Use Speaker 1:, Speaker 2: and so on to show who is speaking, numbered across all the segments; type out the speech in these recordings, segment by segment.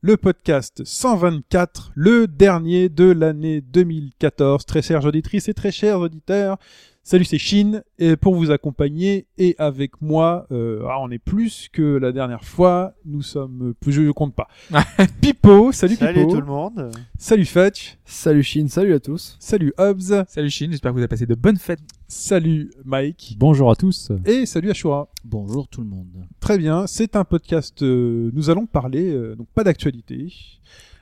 Speaker 1: le podcast 124, le dernier de l'année 2014. Très chères auditrices et très chers auditeurs, salut c'est Chine, et pour vous accompagner, et avec moi, euh, ah, on est plus que la dernière fois, nous sommes, je ne compte pas. Pipo, salut,
Speaker 2: Salut
Speaker 1: Pipo,
Speaker 2: tout le monde.
Speaker 1: salut Fetch,
Speaker 3: Salut Chine, salut à tous.
Speaker 1: salut Hobbs,
Speaker 4: Salut Chine, j'espère que vous avez passé de bonnes fêtes.
Speaker 1: salut Mike,
Speaker 5: Bonjour à tous.
Speaker 1: et salut Ashura.
Speaker 5: Bonjour tout le monde.
Speaker 1: Très bien, c'est un podcast, euh, nous allons parler, euh, donc pas d'actualité,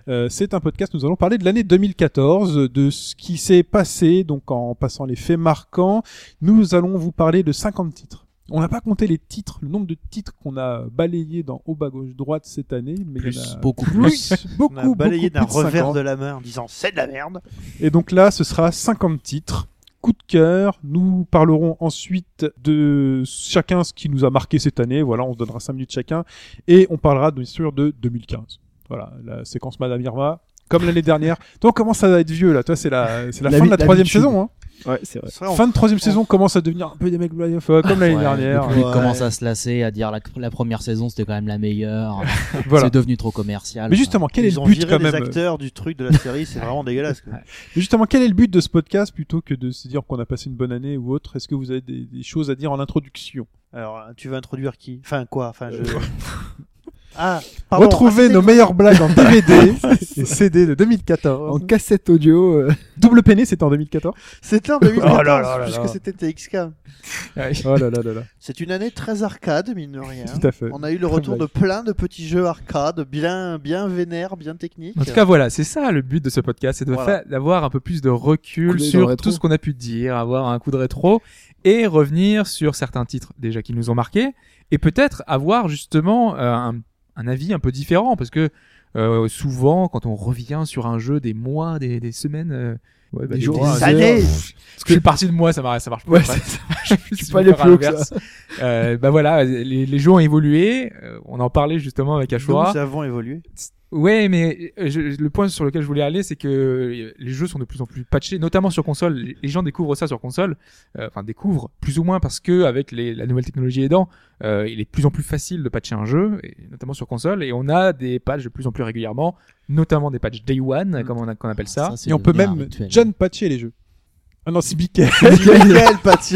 Speaker 1: Euh, c'est un podcast, nous allons parler de l'année 2014, euh, de ce qui s'est passé, donc en passant les faits marquants, nous allons vous parler de 50 titres. On n'a pas compté les titres, le nombre de titres qu'on a balayés dans haut bas gauche droite cette année, mais il y en a
Speaker 4: beaucoup
Speaker 1: plus, beaucoup,
Speaker 2: On a balayé d'un
Speaker 1: beaucoup plus de
Speaker 2: revers
Speaker 1: 50.
Speaker 2: de la main en disant c'est de la merde.
Speaker 1: Et donc là, ce sera 50 titres. Coup de cœur, nous parlerons ensuite de chacun ce qui nous a marqué cette année. Voilà, on se donnera 5 minutes chacun. Et on parlera bien sûr de 2015. Voilà, la séquence Madame Irma, comme l'année dernière. Toi, on commence à être vieux là. Toi, c'est la, c'est la
Speaker 3: La
Speaker 1: fin
Speaker 3: vie-
Speaker 1: de la troisième
Speaker 3: l'habitude.
Speaker 1: saison. Hein.
Speaker 3: Ouais, c'est vrai.
Speaker 2: Ça, on-
Speaker 1: fin de troisième
Speaker 2: on-
Speaker 1: saison commence à devenir un peu des mecs blagues, euh, comme l'année dernière.
Speaker 5: Le public
Speaker 2: Ouais.
Speaker 5: commence à se lasser, à dire la, la première saison c'était quand même la meilleure.
Speaker 1: Voilà.
Speaker 5: C'est devenu trop commercial.
Speaker 1: Mais justement, quel est
Speaker 2: Ils
Speaker 1: le
Speaker 2: ont
Speaker 1: but
Speaker 2: viré
Speaker 1: quand
Speaker 2: les
Speaker 1: même
Speaker 2: acteurs du truc de la série, c'est vraiment dégueulasse. quoi.
Speaker 1: Mais justement, quel est le but de ce podcast plutôt que de se dire qu'on a passé une bonne année ou autre Est-ce que vous avez des- des choses à dire en introduction
Speaker 2: Alors, tu veux introduire qui Enfin, quoi Enfin, je. Ah, pardon.
Speaker 1: Retrouvez
Speaker 2: Ah, c'était-
Speaker 1: Euh. nos meilleures blagues en DVD et CD de 2014.
Speaker 3: En cassette audio, euh,
Speaker 1: Double peiné, c'était en 2014.
Speaker 2: C'était en 2014,
Speaker 1: Oh là là là là.
Speaker 2: puisque c'était TXK.
Speaker 1: Oh là là là là.
Speaker 2: C'est une année très arcade, mine de rien.
Speaker 1: Tout à fait.
Speaker 2: On a eu le retour de plein de petits jeux arcade, bien, bien vénères, bien techniques.
Speaker 4: En tout cas, voilà, c'est ça le but de ce podcast, c'est de
Speaker 2: Voilà.
Speaker 4: faire- d'avoir un peu plus de recul
Speaker 3: Couler dans le
Speaker 4: sur
Speaker 3: rétro.
Speaker 4: tout ce qu'on a pu dire, avoir un coup de rétro et revenir sur certains titres déjà qui nous ont marqués et peut-être avoir justement euh, un, un avis un peu différent parce que euh, souvent quand on revient sur un jeu des mois, des, des semaines, euh, ouais, bah,
Speaker 3: des jours,
Speaker 2: des
Speaker 3: des
Speaker 2: années.
Speaker 3: heures.
Speaker 4: Parce que je suis parti de moi, ça marche, ça marche pas.
Speaker 3: Ouais,
Speaker 4: Après, ça marche plus,
Speaker 3: Tu
Speaker 4: je
Speaker 3: peux
Speaker 4: vais
Speaker 3: aller
Speaker 4: faire
Speaker 3: plus haut que
Speaker 4: l'inverse.
Speaker 3: ça.
Speaker 4: Euh, bah voilà, les, les jeux ont évolué. euh, on en parlait justement avec Ashura.
Speaker 2: Nous avons évolué.
Speaker 4: Ouais, mais euh, je- le point sur lequel je voulais aller, c'est que euh, les jeux sont de plus en plus patchés, notamment sur console. Les- Les gens découvrent ça sur console, euh, enfin découvrent plus ou moins parce que avec les- la nouvelle technologie aidant, euh, il est de plus en plus facile de patcher un jeu, et notamment sur console, et on a des patchs de plus en plus régulièrement, notamment des patchs day one, comme on, a- qu'on appelle ça.
Speaker 3: Ah,
Speaker 5: Ça, c'est
Speaker 1: Et on peut
Speaker 5: devenu un
Speaker 1: même
Speaker 5: rituel.
Speaker 1: John patcher les jeux. Ah non, c'est Biquet.
Speaker 2: Michael Paty.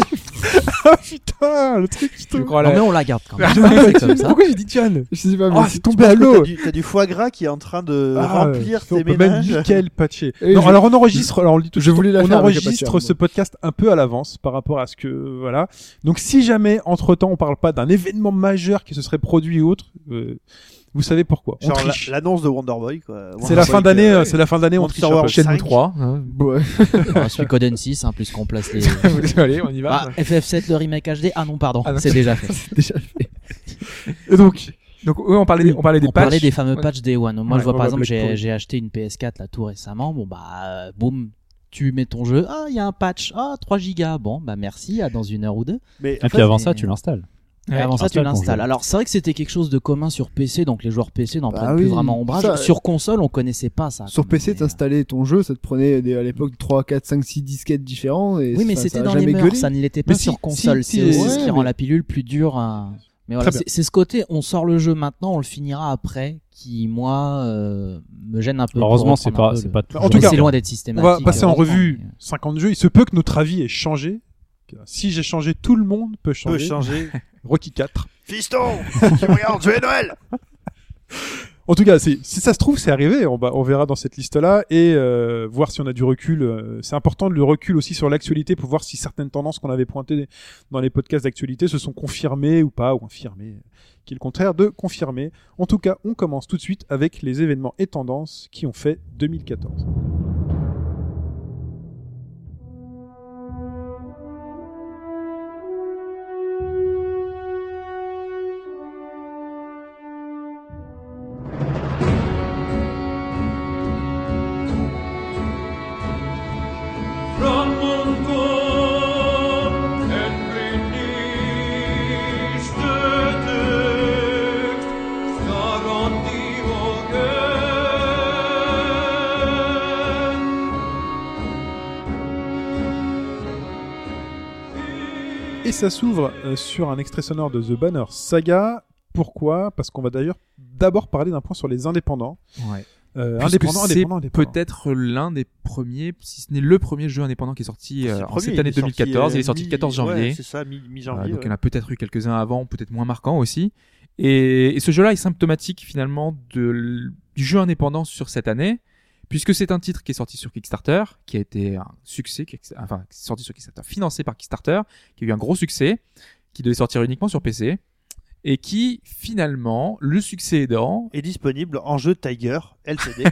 Speaker 1: Ah putain, le truc, je
Speaker 4: Je
Speaker 1: te-
Speaker 4: crois, là-
Speaker 5: Non, mais on la garde quand même.
Speaker 1: John
Speaker 5: Ah C'est
Speaker 1: Patcher.
Speaker 5: comme ça.
Speaker 1: Pourquoi j'ai dit John
Speaker 3: Ah, Je sais
Speaker 4: Ah,
Speaker 3: pas, mais
Speaker 1: Oh,
Speaker 3: c'est-
Speaker 1: c'est tombé à l'eau.
Speaker 2: T'as du, t'as du foie gras qui est en train de
Speaker 1: Ah,
Speaker 2: remplir
Speaker 1: on
Speaker 2: tes
Speaker 1: peut même
Speaker 2: ménages.
Speaker 1: Michael patcher.
Speaker 3: Et
Speaker 1: non,
Speaker 3: je-
Speaker 1: alors on enregistre, alors on le dit tout de
Speaker 3: je
Speaker 1: suite,
Speaker 3: voulais la
Speaker 1: on
Speaker 3: faire avec
Speaker 1: enregistre
Speaker 3: Apache, moi.
Speaker 4: hein.
Speaker 1: ce podcast un peu à l'avance par rapport à ce que euh, voilà. Donc si jamais entre temps on parle pas d'un événement majeur qui se serait produit ou autre, euh, vous savez pourquoi. On
Speaker 2: Genre la-
Speaker 1: triche.
Speaker 2: l'annonce de Wonderboy quoi.
Speaker 1: C'est la
Speaker 2: Wonderboy
Speaker 1: fin
Speaker 2: que-
Speaker 1: d'année, euh, c'est la fin d'année, on
Speaker 2: Monster
Speaker 1: triche un peu.
Speaker 2: World.
Speaker 4: Shenmue
Speaker 2: cinq.
Speaker 4: 3. hein.
Speaker 3: Ouais.
Speaker 5: Alors, Suikoden 6, hein, plus qu'on place les.
Speaker 4: Allez, on y va.
Speaker 3: Bah,
Speaker 5: Ah, FF7, le remake HD. Ah non, pardon,
Speaker 4: Ah non.
Speaker 5: c'est déjà fait.
Speaker 3: Déjà fait.
Speaker 1: Et donc,
Speaker 4: Donc ouais, on parlait, on parlait des
Speaker 5: on
Speaker 4: patchs.
Speaker 5: parlait des fameux
Speaker 4: Ouais.
Speaker 5: patchs Day One. Moi,
Speaker 1: Ouais,
Speaker 5: je vois
Speaker 1: on
Speaker 5: par
Speaker 1: va
Speaker 5: exemple,
Speaker 1: mettre pour-
Speaker 5: j'ai j'ai acheté une PS4 là tout récemment. Bon bah, euh, boum, tu mets ton jeu. Ah, il y a un patch. Ah, 3 gigas. Bon bah merci. À dans une heure ou deux.
Speaker 2: Mais
Speaker 5: En
Speaker 3: Et
Speaker 5: fait,
Speaker 3: puis
Speaker 5: avant
Speaker 3: avant
Speaker 5: ça,
Speaker 3: ça,
Speaker 5: tu
Speaker 3: tu l'installes.
Speaker 5: Et
Speaker 4: Ouais,
Speaker 5: avant ça, tu
Speaker 3: installe ton
Speaker 5: l'installes.
Speaker 3: jeu.
Speaker 5: Alors c'est vrai que c'était quelque chose de commun sur PC, donc les joueurs PC n'en
Speaker 3: Bah
Speaker 5: prennent plus
Speaker 3: oui,
Speaker 5: vraiment ombrage.
Speaker 3: ça-
Speaker 5: Sur console, on connaissait pas ça.
Speaker 3: Sur
Speaker 5: quand
Speaker 3: PC,
Speaker 5: même, Ah, mais, euh,
Speaker 3: t'installais ton jeu, ça te prenait des- à l'époque 3, 4, 5, 6 disquettes différents. Et
Speaker 5: euh, Oui, mais
Speaker 3: ça-
Speaker 5: c'était
Speaker 3: ça a
Speaker 5: dans les
Speaker 3: jamais
Speaker 5: mœurs,
Speaker 3: gueulé.
Speaker 5: ça ne l'était pas
Speaker 1: Mais si,
Speaker 5: sur
Speaker 1: si,
Speaker 5: console.
Speaker 1: si,
Speaker 5: c'est aussi
Speaker 3: ouais,
Speaker 5: ce qui rend
Speaker 3: mais-
Speaker 5: la pilule plus dure. à- Mais voilà,
Speaker 1: Très
Speaker 5: c'est c'est ce côté, on sort le jeu maintenant, on le finira après, qui moi euh, me gêne un peu. pour
Speaker 6: Heureusement, c'est
Speaker 5: reprendre un
Speaker 6: pas,
Speaker 5: peu
Speaker 6: c'est
Speaker 5: le-
Speaker 6: pas
Speaker 1: En
Speaker 6: toujours-
Speaker 1: tout
Speaker 5: Mais
Speaker 1: cas,
Speaker 5: c'est loin d'être
Speaker 1: on
Speaker 5: systématique.
Speaker 1: va passer en
Speaker 5: heureusement,
Speaker 1: revue Ah,
Speaker 5: mais-
Speaker 1: 50 jeux. Il se peut que notre avis ait changé. Si j'ai changé, tout le monde peut
Speaker 2: peut
Speaker 1: changer.
Speaker 2: changer.
Speaker 1: Rocky 4.
Speaker 2: Fiston, tu me regardes, je vais Noël.
Speaker 1: En tout cas, c'est- si ça se trouve, c'est arrivé. On, va- on verra dans cette liste-là et euh, voir si on a du recul. euh, c'est important de le recul aussi sur l'actualité pour voir si certaines tendances qu'on avait pointées dans les podcasts d'actualité se sont confirmées ou pas, ou infirmées, qui est le contraire de confirmer. En tout cas, on commence tout de suite avec les événements et tendances qui ont fait 2014.
Speaker 7: From
Speaker 1: Et ça s'ouvre euh, sur un extrait sonore de The Banner Saga. Pourquoi Parce qu'on va d'ailleurs d'abord parler d'un point sur les indépendants.
Speaker 4: Ouais.
Speaker 1: Euh,
Speaker 4: Puisque
Speaker 1: indépendants,
Speaker 4: c'est
Speaker 1: indépendants, indépendants.
Speaker 4: Peut-être l'un des premiers, si ce n'est le premier jeu indépendant qui est sorti
Speaker 2: C'est
Speaker 4: euh,
Speaker 2: le
Speaker 4: en
Speaker 2: premier,
Speaker 4: cette année
Speaker 2: il est
Speaker 4: 2014.
Speaker 2: sorti,
Speaker 4: il est sorti
Speaker 2: euh,
Speaker 4: le 14
Speaker 2: mi- ouais,
Speaker 4: janvier.
Speaker 2: c'est ça, mi-
Speaker 4: Euh,
Speaker 2: mi-janvier.
Speaker 4: donc il y en
Speaker 2: ouais.
Speaker 4: a peut-être eu quelques-uns avant, peut-être moins marquants aussi. Et, et ce jeu-là est symptomatique finalement de, l- du jeu indépendant sur cette année, puisque c'est un titre qui est sorti sur Kickstarter, qui a été un succès, qui est- enfin qui est sorti sur Kickstarter, financé par Kickstarter, qui a eu un gros succès, qui devait sortir uniquement sur PC, et qui finalement, le succès aidant,
Speaker 2: Est disponible en jeu Tiger LCD.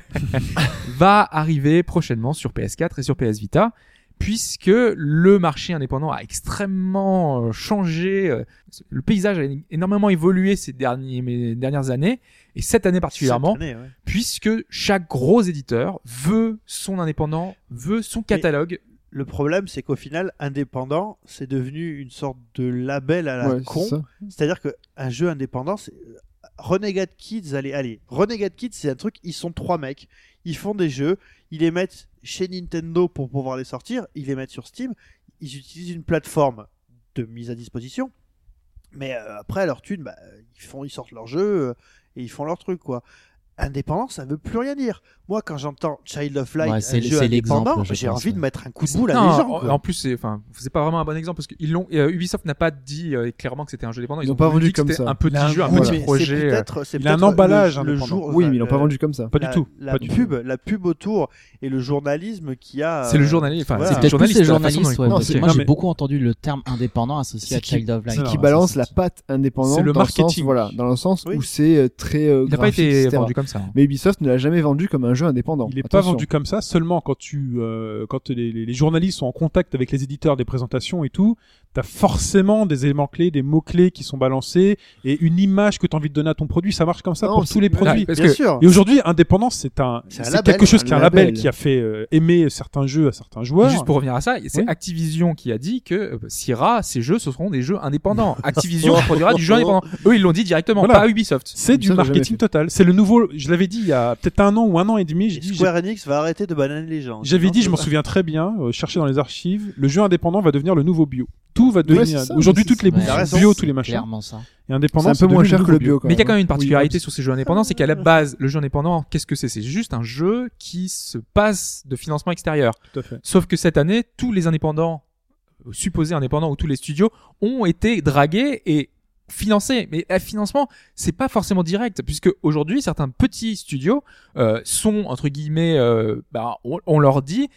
Speaker 4: va arriver prochainement sur PS4 et sur PS Vita, puisque le marché indépendant a extrêmement euh, changé, euh, le paysage a énormément évolué ces derniers, mes dernières années, et cette année particulièrement,
Speaker 2: Cette année, ouais.
Speaker 4: puisque chaque gros éditeur veut son indépendant, veut son catalogue.
Speaker 2: Le problème, c'est qu'au final, indépendant, c'est devenu une sorte de label à la
Speaker 3: Ouais,
Speaker 2: con.
Speaker 3: c'est ça.
Speaker 2: C'est-à-dire qu'un jeu indépendant, c'est. euh, Renegade Kids, allez, allez. Renegade Kids, c'est un truc, ils sont trois mecs. Ils font des jeux, ils les mettent chez Nintendo pour pouvoir les sortir, ils les mettent sur Steam, ils utilisent une plateforme de mise à disposition. Mais euh, après, à leur thune, bah, ils, font, ils sortent leurs jeux euh, et ils font leur truc, quoi. Indépendant, ça veut plus rien dire. Moi, quand j'entends Child of Light,
Speaker 5: Ouais,
Speaker 2: un
Speaker 5: c'est le-
Speaker 2: jeu
Speaker 5: c'est l'exemple,
Speaker 2: indépendant,
Speaker 5: je
Speaker 2: j'ai
Speaker 5: pense,
Speaker 2: envie de
Speaker 5: ouais.
Speaker 2: mettre un coup de boule à
Speaker 4: Non,
Speaker 2: des gens.
Speaker 4: en,
Speaker 2: quoi.
Speaker 4: en plus, c'est, enfin, c'est pas vraiment un bon exemple parce que ils l'ont, et, euh, Ubisoft n'a pas dit euh, clairement que c'était un jeu indépendant.
Speaker 3: Ils l'ont
Speaker 4: ont
Speaker 3: pas
Speaker 4: voulu
Speaker 3: vendu
Speaker 4: que
Speaker 3: comme
Speaker 4: c'était
Speaker 3: ça.
Speaker 4: Un petit
Speaker 1: Là,
Speaker 4: jeu, un
Speaker 1: oui,
Speaker 4: petit
Speaker 2: mais
Speaker 4: projet.
Speaker 2: c'est
Speaker 4: euh,
Speaker 2: peut-être, c'est
Speaker 1: il a un
Speaker 2: peut-être le-
Speaker 1: emballage
Speaker 2: le,
Speaker 1: indépendant.
Speaker 2: jour.
Speaker 3: Oui,
Speaker 2: enfin,
Speaker 3: mais ils l'ont pas
Speaker 2: le-
Speaker 3: vendu comme ça.
Speaker 1: Pas
Speaker 2: la-
Speaker 1: du tout.
Speaker 2: La
Speaker 1: pas du tout.
Speaker 2: pub, la pub autour et le journalisme qui a.
Speaker 4: C'est le
Speaker 2: euh,
Speaker 4: journaliste, enfin,
Speaker 2: voilà.
Speaker 4: c'est
Speaker 5: C'est
Speaker 4: le
Speaker 5: peut-être plus
Speaker 4: journaliste,
Speaker 5: les
Speaker 4: la façon
Speaker 5: journalistes,
Speaker 4: dont
Speaker 5: ouais,
Speaker 4: ils
Speaker 3: Non,
Speaker 5: parce
Speaker 3: c'est-
Speaker 5: que moi
Speaker 1: non,
Speaker 5: j'ai
Speaker 1: mais-
Speaker 5: beaucoup entendu le terme indépendant associé
Speaker 1: C'est
Speaker 5: à
Speaker 1: qui-
Speaker 5: Child of Light.
Speaker 3: C'est qui
Speaker 1: Alors,
Speaker 5: Ça,
Speaker 3: balance
Speaker 5: c'est-
Speaker 3: la patte indépendante
Speaker 1: C'est le
Speaker 3: dans le sens,
Speaker 1: marketing.
Speaker 3: voilà, dans le sens
Speaker 2: Oui.
Speaker 3: où c'est euh, très euh,
Speaker 4: Il n'a pas
Speaker 3: graphique,
Speaker 4: été
Speaker 3: etc.
Speaker 4: vendu comme ça. hein.
Speaker 3: Mais Ubisoft ne l'a jamais vendu comme un jeu indépendant.
Speaker 1: Il n'est pas
Speaker 3: Attention.
Speaker 1: vendu comme ça. Seulement quand tu, euh, quand les, les- les journalistes sont en contact avec les éditeurs des présentations et tout, t'as forcément des éléments clés, des mots clés qui sont balancés et une image que t'as envie de donner à ton produit. Ça marche comme ça
Speaker 3: Non,
Speaker 1: pour
Speaker 3: c'est-
Speaker 1: tous les
Speaker 3: mais-
Speaker 1: produits.
Speaker 4: Ah, parce
Speaker 2: Bien
Speaker 4: que-
Speaker 2: sûr.
Speaker 1: Et aujourd'hui, indépendance, c'est un,
Speaker 2: C'est un
Speaker 1: c'est
Speaker 2: label,
Speaker 1: quelque chose
Speaker 3: un
Speaker 1: qui est un
Speaker 3: label.
Speaker 1: label qui a fait euh, aimer certains jeux à certains joueurs.
Speaker 4: Mais Juste pour revenir à ça, c'est
Speaker 1: Oui.
Speaker 4: Activision qui a dit que euh, Sierra, ces jeux, ce seront des jeux indépendants. Activision produira du jeu indépendant. Eux, ils l'ont dit directement,
Speaker 1: Oh. Voilà.
Speaker 4: pas Ubisoft.
Speaker 1: C'est du
Speaker 3: Ça, j'ai jamais
Speaker 1: marketing
Speaker 3: fait.
Speaker 1: total. C'est le nouveau. Je l'avais dit il y a peut-être un an ou un an et demi. j'ai
Speaker 2: Et
Speaker 1: dit,
Speaker 2: Square Enix va arrêter de bananer les gens.
Speaker 1: J'avais
Speaker 2: Sinon,
Speaker 1: dit, je
Speaker 2: c'est-
Speaker 1: m'en souviens très bien, euh, chercher dans les archives, le jeu indépendant va devenir le nouveau bio. Tout va devenir.
Speaker 3: c'est ça,
Speaker 1: Aujourd'hui,
Speaker 3: mais
Speaker 1: toutes
Speaker 3: c'est-
Speaker 1: les
Speaker 5: ouais,
Speaker 1: boutiques
Speaker 2: la raison,
Speaker 1: bio,
Speaker 5: c'est
Speaker 1: tous les machins,
Speaker 5: Clairement ça.
Speaker 1: et indépendant,
Speaker 3: C'est un peu moins cher que le bio. Quand
Speaker 4: Mais il y a quand même une particularité
Speaker 1: Oui,
Speaker 4: sur ces jeux indépendants, c'est qu'à la base, le jeu indépendant, qu'est-ce que c'est C'est juste un jeu qui se passe de financement extérieur.
Speaker 1: Tout à fait.
Speaker 4: Sauf que cette année, tous les indépendants, euh, supposés indépendants ou tous les studios, ont été dragués et financés. Mais un financement, c'est pas forcément direct, puisque aujourd'hui, certains petits studios euh, sont, entre guillemets, euh, bah, on, on leur dit,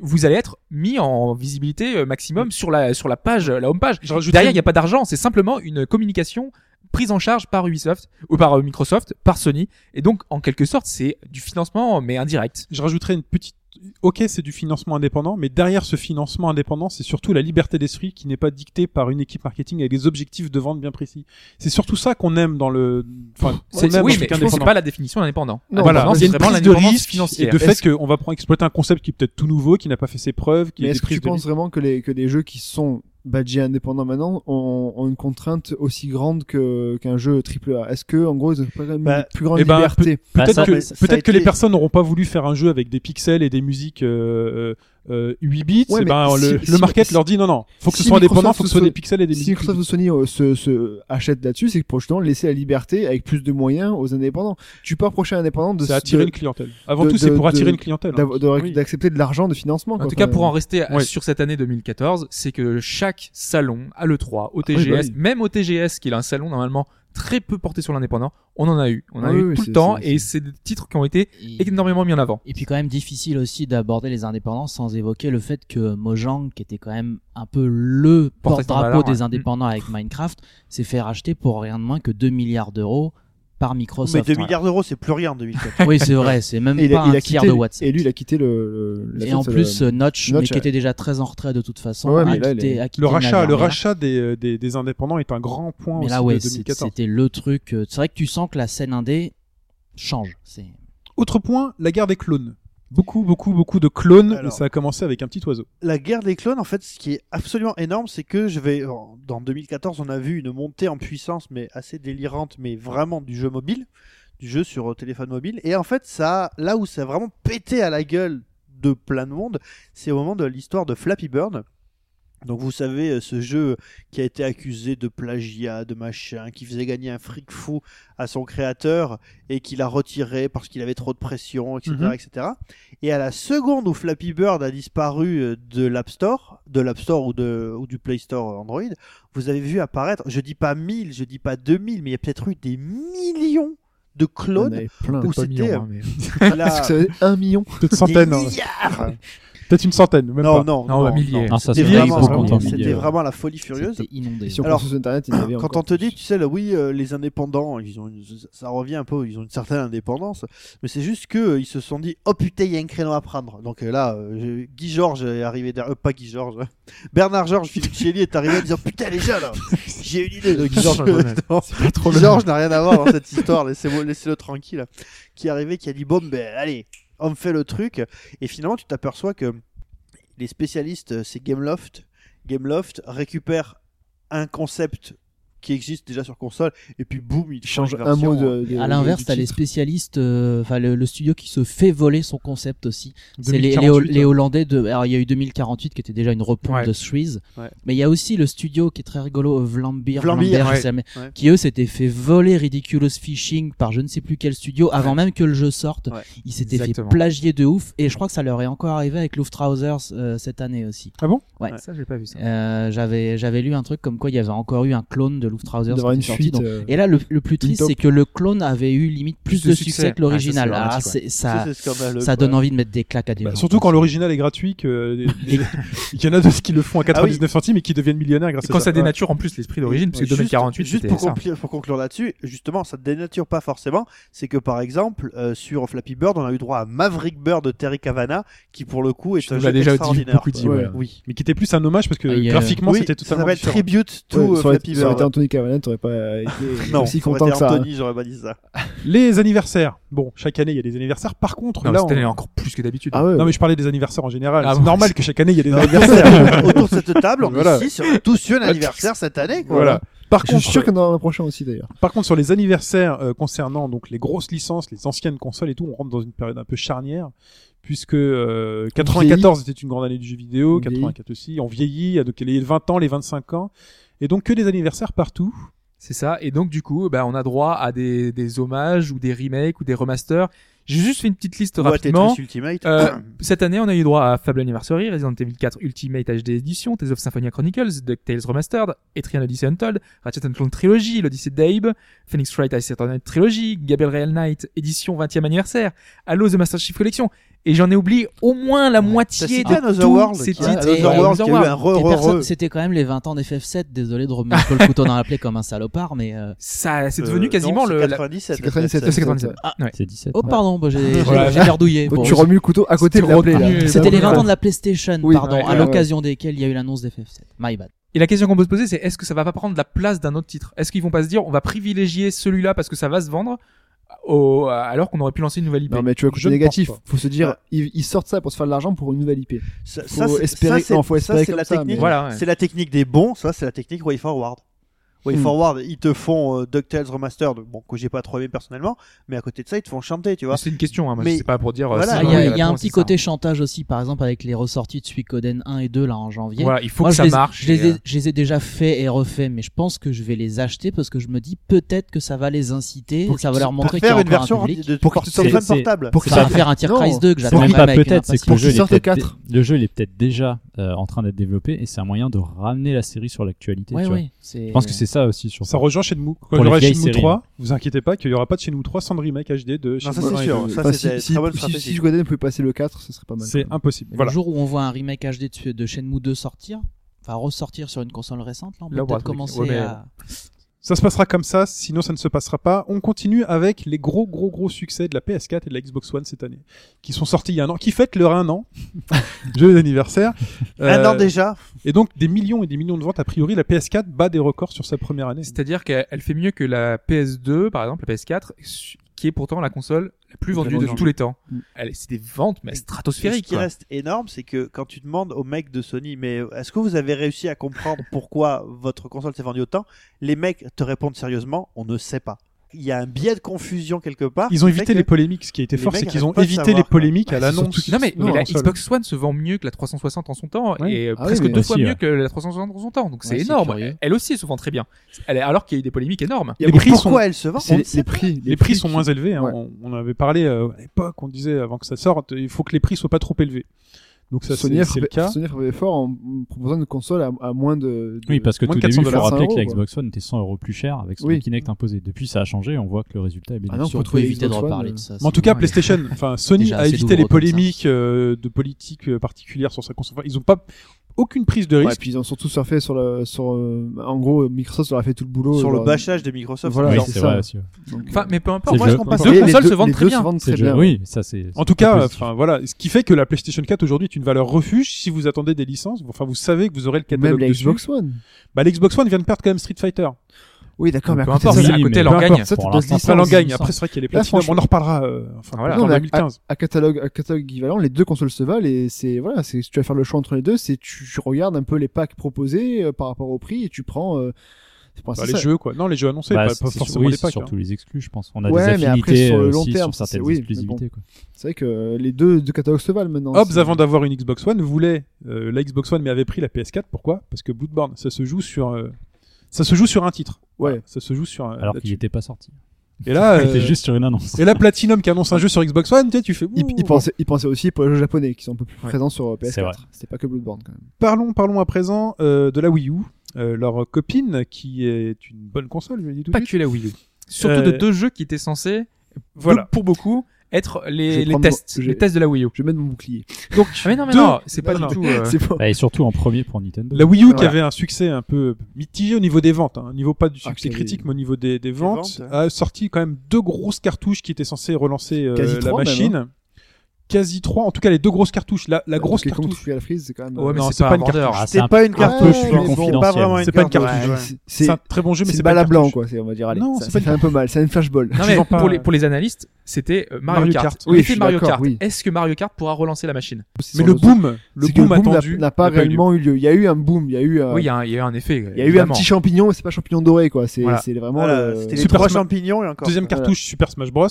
Speaker 4: vous allez être mis en visibilité euh, maximum sur la, sur la page, euh, la homepage.
Speaker 1: Je rajouterais
Speaker 4: Derrière, il
Speaker 1: une-
Speaker 4: n'y a pas d'argent, c'est simplement une communication prise en charge par Ubisoft ou par euh, Microsoft, par Sony. Et donc, en quelque sorte, c'est du financement, mais indirect.
Speaker 1: Je rajouterais une petite. Ok, c'est du financement indépendant, mais derrière ce financement indépendant, c'est surtout la liberté d'esprit qui n'est pas dictée par une équipe marketing avec des objectifs de vente bien précis. C'est surtout ça qu'on aime dans le. Enfin,
Speaker 4: C'est-
Speaker 1: qu'on aime
Speaker 4: oui,
Speaker 1: dans le
Speaker 4: mais
Speaker 1: truc
Speaker 4: je pense que c'est
Speaker 1: indépendant.
Speaker 4: pas la définition d'indépendant.
Speaker 3: Non,
Speaker 1: voilà, il
Speaker 4: Indépendant,
Speaker 1: y a
Speaker 4: c'est
Speaker 1: une
Speaker 4: vraiment
Speaker 1: prise de
Speaker 4: l'indépendance
Speaker 1: risque et
Speaker 4: financière.
Speaker 1: de fait
Speaker 3: Est-ce
Speaker 1: qu'on va prendre- exploiter un concept qui est peut-être tout nouveau, qui n'a pas fait ses preuves, qui
Speaker 3: Mais
Speaker 1: est des
Speaker 3: est-ce que
Speaker 1: prises
Speaker 3: tu
Speaker 1: de
Speaker 3: penses vraiment que les, que les jeux qui sont badgés indépendants maintenant ont, ont une contrainte aussi grande que, qu'un jeu AAA Est-ce que, en gros, ils ont pas quand même
Speaker 2: Bah,
Speaker 3: une plus grande
Speaker 1: eh ben,
Speaker 3: liberté
Speaker 5: Bah,
Speaker 1: Peut-être
Speaker 5: ça-
Speaker 1: que,
Speaker 2: mais ça- ça a
Speaker 1: peut-être que les
Speaker 2: été-
Speaker 1: personnes n'auront pas voulu faire un jeu avec des pixels et des musiques euh, euh, 8 bits.
Speaker 3: Ouais,
Speaker 1: eh
Speaker 3: mais
Speaker 1: ben,
Speaker 3: si-
Speaker 1: le,
Speaker 3: si-
Speaker 1: le market
Speaker 3: si-
Speaker 1: leur dit non, non, faut que ce
Speaker 3: si
Speaker 1: soit
Speaker 3: Microsoft
Speaker 1: indépendant, faut que ce soit
Speaker 3: se-
Speaker 1: des pixels et des
Speaker 3: Si
Speaker 1: musiques.
Speaker 3: Microsoft ou Sony euh, se, se achètent là-dessus, c'est que pour justement laisser la liberté avec plus de moyens aux indépendants. Tu peux reprocher à l'indépendant de,
Speaker 1: C'est attirer
Speaker 3: de-
Speaker 1: une clientèle. Avant
Speaker 3: de-
Speaker 1: tout, c'est
Speaker 3: de-
Speaker 1: pour attirer
Speaker 3: de-
Speaker 1: une clientèle. hein.
Speaker 3: d'av- de-
Speaker 1: Oui.
Speaker 3: d'accepter de l'argent de financement.
Speaker 4: En
Speaker 3: quoi.
Speaker 4: tout cas,
Speaker 3: Enfin,
Speaker 4: pour en rester à-
Speaker 1: ouais.
Speaker 4: sur cette année 2014, c'est que chaque salon à l'E3, au
Speaker 3: oui,
Speaker 4: TGS,
Speaker 3: bah oui.
Speaker 4: même au TGS, qui est un salon normalement très peu porté sur l'indépendant, on en a eu. On en a
Speaker 3: Ah
Speaker 4: eu
Speaker 3: oui, oui,
Speaker 4: tout le
Speaker 3: c'est-
Speaker 4: temps
Speaker 3: c'est-
Speaker 4: et c'est des titres qui ont été
Speaker 5: Et-
Speaker 4: énormément mis en avant.
Speaker 5: Et puis quand même difficile aussi d'aborder les indépendants sans évoquer le fait que Mojang, qui était quand même un peu le porte-drapeau
Speaker 4: standard, ouais.
Speaker 1: Mm.
Speaker 5: des indépendants avec Minecraft, s'est fait racheter pour rien de moins que 2 milliards d'euros par
Speaker 2: Mais
Speaker 5: Microsoft.
Speaker 2: 2 milliards d'euros, c'est plus rien en 2004.
Speaker 5: Oui, c'est vrai, c'est même
Speaker 3: Et il
Speaker 5: pas
Speaker 3: a, il
Speaker 5: un
Speaker 3: a
Speaker 5: tiers
Speaker 3: quitté,
Speaker 5: de Watts.
Speaker 3: et lui, il a quitté le. le- la
Speaker 5: Et en
Speaker 3: source,
Speaker 5: plus,
Speaker 3: euh,
Speaker 5: euh, Notch, mais
Speaker 3: Notch,
Speaker 5: qui était déjà très en retrait de toute façon,
Speaker 3: Ouais,
Speaker 5: a
Speaker 3: mais là, il
Speaker 5: quitté-
Speaker 3: est-
Speaker 5: a quitté
Speaker 1: Le rachat,
Speaker 5: Naver,
Speaker 1: le
Speaker 5: mais là-
Speaker 1: rachat des, euh, des, des indépendants est un grand point
Speaker 5: Mais
Speaker 1: aussi
Speaker 5: là, ouais,
Speaker 1: de
Speaker 5: c'est-
Speaker 1: 2014.
Speaker 5: c'était le truc. euh, C'est vrai que tu sens que la scène indé change. C'est
Speaker 1: Autre point, la guerre des clones. Beaucoup, beaucoup, beaucoup de clones,
Speaker 2: Alors.
Speaker 1: et ça a commencé avec un petit oiseau.
Speaker 2: la guerre des clones, en fait, ce qui est absolument énorme, c'est que je vais. en- Dans 2014, on a vu une montée en puissance, mais assez délirante, mais vraiment du jeu mobile, du jeu sur euh, téléphone mobile. Et en fait, ça, là où ça a vraiment pété à la gueule de plein de monde, c'est au moment de l'histoire de Flappy Bird. Donc vous savez, euh, ce jeu qui a été accusé de plagiat, de machin, qui faisait gagner un fric fou à son créateur et qui l'a retiré parce qu'il avait trop de pression, etc.,
Speaker 1: Mhm.
Speaker 2: etc. Et à la seconde où Flappy Bird a disparu euh, de l'App Store, de l'App Store ou, de, ou du Play Store euh, Android, vous avez vu apparaître, je dis pas 1000, je dis pas 2000, mais il y a peut-être eu des millions de
Speaker 3: Il y en
Speaker 2: clones.
Speaker 3: avait plein.
Speaker 2: Ou
Speaker 4: Peut-être pas
Speaker 2: c'était,
Speaker 4: million, hein, mais-
Speaker 3: Parce
Speaker 2: Là,
Speaker 3: que ça faisait un million.
Speaker 1: Peut-être
Speaker 2: des
Speaker 1: centaines, hein.
Speaker 2: milliards
Speaker 1: peut-être une centaine, même
Speaker 2: Non,
Speaker 1: pas.
Speaker 2: non,
Speaker 4: Non, bah, milliers.
Speaker 5: Ah,
Speaker 2: C'était
Speaker 5: ça c'est
Speaker 1: Milliers,
Speaker 2: vraiment,
Speaker 1: c'est
Speaker 5: vraiment,
Speaker 1: vraiment
Speaker 5: vraiment,
Speaker 2: c'était vraiment la folie furieuse.
Speaker 5: C'était inondé.
Speaker 3: Et si on
Speaker 2: Alors,
Speaker 3: pense sur internet, il y en avait
Speaker 2: Quand
Speaker 3: encore
Speaker 2: on te dit,
Speaker 3: plus.
Speaker 2: tu sais, là, oui, euh, les indépendants, ils ont une- ça revient un peu, ils ont une certaine indépendance, mais c'est juste que euh, ils se sont dit, oh putain, il y a un créneau à prendre. Donc euh, là, euh, je- Guy Georges est arrivé derrière, euh, pas Guy Georges, Bernard Georges Filicelli est arrivé en disant, putain les gars là, j'ai une idée. Donc, Guy Georges, non, Guy Georges n'a rien à voir dans cette histoire, laissez-moi- laissez-le tranquille. Qui est arrivé, qui a dit, bon ben allez, on fait le truc. Et finalement, tu t'aperçois que les spécialistes, euh, c'est Gameloft. Gameloft récupère un concept qui existe déjà sur console et puis boum, il
Speaker 3: Tu changes
Speaker 2: change hein.
Speaker 3: un mot de. de-
Speaker 5: À l'inverse,
Speaker 3: du
Speaker 5: t'as les
Speaker 3: titre.
Speaker 5: spécialistes, euh, enfin le, le studio qui se fait voler son concept aussi. C'est les, les,
Speaker 1: 2048,
Speaker 5: Ho- les Hollandais de. Alors il y a eu 2048 qui était déjà une reponte
Speaker 4: Ouais.
Speaker 5: de Shreeze,
Speaker 2: Ouais.
Speaker 5: mais il y a aussi le studio qui est très rigolo, euh, Vlambeer,
Speaker 2: Vlambeer,
Speaker 5: Vlambeer, je
Speaker 4: ouais.
Speaker 5: sais, mais-
Speaker 2: Ouais.
Speaker 5: qui eux s'étaient fait voler Ridiculous Fishing par je ne sais plus quel studio avant même que le jeu sorte.
Speaker 2: Ouais.
Speaker 5: Ils s'étaient fait
Speaker 4: Exactement.
Speaker 5: plagier de ouf et je crois que ça leur est encore arrivé avec Luftrausers euh, cette année aussi.
Speaker 1: Ah
Speaker 4: Ça, j'ai pas vu ça.
Speaker 5: Euh, j'avais j'avais lu un truc comme quoi il y avait encore eu un clone de Luftrausers
Speaker 3: d'avoir
Speaker 5: qui
Speaker 3: une
Speaker 5: était sorti,
Speaker 3: suite.
Speaker 5: donc-
Speaker 3: euh,
Speaker 5: Et là, le, le plus triste,
Speaker 3: Une
Speaker 5: c'est que le clone avait eu limite plus de, succès, que l'original.
Speaker 4: Ah,
Speaker 5: Ah,
Speaker 4: ça,
Speaker 5: c'est- ça,
Speaker 2: c'est scandaleux,
Speaker 5: ça
Speaker 2: quoi.
Speaker 5: donne envie de mettre des claques à des
Speaker 1: Bah,
Speaker 5: gens.
Speaker 1: surtout quand l'original est gratuit, que
Speaker 5: Et-
Speaker 1: il y en a d'autres qui le font à 99 centimes et qui deviennent millionnaires grâce
Speaker 4: Ah Et quand
Speaker 1: à ça.
Speaker 4: ça
Speaker 2: Ah,
Speaker 4: dénature en plus l'esprit d'origine, parce que
Speaker 2: Juste-
Speaker 4: 2048,
Speaker 2: juste
Speaker 4: c'était
Speaker 2: pour,
Speaker 4: ça.
Speaker 2: conclure- pour conclure là-dessus, justement, ça dénature pas forcément. C'est que par exemple, euh, sur Flappy Bird, on a eu droit à Maverick Bird de Terry Cavana, qui pour le coup est
Speaker 4: Je
Speaker 2: un
Speaker 4: vous
Speaker 2: jeu
Speaker 4: l'ai bah, déjà dit,
Speaker 2: extraordinaire.
Speaker 4: beaucoup dit.
Speaker 3: Ouais.
Speaker 4: ouais.
Speaker 2: Oui,
Speaker 1: Mais qui était plus un hommage parce que
Speaker 5: Ah, il y a-
Speaker 1: graphiquement
Speaker 2: oui
Speaker 1: c'était
Speaker 2: ça
Speaker 1: totalement
Speaker 2: s'appelle
Speaker 1: différent.
Speaker 2: Tribute to
Speaker 3: ouais,
Speaker 2: euh,
Speaker 3: ça aurait,
Speaker 2: Flappy
Speaker 3: ça aurait été
Speaker 2: Bird.
Speaker 3: Anthony Cavana, t'aurais pas été
Speaker 2: Non,
Speaker 3: aussi
Speaker 2: ça aurait
Speaker 3: content
Speaker 2: été
Speaker 3: que ça. hein.
Speaker 2: Anthony, j'aurais pas dit ça.
Speaker 1: Les anniversaires. Bon, chaque année il y a des anniversaires. Par contre,
Speaker 4: Non, mais
Speaker 1: là,
Speaker 4: cette
Speaker 1: on-
Speaker 4: année, encore plus que d'habitude.
Speaker 3: Ah ouais.
Speaker 1: non mais je parlais des anniversaires en général.
Speaker 4: Ah
Speaker 1: c'est
Speaker 4: bon.
Speaker 1: normal que chaque année il y a des anniversaires.
Speaker 2: Anniversaire. Autour de cette table, on
Speaker 1: Voilà.
Speaker 2: est six, on a tous eu un anniversaire cette année. Quoi.
Speaker 1: voilà. Par
Speaker 3: Je
Speaker 1: contre,
Speaker 3: suis sûr qu'il y en aura un prochain aussi d'ailleurs.
Speaker 1: par contre sur les anniversaires euh, concernant donc les grosses licences, les anciennes consoles et tout, on rentre dans une période un peu charnière puisque euh, 94 était une grande année du jeu vidéo,
Speaker 3: On vieillit.
Speaker 1: 84 aussi. On vieillit, donc les 20 ans, les 25 ans, et donc que des anniversaires partout.
Speaker 4: C'est ça. Et donc, du coup, bah, on a droit à des, des hommages ou des remakes ou des remasters. J'ai juste fait une petite liste
Speaker 2: Ou à
Speaker 4: rapidement.
Speaker 2: Tetris Ultimate. Ah.
Speaker 4: Euh, cette année, on a eu droit à Fable Anniversary, Resident Evil 4 Ultimate HD Edition, Tales of Symphonia Chronicles, DuckTales Remastered, Etrian Odyssey Untold, Ratchet and Clank Trilogy, l'Odyssée d'Abe, Phoenix Wright Ice Knight Trilogy, Gabriel Real Knight Édition 20e anniversaire, Halo The Master Chief Collection. Et j'en ai oublié au moins la
Speaker 2: T'as
Speaker 4: moitié
Speaker 2: cité
Speaker 4: de
Speaker 2: Another
Speaker 4: tous
Speaker 2: World,
Speaker 4: ces
Speaker 2: qui-
Speaker 4: titres.
Speaker 5: Another
Speaker 4: Et
Speaker 2: World, qui a eu
Speaker 4: World.
Speaker 2: un re,
Speaker 5: Et personne-
Speaker 2: re, re.
Speaker 5: C'était quand même les 20 ans d'FF7. Désolé de remettre un peu le couteau dans la plaie comme un salopard, mais. euh,
Speaker 4: Ça, c'est
Speaker 2: Euh,
Speaker 4: devenu
Speaker 2: non,
Speaker 4: quasiment
Speaker 2: c'est
Speaker 4: le, la-
Speaker 2: 97.
Speaker 3: C'est 97.
Speaker 4: c'est 97.
Speaker 6: C'est 17.
Speaker 5: Oh, pardon, bah, j'ai
Speaker 1: Voilà.
Speaker 5: j'ai- j'ai merdouillé.
Speaker 3: Donc
Speaker 5: Bon, Ah.
Speaker 3: tu remues le couteau à côté
Speaker 4: Tu
Speaker 3: de la plaie,
Speaker 4: remues-
Speaker 3: là.
Speaker 4: euh,
Speaker 5: C'était les 20
Speaker 4: Ouais.
Speaker 5: ans de la PlayStation,
Speaker 3: Oui,
Speaker 5: pardon,
Speaker 4: ouais,
Speaker 5: à
Speaker 4: ouais,
Speaker 5: l'occasion desquels il y a eu l'annonce d'FF7. My bad.
Speaker 4: Et la question qu'on peut se poser, c'est est-ce que ça va pas prendre la place d'un autre titre Est-ce qu'ils vont pas se dire on va privilégier celui-là parce que ça va se vendre au- alors qu'on aurait pu lancer une nouvelle IP
Speaker 3: Non mais tu vois,
Speaker 1: Je
Speaker 3: côté
Speaker 1: ne
Speaker 3: négatif,
Speaker 1: pense
Speaker 3: faut se dire,
Speaker 2: Ouais.
Speaker 3: ils, ils sortent ça pour se faire de l'argent pour une nouvelle IP.
Speaker 2: Ça,
Speaker 3: Faut
Speaker 2: ça, c'est-
Speaker 3: espérer-
Speaker 2: ça, c'est-
Speaker 3: non, faut
Speaker 2: ça,
Speaker 3: espérer
Speaker 2: c'est
Speaker 3: comme
Speaker 2: la
Speaker 3: ça, mais-
Speaker 2: technique.
Speaker 4: Voilà. ouais.
Speaker 2: C'est la technique des bons, ça, c'est la technique Way Forward. Way
Speaker 3: Hmm.
Speaker 2: Forward, ils te font euh, DuckTales Remastered, bon, que j'ai pas trop aimé personnellement, mais à côté de ça, ils te font chanter, tu vois.
Speaker 4: C'est une question, hein, moi,
Speaker 2: Mais-
Speaker 4: c'est pas pour dire. euh,
Speaker 2: Voilà,
Speaker 4: c'est
Speaker 5: Ah,
Speaker 2: Ah,
Speaker 5: Il y
Speaker 4: vrai,
Speaker 5: a,
Speaker 4: la
Speaker 5: il y a un
Speaker 4: réponse,
Speaker 5: petit
Speaker 4: c'est ça.
Speaker 5: côté chantage aussi, par exemple, avec les ressorties de Suikoden 1 et 2 là en janvier.
Speaker 4: Voilà, il faut
Speaker 5: Moi,
Speaker 4: que
Speaker 5: je
Speaker 4: ça
Speaker 5: les,
Speaker 4: marche.
Speaker 5: Je les,
Speaker 4: et,
Speaker 5: ai,
Speaker 4: euh,
Speaker 5: je les ai déjà fait et refait, mais je pense que je vais les acheter parce que je me dis peut-être que ça va les inciter,
Speaker 2: Pour
Speaker 5: ça va leur
Speaker 2: Pour
Speaker 5: montrer qu'il y a
Speaker 2: faire une
Speaker 5: encore
Speaker 2: version
Speaker 5: un
Speaker 2: rapide
Speaker 5: public.
Speaker 2: de
Speaker 6: Pour que
Speaker 2: pour-
Speaker 6: tu-
Speaker 2: sur
Speaker 6: c'est-
Speaker 2: téléphone
Speaker 6: c'est-
Speaker 2: portable.
Speaker 3: Pour que
Speaker 5: Ça va
Speaker 3: ça
Speaker 5: faire un tier
Speaker 3: Non.
Speaker 5: Price 2 que
Speaker 6: C'est
Speaker 5: j'attends
Speaker 6: même
Speaker 5: même
Speaker 6: pas
Speaker 5: avec
Speaker 6: peut-être, c'est que le
Speaker 5: impatience.
Speaker 6: jeu, il est
Speaker 3: sorte
Speaker 6: peut-être
Speaker 3: quatre.
Speaker 6: dé- le jeu, il est peut-être déjà euh, en train d'être développé et c'est un moyen de ramener la série sur l'actualité.
Speaker 5: Ouais,
Speaker 6: tu vois.
Speaker 5: ouais, c'est-
Speaker 6: Je pense que c'est ça aussi sur
Speaker 1: Ça rejoint Shenmue. Quand
Speaker 6: Pour
Speaker 1: il y
Speaker 6: les
Speaker 1: aura
Speaker 6: vieilles
Speaker 1: Shenmue
Speaker 6: séries,
Speaker 1: 3, vous inquiétez pas qu'il y aura pas de Shenmue 3 sans le remake HD de Shenmue
Speaker 2: ça, c'est
Speaker 1: 1 et
Speaker 2: sûr,
Speaker 1: deux.
Speaker 2: ça,
Speaker 3: Enfin,
Speaker 2: c'est
Speaker 3: si,
Speaker 2: une
Speaker 3: si,
Speaker 2: très bonne
Speaker 3: si-
Speaker 2: stratégie.
Speaker 3: si Suikoden pouvait passer le 4, ce serait pas mal.
Speaker 1: C'est impossible.
Speaker 5: Mais
Speaker 1: Voilà.
Speaker 5: Le jour où on voit un remake HD de, de Shenmue 2 sortir, enfin ressortir sur une console récente, là on peut
Speaker 4: Là, on va
Speaker 5: peut-être commencer
Speaker 4: ouais, mais-
Speaker 5: à.
Speaker 1: Ça se passera comme ça, sinon ça ne se passera pas. On continue avec les gros gros gros succès de la PS4 et de la Xbox One cette année, qui sont sortis il y a un an, qui fêtent leur un an, jeu anniversaire.
Speaker 2: Un
Speaker 1: Euh,
Speaker 2: an Ah déjà.
Speaker 1: Et donc des millions et des millions de ventes. A priori, la PS4 bat des records sur sa première année.
Speaker 4: C'est-à-dire qu'elle elle fait mieux que la PS2, par exemple, la PS4, su- qui est pourtant la console la plus vendue de
Speaker 3: vendue.
Speaker 4: tous les temps.
Speaker 3: Mm.
Speaker 4: Elle- C'est des ventes, mais
Speaker 2: Ce
Speaker 4: stratosphériques.
Speaker 2: qui
Speaker 4: quoi.
Speaker 2: reste énorme, c'est que quand tu demandes aux mecs de Sony, mais est-ce que vous avez réussi à comprendre pourquoi votre console s'est vendue autant Les mecs te répondent sérieusement, on ne sait pas. il y a un biais de confusion quelque part.
Speaker 1: Ils ont
Speaker 2: qui fait
Speaker 1: évité
Speaker 2: que-
Speaker 1: les polémiques. Ce qui a été
Speaker 2: euh, les
Speaker 1: fort,
Speaker 2: mecs
Speaker 1: c'est qu'ils ont
Speaker 2: arrêtent pas de
Speaker 1: évité
Speaker 2: savoir,
Speaker 1: les
Speaker 2: quoi.
Speaker 1: polémiques à
Speaker 3: Bah, ils sont
Speaker 1: l'annonce.
Speaker 3: tous-
Speaker 4: Ah, Non mais,
Speaker 1: Non,
Speaker 4: mais la
Speaker 1: en sol.
Speaker 4: Xbox One se vend mieux que la 360 en son temps
Speaker 1: Ouais.
Speaker 4: et euh,
Speaker 3: Ah oui,
Speaker 4: presque
Speaker 3: mais
Speaker 4: deux fois
Speaker 6: aussi,
Speaker 4: mieux
Speaker 6: ouais.
Speaker 4: que la 360 en son temps. Donc c'est
Speaker 5: c'est
Speaker 4: énorme.
Speaker 5: curieux.
Speaker 4: Elle aussi se vend très bien. Elle est- alors qu'il y a eu des polémiques énormes.
Speaker 1: Les
Speaker 2: Mais
Speaker 1: prix sont
Speaker 2: pourquoi elle se vend
Speaker 3: C'est
Speaker 2: On ne
Speaker 3: les,
Speaker 2: sait pas.
Speaker 3: prix.
Speaker 1: les, prix, sont
Speaker 3: qui-
Speaker 1: moins élevés. hein.
Speaker 3: Ouais.
Speaker 1: On, on avait parlé euh, à l'époque, on disait avant que ça sorte, il faut que les prix soient pas trop élevés. Donc ça,
Speaker 3: Sony
Speaker 1: c'est
Speaker 3: a
Speaker 1: c'est le
Speaker 3: frappé-
Speaker 1: cas.
Speaker 3: Sony a frappé fort en proposant une console à, à moins de, de-
Speaker 6: Oui, parce que
Speaker 1: Moins
Speaker 6: tout
Speaker 1: de
Speaker 6: début, il
Speaker 1: 400
Speaker 6: faut rappeler
Speaker 3: dollars.
Speaker 6: que la Xbox One était 100 euros plus chère avec son
Speaker 3: Oui.
Speaker 6: Kinect imposé. Depuis, ça a changé. On voit que le résultat est
Speaker 3: Ah
Speaker 6: bénéfique.
Speaker 3: non,
Speaker 5: Surtout
Speaker 3: contre les
Speaker 5: éviter de
Speaker 3: Xbox One,
Speaker 5: reparler
Speaker 3: euh.
Speaker 5: de ça.
Speaker 1: Mais en
Speaker 5: c'est
Speaker 1: tout cas,
Speaker 5: normal.
Speaker 1: PlayStation, enfin Sony
Speaker 5: Déjà
Speaker 1: a
Speaker 5: assez
Speaker 1: évité les
Speaker 5: douloureux comme ça.
Speaker 1: polémiques euh, de politique euh, particulière sur sa console. Enfin, Ils ont pas aucune prise de
Speaker 3: Ouais,
Speaker 1: risque.
Speaker 3: puis ils ont surtout surfé sur le, sur, euh, en gros, Microsoft leur a fait tout le boulot.
Speaker 2: Sur le
Speaker 1: euh,
Speaker 3: leur-
Speaker 2: bâchage de Microsoft.
Speaker 3: Voilà,
Speaker 6: Oui,
Speaker 3: c'est
Speaker 6: c'est
Speaker 3: ça.
Speaker 6: vrai aussi. ouais.
Speaker 3: Donc,
Speaker 4: Enfin,
Speaker 3: euh,
Speaker 4: mais peu importe.
Speaker 6: C'est
Speaker 4: Moi,
Speaker 6: le
Speaker 4: je
Speaker 6: jeu.
Speaker 4: pense
Speaker 3: les-
Speaker 4: deux
Speaker 3: les
Speaker 4: consoles
Speaker 3: deux-
Speaker 4: se vendent
Speaker 3: les
Speaker 4: très
Speaker 3: deux
Speaker 4: bien.
Speaker 3: se vendent très
Speaker 6: C'est le jeu.
Speaker 3: bien.
Speaker 6: Oui, ça c'est.
Speaker 1: En tout cas, euh, enfin voilà, ce qui fait que la PlayStation 4 aujourd'hui est une valeur refuge si vous attendez des licences. Enfin, vous savez que vous aurez le catalogue
Speaker 3: Même la
Speaker 1: dessus.
Speaker 3: Xbox One.
Speaker 1: Bah, l'Xbox One vient de perdre quand même Street Fighter.
Speaker 3: Oui, d'accord, mais à
Speaker 4: Peu
Speaker 3: côté de
Speaker 4: importe,
Speaker 3: ça,
Speaker 4: c'est à côté, elle en gagne.
Speaker 3: ça,
Speaker 6: Pour
Speaker 3: t'as d'autres
Speaker 6: l'instant,
Speaker 3: licences.
Speaker 1: Ça
Speaker 6: Sans-
Speaker 1: l'en gagne.
Speaker 6: sans-
Speaker 1: Après, c'est vrai qu'il y a les Platinum.
Speaker 3: franchement-
Speaker 1: On en reparlera. euh, enfin,
Speaker 4: Voilà.
Speaker 1: dans
Speaker 3: Non, mais à-
Speaker 1: 2015.
Speaker 3: à catalogue, à catalogue équivalent, les deux consoles se valent et c'est voilà, c'est tu vas faire le choix entre les deux, c'est tu, tu regardes un peu les packs proposés euh, par rapport au prix et tu prends. euh, c'est
Speaker 1: Bah,
Speaker 3: pour l'instant,
Speaker 1: les
Speaker 3: ça-
Speaker 1: jeux, quoi. Non, les jeux annoncés,
Speaker 6: Bah,
Speaker 1: pas,
Speaker 6: c'est-
Speaker 1: pas
Speaker 6: c'est-
Speaker 1: forcément
Speaker 6: oui,
Speaker 1: les
Speaker 6: c'est
Speaker 1: packs. hein.
Speaker 6: surtout les exclus, je pense. On a
Speaker 3: Ouais,
Speaker 6: des
Speaker 3: mais après,
Speaker 6: affinités
Speaker 3: sur le
Speaker 6: euh,
Speaker 3: long
Speaker 6: aussi
Speaker 3: terme,
Speaker 6: sur
Speaker 3: c'est-
Speaker 6: certaines
Speaker 3: oui, mais
Speaker 6: exclusivités. quoi.
Speaker 3: C'est vrai que euh, les deux, deux catalogues se valent maintenant.
Speaker 1: hein. Hobbs,
Speaker 3: C'est-
Speaker 1: avant d'avoir une Xbox One, voulait euh, la Xbox One mais avait pris la PS4. Pourquoi Parce que Bloodborne, ça se joue sur, euh, ça se joue sur un titre.
Speaker 3: Ouais.
Speaker 1: Voilà, ça se joue sur. un
Speaker 6: Alors qu'il n'était pas sorti.
Speaker 1: Et là,
Speaker 6: C'était
Speaker 1: euh,
Speaker 6: juste sur une annonce.
Speaker 1: et là, Platinum qui annonce un jeu sur Xbox One, tu sais, tu fais.
Speaker 3: Ils,
Speaker 1: ouh.
Speaker 3: ils pensaient, ils pensaient aussi pour les jeux japonais qui sont un peu plus
Speaker 1: Ouais.
Speaker 3: présents sur euh,
Speaker 6: C'est vrai.
Speaker 3: PS4. C'était pas que Bloodborne quand même.
Speaker 1: Parlons, parlons à présent euh, de la Wii U. Euh, leur copine, qui est une bonne console, je l'ai dit tout de
Speaker 4: Pas
Speaker 1: suite.
Speaker 4: que la Wii U. Mhm. Surtout de
Speaker 1: Euh,
Speaker 4: deux jeux qui étaient censés,
Speaker 1: Voilà.
Speaker 4: pour beaucoup, être
Speaker 3: Je
Speaker 4: les,
Speaker 3: vais
Speaker 4: les
Speaker 3: prendre
Speaker 4: tests,
Speaker 3: mon- je-
Speaker 4: les tests de la Wii U.
Speaker 3: Je mets mon bouclier.
Speaker 4: Donc, mais non, mais
Speaker 1: deux-
Speaker 4: non, c'est pas
Speaker 1: Non,
Speaker 4: du
Speaker 1: non.
Speaker 4: tout. euh,
Speaker 3: C'est pas.
Speaker 6: Bah, Et surtout en premier pour Nintendo.
Speaker 1: La Wii U qui
Speaker 3: Voilà.
Speaker 1: avait un succès un peu mitigé au niveau des ventes, hein, niveau pas du
Speaker 3: Ah,
Speaker 1: succès
Speaker 3: qui avait-
Speaker 1: critique, mais au niveau des, des ventes,
Speaker 2: ventes,
Speaker 1: a sorti quand même deux grosses cartouches qui étaient censées relancer euh,
Speaker 3: Quasi
Speaker 1: la
Speaker 3: trois, même,
Speaker 1: machine. Quasi trois, en tout cas les deux grosses cartouches. La, la grosse
Speaker 3: Donkey Kong
Speaker 1: cartouche,
Speaker 3: Country à la frise, c'est quand même. euh,
Speaker 4: Ouais, mais
Speaker 1: Non,
Speaker 4: c'est pas, un
Speaker 1: une
Speaker 4: vendeur.
Speaker 6: Ah,
Speaker 2: C'est
Speaker 6: c'est un-
Speaker 2: pas une cartouche,
Speaker 3: mais
Speaker 2: mais
Speaker 3: bon,
Speaker 2: c'est pas vraiment une
Speaker 1: C'est pas une
Speaker 2: cartouche.
Speaker 1: cartouche.
Speaker 2: Ouais, ouais.
Speaker 3: c'est-
Speaker 1: c'est
Speaker 3: c'est
Speaker 1: un très bon jeu, mais
Speaker 3: c'est
Speaker 1: c'est
Speaker 3: une
Speaker 1: pas
Speaker 3: balle
Speaker 1: une
Speaker 3: à blanc
Speaker 1: cartouche.
Speaker 3: quoi. C'est on va dire allez.
Speaker 1: Non,
Speaker 3: ça
Speaker 1: c'est
Speaker 3: ça
Speaker 1: pas
Speaker 3: fait un peu mal. C'est une flashball.
Speaker 4: Non
Speaker 1: Tu
Speaker 4: mais
Speaker 1: vends pas-
Speaker 4: pour les, pour les analystes, c'était euh, Mario,
Speaker 1: Mario
Speaker 4: Kart.
Speaker 1: Kart.
Speaker 4: On
Speaker 3: Oui,
Speaker 4: a
Speaker 3: je
Speaker 4: fait
Speaker 3: suis
Speaker 4: Mario
Speaker 3: d'accord,
Speaker 4: Kart.
Speaker 3: oui.
Speaker 4: Est-ce que Mario Kart pourra relancer la machine
Speaker 3: C'est
Speaker 1: Mais
Speaker 3: sur
Speaker 1: le
Speaker 3: dos.
Speaker 1: boom, le
Speaker 3: C'est que
Speaker 1: boom
Speaker 3: n'a-
Speaker 1: attendu
Speaker 3: n'a
Speaker 1: n'a pas eu
Speaker 3: pas
Speaker 1: lieu.
Speaker 3: réellement eu lieu. Il y a eu un boom. Il y a eu. un-
Speaker 4: Oui, il y, a un- il y a eu un effet.
Speaker 3: Il y a eu un
Speaker 4: évidemment.
Speaker 3: petit champignon, mais c'est pas champignon doré, quoi. C'est
Speaker 4: Voilà.
Speaker 3: c'est vraiment.
Speaker 2: Voilà,
Speaker 3: le-
Speaker 2: c'était les
Speaker 1: Super
Speaker 2: trois
Speaker 1: Smash-
Speaker 2: champignons et encore.
Speaker 1: Deuxième
Speaker 3: Voilà.
Speaker 1: cartouche, Super Smash Bros.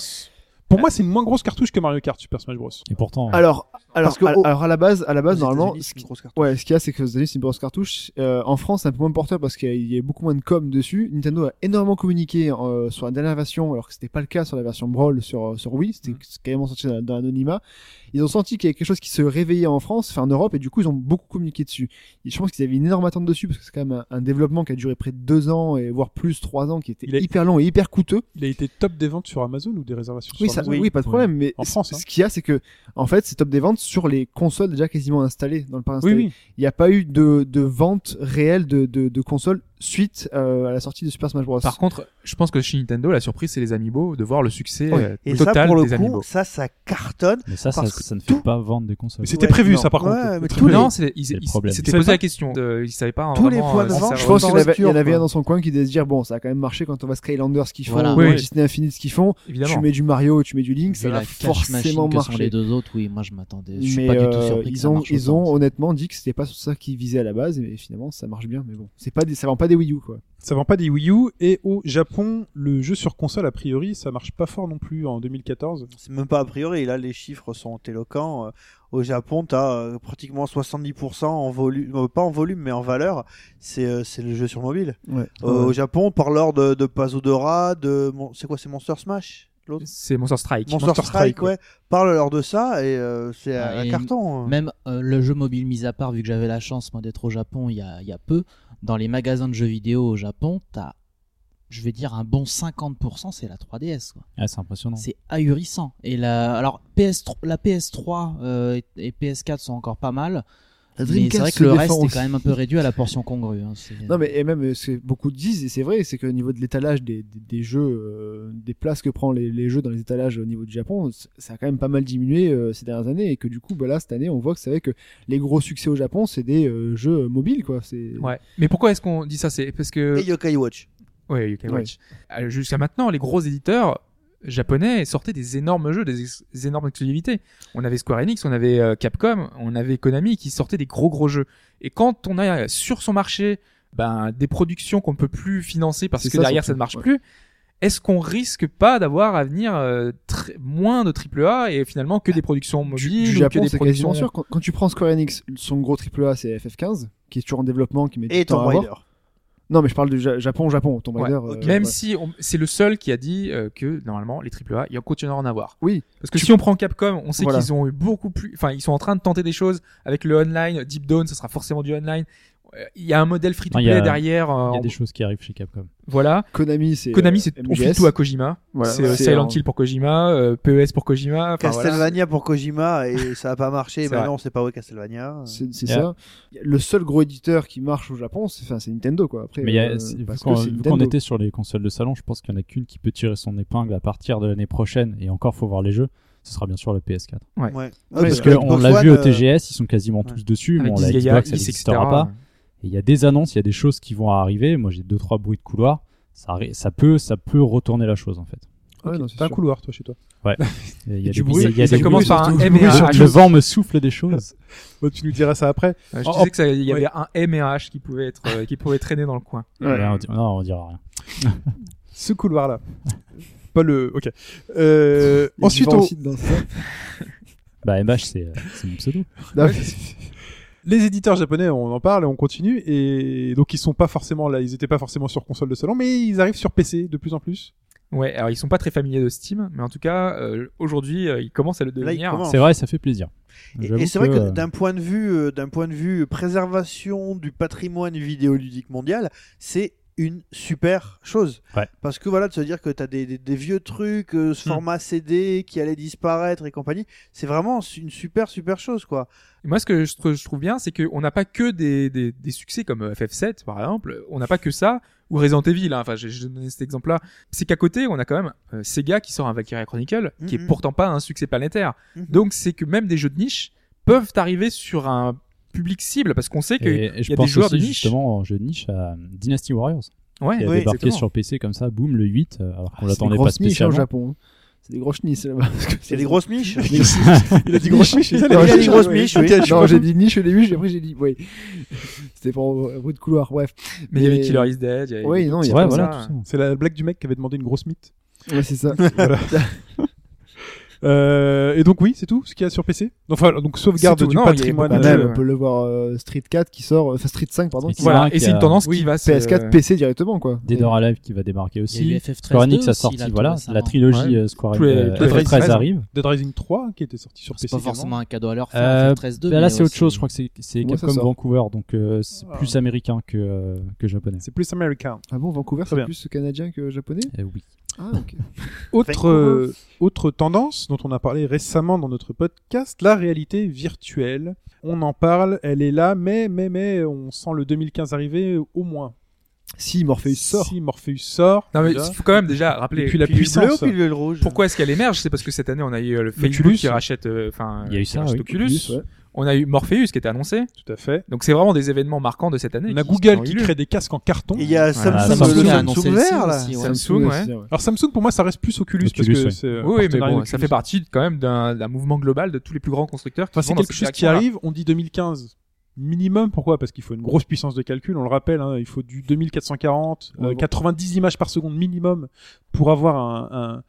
Speaker 3: Euh,
Speaker 1: Pour moi, c'est une moins grosse cartouche que Mario Kart Super Smash Bros.
Speaker 6: Et pourtant,
Speaker 3: Alors, alors,
Speaker 2: Parce que
Speaker 3: à,
Speaker 2: au-
Speaker 3: alors à la base, à la
Speaker 2: Aux
Speaker 3: base,
Speaker 2: États-Unis,
Speaker 3: normalement,
Speaker 2: c'est
Speaker 3: ce
Speaker 2: une
Speaker 3: qui-
Speaker 2: grosse cartouche.
Speaker 3: ouais, ce qu'il y a, c'est que aux États-Unis, c'est une grosse cartouche. Euh, en France, c'est un peu moins porteur parce qu'il y a- il y a eu beaucoup moins de com dessus. Nintendo a énormément communiqué euh, sur la dernière version, alors que c'était pas le cas sur la version Brawl sur euh, sur Wii. C'était
Speaker 2: Mm.
Speaker 3: carrément sorti dans, dans l'anonymat. Ils ont senti qu'il y avait quelque chose qui se réveillait en France, enfin en Europe, et du coup, ils ont beaucoup communiqué dessus. Et je pense qu'ils avaient une énorme attente dessus parce que c'est quand même un, un développement qui a duré près de deux ans et voire plus trois ans, qui était
Speaker 1: Il est-
Speaker 3: hyper long et hyper coûteux.
Speaker 1: Il a été top des ventes sur Amazon ou des réservations
Speaker 3: Oui,
Speaker 1: sur
Speaker 3: ça,
Speaker 1: Amazon.
Speaker 3: oui, pas de problème. Mais
Speaker 1: En
Speaker 3: c-
Speaker 1: France, hein.
Speaker 3: ce qu'il y a, c'est que en fait, c'est top des ventes sur les consoles déjà quasiment installées dans le parc
Speaker 1: Oui,
Speaker 3: installé.
Speaker 1: oui.
Speaker 3: Il n'y a pas eu de, de vente réelle de, de, de consoles suite euh, à la sortie de Super Smash Bros.
Speaker 4: Par contre, je pense que chez Nintendo, la surprise c'est les amiibo, de voir le succès
Speaker 3: Oui.
Speaker 4: euh,
Speaker 2: Et ça,
Speaker 4: total
Speaker 2: pour
Speaker 4: des
Speaker 2: le
Speaker 4: amiibo.
Speaker 2: coup, ça, ça cartonne.
Speaker 6: mais ça, ça,
Speaker 2: parce que
Speaker 6: ça ne fait
Speaker 2: tout-
Speaker 6: pas vendre des consoles.
Speaker 1: Mais c'était
Speaker 2: Ouais,
Speaker 1: prévu,
Speaker 2: non.
Speaker 1: ça, par contre.
Speaker 2: Ouais, mais
Speaker 1: C'était
Speaker 2: tous
Speaker 1: prévu.
Speaker 4: Non, c'est- ils
Speaker 6: C'est le
Speaker 4: ils-
Speaker 6: problème.
Speaker 4: ils
Speaker 1: Ils
Speaker 4: s'étaient
Speaker 1: savaient
Speaker 4: posé
Speaker 1: pas.
Speaker 4: la question. de- Ils savaient pas.
Speaker 2: Tous les
Speaker 4: vraiment,
Speaker 2: points
Speaker 5: Ah,
Speaker 4: euh,
Speaker 2: de
Speaker 4: s'en
Speaker 2: vente,
Speaker 4: servir.
Speaker 3: je pense
Speaker 2: dans
Speaker 3: qu'il y en avait- il y en
Speaker 2: l'obscur,
Speaker 3: avait un
Speaker 2: quoi.
Speaker 3: dans son coin qui devait se dire bon, ça a quand même marché quand on voit Skylanders ce qu'ils font,
Speaker 5: Voilà.
Speaker 3: euh,
Speaker 4: Oui.
Speaker 3: Disney Infinite ce qu'ils font.
Speaker 4: Évidemment.
Speaker 3: Tu mets du Mario, tu mets du Link,
Speaker 5: Vu
Speaker 3: ça
Speaker 5: la
Speaker 3: va
Speaker 5: cash
Speaker 3: forcément
Speaker 5: machine que sont les
Speaker 3: marcher.
Speaker 5: deux autres, oui, moi je m'attendais. Je suis
Speaker 3: Mais
Speaker 5: pas du tout
Speaker 3: euh,
Speaker 5: surpris. que
Speaker 3: ils
Speaker 5: ça
Speaker 3: ont,
Speaker 5: marche
Speaker 3: ils
Speaker 5: autant.
Speaker 3: ont honnêtement dit que c'était pas ça qu'ils visaient à la base, mais finalement ça marche bien. Mais bon, c'est pas des, ça vend pas des Wii U quoi.
Speaker 1: Ça vend pas des Wii U et au Japon, le jeu sur console a priori, ça marche pas fort non plus en 2014.
Speaker 2: C'est même pas a priori. Là, les chiffres sont éloquents. Euh, Au Japon, t'as euh, pratiquement 70% en volume, euh, pas en volume, mais en valeur. C'est euh, c'est le jeu sur mobile.
Speaker 3: Ouais.
Speaker 2: Euh, Au Japon, par l'ordre de, de Pazodora, de. mon- C'est quoi C'est Monster Smash L'autre
Speaker 4: C'est Monster Strike.
Speaker 2: Monster, Strike, ouais. Parle leur de ça et euh, c'est
Speaker 5: Ah,
Speaker 2: un
Speaker 5: et
Speaker 2: carton. euh.
Speaker 5: Même euh, le jeu mobile mis à part, vu que j'avais la chance moi d'être au Japon il y a, il y a peu, dans les magasins de jeux vidéo au Japon, t'as, je vais dire, un bon 50%, c'est la 3DS. Quoi.
Speaker 6: Ah, c'est impressionnant.
Speaker 5: C'est ahurissant. Et la, alors PS3, la PS3 euh, et et PS4 sont encore pas mal,
Speaker 3: La
Speaker 5: mais c'est vrai
Speaker 3: Dreamcast
Speaker 5: que le
Speaker 3: se
Speaker 5: reste
Speaker 3: défend
Speaker 5: est quand
Speaker 3: aussi.
Speaker 5: même un peu réduit à la portion congrue. hein. C'est-
Speaker 3: Non mais et même euh, ce que beaucoup disent et c'est vrai, c'est qu'au niveau de l'étalage des, des, des jeux, euh, des places que prend les, les jeux dans les étalages au niveau du Japon, c- ça a quand même pas mal diminué euh, ces dernières années et que du coup bah là cette année on voit que c'est vrai que les gros succès au Japon c'est des euh, jeux mobiles quoi. C'est
Speaker 4: Ouais. Mais pourquoi est-ce qu'on dit ça C'est parce que
Speaker 2: Et Yokai Watch.
Speaker 4: Ouais, You Can
Speaker 3: Ouais.
Speaker 4: Watch. Euh, Jusqu'à maintenant, les gros éditeurs japonais sortaient des énormes jeux, des, ex- des énormes exclusivités. On avait Square Enix, on avait euh, Capcom, on avait Konami qui sortaient des gros gros jeux. Et quand on a euh, sur son marché ben, des productions qu'on ne peut plus financer parce
Speaker 3: C'est
Speaker 4: que
Speaker 3: ça,
Speaker 4: derrière ça
Speaker 3: surtout,
Speaker 4: ne marche
Speaker 3: ouais.
Speaker 4: plus, Est-ce qu'on risque pas d'avoir à venir euh, tr- moins de AAA et finalement que des productions
Speaker 3: Ah, du,
Speaker 4: mobiles
Speaker 3: du
Speaker 4: ou
Speaker 3: Japon,
Speaker 4: que des
Speaker 3: c'est quasiment
Speaker 4: productions
Speaker 3: sûr. Quand, quand tu prends Square Enix, son gros AAA, c'est FF15, qui est toujours en développement, qui met du
Speaker 2: Et
Speaker 3: temps
Speaker 2: Tomb
Speaker 3: à avoir.
Speaker 2: Raider.
Speaker 3: Non, mais je parle du Ja- Japon, Japon, Tomb
Speaker 4: Ouais,
Speaker 3: Raider.
Speaker 2: ok.
Speaker 3: euh,
Speaker 4: Même
Speaker 3: ouais.
Speaker 4: si on- c'est le seul qui a dit euh, que normalement les AAA, il en continuera à en avoir.
Speaker 3: Oui.
Speaker 4: Parce que si on prend Capcom, on sait
Speaker 3: Voilà.
Speaker 4: qu'ils ont eu beaucoup plus. Enfin, ils sont en train de tenter des choses avec le online. Deep Down, ça sera forcément du online. Euh, Il y a un modèle free to
Speaker 6: Non, il y
Speaker 4: play
Speaker 6: a-
Speaker 4: derrière. euh,
Speaker 6: Il y a
Speaker 4: en-
Speaker 6: des choses qui arrivent chez Capcom.
Speaker 4: Voilà.
Speaker 3: Konami, c'est.
Speaker 4: Konami,
Speaker 3: euh,
Speaker 4: c'est on
Speaker 3: MGS.
Speaker 4: file tout à Kojima.
Speaker 3: Voilà,
Speaker 4: c'est euh,
Speaker 3: c'est
Speaker 4: Silent
Speaker 3: un-
Speaker 4: Hill pour Kojima, euh, PES pour Kojima. enfin, voilà.
Speaker 2: Castlevania pour Kojima et ça a pas marché.
Speaker 4: C'est
Speaker 2: Maintenant,
Speaker 4: vrai.
Speaker 2: on sait pas où est Castlevania.
Speaker 3: C'est c'est
Speaker 6: Yeah.
Speaker 3: ça. Le seul gros éditeur qui marche au Japon, c'est enfin, c'est Nintendo, quoi. Après,
Speaker 6: Mais il y a-
Speaker 3: euh,
Speaker 6: c'est- vu
Speaker 3: parce
Speaker 6: qu'on-
Speaker 3: que c'est
Speaker 6: vu qu'on
Speaker 3: Nintendo.
Speaker 6: était sur les consoles de salon, je pense qu'il n'y en a qu'une qui peut tirer son épingle à partir de l'année prochaine. Et encore, faut voir les jeux. Ce sera bien sûr le PS4.
Speaker 4: Ouais.
Speaker 2: Ouais.
Speaker 6: Parce
Speaker 2: que
Speaker 6: qu'on
Speaker 2: Xbox
Speaker 6: l'a vu
Speaker 2: One,
Speaker 6: au
Speaker 2: euh,
Speaker 6: TGS, ils sont quasiment tous dessus.
Speaker 4: Avec
Speaker 6: bon, la
Speaker 4: Disgaea,
Speaker 6: Xbox, elle
Speaker 4: X,
Speaker 6: n'existera
Speaker 4: etc.
Speaker 6: pas. Et il y a des annonces, il y a des choses qui vont arriver. Moi, j'ai deux trois bruits de couloir. Ça, arri- ça peut, ça peut retourner la chose en fait.
Speaker 3: Ouais,
Speaker 1: Ok,
Speaker 3: non, c'est
Speaker 1: T'as un
Speaker 3: sûr.
Speaker 1: couloir, toi, chez toi.
Speaker 6: Et Il y a
Speaker 4: Du
Speaker 6: des-
Speaker 4: bruit,
Speaker 6: il y a- il y a
Speaker 4: ça
Speaker 6: des
Speaker 4: commence
Speaker 6: bruits.
Speaker 4: par un
Speaker 1: surtout.
Speaker 4: M et
Speaker 1: Oui,
Speaker 4: un
Speaker 1: surtout.
Speaker 4: H.
Speaker 6: Le vent me souffle des choses.
Speaker 1: Bon, tu nous diras ça après.
Speaker 4: Euh, Je
Speaker 3: Oh,
Speaker 1: En-
Speaker 4: disais que ça- il y
Speaker 1: ouais.
Speaker 4: avait un M et un H qui pouvait être, euh, qui pouvait traîner dans le coin.
Speaker 3: Ouais.
Speaker 6: Ouais, on dit- non, on dira rien.
Speaker 1: Ce couloir-là. Pas le. Ok. Euh,
Speaker 3: Il y a
Speaker 1: ensuite,
Speaker 3: différents
Speaker 1: on-
Speaker 3: sites dans ça.
Speaker 6: Bah, MH, c'est euh, c'est mon pseudo.
Speaker 3: Non,
Speaker 1: les éditeurs japonais, on en parle et on continue. Et donc, ils sont pas forcément là. Ils étaient pas forcément sur console de salon, mais ils arrivent sur PC de plus en plus.
Speaker 4: Ouais. Alors ils sont pas très familiers de Steam, mais en tout cas euh, aujourd'hui euh, ils commencent à le
Speaker 2: Là, il
Speaker 4: devenir.
Speaker 2: commence.
Speaker 6: C'est vrai, ça fait plaisir.
Speaker 2: Et,
Speaker 6: J'avoue
Speaker 2: et c'est vrai que
Speaker 6: euh,
Speaker 2: d'un point de vue, euh, d'un point de vue préservation du patrimoine vidéoludique mondial, c'est une super chose.
Speaker 6: Ouais.
Speaker 2: Parce que voilà, de se dire que t'as des, des, des vieux trucs, euh, ce format CD qui allait disparaître et compagnie, c'est vraiment une super super chose quoi.
Speaker 4: Et Moi, ce que je, tr- je trouve bien, c'est qu'on n'a pas que des, des, des succès comme euh, FF7, par exemple. On n'a pas que ça. Ou Resident Evil, hein. enfin, j'ai j'ai donné cet exemple-là. C'est qu'à côté, on a quand même euh, Sega qui sort un Valkyria Chronicle, qui est
Speaker 2: Mhm.
Speaker 4: pourtant pas un succès planétaire.
Speaker 2: Mhm.
Speaker 4: Donc, c'est que même des jeux de niche peuvent arriver sur un public cible, parce qu'on sait que...
Speaker 6: et- et
Speaker 4: y
Speaker 6: je
Speaker 4: a
Speaker 6: pense
Speaker 4: des joueurs de
Speaker 6: aussi,
Speaker 4: niche.
Speaker 6: justement en jeu de niche à Dynasty Warriors
Speaker 4: Ouais,
Speaker 6: qui a
Speaker 2: oui,
Speaker 6: débarqué
Speaker 4: exactement.
Speaker 6: sur PC comme ça, boum, le 8, euh, alors qu'on
Speaker 3: C'est des
Speaker 6: l'attendait pas
Speaker 3: grosses niches hein, au
Speaker 6: spécialement.
Speaker 3: Japon. C'est des grosses niches là-bas. parce que
Speaker 2: C'est des grosses miches.
Speaker 1: Il a dit grosse niche.
Speaker 3: Il a
Speaker 2: Il y a des
Speaker 3: niche,
Speaker 2: grosses
Speaker 3: ouais.
Speaker 2: miches.
Speaker 3: Ok,
Speaker 2: oui.
Speaker 3: je- non, j'ai dit niche au début, j'ai- après j'ai dit oui. C'était pour un bruit de couloir, bref.
Speaker 4: Mais il y avait
Speaker 3: mais-
Speaker 4: Killer is Dead. il y avait
Speaker 3: Oui,
Speaker 4: des
Speaker 3: non,
Speaker 4: trucs
Speaker 3: il y a
Speaker 6: Ouais,
Speaker 4: comme
Speaker 6: voilà,
Speaker 4: ça.
Speaker 6: tout ça.
Speaker 1: C'est la blague du mec qui avait demandé une grosse mythe.
Speaker 3: Ouais, c'est ça.
Speaker 1: Euh, et donc, oui, c'est tout ce qu'il y a sur PC. Enfin, donc, sauvegarde
Speaker 4: C'est tout.
Speaker 1: du
Speaker 4: Non, il y a
Speaker 1: patrimoine.
Speaker 3: Bah,
Speaker 4: beaucoup de
Speaker 1: euh,
Speaker 3: même,
Speaker 4: jeu,
Speaker 3: on peut le voir euh, Street 4 qui sort, enfin Street 5 pardon, qui
Speaker 6: Street
Speaker 4: Voilà,
Speaker 6: cinq,
Speaker 4: et bah, c'est euh,
Speaker 6: il y
Speaker 4: une
Speaker 6: a-
Speaker 4: tendance qui
Speaker 6: Oui,
Speaker 4: va se...
Speaker 3: PS4, PC directement quoi. Et-
Speaker 6: Dead or Alive qui va débarquer
Speaker 5: Il y a eu
Speaker 6: aussi.
Speaker 5: FF13.
Speaker 6: Square Enix
Speaker 5: 2
Speaker 6: a
Speaker 5: aussi,
Speaker 6: sorti,
Speaker 5: là, tout
Speaker 6: voilà,
Speaker 5: récemment.
Speaker 6: la trilogie
Speaker 4: Ouais.
Speaker 6: euh, Square
Speaker 4: Tous les-
Speaker 6: euh,
Speaker 4: tous les
Speaker 6: FF13
Speaker 1: 13
Speaker 6: arrive.
Speaker 1: Dead Rising 3 qui était sorti sur
Speaker 5: C'est
Speaker 1: PC.
Speaker 5: pas
Speaker 1: également.
Speaker 5: forcément un cadeau à leur faire.
Speaker 6: Euh,
Speaker 5: FF13 2.
Speaker 6: bah là
Speaker 5: mais
Speaker 6: c'est autre
Speaker 5: aussi- hein.
Speaker 6: chose, je crois que c'est- c'est
Speaker 3: Moi, ça
Speaker 6: Capcom
Speaker 3: sort.
Speaker 6: Vancouver, donc euh, c'est
Speaker 1: Ah.
Speaker 6: plus américain que, euh, que japonais.
Speaker 1: C'est plus américain.
Speaker 3: Ah bon, Vancouver
Speaker 1: Très
Speaker 3: c'est
Speaker 1: bien.
Speaker 3: plus canadien que japonais
Speaker 6: Eh oui.
Speaker 3: Ah OK.
Speaker 1: Autre, euh, autre tendance dont on a parlé récemment dans notre podcast, la réalité virtuelle. On en parle, elle est là, mais, mais, mais on sent le 2015 arriver euh, au moins.
Speaker 3: Si Morpheus sort.
Speaker 1: Si Morpheus sort.
Speaker 4: Non, mais
Speaker 1: déjà.
Speaker 4: il faut quand même déjà rappeler...
Speaker 1: Et puis la
Speaker 2: Puis le bleu ou
Speaker 1: puissance.
Speaker 2: puis le rouge.
Speaker 4: Pourquoi est-ce qu'elle émerge C'est parce que cette année, on a eu euh, le Facebook
Speaker 1: Oculus.
Speaker 4: qui rachète, euh, enfin,
Speaker 6: Il y a eu
Speaker 4: qui
Speaker 6: ça,
Speaker 4: rachète
Speaker 6: oui.
Speaker 4: Oculus.
Speaker 3: ouais.
Speaker 4: On a eu Morpheus qui était annoncé.
Speaker 1: Tout à fait.
Speaker 4: Donc c'est vraiment des événements marquants de cette année.
Speaker 1: On a
Speaker 4: qui-
Speaker 1: Google
Speaker 4: ont eu
Speaker 1: qui
Speaker 4: lieu.
Speaker 1: crée des casques en carton.
Speaker 2: Et il y a Samsung,
Speaker 6: Voilà,
Speaker 2: le
Speaker 6: Samsung
Speaker 2: Samsung
Speaker 5: a annoncé le
Speaker 2: vert là.
Speaker 5: sien aussi, hein. ouais.
Speaker 4: Samsung, ouais.
Speaker 3: aussi, ouais.
Speaker 1: Alors Samsung, pour moi, ça reste plus Oculus, parce
Speaker 6: Oculus,
Speaker 1: que
Speaker 6: ouais.
Speaker 1: c'est. euh,
Speaker 4: Oui, oui, mais
Speaker 1: partenariat
Speaker 4: bon,
Speaker 1: Oculus.
Speaker 4: ça fait partie quand même d'un d'un mouvement global de tous les plus grands constructeurs. qui
Speaker 1: Enfin, c'est
Speaker 4: vont dans
Speaker 1: quelque
Speaker 4: cette
Speaker 1: chose qui
Speaker 4: direction-là.
Speaker 1: arrive. On dit 2015 minimum. Pourquoi Parce qu'il faut une grosse puissance de calcul. On le rappelle, hein, il faut du 2440, euh,
Speaker 3: Ouais, bon.
Speaker 1: 90 images par seconde minimum pour avoir un, un,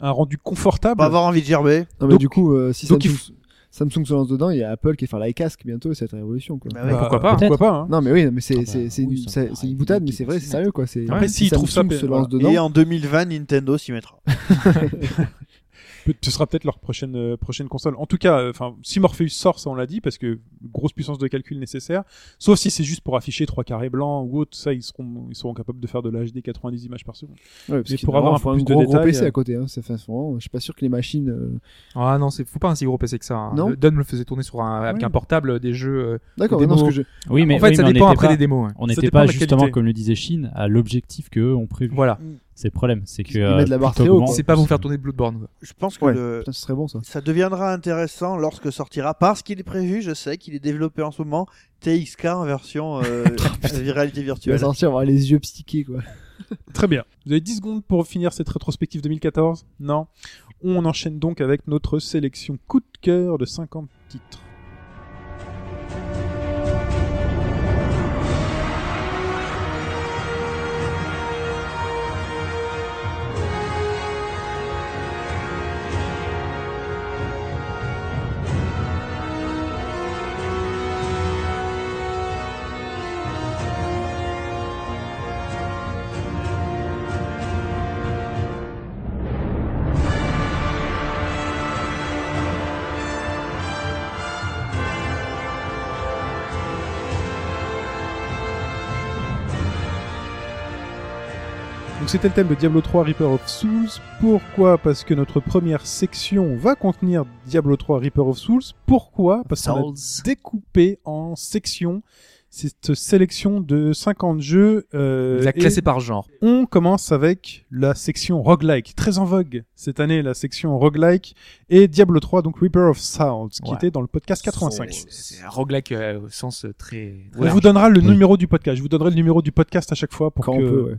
Speaker 1: un rendu confortable.
Speaker 2: Pas avoir envie de gerber.
Speaker 3: Non mais
Speaker 1: Donc-
Speaker 3: du coup euh, si
Speaker 1: donc il
Speaker 3: Samsung, Samsung se lance dedans, il y a Apple qui va faire l'iCasque bientôt et ça va être une révolution quoi.
Speaker 2: Bah
Speaker 1: Bah,
Speaker 2: ouais.
Speaker 4: pourquoi pas.
Speaker 1: Pourquoi pas hein.
Speaker 3: Non mais oui, non, mais c'est
Speaker 5: Ah bah,
Speaker 3: c'est c'est
Speaker 5: oui,
Speaker 3: une-
Speaker 5: ça
Speaker 3: c'est-
Speaker 5: me
Speaker 3: c'est
Speaker 5: paraît
Speaker 3: une boutade mais
Speaker 5: logique
Speaker 3: c'est vrai,
Speaker 5: qu'ils
Speaker 3: c'est
Speaker 5: s'y
Speaker 3: sérieux quoi, c'est
Speaker 1: Après, s'ils trouvent ça,
Speaker 3: Samsung se lance dedans.
Speaker 2: Et en 2020, Nintendo s'y mettra.
Speaker 1: Peut- Ce sera peut-être leur prochaine euh, prochaine console. En tout cas, euh, enfin, si Morpheus sort, ça on l'a dit, parce que grosse puissance de calcul nécessaire. Sauf si c'est juste pour afficher trois carrés blancs ou autre, ça ils seront ils seront capables de faire de la HD 90 images par seconde.
Speaker 3: Ouais, parce
Speaker 1: Mais
Speaker 3: qu'il
Speaker 1: pour
Speaker 3: doit
Speaker 1: avoir un
Speaker 3: faut
Speaker 1: peu plus de
Speaker 3: gros, gros
Speaker 1: détails,
Speaker 3: PC
Speaker 1: euh.
Speaker 3: à côté, hein. c'est enfin, c'est vraiment- je suis pas sûr que les machines. euh,
Speaker 4: Ah non, c'est faut pas un si gros PC que ça. hein.
Speaker 3: Non.
Speaker 4: Le- Don me le faisait tourner sur un avec
Speaker 3: Ouais.
Speaker 4: un portable des jeux. euh,
Speaker 3: D'accord,
Speaker 4: Des
Speaker 3: non, ce
Speaker 4: mots.
Speaker 3: que je-
Speaker 6: Oui, mais,
Speaker 4: en fait,
Speaker 6: oui,
Speaker 4: ça
Speaker 6: mais on
Speaker 4: dépend
Speaker 6: n'était
Speaker 4: après
Speaker 6: pas-
Speaker 4: des démos. ouais.
Speaker 6: On
Speaker 1: Ça
Speaker 6: n'était
Speaker 1: dépend
Speaker 6: pas
Speaker 1: de la
Speaker 6: justement,
Speaker 1: qualité.
Speaker 6: comme le disait Chine, à l'objectif qu'eux ont prévu.
Speaker 4: Voilà,
Speaker 6: C'est le problème, c'est que.
Speaker 3: Ils
Speaker 6: euh,
Speaker 3: mettent la barre
Speaker 6: plutôt
Speaker 3: très haut,
Speaker 6: comment-
Speaker 3: quoi.
Speaker 4: c'est pas vous faire tourner Bloodborne. quoi.
Speaker 2: Je pense que
Speaker 3: Ouais.
Speaker 2: le,
Speaker 3: Putain, ce serait bon ça.
Speaker 2: Ça deviendra intéressant lorsque sortira, parce qu'il est prévu, je sais qu'il est développé en ce moment, TXK en version euh, réalité
Speaker 3: Tu vas
Speaker 2: virtuelle.
Speaker 3: sortir, avoir les yeux psychés quoi.
Speaker 1: Très bien. Vous avez 10 secondes pour finir cette rétrospective 2014 Non On enchaîne donc avec notre sélection coup de cœur de 50 titres. Donc c'était le thème de Diablo 3 Reaper of Souls. Pourquoi Parce que notre première section va contenir Diablo 3 Reaper of Souls. Pourquoi Parce qu'on a
Speaker 5: Souls.
Speaker 1: découpé en sections cette sélection de 50 jeux. euh,
Speaker 4: la
Speaker 1: et
Speaker 4: classer par genre.
Speaker 1: on commence avec la section roguelike, très en vogue cette année, la section roguelike et Diablo 3, donc Reaper of Souls, qui
Speaker 4: Ouais.
Speaker 1: était dans le podcast 85.
Speaker 4: C'est- C'est un roguelike euh, au sens euh, très. très
Speaker 1: On
Speaker 4: large.
Speaker 1: vous donnera le
Speaker 6: Oui.
Speaker 1: numéro du podcast. Je vous donnerai le numéro du podcast à chaque fois pour,
Speaker 3: Quand
Speaker 1: que,
Speaker 3: on peut, ouais.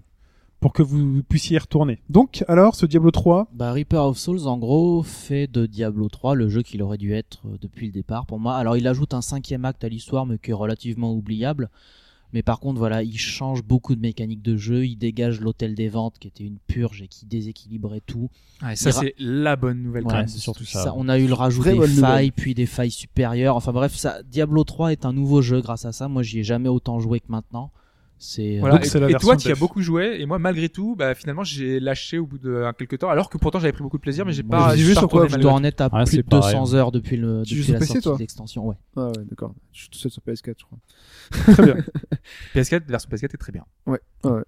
Speaker 1: pour que vous puissiez y retourner. Donc, alors, ce Diablo 3,
Speaker 5: Bah, Reaper of Souls, en gros, fait de Diablo 3 le jeu qu'il aurait dû être euh, depuis le départ pour moi. Alors, il ajoute un cinquième acte à l'histoire, mais qui est relativement oubliable. Mais par contre, voilà, il change beaucoup de mécaniques de jeu. Il dégage l'hôtel des ventes, qui était une purge et qui déséquilibrait tout.
Speaker 4: Ah, et ça,
Speaker 5: Il ra-
Speaker 4: c'est la bonne nouvelle quand
Speaker 5: Voilà,
Speaker 4: même.
Speaker 6: c'est surtout ça.
Speaker 5: Ça, on a eu le rajout
Speaker 3: Très
Speaker 5: des
Speaker 3: bonne
Speaker 5: failles,
Speaker 3: nouvelle.
Speaker 5: puis des failles supérieures. Enfin bref, ça, Diablo 3 est un nouveau jeu grâce à ça. Moi, j'y ai jamais autant joué que maintenant. C'est euh,
Speaker 4: Voilà,
Speaker 1: Donc,
Speaker 4: et,
Speaker 1: c'est la
Speaker 4: et
Speaker 1: version
Speaker 4: toi, tu y as
Speaker 1: dev.
Speaker 4: beaucoup joué, et moi, malgré tout, bah, finalement, j'ai lâché au bout de euh, quelques temps, alors que pourtant j'avais pris beaucoup de plaisir, mais j'ai
Speaker 5: Moi,
Speaker 4: pas.
Speaker 3: je
Speaker 4: j'ai
Speaker 3: suis
Speaker 4: pas
Speaker 3: sur quoi,
Speaker 4: retourné
Speaker 5: je
Speaker 4: malgré
Speaker 5: dois
Speaker 4: tout.
Speaker 5: en être à
Speaker 6: Ouais,
Speaker 5: plus
Speaker 6: c'est
Speaker 5: de 200
Speaker 6: pareil.
Speaker 5: heures depuis, le,
Speaker 3: Tu
Speaker 5: depuis
Speaker 3: joues
Speaker 5: la
Speaker 3: sur PC,
Speaker 5: sortie
Speaker 3: toi
Speaker 5: de l'extension. Ouais.
Speaker 3: Ah ouais, d'accord. Je suis tout seul sur PS4, je crois.
Speaker 1: très bien.
Speaker 4: PS4, la version PS4 est très bien.
Speaker 3: Ouais, ouais, ouais.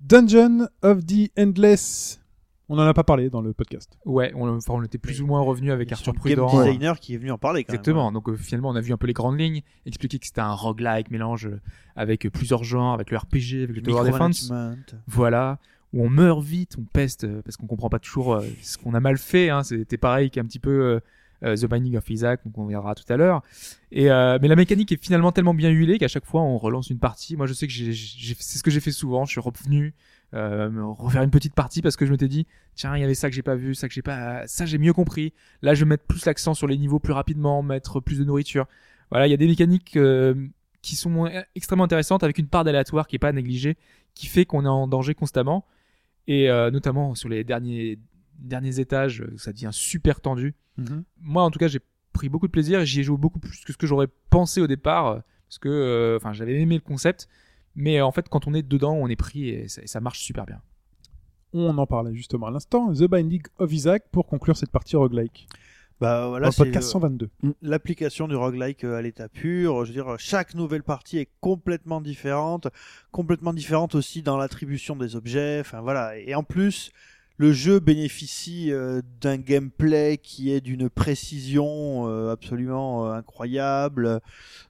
Speaker 1: Dungeon of the Endless. On n'en a pas parlé dans le podcast.
Speaker 4: Ouais, on, enfin, on était plus ou moins revenu avec Arthur
Speaker 2: Son game
Speaker 4: Prudent.
Speaker 2: designer qui est venu en parler quand même. hein.
Speaker 4: Exactement. Donc euh, finalement, on a vu un peu les grandes lignes, expliquer que c'était un roguelike mélange euh, avec euh, plusieurs genres, avec le RPG, avec le Tower Defense.
Speaker 2: Micromanagement.
Speaker 4: Voilà. Où on meurt vite, on peste euh, parce qu'on comprend pas toujours euh, ce qu'on a mal fait. Hein. C'était pareil qu'un petit peu euh, euh, The Binding of Isaac, donc on verra tout à l'heure. Et euh, mais la mécanique est finalement tellement bien huilée qu'à chaque fois on relance une partie. Moi, je sais que j'ai- j'ai- c'est ce que j'ai fait souvent. Je suis revenu euh, me refaire une petite partie parce que je m'étais dit tiens, il y avait ça que j'ai pas vu, ça que j'ai pas, ça j'ai mieux compris. Là, je vais mettre plus l'accent sur les niveaux plus rapidement, mettre plus de nourriture. Voilà, il y a des mécaniques euh, qui sont euh, extrêmement intéressantes avec une part d'aléatoire qui est pas négligée, qui fait qu'on est en danger constamment et euh, notamment sur les derniers derniers étages, euh, ça devient super tendu.
Speaker 3: Mhm.
Speaker 4: Moi, en tout cas, j'ai pris beaucoup de plaisir et j'y ai joué beaucoup plus que ce que j'aurais pensé au départ euh, parce que euh, enfin, j'avais aimé le concept. Mais euh, en fait, quand on est dedans, on est pris et ça, et ça marche super bien.
Speaker 1: On en parlait justement à l'instant. The Binding of Isaac pour conclure cette partie roguelike.
Speaker 2: Bah
Speaker 1: dans
Speaker 2: voilà,
Speaker 1: le
Speaker 2: c'est
Speaker 1: podcast 122.
Speaker 2: l'application du roguelike euh, à l'état pur. Je veux dire, chaque nouvelle partie est complètement différente, complètement différente aussi dans l'attribution des objets. Enfin voilà. Et en plus, le jeu bénéficie euh, d'un gameplay qui est d'une précision euh, absolument euh, incroyable.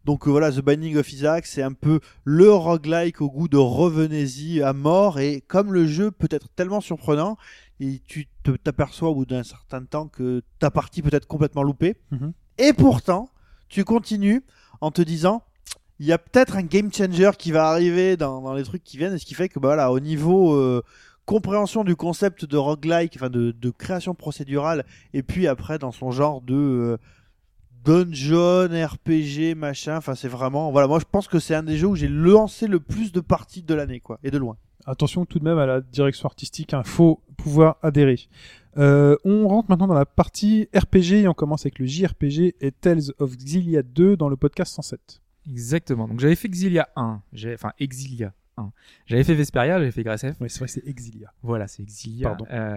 Speaker 2: Donc euh, voilà, The Binding of Isaac, c'est un peu le roguelike au goût de revenez-y à mort. Et comme le jeu peut être tellement surprenant, et tu te- t'aperçois au bout d'un certain temps que ta partie peut être complètement loupée.
Speaker 1: Mhm.
Speaker 2: Et pourtant, tu continues en te disant, il y a peut-être un game changer qui va arriver dans, dans les trucs qui viennent, et ce qui fait que bah, voilà, au niveau euh, compréhension du concept de roguelike, enfin de, de création procédurale, et puis après dans son genre de euh, dungeon, RPG, machin, enfin c'est vraiment, voilà, moi je pense que c'est un des jeux où j'ai lancé le plus de parties de l'année, quoi, et de loin.
Speaker 1: Attention tout de même à la direction artistique, il faut pouvoir adhérer. Euh, on rentre maintenant dans la partie RPG et on commence avec le JRPG et Tales of Xillia 2 dans le podcast 107.
Speaker 4: Exactement. Donc j'avais fait Exilia 1, j'avais- enfin Exilia 1. J'avais fait Vesperia, j'avais fait Gracef.
Speaker 1: Oui, c'est vrai, c'est Exilia.
Speaker 4: Voilà, c'est Exilia.
Speaker 1: Pardon.
Speaker 4: Euh,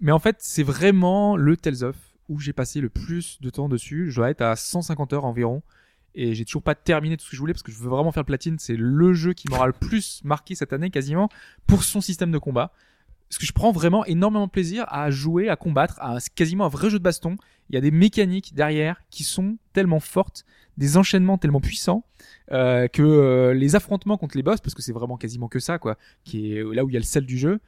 Speaker 4: mais en fait, c'est vraiment le Tales of où j'ai passé le plus de temps dessus. Je dois être à 150 heures environ. Et j'ai toujours pas terminé tout ce que je voulais parce que je veux vraiment faire le platine. C'est le jeu qui m'aura le plus marqué cette année quasiment pour son système de combat. Parce que je prends vraiment énormément de plaisir à jouer, à combattre. à- C'est quasiment un vrai jeu de baston. Il y a des mécaniques derrière qui sont tellement fortes, des enchaînements tellement puissants euh, que euh, les affrontements contre les boss, parce que c'est vraiment quasiment que ça, quoi, qui est là où il y a le sel du jeu.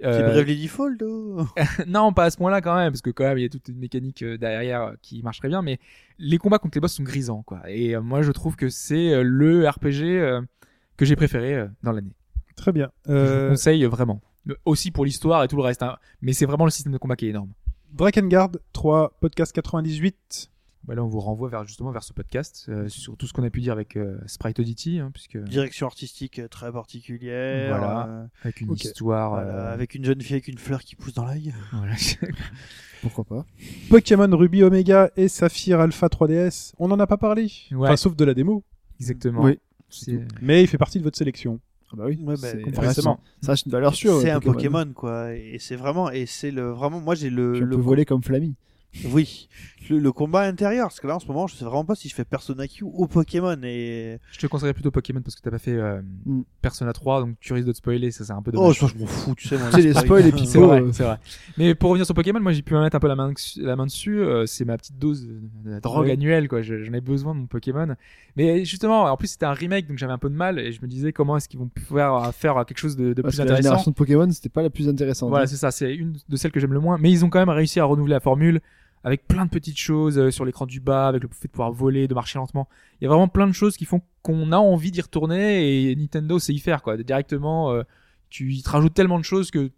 Speaker 2: C'est
Speaker 4: euh,
Speaker 2: Bravely Default, oh.
Speaker 4: non, pas à ce point-là quand même, parce que quand même, il y a toute une mécanique euh, derrière euh, qui marche très bien, mais les combats contre les boss sont grisants, quoi. Et euh, moi, je trouve que c'est euh, le RPG euh, que j'ai préféré euh, dans l'année.
Speaker 1: Très bien.
Speaker 4: Je
Speaker 1: Euh,
Speaker 4: vous conseille euh, vraiment. Euh, Aussi pour l'histoire et tout le reste, hein. mais c'est vraiment le système de combat qui est énorme.
Speaker 1: Drakengard 3, podcast 98.
Speaker 4: Bah là, on vous renvoie vers, justement vers ce podcast, euh, sur tout ce qu'on a pu dire avec euh, Sprite Oddity, hein, puisque
Speaker 2: direction artistique euh, très particulière.
Speaker 4: Voilà.
Speaker 2: euh,
Speaker 4: avec une
Speaker 1: Ok.
Speaker 4: histoire.
Speaker 2: Voilà,
Speaker 4: euh,
Speaker 2: Bah, avec une jeune fille avec une fleur qui pousse dans l'œil.
Speaker 4: voilà.
Speaker 3: Pourquoi pas
Speaker 1: Pokémon Ruby Omega et Saphir Alpha 3DS. On n'en a pas parlé.
Speaker 4: Ouais.
Speaker 1: Enfin, sauf de la démo.
Speaker 4: Exactement.
Speaker 3: Oui.
Speaker 4: C'est-
Speaker 1: Mais il fait partie de votre sélection.
Speaker 3: Ah bah oui.
Speaker 2: Ouais, bah,
Speaker 3: c'est
Speaker 2: forcément.
Speaker 3: intéressant. Ça, c'est une valeur sûre.
Speaker 2: c'est
Speaker 3: ouais,
Speaker 2: un Pokémon quoi, et c'est vraiment, et c'est le vraiment, moi j'ai le,
Speaker 3: Tu
Speaker 2: le
Speaker 3: peux voler comme Flammy.
Speaker 2: Oui, le, le combat intérieur, parce que là en ce moment, je sais vraiment pas si je fais Persona Q ou Pokémon et
Speaker 4: Je te conseillerais plutôt Pokémon parce que t'as pas fait euh,
Speaker 3: Mm.
Speaker 4: Persona 3, donc tu risques de te spoiler, ça c'est un peu dommage.
Speaker 2: oh, je, je m'en fous, tu sais moi.
Speaker 3: Tu sais, les spoils et puis
Speaker 4: C'est
Speaker 3: oh,
Speaker 4: vrai,
Speaker 3: euh,
Speaker 4: c'est vrai. Mais pour revenir sur Pokémon, moi j'ai pu mettre un peu la main, dessus- la main dessus. euh, c'est ma petite dose de drogue
Speaker 3: Oui.
Speaker 4: annuelle, quoi. Je- J'en ai besoin de mon Pokémon. Mais justement, en plus c'était un remake, donc j'avais un peu de mal et je me disais comment est-ce qu'ils vont pouvoir faire quelque chose de, de
Speaker 3: Parce
Speaker 4: plus
Speaker 3: que la
Speaker 4: intéressant.
Speaker 3: génération de Pokémon, c'était pas la plus intéressante.
Speaker 4: Voilà,
Speaker 3: hein.
Speaker 4: c'est ça. C'est une de celles que j'aime le moins. Mais ils ont quand même réussi à renouveler la formule avec plein de petites choses euh, sur l'écran du bas, avec le fait de pouvoir voler, de marcher lentement. Il y a vraiment plein de choses qui font qu'on a envie d'y retourner et Nintendo sait y faire quoi. Directement, euh, tu y te rajoutes tellement de choses que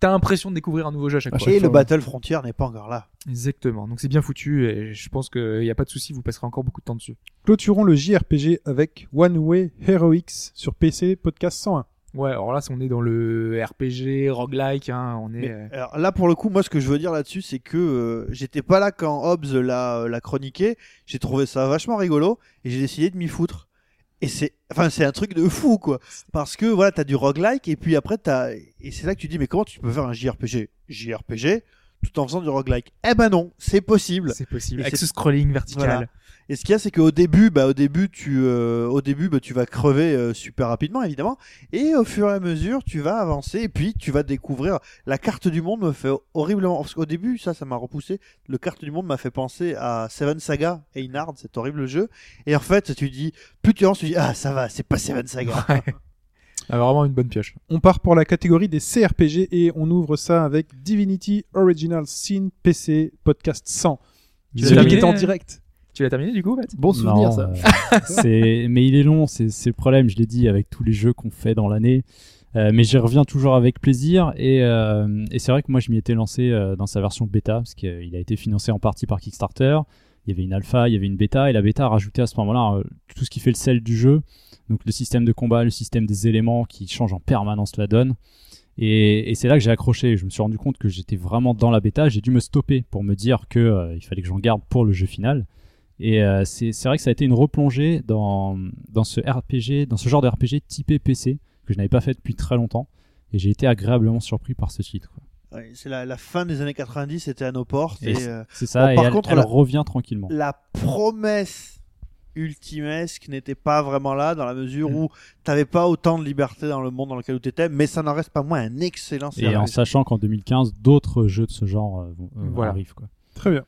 Speaker 4: t'as l'impression de découvrir un nouveau jeu à chaque
Speaker 3: Ah,
Speaker 4: fois.
Speaker 3: chaque
Speaker 2: Et le
Speaker 3: fois.
Speaker 2: Battle Frontier n'est pas encore là.
Speaker 4: Exactement. Donc c'est bien foutu et je pense qu'il n'y a pas de souci, vous passerez encore beaucoup de temps dessus.
Speaker 1: Clôturons le JRPG avec One Way Heroics sur PC Podcast 101.
Speaker 4: Ouais, alors là, on est dans le RPG, roguelike, hein, on est.
Speaker 2: Mais,
Speaker 4: euh,
Speaker 2: alors là, pour le coup, moi, ce que je veux dire là-dessus, c'est que euh, j'étais pas là quand Hobbes l'a euh, l'a chroniqué. J'ai trouvé ça vachement rigolo et j'ai décidé de m'y foutre. Et c'est, enfin, c'est un truc de fou, quoi. Parce que voilà, t'as du roguelike et puis après t'as, et c'est là que tu dis, mais comment tu peux faire un JRPG, JRPG, tout en faisant du roguelike Eh ben non, c'est possible.
Speaker 4: C'est possible.
Speaker 2: Et
Speaker 4: Avec
Speaker 2: c'est-
Speaker 4: ce scrolling vertical.
Speaker 2: Voilà. Et ce qu'il y a, c'est qu'au début, bah, au début, tu, euh, au début, bah, tu vas crever euh, super rapidement, évidemment. Et au fur et à mesure, tu vas avancer et puis tu vas découvrir la carte du monde me fait horriblement. Parce qu'au début, ça, ça m'a repoussé. Le carte du monde m'a fait penser à Seven Saga et Inard, cet horrible jeu. Et en fait, tu dis, plus tu avances, tu dis, ah, ça va, c'est pas Seven Saga.
Speaker 4: Ah, vraiment une bonne pioche.
Speaker 1: On part pour la catégorie des CRPG et on ouvre ça avec Divinity Original Sin PC Podcast 100.
Speaker 4: Tu l'as
Speaker 1: Celui qui
Speaker 4: terminé
Speaker 1: est en direct.
Speaker 4: Tu l'as terminé du coup, Matt
Speaker 3: Bon souvenir,
Speaker 6: Non,
Speaker 3: ça.
Speaker 6: euh, c'est mais il est long, c'est c'est le problème, je l'ai dit avec tous les jeux qu'on fait dans l'année. Euh, mais j'y reviens toujours avec plaisir et, euh, et c'est vrai que moi je m'y étais lancé euh, dans sa version bêta parce qu'il a été financé en partie par Kickstarter. Il y avait une alpha, il y avait une bêta et la bêta a rajouté à ce moment-là euh, tout ce qui fait le sel du jeu, donc le système de combat, le système des éléments qui change en permanence la donne. Et, et c'est là que j'ai accroché. Je me suis rendu compte que j'étais vraiment dans la bêta. J'ai dû me stopper pour me dire que euh, il fallait que j'en garde pour le jeu final. Et euh, c'est c'est vrai que ça a été une replongée dans, dans ce RPG, dans ce genre de RPG typé PC que je n'avais pas fait depuis très longtemps. Et j'ai été agréablement surpris par ce titre. quoi.
Speaker 2: Ouais, c'est la, la fin des années 90, c'était à nos portes.
Speaker 6: Et
Speaker 2: Et, euh,
Speaker 6: C'est ça.
Speaker 2: Bon,
Speaker 6: et
Speaker 2: par
Speaker 6: elle,
Speaker 2: contre,
Speaker 6: elle
Speaker 2: la- Euh,
Speaker 6: revient tranquillement.
Speaker 2: la promesse ultimesque n'était pas vraiment là dans la mesure
Speaker 3: Mm.
Speaker 2: où t'avais pas autant de liberté dans le monde dans lequel tu étais mais ça n'en reste pas moins un excellent
Speaker 6: Et en
Speaker 2: service.
Speaker 6: sachant qu'en 2015, d'autres jeux de ce genre euh, vont- euh,
Speaker 4: Voilà.
Speaker 6: arrivent. Quoi.
Speaker 1: Très bien.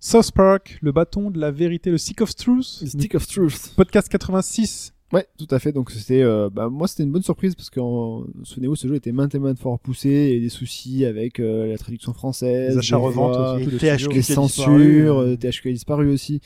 Speaker 1: South Park, le bâton de la vérité, le Stick of Truth.
Speaker 3: Stick of Truth.
Speaker 1: Podcast 86.
Speaker 3: Ouais, tout à fait. Donc c'était, euh, bah, moi c'était une bonne surprise parce que en- souvenez-vous, ce jeu était maintes et maintes fois repoussé et des soucis avec euh, la traduction française,
Speaker 1: Les achats
Speaker 3: des
Speaker 1: reventes,
Speaker 3: voix,
Speaker 1: surtout.
Speaker 2: Et
Speaker 1: tous les
Speaker 2: THQ
Speaker 1: studios.
Speaker 3: les
Speaker 2: qui a disparu.
Speaker 3: censures, euh, THQ a disparu aussi.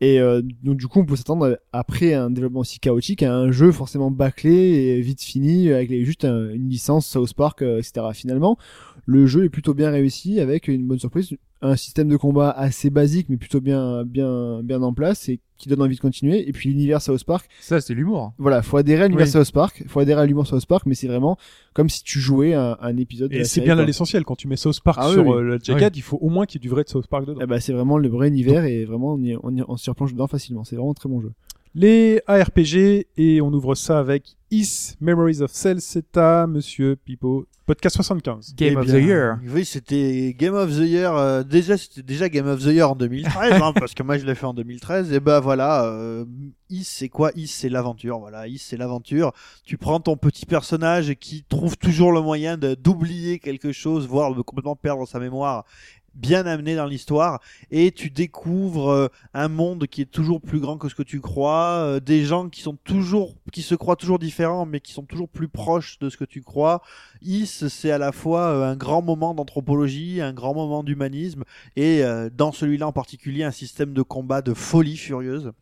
Speaker 3: Et euh, donc du coup, on peut s'attendre après un développement aussi chaotique à un jeu forcément bâclé et vite fini avec les- juste un- une licence South Park, euh, etc. Finalement, le jeu est plutôt bien réussi avec une bonne surprise, un système de combat assez basique mais plutôt bien bien bien en place et qui donne envie de continuer. Et puis l'univers South Park
Speaker 4: Ça, c'est l'humour.
Speaker 3: voilà, faut adhérer à l'univers
Speaker 4: Oui.
Speaker 3: South Park, faut adhérer à l'humour South Park, mais c'est vraiment comme si tu jouais un, un épisode de
Speaker 1: Et
Speaker 3: la
Speaker 1: c'est
Speaker 3: série.
Speaker 1: bien là
Speaker 3: quoi.
Speaker 1: l'essentiel. Quand tu mets South Park
Speaker 3: Ah oui,
Speaker 1: sur
Speaker 3: oui.
Speaker 1: euh, le jacket, il faut au moins qu'il y ait du vrai de South Park dedans.
Speaker 3: Eh ben, c'est vraiment le vrai univers et vraiment on, y- on, y- on s'y replonge dedans facilement. C'est vraiment un très bon jeu.
Speaker 1: Les ARPG et on ouvre ça avec Is Memories of Cell Seta, Monsieur Pipo. Podcast 75.
Speaker 4: Game
Speaker 2: Eh
Speaker 4: of
Speaker 2: bien,
Speaker 4: the Year.
Speaker 2: Oui, c'était Game of the Year. euh, déjà, c'était déjà Game of the Year en 2013, hein, parce que moi je l'ai fait en 2013. Et ben voilà, euh, Is c'est quoi Is c'est l'aventure. Voilà, Is c'est l'aventure. Tu prends ton petit personnage qui trouve toujours le moyen de- d'oublier quelque chose, voire de complètement perdre sa mémoire. Bien amené dans l'histoire, et tu découvres euh, un monde qui est toujours plus grand que ce que tu crois, euh, des gens qui sont toujours, qui se croient toujours différents, mais qui sont toujours plus proches de ce que tu crois. Is, c'est à la fois euh, un grand moment d'anthropologie, un grand moment d'humanisme, et euh, dans celui-là en particulier, un système de combat de folie furieuse,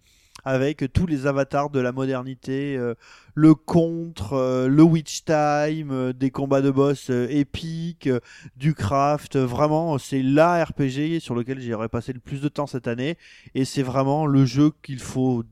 Speaker 2: avec tous les avatars de la modernité, euh, le contre, euh, le witch time, euh, des combats de boss euh, épiques, euh, du craft. euh, Vraiment, c'est la RPG sur lequel j'aurais passé le plus de temps cette année, et c'est vraiment le jeu qu'il faut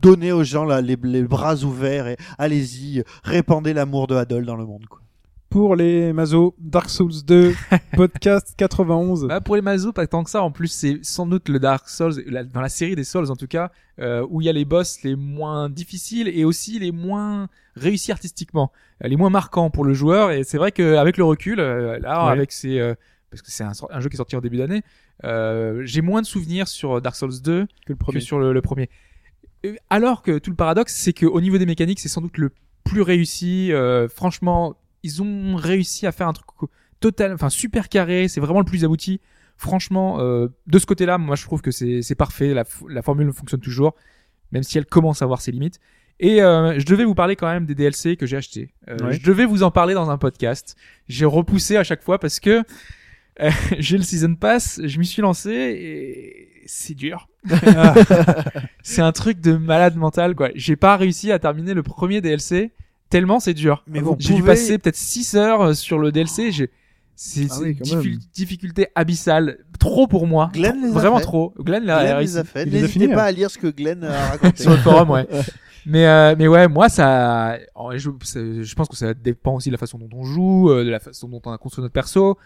Speaker 2: donner aux gens là, les, les bras ouverts et allez-y, répandez l'amour de Adol dans le monde. Quoi.
Speaker 1: Pour les Mazo, Dark Souls 2, Podcast 91.
Speaker 4: Bah, pour les Mazo, pas tant que ça. En plus, c'est sans doute le Dark Souls, la- dans la série des Souls en tout cas, euh, où il y a les boss les moins difficiles et aussi les moins réussis artistiquement, euh, les moins marquants pour le joueur. Et c'est vrai qu'avec le recul, euh, là,
Speaker 1: Ouais.
Speaker 4: avec ces... euh, parce que c'est un, sor- un jeu qui est sorti en début d'année. Euh, j'ai moins de souvenirs sur Dark Souls 2
Speaker 1: que le
Speaker 4: que
Speaker 1: premier.
Speaker 4: sur le, le premier. Euh, Alors que tout le paradoxe, c'est qu'au niveau des mécaniques, c'est sans doute le plus réussi. Euh, franchement, ils ont réussi à faire un truc total, enfin super carré. C'est vraiment le plus abouti. Franchement, euh, de ce côté-là, moi je trouve que c'est c'est parfait. La, f- la formule fonctionne toujours, même si elle commence à voir ses limites. Et euh, je devais vous parler quand même des DLC que j'ai achetés. Euh,
Speaker 1: Ouais.
Speaker 4: Je devais vous en parler dans un podcast. J'ai repoussé à chaque fois parce que euh, j'ai le season pass, je m'y suis lancé et c'est dur. c'est un truc de malade mental quoi. J'ai pas réussi à terminer le premier DLC tellement c'est dur.
Speaker 2: Mais vous
Speaker 4: j'ai dû
Speaker 2: pouvez-
Speaker 4: passer peut-être 6 heures euh, sur le DLC, j'ai c'est
Speaker 3: Ah
Speaker 4: c'est
Speaker 3: oui,
Speaker 4: une
Speaker 3: quand
Speaker 4: diffi-
Speaker 3: même.
Speaker 4: difficulté abyssale, trop pour moi.
Speaker 2: Glenn
Speaker 4: Trop-
Speaker 2: les a
Speaker 4: vraiment
Speaker 2: fait.
Speaker 4: trop. Glenn l'a
Speaker 2: Glenn
Speaker 4: réussi
Speaker 2: les a fait.
Speaker 1: il les a
Speaker 2: N'hésitez
Speaker 1: finis,
Speaker 2: pas
Speaker 1: hein.
Speaker 2: à lire ce que Glenn a raconté.
Speaker 4: sur le forum, ouais. Mais euh, mais ouais, moi ça, en- je, c'est- je pense que ça dépend aussi de la façon dont on joue, euh, de la façon dont on a construit notre perso.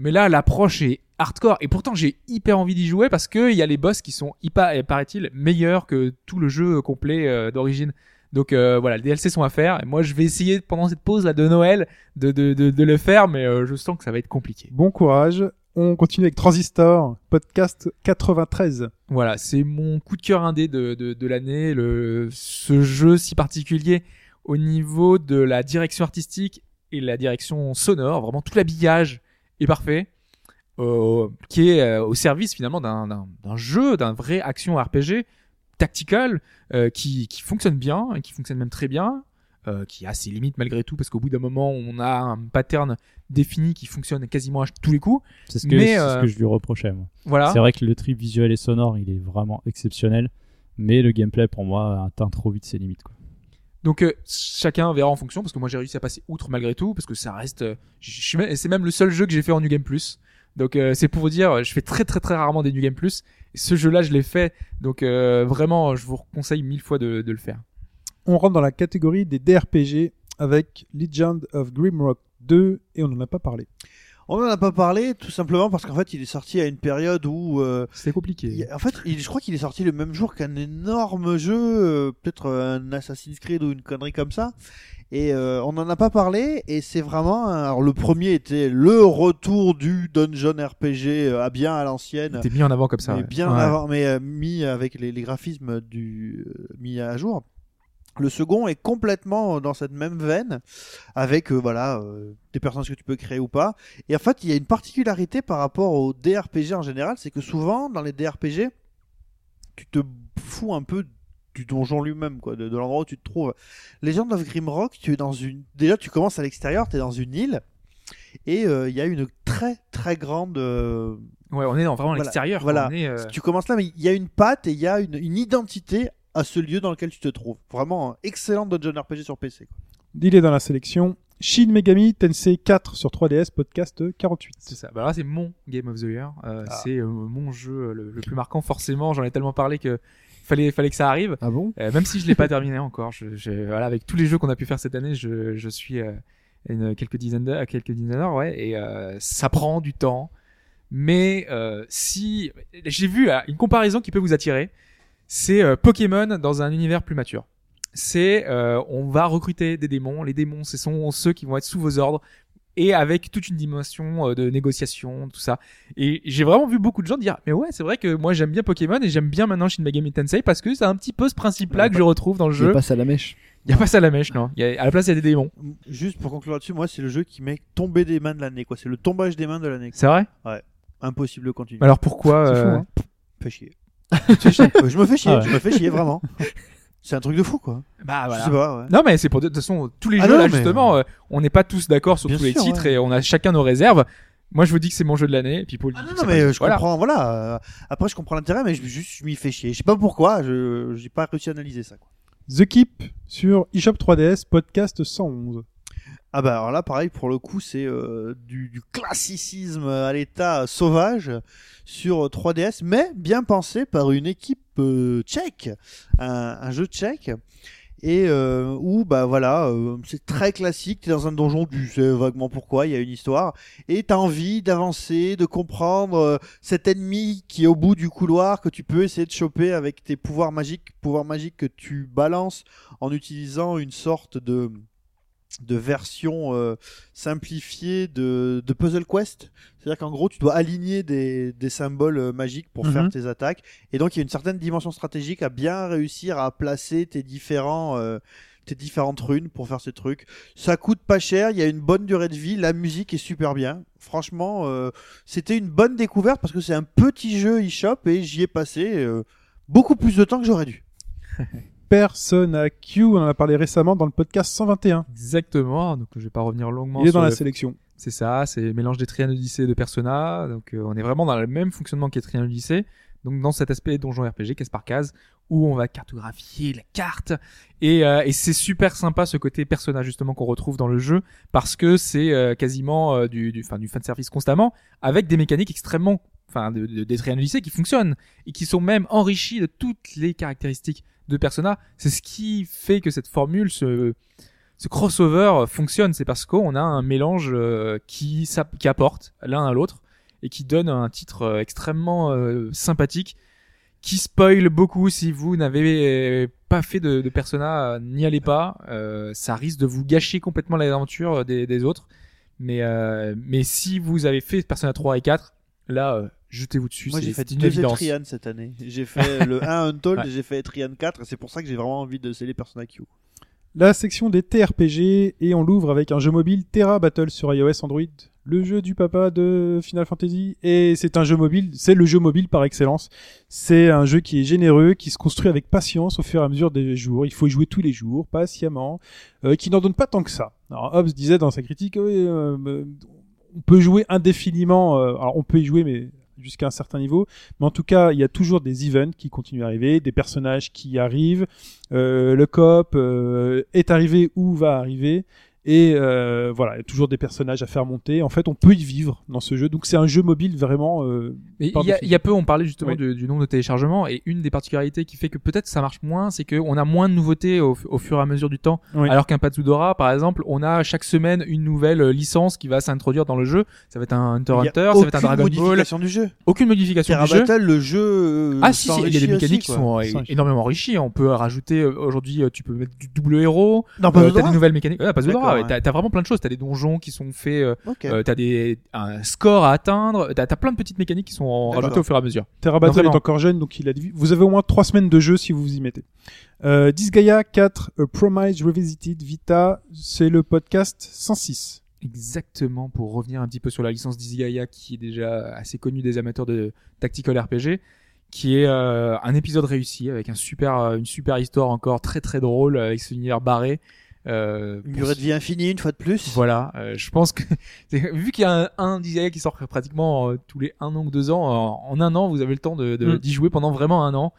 Speaker 4: Mais là, l'approche est hardcore et pourtant j'ai hyper envie d'y jouer parce que il y a les boss qui sont hyper, et paraît-il, meilleurs que tout le jeu complet euh, d'origine. Donc euh, voilà, les DLC sont à faire. Et moi, je vais essayer pendant cette pause là de Noël de de de, de le faire, mais euh, je sens que ça va être compliqué.
Speaker 1: Bon courage. On continue avec Transistor, podcast 93.
Speaker 4: Voilà, c'est mon coup de cœur indé de, de, de l'année, le, ce jeu si particulier au niveau de la direction artistique et la direction sonore, vraiment tout l'habillage est parfait, euh, qui est euh, au service finalement d'un- d'un d'un jeu, d'un vrai action RPG tactical euh, qui, qui fonctionne bien, et qui fonctionne même très bien, euh, qui a ses limites malgré tout, parce qu'au bout d'un moment on a un pattern défini qui fonctionne quasiment à tous les coups.
Speaker 6: C'est ce, que-
Speaker 4: Mais,
Speaker 6: c'est
Speaker 4: euh,
Speaker 6: ce que je lui reprochais. moi.
Speaker 2: ah.
Speaker 4: Voilà.
Speaker 6: C'est vrai que le trip visuel et sonore, il est vraiment exceptionnel. Mais le gameplay, pour moi, atteint trop vite ses limites. Quoi.
Speaker 4: Donc euh, chacun verra en fonction parce que moi j'ai réussi à passer outre malgré tout parce que ça reste euh, je- je suis même- c'est même le seul jeu que j'ai fait en New Game Plus. Donc euh, c'est pour vous dire euh, je fais très très très rarement des New Game Plus et ce jeu là je l'ai fait donc euh, vraiment je vous conseille mille fois de, de le faire.
Speaker 1: On rentre dans la catégorie des DRPG avec Legend of Grimrock 2 et on n'en a pas parlé.
Speaker 2: On n'en a pas parlé tout simplement parce qu'en fait il est sorti à une période où euh,
Speaker 4: C'était compliqué.
Speaker 2: il- en fait il- je crois qu'il est sorti le même jour qu'un énorme jeu, euh, peut-être un Assassin's Creed ou une connerie comme ça. Et euh, on n'en a pas parlé et c'est vraiment un- alors le premier était le retour du dungeon RPG euh, à bien à l'ancienne.
Speaker 4: T'es mis en avant comme ça.
Speaker 2: mais
Speaker 4: ouais.
Speaker 2: bien
Speaker 4: Ouais.
Speaker 2: avant, mais euh, mis avec les, les graphismes du euh, mis à jour. Le second est complètement euh, dans cette même veine, avec euh, voilà euh, des personnages que tu peux créer ou pas. Et en fait, il y a une particularité par rapport aux DRPG en général, c'est que souvent dans les DRPG, tu te fous un peu du donjon lui-même, quoi, de, de l'endroit où tu te trouves. Legend of Grimrock, tu es dans une. Déjà, tu commences à l'extérieur, tu es dans une île, et euh, il y a une très très grande. euh,
Speaker 4: Ouais, on est dans vraiment
Speaker 2: Voilà,
Speaker 4: l'extérieur.
Speaker 2: voilà.
Speaker 4: quoi. On est, euh,
Speaker 2: tu commences là, mais il y a une patte et il y a une, une identité à ce lieu dans lequel tu te trouves. Vraiment un excellent dungeon RPG sur PC. quoi.
Speaker 1: Il est dans la sélection. Shin Megami Tensei 4 sur 3DS, podcast 48.
Speaker 4: C'est ça. Bah là, c'est mon Game of the Year. Euh,
Speaker 2: Ah.
Speaker 4: C'est euh, mon jeu euh, le, le plus marquant forcément. J'en ai tellement parlé que fallait fallait que ça arrive.
Speaker 3: Ah bon
Speaker 4: Euh, même si je l'ai pas terminé encore, je, je- voilà, avec tous les jeux qu'on a pu faire cette année, je, je suis euh, à une, quelques dizaines d'heures, à quelques dizaines d'heures, ouais, et euh, ça prend du temps. Mais euh, si j'ai vu ah, une comparaison qui peut vous attirer, c'est euh, Pokémon dans un univers plus mature. C'est euh, on va recruter des démons. Les démons, ce sont ceux qui vont être sous vos ordres et avec toute une dimension euh, de négociation, tout ça. Et j'ai vraiment vu beaucoup de gens dire Mais ouais, c'est vrai que moi j'aime bien Pokémon et j'aime bien maintenant Shin Megami Tensei parce que c'est un petit peu ce principe-là que je retrouve dans le
Speaker 3: Je
Speaker 4: jeu.
Speaker 3: passe à la mèche.
Speaker 4: Il y a pas ça à la mèche, non. Il Y a, à la place, il y a des démons.
Speaker 2: Juste pour conclure là-dessus, moi c'est le jeu qui m'est tombé des mains de l'année. quoi. C'est le tombage des mains de l'année.
Speaker 4: C'est vrai
Speaker 2: Impossible de continuer.
Speaker 4: Alors pourquoi
Speaker 3: C'est fou,
Speaker 4: euh,
Speaker 3: hein.
Speaker 2: Fais chier. Euh, je me fais chier,
Speaker 6: Ah ouais.
Speaker 2: je me fais chier vraiment. C'est un truc de fou quoi.
Speaker 4: Bah
Speaker 2: Je sais
Speaker 4: voilà.
Speaker 2: pas, ouais.
Speaker 4: Non mais c'est pour de toute façon tous les
Speaker 2: Ah
Speaker 4: jeux
Speaker 2: non,
Speaker 4: là
Speaker 2: mais-
Speaker 4: justement, euh, on n'est pas tous d'accord sur
Speaker 2: Bien
Speaker 4: tous les
Speaker 2: sûr,
Speaker 4: titres
Speaker 2: ouais.
Speaker 4: et on a chacun nos réserves. Moi je vous dis que c'est mon jeu de l'année. Puis Paul.
Speaker 2: Ah
Speaker 4: dit
Speaker 2: non,
Speaker 4: que
Speaker 2: non,
Speaker 4: c'est
Speaker 2: mais
Speaker 4: pas-
Speaker 2: euh, je
Speaker 4: voilà.
Speaker 2: comprends, voilà. Euh, Après, je comprends l'intérêt, mais je, juste, je m'y fais chier. Je sais pas pourquoi, je j'ai pas réussi à analyser ça. Quoi.
Speaker 1: The Keep sur eShop 3DS, podcast 111.
Speaker 2: Ah bah alors là, pareil, pour le coup, c'est euh, du, du classicisme à l'état sauvage sur euh, 3DS, mais bien pensé par une équipe euh, tchèque, un, un jeu tchèque, et euh, où bah voilà, euh, c'est très classique. T'es dans un donjon, tu sais vaguement pourquoi, il y a une histoire, et t'as envie d'avancer, de comprendre euh, cet ennemi qui est au bout du couloir que tu peux essayer de choper avec tes pouvoirs magiques, pouvoirs magiques que tu balances en utilisant une sorte de de version euh, simplifiée de, de Puzzle Quest. C'est-à-dire qu'en gros, tu dois aligner des, des symboles euh, magiques pour faire
Speaker 1: Mhm.
Speaker 2: tes attaques. Et donc, il y a une certaine dimension stratégique à bien réussir à placer tes différents... euh, tes différentes runes pour faire ces trucs. Ça coûte pas cher, il y a une bonne durée de vie, la musique est super bien. Franchement, euh, c'était une bonne découverte parce que c'est un petit jeu e-shop et j'y ai passé euh, beaucoup plus de temps que j'aurais dû.
Speaker 1: Persona Q, on en a parlé récemment dans le podcast 121.
Speaker 4: Exactement, donc je vais pas revenir longuement
Speaker 1: Il est
Speaker 4: sur
Speaker 1: dans la
Speaker 4: le-
Speaker 1: sélection.
Speaker 4: C'est ça, c'est le mélange des Trian Odyssey et de Persona. Donc euh, on est vraiment dans le même fonctionnement qu'est Trian Odyssey. Donc dans cet aspect donjon RPG, case par case, où on va cartographier la carte. Et, euh, et c'est super sympa ce côté Persona justement qu'on retrouve dans le jeu, parce que c'est euh, quasiment euh, du, du, fin, du fan service constamment, avec des mécaniques extrêmement... Enfin, de, de, des Trian Odyssey qui fonctionnent et qui sont même enrichies de toutes les caractéristiques de Persona. C'est ce qui fait que cette formule se ce crossover fonctionne, c'est parce qu'on a un mélange euh, qui, s'app- qui apporte l'un à l'autre et qui donne un titre euh, extrêmement euh, sympathique, qui spoil beaucoup si vous n'avez euh, pas fait de, de Persona, euh, n'y allez pas, euh, ça risque de vous gâcher complètement l'aventure des, des autres. Mais, euh, mais si vous avez fait Persona 3 et 4, là, euh, jetez-vous dessus.
Speaker 2: Moi,
Speaker 4: c'est-
Speaker 2: j'ai fait
Speaker 4: c'est une
Speaker 2: deux
Speaker 4: évidence.
Speaker 2: Etrian cette année. J'ai fait le 1 Untold
Speaker 4: Ouais.
Speaker 2: et j'ai fait Etrian 4 et c'est pour ça que j'ai vraiment envie de sceller Persona Q.
Speaker 1: La section des TRPG et on l'ouvre avec un jeu mobile Terra Battle sur iOS Android, le jeu du papa de Final Fantasy et c'est un jeu mobile, c'est le jeu mobile par excellence. C'est un jeu qui est généreux, qui se construit avec patience au fur et à mesure des jours, il faut y jouer tous les jours, patiemment, euh, qui n'en donne pas tant que ça. Alors Hobbes disait dans sa critique Oui, euh, euh, on peut jouer indéfiniment, euh, alors on peut y jouer mais jusqu'à un certain niveau, mais en tout cas, il y a toujours des events qui continuent à arriver, des personnages qui arrivent euh, le coop euh, est arrivé ou va arriver. Et euh, voilà, il y a toujours des personnages à faire monter. En fait, on peut y vivre dans ce jeu. Donc c'est un jeu mobile vraiment. euh,
Speaker 4: Mais
Speaker 1: Par
Speaker 4: il y, a-
Speaker 1: défi.
Speaker 4: il y a peu, on parlait justement
Speaker 1: Oui.
Speaker 4: du, du nombre de téléchargements, et une des particularités qui fait que peut-être ça marche moins, c'est qu'on a moins de nouveautés au, au fur et à mesure du temps.
Speaker 1: Oui.
Speaker 4: Alors qu'un Patsudora, par exemple, on a chaque semaine une nouvelle euh, licence qui va s'introduire dans le jeu. Ça va être un Hunter x Hunter, ça va être un Dragon Ball.
Speaker 2: modification du jeu.
Speaker 4: Aucune modification
Speaker 2: Terra
Speaker 4: du jeu.
Speaker 2: Battle, le jeu. euh,
Speaker 4: Ah si, si, il y a des
Speaker 2: s'enrichit
Speaker 4: mécaniques
Speaker 2: aussi,
Speaker 4: qui sont
Speaker 2: quoi.
Speaker 4: euh,
Speaker 2: S'enrichit.
Speaker 4: énormément enrichies. On peut rajouter euh, aujourd'hui, euh, tu peux mettre du double héros.
Speaker 2: Non, pas
Speaker 4: Euh,
Speaker 2: de
Speaker 4: t'as
Speaker 2: droit.
Speaker 4: des nouvelles mécaniques. Ouais, Patsudora,
Speaker 2: D'accord,
Speaker 4: ouais,
Speaker 2: ouais.
Speaker 4: t'as t'as vraiment plein de choses. T'as des donjons qui sont faits. euh,
Speaker 2: Ok.
Speaker 4: euh, t'as des un score à atteindre. T'as t'as plein de petites mécaniques qui sont
Speaker 2: D'accord.
Speaker 4: rajoutées au fur et à mesure.
Speaker 1: Terra Battle
Speaker 4: vraiment.
Speaker 1: est encore jeune, donc il a. du- Vous avez au moins trois semaines de jeu si vous vous y mettez. Euh, Disgaea 4, A Promise Revisited Vita, c'est le podcast 106.
Speaker 4: Exactement, pour revenir un petit peu sur la licence d'Izigaya qui est déjà assez connue des amateurs de tactical RPG, qui est euh, un épisode réussi avec un super, euh, une super histoire encore très très drôle avec ce univers barré. Euh,
Speaker 2: Une durée de vie infinie, une fois de plus.
Speaker 4: Voilà, euh, je pense que vu qu'il y a un, un Disgaea qui sort pratiquement euh, tous les un an ou deux ans, euh, en- en un an vous avez le temps de de-
Speaker 1: Mm.
Speaker 4: d'y jouer pendant vraiment un an.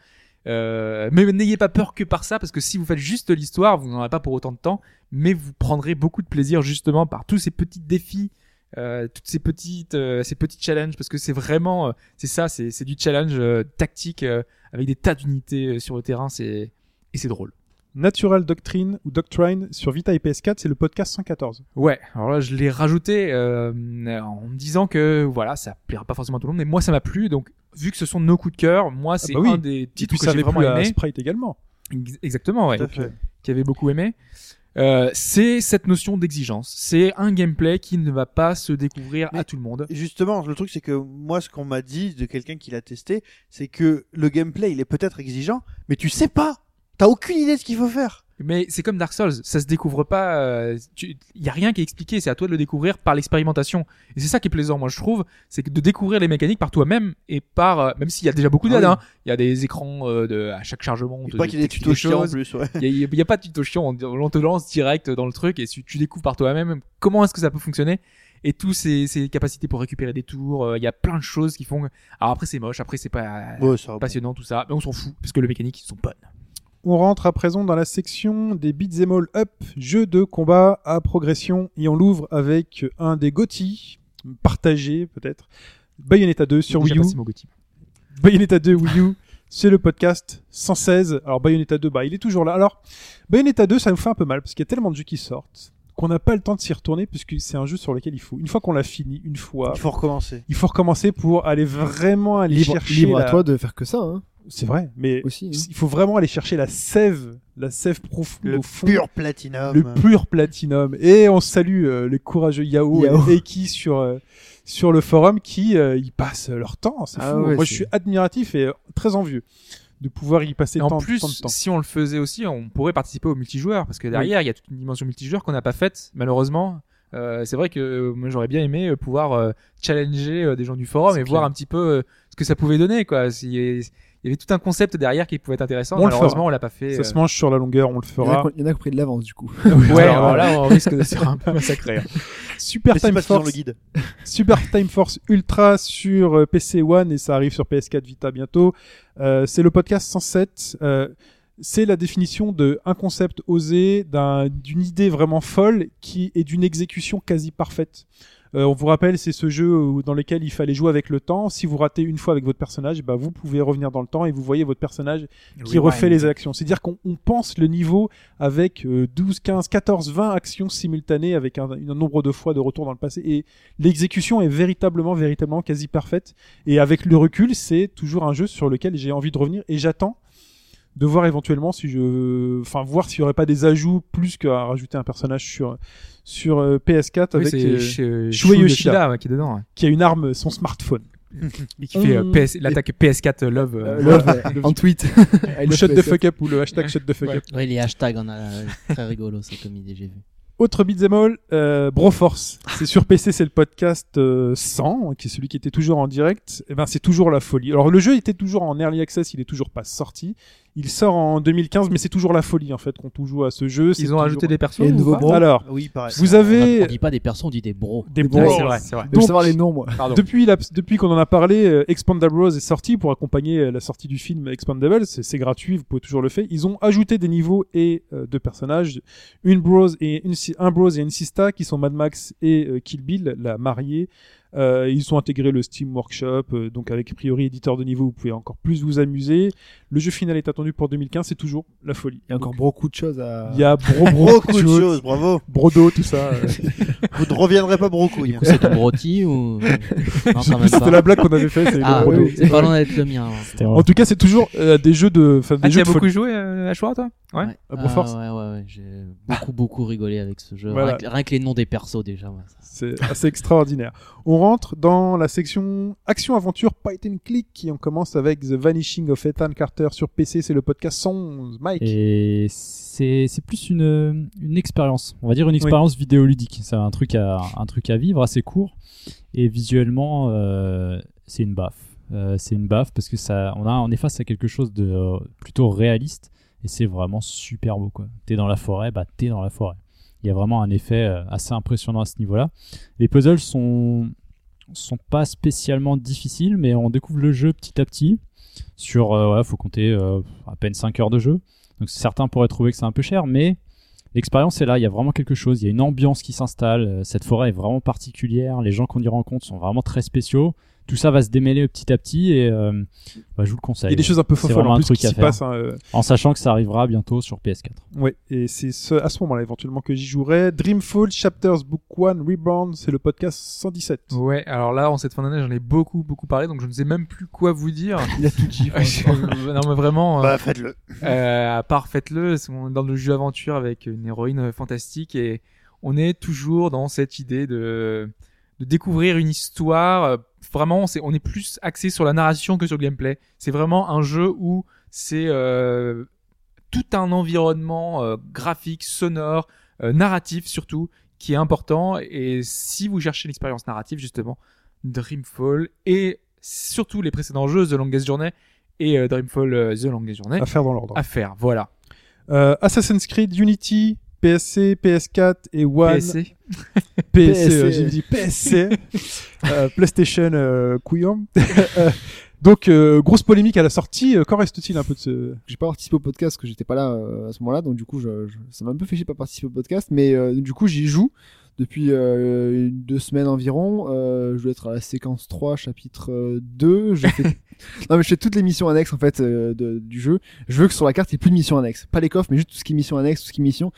Speaker 4: Euh, mais n'ayez pas peur que par ça, parce que si vous faites juste l'histoire, vous n'en avez pas pour autant de temps, mais vous prendrez beaucoup de plaisir justement par tous ces petits défis, euh, toutes ces petites, euh, ces petits challenges, parce que c'est vraiment, euh, c'est ça, c'est c'est du challenge euh, tactique euh, avec des tas d'unités euh, sur le terrain, c'est et c'est drôle.
Speaker 1: Natural Doctrine ou Doctrine sur Vita et PS4, c'est le podcast 114.
Speaker 4: Ouais, alors là je l'ai rajouté euh, en me disant que voilà, ça plaira pas forcément à tout le monde, mais moi ça m'a plu, donc vu que ce sont nos coups de cœur, moi c'est
Speaker 1: bah oui,
Speaker 4: un des
Speaker 1: Et
Speaker 4: titres
Speaker 1: puis
Speaker 4: que
Speaker 1: ça
Speaker 4: j'ai
Speaker 1: avait
Speaker 4: vraiment
Speaker 1: plu à
Speaker 4: aimé.
Speaker 1: Sprite également.
Speaker 4: Ex- Exactement, ouais,
Speaker 2: Tout à fait.
Speaker 4: qui avait beaucoup aimé. Euh, c'est cette notion d'exigence. C'est un gameplay qui ne va pas se découvrir à
Speaker 2: Mais-
Speaker 4: tout le monde.
Speaker 2: Justement, le truc c'est que moi, ce qu'on m'a dit de quelqu'un qui l'a testé, c'est que le gameplay, il est peut-être exigeant, mais tu sais pas. T'as aucune idée de ce qu'il faut faire.
Speaker 4: Mais c'est comme Dark Souls, ça se découvre pas. euh, tu- Il y a rien qui est expliqué, c'est à toi de le découvrir par l'expérimentation. Et c'est ça qui est plaisant, moi je trouve, c'est que de découvrir les mécaniques par toi-même et par, euh, même s'il y a déjà beaucoup
Speaker 2: Ah
Speaker 4: d'aides,
Speaker 2: oui.
Speaker 4: hein. il y a des écrans euh, de à chaque chargement. on
Speaker 2: Et
Speaker 4: te-
Speaker 2: pas qu'il y ait des
Speaker 4: t'explique
Speaker 2: tutos chiants en
Speaker 4: choses.
Speaker 2: plus. ouais.
Speaker 4: Il y a- il y a, il y a pas de tuto chiant, on, on te lance direct dans le truc et tu, tu découvres par toi-même comment est-ce que ça peut fonctionner et tous ces, ces capacités pour récupérer des tours. euh, Il y a plein de choses qui font. que- Alors après c'est moche, après c'est pas
Speaker 2: Ouais, ça va.
Speaker 4: passionnant tout ça, mais on s'en fout parce que les mécaniques sont bonnes.
Speaker 1: On rentre à présent dans la section des beats all up, jeux de combat à progression, et on l'ouvre avec un des GOTY, partagé peut-être, Bayonetta 2 sur
Speaker 4: Déjà
Speaker 1: Wii U.
Speaker 4: passé mon Gotti.
Speaker 1: Bayonetta 2 Wii U, c'est le podcast 116. Alors Bayonetta 2, bah il est toujours là. Alors Bayonetta 2, ça nous fait un peu mal parce qu'il y a tellement de jeux qui sortent qu'on n'a pas le temps de s'y retourner puisque c'est un jeu sur lequel il faut, une fois qu'on l'a fini, une fois,
Speaker 2: Il faut recommencer.
Speaker 1: il faut recommencer pour aller vraiment aller
Speaker 3: Libre,
Speaker 1: chercher
Speaker 3: libre
Speaker 1: la-
Speaker 3: à toi de faire que ça. Hein.
Speaker 1: C'est vrai, mais
Speaker 3: aussi. hein.
Speaker 1: il faut vraiment aller chercher la sève, la sève profonde
Speaker 2: Le
Speaker 1: au fond.
Speaker 2: pur platinum.
Speaker 1: le pur platinum. Et on salue euh, les courageux Yahoo,
Speaker 3: Yao.
Speaker 1: et Eki sur euh, sur le forum qui euh, y passent leur temps. C'est
Speaker 3: Ah
Speaker 1: fou.
Speaker 3: ouais,
Speaker 1: Moi, je
Speaker 3: c'est-
Speaker 1: suis admiratif et euh, très envieux de pouvoir y passer
Speaker 4: Et en
Speaker 1: tant,
Speaker 4: plus,
Speaker 1: tant de temps.
Speaker 4: si on le faisait aussi, on pourrait participer au multijoueur parce que derrière, il y a toute une dimension multijoueur qu'on n'a pas faite, malheureusement. Euh, c'est vrai que euh, moi j'aurais bien aimé euh, pouvoir euh, challenger euh, des gens du forum et
Speaker 5: C'est
Speaker 4: voir
Speaker 5: clair.
Speaker 4: un petit peu euh, ce que ça pouvait donner quoi. S'il y avait- Il y avait tout un concept derrière qui pouvait être intéressant.
Speaker 1: On le
Speaker 4: malheureusement,
Speaker 1: fera.
Speaker 4: on l'a pas fait.
Speaker 1: Ça se mange sur la longueur, on le
Speaker 3: Il y en a
Speaker 1: fera.
Speaker 3: qui- il y en a qui ont pris de l'avance du coup.
Speaker 4: euh, Ouais,
Speaker 1: alors,
Speaker 4: alors là, on risque de se faire un peu massacrer. hein.
Speaker 1: Super
Speaker 2: Mais c'est
Speaker 1: Time
Speaker 2: parce qu'ils ont
Speaker 1: Force,
Speaker 2: le guide.
Speaker 1: Super Time Force Ultra sur euh, PC One et ça arrive sur PS4 Vita bientôt. Euh, c'est le podcast 107. Euh, c'est la définition de un concept osé, d'un- d'une idée vraiment folle qui et d'une exécution quasi parfaite. Euh, on vous rappelle, c'est ce jeu où- dans lequel il fallait jouer avec le temps. Si vous ratez une fois avec votre personnage, bah, vous pouvez revenir dans le temps et vous voyez votre personnage qui refait les actions. C'est-à-dire qu'on on pense le niveau avec euh, 12, 15, 14, 20 actions simultanées avec un, un nombre de fois de retour dans le passé. Et l'exécution est véritablement, véritablement quasi parfaite. Et avec le recul, c'est toujours un jeu sur lequel j'ai envie de revenir et j'attends de voir éventuellement si je, enfin, voir s'il n'y aurait pas des ajouts plus qu'à rajouter un personnage sur, sur euh, PS4
Speaker 4: Oui,
Speaker 1: avec,
Speaker 4: c'est
Speaker 1: euh,
Speaker 4: Shu-
Speaker 1: Shuei
Speaker 4: Shu
Speaker 1: Yoshida.
Speaker 4: Yoshida, ouais, qui est dedans. ouais.
Speaker 1: qui a une arme, son smartphone.
Speaker 4: Et qui fait euh,
Speaker 1: On-
Speaker 4: PS l'attaque PS4 Love.
Speaker 1: Bah,
Speaker 4: euh,
Speaker 3: Euh, Love, ouais, en tweet. I
Speaker 1: Le
Speaker 3: love
Speaker 1: shut the
Speaker 3: PS4.
Speaker 1: fuck up ou le hashtag shut the fuck
Speaker 4: Ouais.
Speaker 1: up.
Speaker 5: Ouais, les hashtags, on a euh, très rigolo, ça comme idée, j'ai vu.
Speaker 1: Autre beat'em all, euh, Broforce. C'est sur PC, c'est le podcast euh, 100, qui est celui qui était toujours en direct. Et ben, c'est toujours la folie. Alors, le jeu était toujours en early access, il est toujours pas sorti. Il sort en 2015, mais c'est toujours la folie, en fait, quand on joue à ce jeu. C'est
Speaker 4: Ils ont
Speaker 1: toujours-
Speaker 4: rajouté des persos.
Speaker 3: Et les
Speaker 4: ou
Speaker 3: nouveaux
Speaker 4: pas
Speaker 3: bros.
Speaker 1: Alors,
Speaker 2: Oui, pareil.
Speaker 1: vous
Speaker 5: On,
Speaker 1: avez
Speaker 5: a- on dit pas des personnes, on dit des bros.
Speaker 1: des
Speaker 4: Ouais,
Speaker 1: bros.
Speaker 4: c'est vrai, c'est vrai.
Speaker 3: Je veux
Speaker 1: Donc-
Speaker 3: savoir les noms, moi.
Speaker 4: Pardon.
Speaker 1: Depuis, la- depuis qu'on en a parlé, euh, Expandables Rose est sorti pour accompagner euh, la sortie du film Expandables. C'est c'est gratuit, vous pouvez toujours le faire. Ils ont ajouté des niveaux et euh, de personnages. Une Bros et une, si- un Bros et une Sista qui sont Mad Max et euh, Kill Bill, la mariée. Euh, ils ont intégré le Steam Workshop, euh, donc avec a priori éditeur de niveau, vous pouvez encore plus vous amuser. Le jeu final est attendu pour 2015, c'est toujours la folie.
Speaker 3: Il y a encore beaucoup de choses à.
Speaker 1: Il y a Bro Bro,
Speaker 2: Beaucoup de choses, bravo.
Speaker 1: Brodo, tout ça. euh.
Speaker 2: Vous ne reviendrez pas brocouille.
Speaker 5: Ou C'est ton broti ou. Non, quand même
Speaker 1: C'était
Speaker 5: pas.
Speaker 1: la blague qu'on avait faite. c'est
Speaker 5: Ah,
Speaker 1: le Brodo.
Speaker 5: oui, c'est pas loin d'être le mien. hein.
Speaker 6: C'était
Speaker 1: En tout cas, c'est toujours euh, des jeux de, enfin, des
Speaker 4: Ah, tu
Speaker 1: jeux
Speaker 4: as
Speaker 1: de folie.
Speaker 4: beaucoup joué euh, à Shura, toi Ouais.
Speaker 1: Ah,
Speaker 5: Ah,
Speaker 1: pour force.
Speaker 5: Ouais, ouais, ouais, J'ai beaucoup, beaucoup rigolé avec ce jeu.
Speaker 1: Voilà.
Speaker 5: Rien, que, rien que les noms des persos, déjà. ouais, ça.
Speaker 1: C'est assez extraordinaire. On rentre dans la section action aventure Python click qui on commence avec The Vanishing of Ethan Carter sur PC, c'est le podcast 111. Mike.
Speaker 6: Et c'est c'est plus une, une expérience, on va dire une expérience vidéoludique. C'est un truc à un truc à vivre assez court et visuellement euh, c'est une baffe. Euh, c'est une baffe parce que ça, on a on est face à quelque chose de euh, plutôt réaliste et c'est vraiment super beau quoi. T'es dans la forêt, bah t'es dans la forêt. Il y a vraiment un effet euh, assez impressionnant à ce niveau-là. Les puzzles sont sont pas spécialement difficiles, mais on découvre le jeu petit à petit. Sur, euh, ouais, faut compter euh, à peine 5 heures de jeu. Donc certains pourraient trouver que c'est un peu cher, mais l'expérience est là, il y a vraiment quelque chose, il y a une ambiance qui s'installe, euh, cette forêt est vraiment particulière, les gens qu'on y rencontre sont vraiment très spéciaux, tout ça va se démêler petit à petit et euh, bah, je vous
Speaker 1: Il
Speaker 6: le conseille.
Speaker 1: y a des choses un peu
Speaker 6: C'est
Speaker 1: folles
Speaker 6: vraiment
Speaker 1: en
Speaker 6: un
Speaker 1: plus
Speaker 6: truc
Speaker 1: qui
Speaker 6: à
Speaker 1: s'y
Speaker 6: faire.
Speaker 1: passent. hein, euh,
Speaker 6: En sachant que ça arrivera bientôt sur PS4.
Speaker 1: Ouais, et c'est ce, à ce moment-là éventuellement que j'y jouerai. Dreamfall Chapters Book 1 Reborn, c'est le podcast 117.
Speaker 4: Ouais, alors là, en cette fin d'année, j'en ai beaucoup, beaucoup parlé, donc je ne sais même plus quoi vous dire.
Speaker 3: Il a tout dit. franchement.
Speaker 4: Euh, non, mais vraiment, euh,
Speaker 2: Bah, faites-le.
Speaker 4: euh, à part faites-le, on est dans le jeu aventure avec une héroïne fantastique et on est toujours dans cette idée de, de découvrir une histoire. Euh, Vraiment, c'est, on est plus axé sur la narration que sur le gameplay. C'est vraiment un jeu où c'est euh, tout un environnement euh, graphique, sonore, euh, narratif surtout, qui est important. Et si vous cherchez l'expérience narrative, justement, Dreamfall et surtout les précédents jeux, The Longest Journey et euh, Dreamfall euh, The Longest Journey,
Speaker 1: À faire dans l'ordre.
Speaker 4: à faire. Voilà.
Speaker 1: Euh, Assassin's Creed Unity, PSC, PS4 et One.
Speaker 4: PSC.
Speaker 1: PSC,
Speaker 3: PSC.
Speaker 1: euh, j'ai dit PSC, euh, PlayStation euh, couillon. Euh, Donc, euh, grosse polémique à la sortie. Euh, Qu'en reste-t-il un peu de ce...
Speaker 3: J'ai pas participé au podcast parce que j'étais pas là euh, à ce moment-là, donc du coup, je, je- ça m'a un peu fait chier de pas participer au podcast, mais euh, du coup, j'y joue depuis euh, une- deux semaines environ. Euh, je dois être à la séquence 3, chapitre euh, 2. Je fais... non, mais je fais toutes les missions annexes en fait euh, de- du jeu. Je veux que sur la carte, il n'y ait plus de missions annexes. Pas les coffres, mais juste tout ce qui est mission annexe, tout ce qui est mission.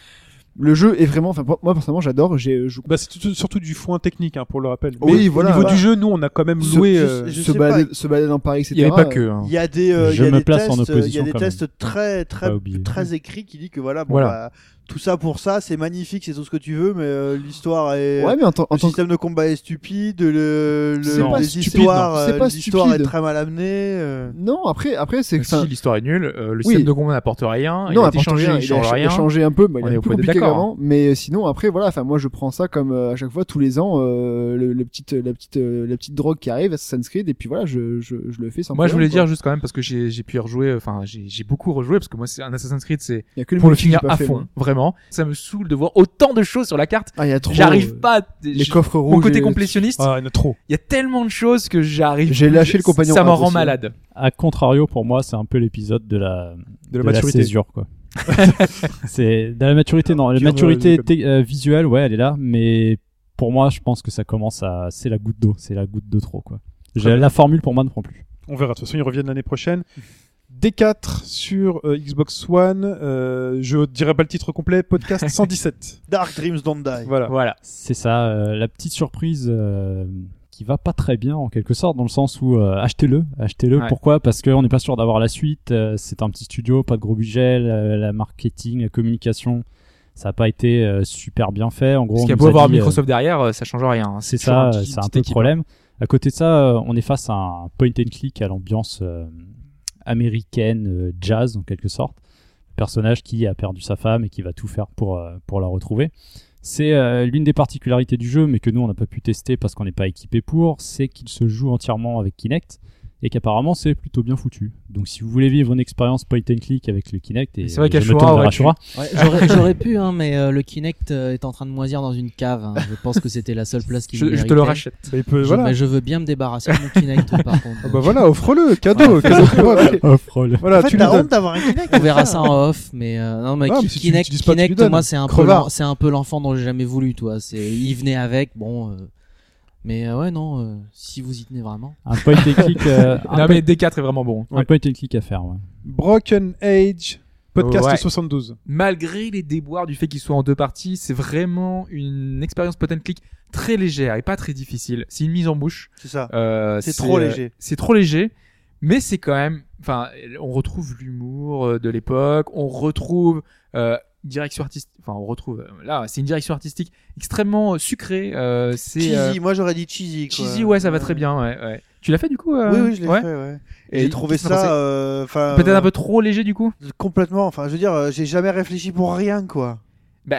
Speaker 3: Le jeu est vraiment, enfin, pour- moi personnellement, j'adore. J'ai, je-
Speaker 1: Bah, c'est tout- surtout du foin technique, hein, pour le rappel.
Speaker 3: Oui,
Speaker 1: Mais
Speaker 3: voilà,
Speaker 1: Au niveau
Speaker 3: voilà.
Speaker 1: du jeu, nous, on a quand même
Speaker 2: Ce-
Speaker 1: loué.
Speaker 2: ce-
Speaker 1: euh,
Speaker 2: je
Speaker 3: se,
Speaker 2: sais
Speaker 3: balader, se balader dans Paris, etc.
Speaker 4: Il n'y avait pas que. hein.
Speaker 2: Il y a des, euh, il
Speaker 6: Je
Speaker 2: y a
Speaker 6: me
Speaker 2: des
Speaker 6: place
Speaker 2: tests,
Speaker 6: en
Speaker 2: euh, il y
Speaker 6: opposition
Speaker 2: a des
Speaker 6: quand
Speaker 2: tests très très
Speaker 6: Pas oublier.
Speaker 2: très écrits qui dit que voilà, bon,
Speaker 4: Voilà.
Speaker 2: bah, tout ça pour ça, c'est magnifique, c'est tout ce que tu veux, mais euh, l'histoire est
Speaker 3: Ouais, mais en tant, en
Speaker 2: le
Speaker 3: tant que
Speaker 2: système de combat est stupide, le, le-
Speaker 3: C'est
Speaker 4: pas
Speaker 2: les
Speaker 3: stupide,
Speaker 2: histoires,
Speaker 3: non. C'est
Speaker 2: euh,
Speaker 3: pas
Speaker 2: l'histoire est
Speaker 3: stupide.
Speaker 2: très mal amenée. euh.
Speaker 3: non, après, après, c'est
Speaker 4: Si
Speaker 3: enfin,
Speaker 4: l'histoire est nulle, euh, le
Speaker 3: oui.
Speaker 4: système de combat n'apporte rien, Ah, il
Speaker 3: non,
Speaker 4: a
Speaker 3: apporte
Speaker 4: été changé,
Speaker 3: rien,
Speaker 4: il
Speaker 3: a,
Speaker 4: change
Speaker 3: cha- il a
Speaker 4: rien.
Speaker 3: changé un peu, bah,
Speaker 4: On
Speaker 3: il
Speaker 4: est
Speaker 3: est
Speaker 4: au
Speaker 3: plus
Speaker 4: point
Speaker 3: compliqué
Speaker 4: d'accord, hein.
Speaker 3: qu'avant. Mais euh, sinon, après, voilà, enfin, moi, je prends ça comme euh, à chaque fois tous les ans euh, le, le petite, la petite, euh, la petite drogue qui arrive, Assassin's Creed, et puis voilà, je, je, je le fais sans.
Speaker 4: Moi, je voulais
Speaker 3: problème,
Speaker 4: dire
Speaker 3: quoi.
Speaker 4: juste quand même parce que j'ai j'ai pu y rejouer, enfin j'ai j'ai beaucoup rejoué parce que moi c'est un Assassin's Creed, c'est
Speaker 3: il y a que
Speaker 4: pour le
Speaker 3: multi que j'ai
Speaker 4: finir
Speaker 3: pas
Speaker 4: à
Speaker 3: fait,
Speaker 4: fond,
Speaker 3: moi.
Speaker 4: vraiment. Ça me saoule de voir autant de choses sur la carte.
Speaker 3: Ah, il y a trop.
Speaker 4: J'arrive
Speaker 3: euh,
Speaker 4: pas. à-
Speaker 3: Les
Speaker 4: je-
Speaker 3: coffres rouges. euh,
Speaker 4: Mon côté
Speaker 3: et-
Speaker 4: complétionniste,
Speaker 1: Ah, il y en a trop.
Speaker 4: il y a tellement de choses que j'arrive.
Speaker 3: J'ai lâché le compagnon
Speaker 4: Ça m'en
Speaker 3: rap
Speaker 4: rend
Speaker 3: aussi.
Speaker 4: malade.
Speaker 6: À contrario, pour moi, c'est un peu l'épisode de la,
Speaker 1: De la
Speaker 6: de la
Speaker 1: maturité.
Speaker 6: césure, quoi. c'est dans la maturité, non, la
Speaker 1: Pure,
Speaker 6: maturité
Speaker 1: euh, comme-
Speaker 6: té- euh, visuelle, ouais, elle est là, mais pour moi, je pense que ça commence à, c'est la goutte d'eau, c'est la goutte de trop, quoi. J'ai-
Speaker 1: bien.
Speaker 6: La formule pour moi ne prend plus.
Speaker 1: On verra. De toute façon, ils reviennent l'année prochaine. D4 sur euh, Xbox One. Euh, je dirai pas le titre complet. Podcast 117.
Speaker 2: Dark Dreams Don't Die.
Speaker 3: Ah.
Speaker 1: Voilà.
Speaker 4: Voilà.
Speaker 6: C'est ça, euh, la petite surprise euh, qui va pas très bien en quelque sorte, dans le sens où euh, achetez-le, achetez-le.
Speaker 4: Ouais.
Speaker 6: Pourquoi Parce qu'on n'est pas sûr d'avoir la suite. euh, c'est un petit studio, pas de gros budget, la, la marketing, la communication, ça n'a pas été euh, super bien fait. En gros,
Speaker 4: Parce
Speaker 6: on
Speaker 4: qu'il y a
Speaker 6: nous
Speaker 4: beau
Speaker 6: a
Speaker 4: avoir
Speaker 6: dit, euh,
Speaker 4: Microsoft derrière, euh, ça change rien. hein.
Speaker 6: C'est
Speaker 4: toujours
Speaker 6: ça, euh,
Speaker 4: petit-
Speaker 6: c'est un
Speaker 4: petite
Speaker 6: peu le
Speaker 4: équipe.
Speaker 6: problème. À côté de ça, euh, on est face à un point and click à l'ambiance euh, américaine, euh, jazz en quelque sorte. Le personnage qui a perdu sa femme et qui va tout faire pour, euh, pour la retrouver. C'est euh, l'une des particularités du jeu, mais que nous on n'a pas pu tester parce qu'on n'est pas équipé pour, c'est qu'il se joue entièrement avec Kinect et qu'apparemment c'est plutôt bien foutu. Donc si vous voulez vivre une expérience point and click avec le Kinect, et euh,
Speaker 4: C'est vrai
Speaker 6: je me
Speaker 4: qu'Ashura
Speaker 6: tourne vers
Speaker 4: aurait
Speaker 6: Ashura,
Speaker 5: Ouais, j'aurais, j'aurais pu, hein, mais euh, le Kinect euh, est en train de moisir dans une cave. hein. Je pense que c'était la seule place qui
Speaker 4: Je,
Speaker 5: me
Speaker 4: je te
Speaker 3: hein.
Speaker 4: le
Speaker 5: méritait.
Speaker 4: rachète.
Speaker 1: Bah, il peut,
Speaker 5: Je-
Speaker 1: voilà.
Speaker 5: Mais je veux bien me débarrasser de mon Kinect, par contre.
Speaker 1: Ah bah voilà, offre-le, cadeau. cadeau pour moi.
Speaker 6: offre-le.
Speaker 1: Voilà,
Speaker 2: en fait,
Speaker 1: tu le
Speaker 2: t'as
Speaker 1: donnes.
Speaker 2: honte d'avoir un Kinect.
Speaker 5: On verra ça en off, mais euh, non, mais,
Speaker 1: Ah,
Speaker 5: Ki-
Speaker 1: mais si tu
Speaker 5: Kinect,
Speaker 1: l'utilises pas, tu
Speaker 5: Kinect,
Speaker 1: lui donnes.
Speaker 5: moi, c'est un peu,
Speaker 1: Crevard.
Speaker 5: l'en- c'est un peu l'enfant dont j'ai jamais voulu, toi. C'est, il venait avec, bon, euh, mais euh, ouais, non, euh, si vous y tenez vraiment.
Speaker 6: Un point and click, euh,
Speaker 3: Ah,
Speaker 6: un
Speaker 4: Non
Speaker 6: point-
Speaker 4: mais D4 est vraiment bon.
Speaker 6: un point and click à faire. ouais.
Speaker 1: Broken Age. Podcast
Speaker 4: Ouais.
Speaker 1: 72.
Speaker 4: malgré les déboires du fait qu'il soit en deux parties, c'est vraiment une expérience pot and click très légère et pas très difficile. C'est une mise en bouche.
Speaker 2: C'est ça.
Speaker 4: Euh,
Speaker 2: C'est trop
Speaker 4: euh,
Speaker 2: léger.
Speaker 4: C'est trop léger, mais c'est quand même. Enfin, on retrouve l'humour euh, de l'époque. On retrouve euh, direction artistique. Enfin, on retrouve. euh, Là, c'est une direction artistique extrêmement euh, sucrée. euh, c'est
Speaker 2: Cheesy,
Speaker 4: euh,
Speaker 2: moi j'aurais dit cheesy. Quoi.
Speaker 4: cheesy. Ouais, ça va très bien. Ouais, ouais. Tu l'as fait du coup euh,
Speaker 2: Oui, oui, je l'ai
Speaker 4: ouais
Speaker 2: fait. Ouais.
Speaker 4: Et
Speaker 2: J'ai trouvé
Speaker 4: qu'est-ce que t'en
Speaker 2: ça,
Speaker 4: pensais
Speaker 2: euh, enfin,
Speaker 4: Peut-être
Speaker 2: euh,
Speaker 4: un peu trop léger du coup.
Speaker 2: complètement. Enfin, je veux dire, euh, j'ai jamais réfléchi pour rien, quoi.
Speaker 4: Bah,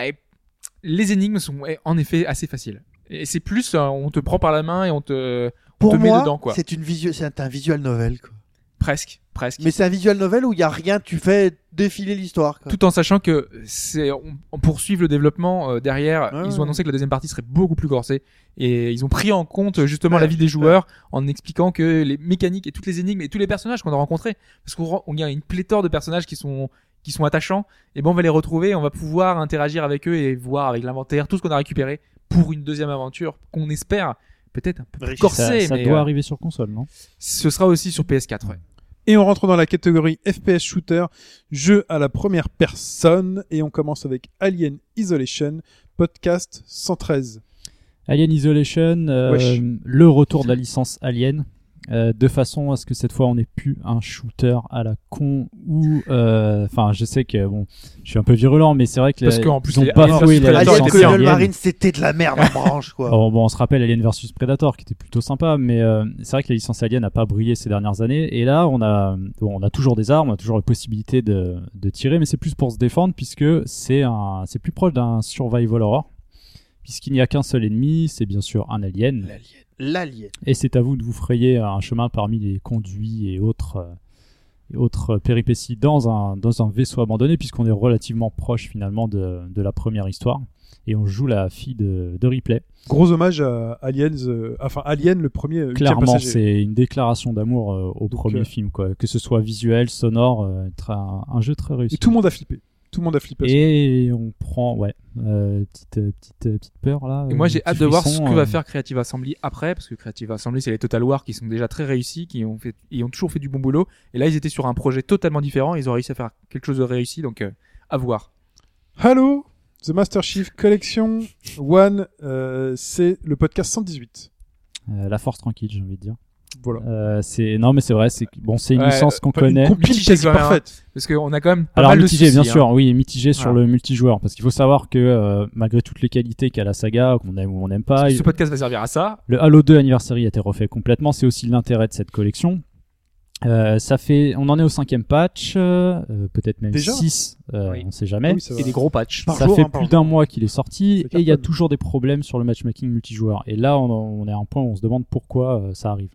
Speaker 4: les énigmes sont ouais, en effet assez faciles. Et c'est plus, euh, on te prend par la main et on te euh,
Speaker 2: Pour
Speaker 4: met
Speaker 2: moi,
Speaker 4: dedans, quoi.
Speaker 2: c'est une visu... c'est un, un visual novel, quoi.
Speaker 4: presque, presque.
Speaker 2: Mais c'est un visual novel où il y a rien, tu fais défiler l'histoire. quoi.
Speaker 4: tout en sachant que c'est on, on poursuit le développement euh, derrière.
Speaker 2: Ouais,
Speaker 4: ils
Speaker 2: ouais.
Speaker 4: ont annoncé que la deuxième partie serait beaucoup plus corsée et ils ont pris en compte euh, justement
Speaker 2: Ouais,
Speaker 4: l'avis des joueurs en expliquant que les mécaniques et toutes les énigmes et tous les personnages qu'on a rencontrés parce qu'on ren- on y a une pléthore de personnages qui sont qui sont attachants et ben on va les retrouver, on va pouvoir interagir avec eux et voir avec l'inventaire tout ce qu'on a récupéré pour une deuxième aventure qu'on espère peut-être un peu plus
Speaker 2: Riche.
Speaker 4: corsée
Speaker 6: ça, ça
Speaker 4: mais
Speaker 6: doit
Speaker 4: euh,
Speaker 6: arriver sur console, non
Speaker 4: ce sera aussi sur PS4. ouais.
Speaker 1: Et on rentre dans la catégorie FPS Shooter, jeu à la première personne. Et on commence avec Alien Isolation, podcast 113.
Speaker 6: Alien Isolation, euh,
Speaker 1: Wesh.
Speaker 6: le retour de la licence Alien, euh, de façon à ce que cette fois on n'ait plus un shooter à la con ou, euh, enfin, je sais que bon, je suis un peu virulent, mais c'est vrai que
Speaker 4: Parce
Speaker 6: la-
Speaker 4: qu'en plus,
Speaker 6: ils ont
Speaker 4: les Alien
Speaker 6: bafoué
Speaker 4: vs
Speaker 6: la
Speaker 4: Predator,
Speaker 2: Alien
Speaker 6: licence
Speaker 4: c'était
Speaker 2: Colonial
Speaker 6: Alien.
Speaker 2: Marine, c'était de la merde en branche,
Speaker 4: Oh.
Speaker 2: quoi.
Speaker 6: Alors, bon, on se rappelle Alien versus Predator, qui était plutôt sympa, mais euh, c'est vrai que la licence Alien n'a pas brillé ces dernières années. Et là, on a, bon, on a toujours des armes, on a toujours la possibilité de, de tirer, mais c'est plus pour se défendre puisque c'est un, c'est plus proche d'un survival horror, puisqu'il n'y a qu'un seul ennemi, c'est bien sûr un alien.
Speaker 2: L'alien. L'alien.
Speaker 6: Et c'est à vous de vous frayer un chemin parmi les conduits et autres, euh, et autres péripéties dans un, dans un vaisseau abandonné, puisqu'on est relativement proche finalement de, de la première histoire. Et on joue la fille de, de Ripley.
Speaker 1: Gros hommage à Aliens, euh, enfin Alien, le premier. euh, huitième
Speaker 6: Clairement,
Speaker 1: passager.
Speaker 6: c'est une déclaration d'amour euh, au
Speaker 1: Donc,
Speaker 6: premier
Speaker 1: euh,
Speaker 6: film, quoi. que ce soit visuel, sonore, euh, tra- un, jeu très réussi.
Speaker 1: Et tout le monde a flippé. Tout le monde a flippé. à ce
Speaker 6: Et on prend, ouais, euh, petite, euh, petite, euh, petite peur là.
Speaker 4: Et
Speaker 6: euh,
Speaker 4: moi, j'ai
Speaker 6: petit
Speaker 4: hâte de voir ce
Speaker 6: frisson,
Speaker 4: que
Speaker 6: euh.
Speaker 4: va faire Creative Assembly après, parce que Creative Assembly, c'est les Total War qui sont déjà très réussis, qui ont fait, ils ont toujours fait du bon boulot. Et là, ils étaient sur un projet totalement différent. Ils ont réussi à faire quelque chose de réussi, donc euh, à voir.
Speaker 1: Halo The Master Chief Collection One, euh, c'est le podcast 118.
Speaker 6: Euh, la force tranquille, j'ai envie de dire.
Speaker 1: Voilà.
Speaker 6: Euh, c'est non, mais c'est vrai. C'est bon, c'est une
Speaker 4: Ouais,
Speaker 6: licence qu'on
Speaker 1: Enfin, euh, une
Speaker 6: connaît.
Speaker 1: compile
Speaker 4: Mitigé,
Speaker 1: quasi
Speaker 4: quand même, hein.
Speaker 1: parfaite.
Speaker 4: Parce qu'on a quand même. Pas
Speaker 6: Alors
Speaker 4: mal de
Speaker 6: mitigé,
Speaker 4: soucis,
Speaker 6: bien
Speaker 4: hein.
Speaker 6: sûr, oui, mitigé sur
Speaker 4: Voilà.
Speaker 6: le multijoueur, parce qu'il faut savoir que euh, malgré toutes les qualités qu'a la saga, qu'on aime ou on n'aime pas,
Speaker 4: Parce que
Speaker 6: Ah, il-
Speaker 4: Ce podcast va servir à ça.
Speaker 6: le Halo 2 Anniversary a été refait complètement. C'est aussi l'intérêt de cette collection. Euh, ça fait, on en est au cinquième patch, euh, euh, peut-être même
Speaker 1: Déjà Ah
Speaker 6: 6 euh,
Speaker 4: Oui.
Speaker 6: on sait jamais.
Speaker 1: Oui, ça va.
Speaker 4: Et des gros patchs.
Speaker 1: Par
Speaker 6: ça
Speaker 1: jour,
Speaker 6: fait
Speaker 1: hein, par
Speaker 6: plus
Speaker 1: jour.
Speaker 6: d'un mois qu'il est sorti
Speaker 1: Ça
Speaker 6: et il y a
Speaker 1: cartonne.
Speaker 6: toujours des problèmes sur le matchmaking multijoueur. Et là, on, on est à un point où on se demande pourquoi euh, ça arrive.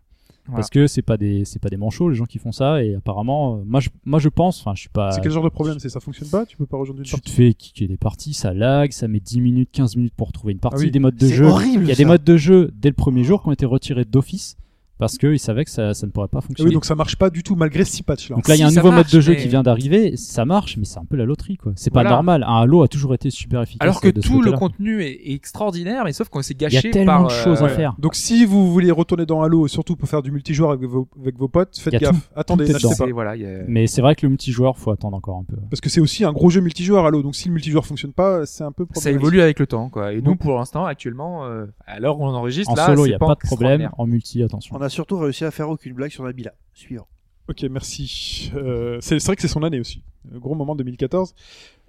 Speaker 4: Voilà.
Speaker 6: Parce que c'est pas des c'est pas des manchots les gens qui font ça et apparemment euh, moi je moi je pense enfin je suis pas
Speaker 1: C'est quel genre de problème C'est ça fonctionne pas Tu peux pas rejoindre une
Speaker 6: tu te
Speaker 1: partie
Speaker 6: fais kicker des parties ça lag ça met 10 minutes 15 minutes pour trouver une partie
Speaker 1: Ah oui.
Speaker 6: des modes de
Speaker 2: C'est
Speaker 6: jeu
Speaker 2: horrible,
Speaker 6: il y a
Speaker 2: ça.
Speaker 6: des
Speaker 4: hein.
Speaker 6: modes de jeu dès le premier jour qui ont été retirés d'office parce que ils savaient que ça, ça ne pourrait pas
Speaker 1: Ah
Speaker 6: fonctionner
Speaker 1: oui, donc ça marche pas du tout malgré 6 patchs là.
Speaker 6: donc là, il y a un
Speaker 4: Si, ça
Speaker 6: nouveau
Speaker 4: marche,
Speaker 6: mode de jeu
Speaker 4: mais-
Speaker 6: qui vient d'arriver, ça marche, mais c'est un peu la loterie, quoi. C'est pas
Speaker 4: Voilà.
Speaker 6: normal. Un Halo a toujours été super efficace.
Speaker 4: Alors que
Speaker 6: de ce
Speaker 4: tout le
Speaker 6: côté-là.
Speaker 4: contenu est est extraordinaire, mais sauf qu'on s'est
Speaker 6: il y a
Speaker 4: gâché par.
Speaker 6: tellement de choses à
Speaker 4: euh,
Speaker 6: faire.
Speaker 1: Donc si vous voulez retourner dans Halo, surtout pour faire du multijoueur avec vos, avec vos potes, faites
Speaker 6: Y a
Speaker 1: gaffe. Attendez,
Speaker 6: tout est
Speaker 1: n'achetez
Speaker 6: dedans.
Speaker 1: pas.
Speaker 4: c'est- Voilà, il y a-
Speaker 6: Mais c'est vrai que le multijoueur, faut attendre encore un peu.
Speaker 1: Parce que c'est aussi un gros jeu multijoueur Halo, donc si le multijoueur fonctionne pas, c'est un peu
Speaker 6: Mm.
Speaker 4: ça
Speaker 1: problématique.
Speaker 4: évolue avec le temps, quoi. Et nous, pour l'instant, actuellement, euh, à l'heure où on enregistre,
Speaker 6: En
Speaker 4: là,
Speaker 6: solo, il
Speaker 4: c'est
Speaker 6: n'y a pas de problème.
Speaker 4: extraordinaire.
Speaker 6: En multi, attention.
Speaker 2: On a surtout réussi à faire aucune blague sur Nabila. Suivant.
Speaker 1: Ok, merci. Euh, c'est c'est vrai que c'est son année aussi. Euh, Gros moment 2014.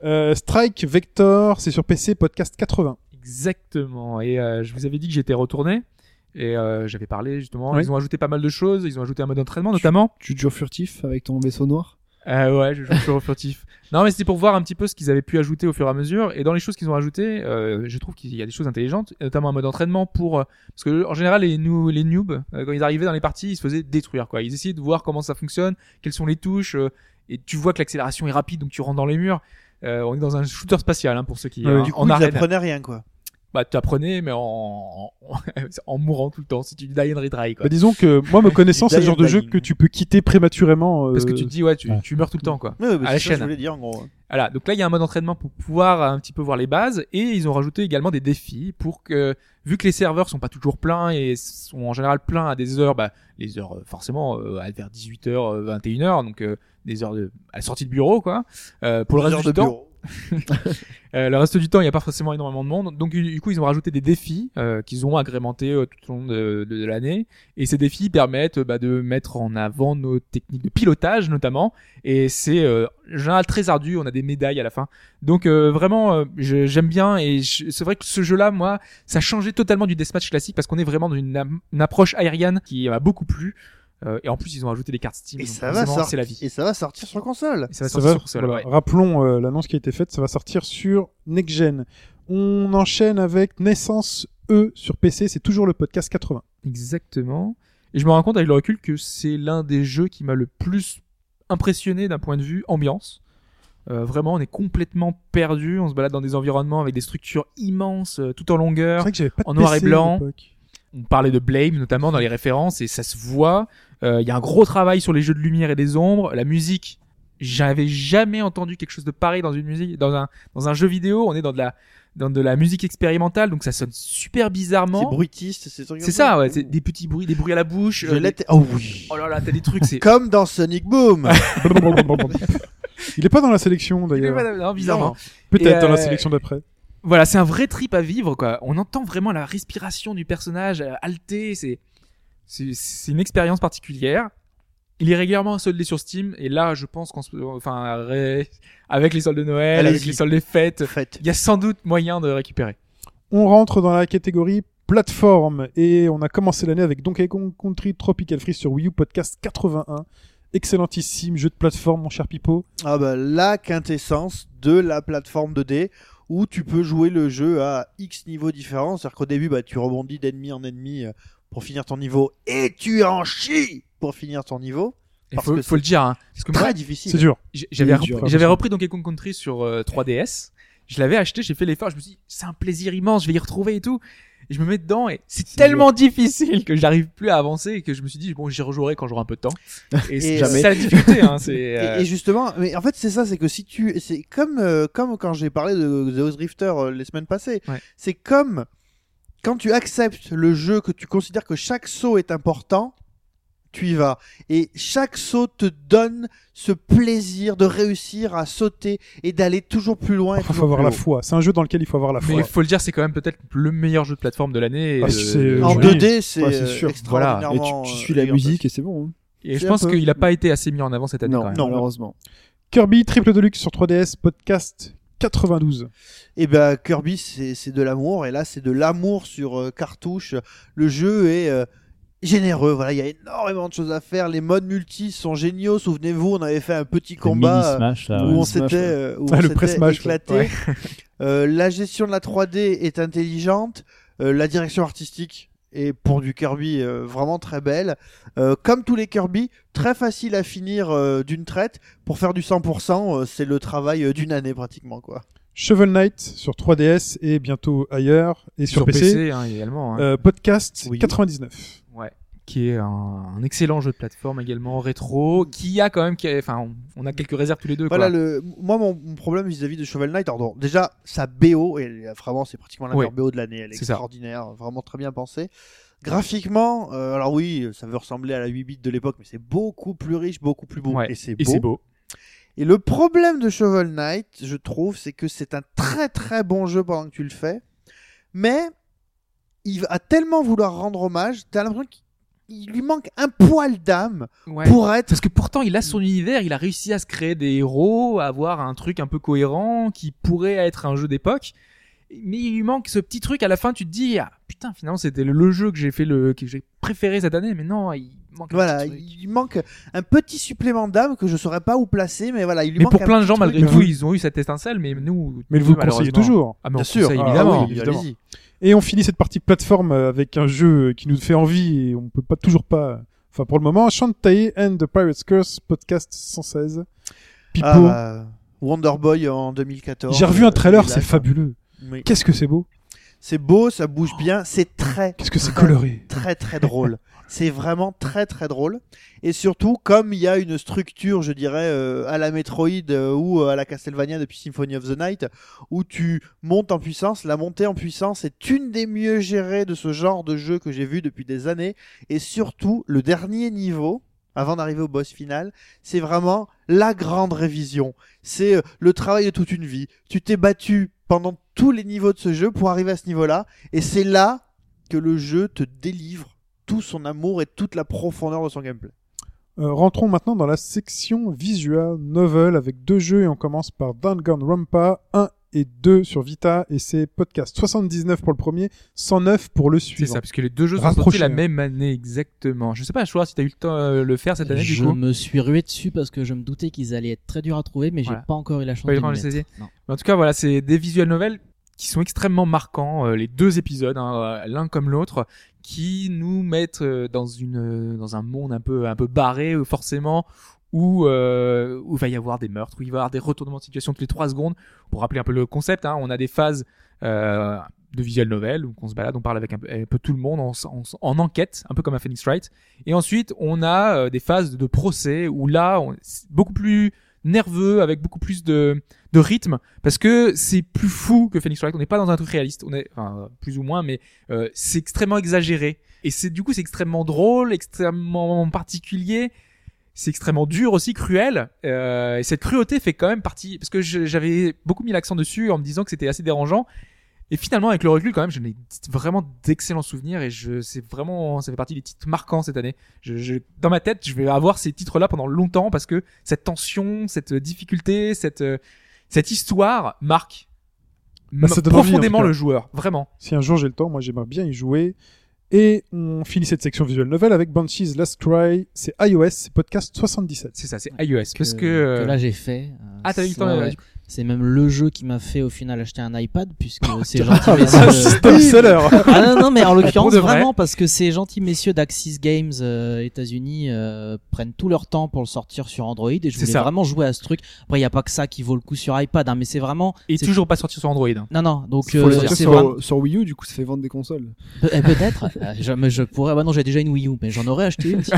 Speaker 1: Euh, Strike Vector, c'est sur PC, podcast 80.
Speaker 4: Exactement. Et euh, je vous avais dit que j'étais retourné. Et euh, j'avais parlé justement.
Speaker 1: Oui.
Speaker 4: Ils ont ajouté pas mal de choses. Ils ont ajouté un mode d'entraînement, notamment.
Speaker 3: Tu te joues furtif avec ton vaisseau noir
Speaker 4: Euh, ouais, je joue toujours au furtif. Non, mais c'était pour voir un petit peu ce qu'ils avaient pu ajouter au fur et à mesure. Et dans les choses qu'ils ont ajoutées, euh, je trouve qu'il y a des choses intelligentes, et notamment un mode d'entraînement pour. euh, parce que en général, les, nou- les noobs, euh, quand ils arrivaient dans les parties, ils se faisaient détruire. Quoi. Ils essayaient de voir comment ça fonctionne, quelles sont les touches. euh, et tu vois que l'accélération est rapide, donc tu rentres dans les murs. Euh, on est dans un shooter spatial hein, pour ceux qui.
Speaker 1: Ouais,
Speaker 4: hein,
Speaker 2: Du coup,
Speaker 4: en
Speaker 2: ils
Speaker 4: arène.
Speaker 2: apprenaient rien, quoi.
Speaker 4: Bah, tu apprenais, mais en, en, en mourant tout le temps. C'est du die and retry. Quoi.
Speaker 1: Bah, disons que moi, me connaissant, c'est le genre de jeu que tu peux quitter prématurément. euh,
Speaker 4: Parce que tu te dis, ouais, tu,
Speaker 6: Ouais.
Speaker 4: tu meurs tout le temps, quoi.
Speaker 2: Ouais, ouais, bah,
Speaker 4: À la
Speaker 2: c'est ça que
Speaker 4: chaîne.
Speaker 2: je voulais dire, en gros.
Speaker 4: Voilà, donc là il y a un mode entraînement pour pouvoir euh, un petit peu voir les bases et ils ont rajouté également des défis pour que vu que les serveurs sont pas toujours pleins et sont en général pleins à des heures bah les heures euh, forcément euh, à vers 18h 21h donc euh, des heures de, à la sortie de bureau quoi. Euh, pour le
Speaker 2: Deux
Speaker 4: reste
Speaker 2: heures
Speaker 4: du
Speaker 2: de
Speaker 4: temps,
Speaker 2: bureau.
Speaker 4: euh, le reste du temps, il n'y a pas forcément énormément de monde. Donc, du du coup, ils ont rajouté des défis euh, qu'ils ont agrémentés euh, tout au long de, de- de l'année. Et ces défis permettent euh, bah, de mettre en avant nos techniques de pilotage, notamment. Et c'est euh, en général très ardu. On a des médailles à la fin. Donc, euh, vraiment, euh, je- j'aime bien. Et je- c'est vrai que ce jeu-là, moi, ça changeait totalement du deathmatch classique parce qu'on est vraiment dans une, am- une approche aérienne qui m'a beaucoup plu. Euh, et en plus, ils ont rajouté des cartes Steam.
Speaker 2: Et
Speaker 4: donc
Speaker 2: ça, va
Speaker 4: forcément,
Speaker 2: sortir,
Speaker 4: c'est la vie.
Speaker 2: et ça va sortir sur console.
Speaker 4: Et ça va
Speaker 1: ça
Speaker 4: sortir
Speaker 1: va,
Speaker 4: sur console,
Speaker 1: voilà.
Speaker 4: ouais.
Speaker 1: Rappelons euh, l'annonce qui a été faite, ça va sortir sur Next Gen. On enchaîne avec Naissance E sur PC, c'est toujours le podcast 80.
Speaker 4: Exactement. Et je me rends compte avec le recul que c'est l'un des jeux qui m'a le plus impressionné d'un point de vue ambiance. Euh, vraiment, on est complètement perdu. On se balade dans des environnements avec des structures immenses, euh, tout en
Speaker 1: C'est
Speaker 4: longueur.
Speaker 1: vrai que j'avais pas de
Speaker 4: en noir et
Speaker 1: PC à
Speaker 4: blanc.
Speaker 1: l'époque.
Speaker 4: On parlait de Blame notamment dans les références et ça se voit. Euh, Il y a un gros travail sur les jeux de lumière et des ombres. La musique, j'avais jamais entendu quelque chose de pareil dans une musique, dans un dans un jeu vidéo. On est dans de la dans de la musique expérimentale, donc ça sonne super
Speaker 2: C'est
Speaker 4: bizarrement.
Speaker 2: bruitiste, c'est trucs
Speaker 4: C'est
Speaker 2: comme
Speaker 4: ça, ouais, c'est des petits bruits, des bruits à la bouche.
Speaker 2: Je
Speaker 4: euh,
Speaker 2: l'étais. Oh oui.
Speaker 4: Oh là là, t'as des trucs, c'est.
Speaker 2: Comme dans Sonic Boom.
Speaker 1: Il est pas dans la sélection
Speaker 4: Il est
Speaker 1: d'ailleurs.
Speaker 4: pas- non, bizarrement.
Speaker 2: Non.
Speaker 1: Peut-être
Speaker 4: Et,
Speaker 1: dans la
Speaker 4: euh,
Speaker 1: sélection d'après.
Speaker 4: Voilà, c'est un vrai trip à vivre, quoi. On entend vraiment la respiration du personnage euh, halté. C'est, c'est, c'est une expérience particulière. Il est régulièrement soldé sur Steam, et là, je pense qu'on se, enfin, ré- avec les soldes de Noël, avec
Speaker 2: Allez-y.
Speaker 4: les soldes des fêtes,
Speaker 2: En fait.
Speaker 4: il y a sans doute moyen de récupérer.
Speaker 1: On rentre dans la catégorie plateforme et on a commencé l'année avec Donkey Kong Country Tropical Freeze sur Wii U podcast 81. Excellentissime jeu de plateforme, mon cher Pipo.
Speaker 2: Ah bah, la quintessence de la plateforme 2D où tu peux jouer le jeu à X niveaux différents. C'est-à-dire qu'au début, bah, tu rebondis d'ennemi en ennemi euh, pour finir ton niveau et tu en chies pour finir ton niveau.
Speaker 4: Il
Speaker 2: Parce
Speaker 4: faut,
Speaker 2: que
Speaker 4: faut le dire, hein. Parce que moi,
Speaker 2: Très
Speaker 1: C'est
Speaker 2: difficile.
Speaker 1: dur.
Speaker 4: J- J'avais
Speaker 3: dur,
Speaker 2: hein,
Speaker 4: rep-
Speaker 3: pas
Speaker 4: j'avais
Speaker 3: possible.
Speaker 4: repris Donkey Kong Country sur euh, 3DS. Je l'avais acheté, j'ai fait l'effort, je me suis dit, c'est un plaisir immense, je vais y retrouver et tout. Et je me mets dedans et c'est
Speaker 3: C'est
Speaker 4: tellement difficile que j'arrive plus à avancer et que je me suis dit, bon, j'y rejouerai quand j'aurai un peu de temps. Et c'est
Speaker 2: jamais.
Speaker 4: c'est ça la difficulté, hein, c'est,
Speaker 2: Et-
Speaker 4: euh,
Speaker 2: Et, justement, mais en fait, c'est ça, c'est que si tu, c'est comme, euh, comme quand j'ai parlé de The House Drifter euh, les semaines passées,
Speaker 4: Ouais.
Speaker 2: c'est comme quand tu acceptes le jeu, que tu considères que chaque saut est important, tu y vas. Et chaque saut te donne ce plaisir de réussir à sauter et d'aller toujours plus loin. et
Speaker 1: Il faut
Speaker 2: toujours
Speaker 1: avoir
Speaker 2: plus
Speaker 1: la
Speaker 2: haut.
Speaker 1: foi. C'est un jeu dans lequel il faut avoir la
Speaker 4: Mais
Speaker 1: foi.
Speaker 4: il faut le dire, c'est quand même peut-être le meilleur jeu de plateforme de l'année.
Speaker 1: Ah,
Speaker 4: Euh,
Speaker 1: c'est-
Speaker 2: En
Speaker 1: Oui.
Speaker 2: 2D, c'est
Speaker 3: Ouais, c'est
Speaker 2: euh,
Speaker 3: sûr.
Speaker 4: Voilà.
Speaker 3: Et tu,
Speaker 2: extraordinairement.
Speaker 3: tu
Speaker 2: euh,
Speaker 3: suis la
Speaker 2: élégant.
Speaker 3: musique et c'est bon. hein.
Speaker 4: Et je
Speaker 2: c'est
Speaker 4: pense
Speaker 2: un peu-
Speaker 4: qu'il n'a pas été assez mis en avant cette année
Speaker 3: Non,
Speaker 4: quand même.
Speaker 2: Non.
Speaker 3: malheureusement.
Speaker 1: Kirby Triple Deluxe sur 3DS, podcast 92.
Speaker 2: Et ben Kirby, c'est c'est de l'amour. Et là, c'est de l'amour sur euh, cartouche. Le jeu est euh, généreux. Voilà, il y a énormément de choses à faire. Les modes multi sont géniaux. Souvenez-vous, on avait fait un petit
Speaker 6: Mini
Speaker 2: combat. euh,
Speaker 6: Smash, là,
Speaker 2: où
Speaker 6: ouais.
Speaker 2: on
Speaker 3: Smash,
Speaker 2: s'était
Speaker 3: ouais.
Speaker 2: euh, où
Speaker 1: Ah,
Speaker 2: on
Speaker 1: le
Speaker 2: s'était
Speaker 1: press-match,
Speaker 2: éclaté.
Speaker 1: ouais.
Speaker 2: Euh, la gestion de la 3D est intelligente, euh, la direction artistique est pour du Kirby euh, vraiment très belle. Euh, comme tous les Kirby, très facile à finir euh, d'une traite. Pour faire du 100%, euh, c'est le travail euh, d'une année pratiquement quoi.
Speaker 1: Shovel Knight sur 3DS et bientôt ailleurs et sur, PC.
Speaker 4: hein, également. hein.
Speaker 1: Euh, podcast
Speaker 2: Oui.
Speaker 1: 99.
Speaker 4: Ouais. Qui est un, un excellent jeu de plateforme également rétro, qui a quand même, qui a- enfin, on, on a quelques réserves tous les deux.
Speaker 2: Voilà
Speaker 4: quoi.
Speaker 2: le moi mon, mon problème vis-à-vis de Shovel Knight. Alors, bon, déjà sa BO et vraiment c'est pratiquement la
Speaker 4: Oui.
Speaker 2: meilleure BO de l'année, elle est
Speaker 4: C'est ça.
Speaker 2: extraordinaire, vraiment très bien pensée. Graphiquement, euh, alors oui, ça veut ressembler à la 8 bits de l'époque, mais c'est beaucoup plus riche, beaucoup plus beau
Speaker 4: Ouais.
Speaker 2: et c'est
Speaker 4: Et
Speaker 2: beau.
Speaker 4: c'est beau.
Speaker 2: Et le problème de Shovel Knight, je trouve, c'est que c'est un très très bon jeu pendant que tu le fais, mais il va tellement vouloir rendre hommage, t'as l'impression qu'il lui manque un poil d'âme
Speaker 4: Ouais.
Speaker 2: pour être
Speaker 4: Parce que pourtant, il a son univers, il a réussi à se créer des héros, à avoir un truc un peu cohérent qui pourrait être un jeu d'époque. Mais il lui manque ce petit truc à la fin, tu te dis, ah, putain, finalement, c'était le jeu que j'ai fait le, que j'ai préféré cette année, mais non, il manque un
Speaker 2: Voilà,
Speaker 4: petit truc.
Speaker 2: il manque un petit supplément d'âme que je saurais pas où placer, mais voilà, il lui
Speaker 4: Mais
Speaker 2: manque
Speaker 4: pour
Speaker 2: un
Speaker 4: plein de
Speaker 2: petit
Speaker 4: gens,
Speaker 2: truc.
Speaker 4: malgré tout, ils ont eu cette étincelle, mais nous.
Speaker 1: Mais
Speaker 4: nous,
Speaker 1: vous le conseillez
Speaker 4: malheureusement-
Speaker 1: toujours.
Speaker 4: Ah, mais on
Speaker 2: Bien sûr,
Speaker 4: conseille,
Speaker 1: ah
Speaker 4: évidemment.
Speaker 1: oui,
Speaker 4: évidemment.
Speaker 2: allez-y.
Speaker 1: Et on finit cette partie plateforme avec un jeu qui nous fait envie et on peut pas toujours pas. Enfin, pour le moment, Shantae and the Pirate's Curse, podcast 116. Pipo.
Speaker 2: Ah, bah, Wonder Boy en 2014.
Speaker 1: J'ai revu
Speaker 2: euh,
Speaker 1: un trailer,
Speaker 2: Village.
Speaker 1: c'est fabuleux.
Speaker 2: Oui.
Speaker 1: Qu'est-ce que c'est beau
Speaker 2: C'est beau, ça bouge bien, c'est très
Speaker 1: Qu'est-ce que c'est
Speaker 2: très,
Speaker 1: coloré
Speaker 2: Très très drôle. c'est vraiment très très drôle. Et surtout, comme il y a une structure, je dirais, euh, à la Metroid euh, ou à la Castlevania depuis Symphony of the Night, où tu montes en puissance, la montée en puissance est une des mieux gérées de ce genre de jeu que j'ai vu depuis des années. Et surtout, le dernier niveau, avant d'arriver au boss final, c'est vraiment la grande révision. C'est euh, le travail de toute une vie. Tu t'es battu pendant tous les niveaux de ce jeu pour arriver à ce niveau-là. Et c'est là que le jeu te délivre tout son amour et toute la profondeur de son gameplay.
Speaker 1: Euh, rentrons maintenant dans la section visual novel avec deux jeux et on commence par Danganronpa 1 et 2 sur Vita et c'est podcast 79 pour le premier, 109 pour le
Speaker 4: C'est
Speaker 1: suivant.
Speaker 4: ça, parce que les deux jeux sont
Speaker 1: Rapproché,
Speaker 4: sortis la
Speaker 1: hein.
Speaker 4: même année exactement. Je sais pas, Chouard, si t'as eu le temps euh, le faire cette année
Speaker 5: je
Speaker 4: du coup.
Speaker 5: me suis rué dessus parce que je me doutais qu'ils allaient être très durs à trouver, mais
Speaker 4: Voilà.
Speaker 5: j'ai pas encore eu la chance
Speaker 4: Pas eu
Speaker 5: de
Speaker 4: le temps
Speaker 5: m'y
Speaker 4: de les
Speaker 5: mettre. Non.
Speaker 4: Mais en tout cas, voilà, c'est des visual novels qui sont extrêmement marquants, euh, les deux épisodes, hein, euh, l'un comme l'autre, qui nous mettent euh, dans une euh, dans un monde un peu un peu barré euh, forcément où euh, où il va y avoir des meurtres, où il va y avoir des retournements de situation toutes les trois secondes. Pour rappeler un peu le concept, hein, on a des phases euh, de visual novel où on se balade, on parle avec un peu, un peu tout le monde, on, s- on s- en enquête, un peu comme un Phoenix Wright. Et ensuite, on a euh, des phases de procès où là, on, c'est beaucoup plus nerveux, avec beaucoup plus de, de rythme, parce que c'est plus fou que Phoenix Wright. On n'est pas dans un truc réaliste, on est, enfin, plus ou moins, mais euh, c'est extrêmement exagéré. Et c'est du coup, c'est extrêmement drôle, extrêmement particulier. C'est extrêmement dur aussi, cruel. Euh, et cette cruauté fait quand même partie, parce que je- j'avais beaucoup mis l'accent dessus en me disant que c'était assez dérangeant. Et finalement, avec le recul, quand même, j'en ai vraiment d'excellents souvenirs et je, c'est vraiment, ça fait partie des titres marquants cette année. Je, je- dans ma tête, je vais avoir ces titres-là pendant longtemps parce que cette tension, cette difficulté, cette, euh, cette histoire marque
Speaker 1: Bah, ça
Speaker 4: ma-
Speaker 1: donne envie, en tout
Speaker 4: profondément
Speaker 1: cas.
Speaker 4: le joueur. Vraiment.
Speaker 1: Si un jour j'ai le temps, moi j'aimerais bien y jouer. Et on finit cette section visual novel avec Banshee's Last Cry, c'est iOS, c'est podcast 77.
Speaker 4: C'est ça, c'est iOS. Parce que,
Speaker 5: que
Speaker 4: euh,
Speaker 5: là j'ai fait. euh,
Speaker 4: ah, t'as eu le temps.
Speaker 5: ouais,
Speaker 4: euh,
Speaker 5: ouais.
Speaker 4: du coup.
Speaker 5: C'est même le jeu qui m'a fait au final acheter un iPad puisque ces gentils
Speaker 1: Ah,
Speaker 5: messieurs.
Speaker 1: c'est un seller
Speaker 5: Ah non, non mais en l'occurrence
Speaker 4: Pour de vrai.
Speaker 5: vraiment parce que ces gentils messieurs d'Axis Games euh, États-Unis euh, prennent tout leur temps pour le sortir sur Android et je
Speaker 4: C'est
Speaker 5: voulais
Speaker 4: ça.
Speaker 5: vraiment jouer à ce truc. Après il y a pas que ça qui vaut le coup sur iPad hein, mais c'est vraiment
Speaker 4: Et
Speaker 5: c'est-
Speaker 4: toujours pas sorti sur Android. hein.
Speaker 5: Non non, donc
Speaker 3: Faut
Speaker 5: euh,
Speaker 3: les sortir
Speaker 5: c'est
Speaker 3: sur,
Speaker 5: vraiment-
Speaker 3: sur Wii U, du coup, ça fait vendre des consoles.
Speaker 5: Pe- eh, peut-être. Euh, je, mais je pourrais. Bah non, j'ai déjà une Wii U, mais j'en aurais acheté une. si-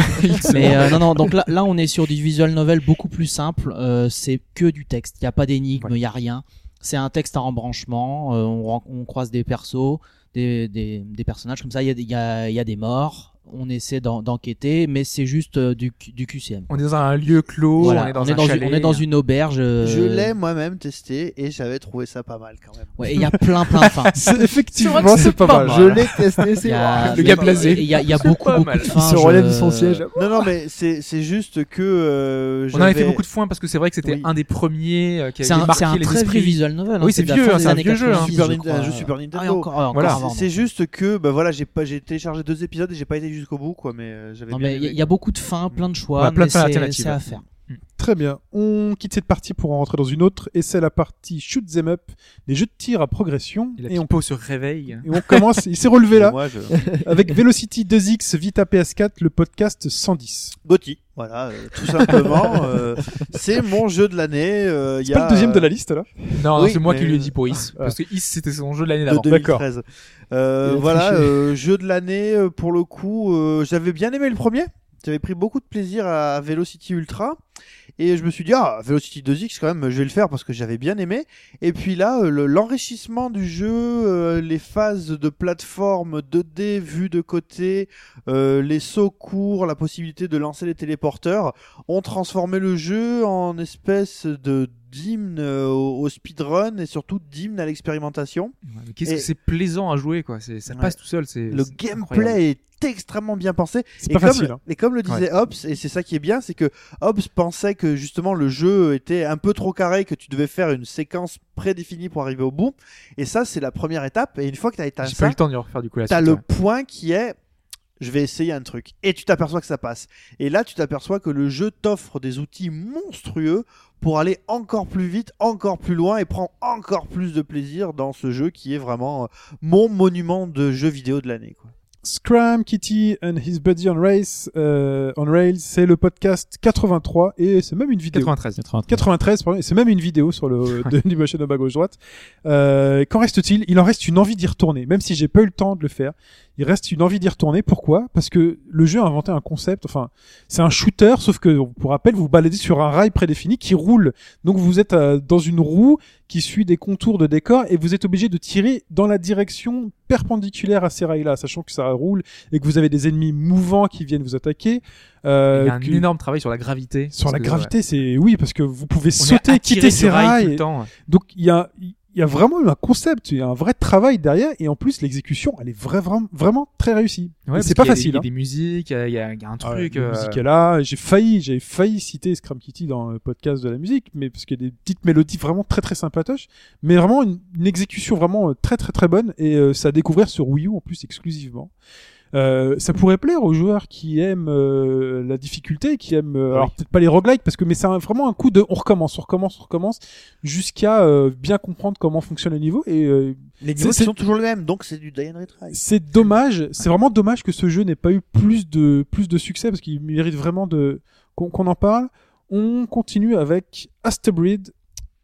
Speaker 5: mais euh, non, non. Donc là, là, on est sur du visual novel beaucoup plus simple. Euh, c'est que du texte. Il y a pas d'énigme, il
Speaker 4: Ouais.
Speaker 5: y a rien. C'est un texte à embranchement. Euh, on, ren- on croise des persos, des, des, des personnages comme ça. Il y a, des- il y, a, il y a des morts. on essaie d'en- d'enquêter, mais c'est juste euh, du, Q- du QCM.
Speaker 4: On est dans un lieu clos,
Speaker 5: Voilà,
Speaker 4: on est dans un
Speaker 5: une,
Speaker 4: chalet. hein.
Speaker 5: on est dans une auberge. euh,
Speaker 2: Je l'ai moi-même testé et j'avais trouvé ça pas mal quand même.
Speaker 5: Ouais, et il y a plein, plein de fins.
Speaker 1: C'est- Effectivement, c'est pas, mal.
Speaker 3: Je l'ai testé,
Speaker 5: Il
Speaker 3: c'est
Speaker 5: y a-
Speaker 4: Le gars blasé.
Speaker 5: Il y a, il y a
Speaker 4: C'est
Speaker 5: beaucoup,
Speaker 4: pas
Speaker 5: beaucoup
Speaker 4: mal.
Speaker 5: de
Speaker 4: Il
Speaker 5: fins.
Speaker 3: se
Speaker 5: je-
Speaker 3: relève de son siège.
Speaker 2: Non, non, mais c'est c'est juste que. euh,
Speaker 4: On avait fait
Speaker 2: j'avais-
Speaker 4: beaucoup de foin parce que c'est vrai que c'était
Speaker 2: Oui.
Speaker 4: un des premiers euh, qui
Speaker 5: C'est
Speaker 4: avait
Speaker 5: un, c'est
Speaker 4: marqué
Speaker 5: un
Speaker 4: les
Speaker 5: très
Speaker 4: esprits.
Speaker 5: vieux visual novel. hein,
Speaker 4: Oui, c'est
Speaker 5: de la
Speaker 4: vieux,
Speaker 5: fin
Speaker 4: hein,
Speaker 5: des
Speaker 4: c'est un
Speaker 5: années
Speaker 4: vieux jeu, hein.
Speaker 5: 90,
Speaker 2: Super
Speaker 5: je
Speaker 2: Nin-
Speaker 5: crois.
Speaker 2: un jeu Super Nintendo.
Speaker 5: Ah, et encore, ouais, encore
Speaker 4: Voilà.
Speaker 5: avant,
Speaker 2: C'est juste que bah voilà, j'ai pas j'ai téléchargé deux épisodes et j'ai pas été jusqu'au bout quoi, mais euh, j'avais
Speaker 5: Non,
Speaker 2: bien
Speaker 5: mais il y,
Speaker 2: aimé.
Speaker 5: a- il y a beaucoup de fins, plein de choix,
Speaker 4: Ouais, plein de
Speaker 5: mais
Speaker 4: fins
Speaker 5: c'est-
Speaker 4: alternatives.
Speaker 5: c'est à faire.
Speaker 1: Très bien. On quitte cette partie pour en rentrer dans une autre, et c'est la partie shoot them up, des jeux de tir à progression.
Speaker 4: Et la
Speaker 1: Et on,
Speaker 4: Pipo se réveille.
Speaker 1: et on commence. Il s'est relevé
Speaker 2: Et
Speaker 1: là
Speaker 2: Moi, hein. je...
Speaker 1: avec Velocity 2X Vita PS4, le podcast 110.
Speaker 2: Gotti, voilà, euh, tout simplement. euh, c'est mon jeu de l'année. euh, il
Speaker 1: C'est
Speaker 2: y
Speaker 1: pas
Speaker 2: a,
Speaker 1: le deuxième de
Speaker 2: euh,
Speaker 1: la liste là
Speaker 4: Non, non,
Speaker 2: Oui,
Speaker 4: c'est moi qui
Speaker 2: mais-
Speaker 4: lui ai dit pour Is. Parce que Is, c'était son jeu de l'année
Speaker 2: de
Speaker 4: d'avant.
Speaker 1: D'accord.
Speaker 2: 2013. Euh,
Speaker 3: Il a
Speaker 2: voilà,
Speaker 3: triché.
Speaker 2: euh, jeu de l'année euh, pour le coup. euh, J'avais bien aimé le premier. J'avais pris beaucoup de plaisir à Velocity Ultra. Et je me suis dit, ah, Velocity 2X, quand même, je vais le faire parce que j'avais bien aimé. Et puis là, euh, le- l'enrichissement du jeu, euh, les phases de plateforme 2D vues de côté, euh, les sauts courts, la possibilité de lancer les téléporteurs, ont transformé le jeu en espèce de d'hymne euh, au au speedrun et surtout d'hymne à l'expérimentation.
Speaker 4: Ouais, mais Qu'est-ce
Speaker 2: Et-
Speaker 4: que c'est plaisant à jouer, quoi. c'est- Ça
Speaker 2: Ouais.
Speaker 4: passe tout seul. c'est-
Speaker 2: Le
Speaker 4: c'est incroyable.
Speaker 2: gameplay est extrêmement bien pensé.
Speaker 1: C'est
Speaker 2: Et
Speaker 1: pas
Speaker 2: comme,
Speaker 1: facile. hein.
Speaker 2: et comme le disait Hobbs, et c'est ça qui est bien, c'est que Hobbs pensait que justement le jeu était un peu trop carré, que tu devais faire une séquence prédéfinie pour arriver au bout. Et ça, c'est la première étape. Et une fois que tu as éteint
Speaker 4: J'ai pas eu
Speaker 2: ça,
Speaker 4: le temps d'y refaire du coup la
Speaker 2: t'as
Speaker 4: suite, hein.
Speaker 2: le
Speaker 4: ouais.
Speaker 2: point qui est je vais essayer un truc et tu t'aperçois que ça passe et là tu t'aperçois que le jeu t'offre des outils monstrueux pour aller encore plus vite encore plus loin et prendre encore plus de plaisir dans ce jeu qui est vraiment euh, mon monument de jeu vidéo de l'année quoi.
Speaker 1: Scram Kitty and his buddy on race euh, on rails, c'est le podcast 83 et c'est même une vidéo.
Speaker 4: 93.
Speaker 6: 93.
Speaker 1: 93, pardon, et c'est même une vidéo sur le de Dailymotion de bas gauche droite. Euh, Qu'en reste-t-il Il en reste une envie d'y retourner, même si j'ai pas eu le temps de le faire. Il reste une envie d'y retourner. Pourquoi Parce que le jeu a inventé un concept. Enfin, c'est un shooter, sauf que pour rappel, vous vous baladez sur un rail prédéfini qui roule. Donc vous êtes euh, dans une roue qui suit des contours de décor et vous êtes obligé de tirer dans la direction perpendiculaire à ces rails-là, sachant que ça roule et que vous avez des ennemis mouvants qui viennent vous attaquer. Euh,
Speaker 4: Il y a un
Speaker 1: que-
Speaker 4: énorme travail sur la gravité.
Speaker 1: sur
Speaker 4: parce
Speaker 1: la
Speaker 4: que,
Speaker 1: gravité, c'est oui parce que vous pouvez
Speaker 4: ouais, on est
Speaker 1: sauter,
Speaker 4: attiré
Speaker 1: quitter
Speaker 4: du
Speaker 1: ces
Speaker 4: rail
Speaker 1: rails.
Speaker 4: tout le temps.
Speaker 1: Donc il y a il y a vraiment eu un concept, il y a un vrai travail derrière et en plus l'exécution, elle est vra- vraiment vraiment très réussie. Et
Speaker 4: Ouais, parce
Speaker 1: c'est pas
Speaker 4: qu'il y a des-
Speaker 1: facile.
Speaker 4: Il y a
Speaker 1: hein.
Speaker 4: des musiques, il y a- il y a il y a un
Speaker 1: Ah ouais,
Speaker 4: truc.
Speaker 1: la
Speaker 4: euh,
Speaker 1: musique est là, j'ai failli, j'avais failli citer Scrum Kitty dans le podcast de la musique, mais parce qu'il y a des petites mélodies vraiment très très sympatoches, mais vraiment une, une exécution vraiment euh, très très très bonne et euh, ça à découvrir sur Wii U en plus exclusivement. Euh, ça pourrait plaire aux joueurs qui aiment euh, la difficulté, qui aiment euh,
Speaker 4: Oui.
Speaker 1: alors peut-être pas les roguelikes parce que mais c'est un- vraiment un coup de on recommence, on recommence, on recommence jusqu'à euh, bien comprendre comment fonctionne le niveau et euh,
Speaker 2: Les
Speaker 1: C'est-
Speaker 2: niveaux
Speaker 1: c'est-
Speaker 2: qui sont toujours les mêmes, donc c'est du die and retry.
Speaker 1: c'est dommage, c'est vraiment dommage que ce jeu n'ait pas eu plus de, plus de succès parce qu'il mérite vraiment de, qu'on, qu'on en parle. On continue avec Astebreed.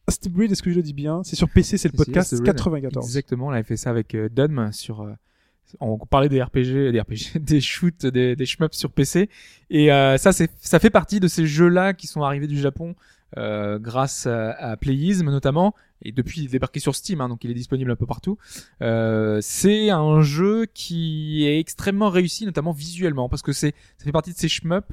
Speaker 1: Astebreed, est-ce que je le dis bien C'est sur PC, c'est le
Speaker 4: Si, si,
Speaker 1: podcast
Speaker 4: Astebreed.
Speaker 1: 94.
Speaker 4: Exactement, on avait fait ça avec euh, Dunm sur. euh, on parlait des RPG, des RPG, des shoots, des, des shmups sur PC. Et euh, ça, c'est, ça fait partie de ces jeux-là qui sont arrivés du Japon euh, grâce à, à Playism notamment. Et depuis, il est débarqué sur Steam, hein, donc il est disponible un peu partout. Euh, c'est un jeu qui est extrêmement réussi, notamment visuellement, parce que c'est, ça fait partie de ces shmups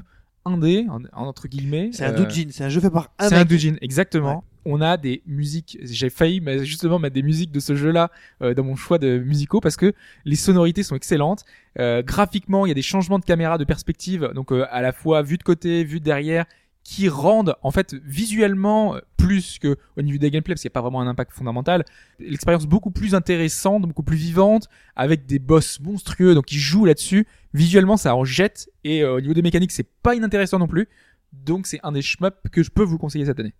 Speaker 4: indés, en- entre guillemets.
Speaker 2: C'est un
Speaker 4: euh,
Speaker 2: doujin, c'est un jeu fait par un
Speaker 4: c'est un
Speaker 2: mec.
Speaker 4: doujin, exactement. On a des musiques. J'ai failli mais justement mettre des musiques de ce jeu-là euh, dans mon choix de musicaux parce que les sonorités sont excellentes. Euh, graphiquement, il y a des changements de caméra, de perspective, donc euh, à la fois vue de côté, vue de derrière, qui rendent en fait visuellement euh, plus que au niveau des gameplay parce qu'il n'y a pas vraiment un impact fondamental. L'expérience beaucoup plus intéressante, beaucoup plus vivante, avec des boss monstrueux, donc ils jouent là-dessus. Visuellement, ça en jette et euh, au niveau des mécaniques, c'est pas inintéressant non plus. Donc c'est un des shmups que je peux vous conseiller cette année.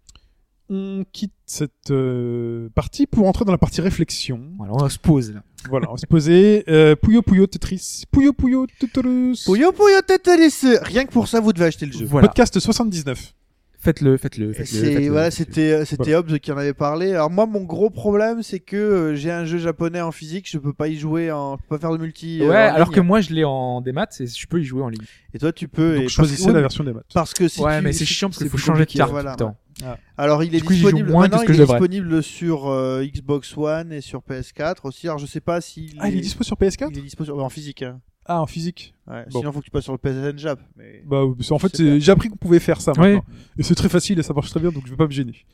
Speaker 1: On quitte cette euh, partie pour entrer dans la partie réflexion.
Speaker 4: Voilà, on se pose là.
Speaker 1: Voilà, on va se poser. Euh, Puyo Puyo Tetris. Puyo Puyo Tetris.
Speaker 2: Puyo Puyo Tetris. Rien que pour ça, vous devez acheter le jeu.
Speaker 4: Voilà.
Speaker 1: Podcast 79.
Speaker 4: Faites-le, faites-le, faites-le.
Speaker 2: C'est
Speaker 4: faites-le.
Speaker 2: voilà, c'était euh, c'était
Speaker 1: Voilà.
Speaker 2: Hobbs qui en avait parlé. Alors moi, mon gros problème, c'est que euh, j'ai un jeu japonais en physique, je peux pas y jouer, en... je peux pas faire de multi. euh,
Speaker 4: Ouais,
Speaker 2: en
Speaker 4: alors que
Speaker 2: ligne.
Speaker 4: moi je l'ai en démat et je peux y jouer en ligne.
Speaker 2: Et toi, tu peux. et
Speaker 1: Donc choisissez
Speaker 2: parce...
Speaker 1: la
Speaker 2: oui,
Speaker 1: version des maths.
Speaker 2: Parce que si
Speaker 4: ouais,
Speaker 2: tu-
Speaker 4: mais c'est
Speaker 2: si-
Speaker 4: chiant parce
Speaker 2: c'est
Speaker 4: qu'il faut
Speaker 2: plus
Speaker 4: changer de
Speaker 2: compliqué,
Speaker 4: carte
Speaker 2: voilà.
Speaker 4: tout le temps.
Speaker 2: Alors il est
Speaker 4: Du coup, j'y joue
Speaker 2: disponible.
Speaker 4: moins que
Speaker 2: Maintenant,
Speaker 4: ce que
Speaker 2: il
Speaker 4: je
Speaker 2: est
Speaker 4: devrais.
Speaker 2: disponible sur euh, Xbox One et sur PS4 aussi. Alors je sais pas si.
Speaker 1: Ah, il est dispo sur PS4
Speaker 2: Il est dispo sur- en physique. hein.
Speaker 1: Ah, en physique.
Speaker 2: Ouais,
Speaker 1: Bon.
Speaker 2: Sinon, faut que tu passes sur le PSN Jap. Mais...
Speaker 1: Bah, c'est- en fait,
Speaker 2: Je sais
Speaker 1: c'est-
Speaker 2: pas.
Speaker 1: j'ai appris qu'on pouvait faire ça
Speaker 4: Ouais.
Speaker 1: maintenant. Et c'est très facile et ça marche très bien, donc je vais pas me gêner.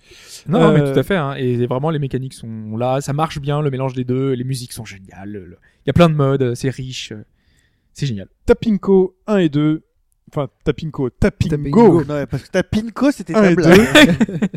Speaker 4: Non, non, mais
Speaker 1: Euh,
Speaker 4: tout à fait. hein. Et vraiment, les mécaniques sont là, ça marche bien, le mélange des deux, les musiques sont géniales. le- Il y a plein de modes, euh, c'est riche, euh, c'est génial.
Speaker 1: Tapinco 1 et 2. Enfin, Tapinco, Tapingo.
Speaker 3: Tapingo.
Speaker 2: Non, ouais, parce que ta Pinco, c'était
Speaker 1: Un
Speaker 2: ta
Speaker 1: et
Speaker 2: blague.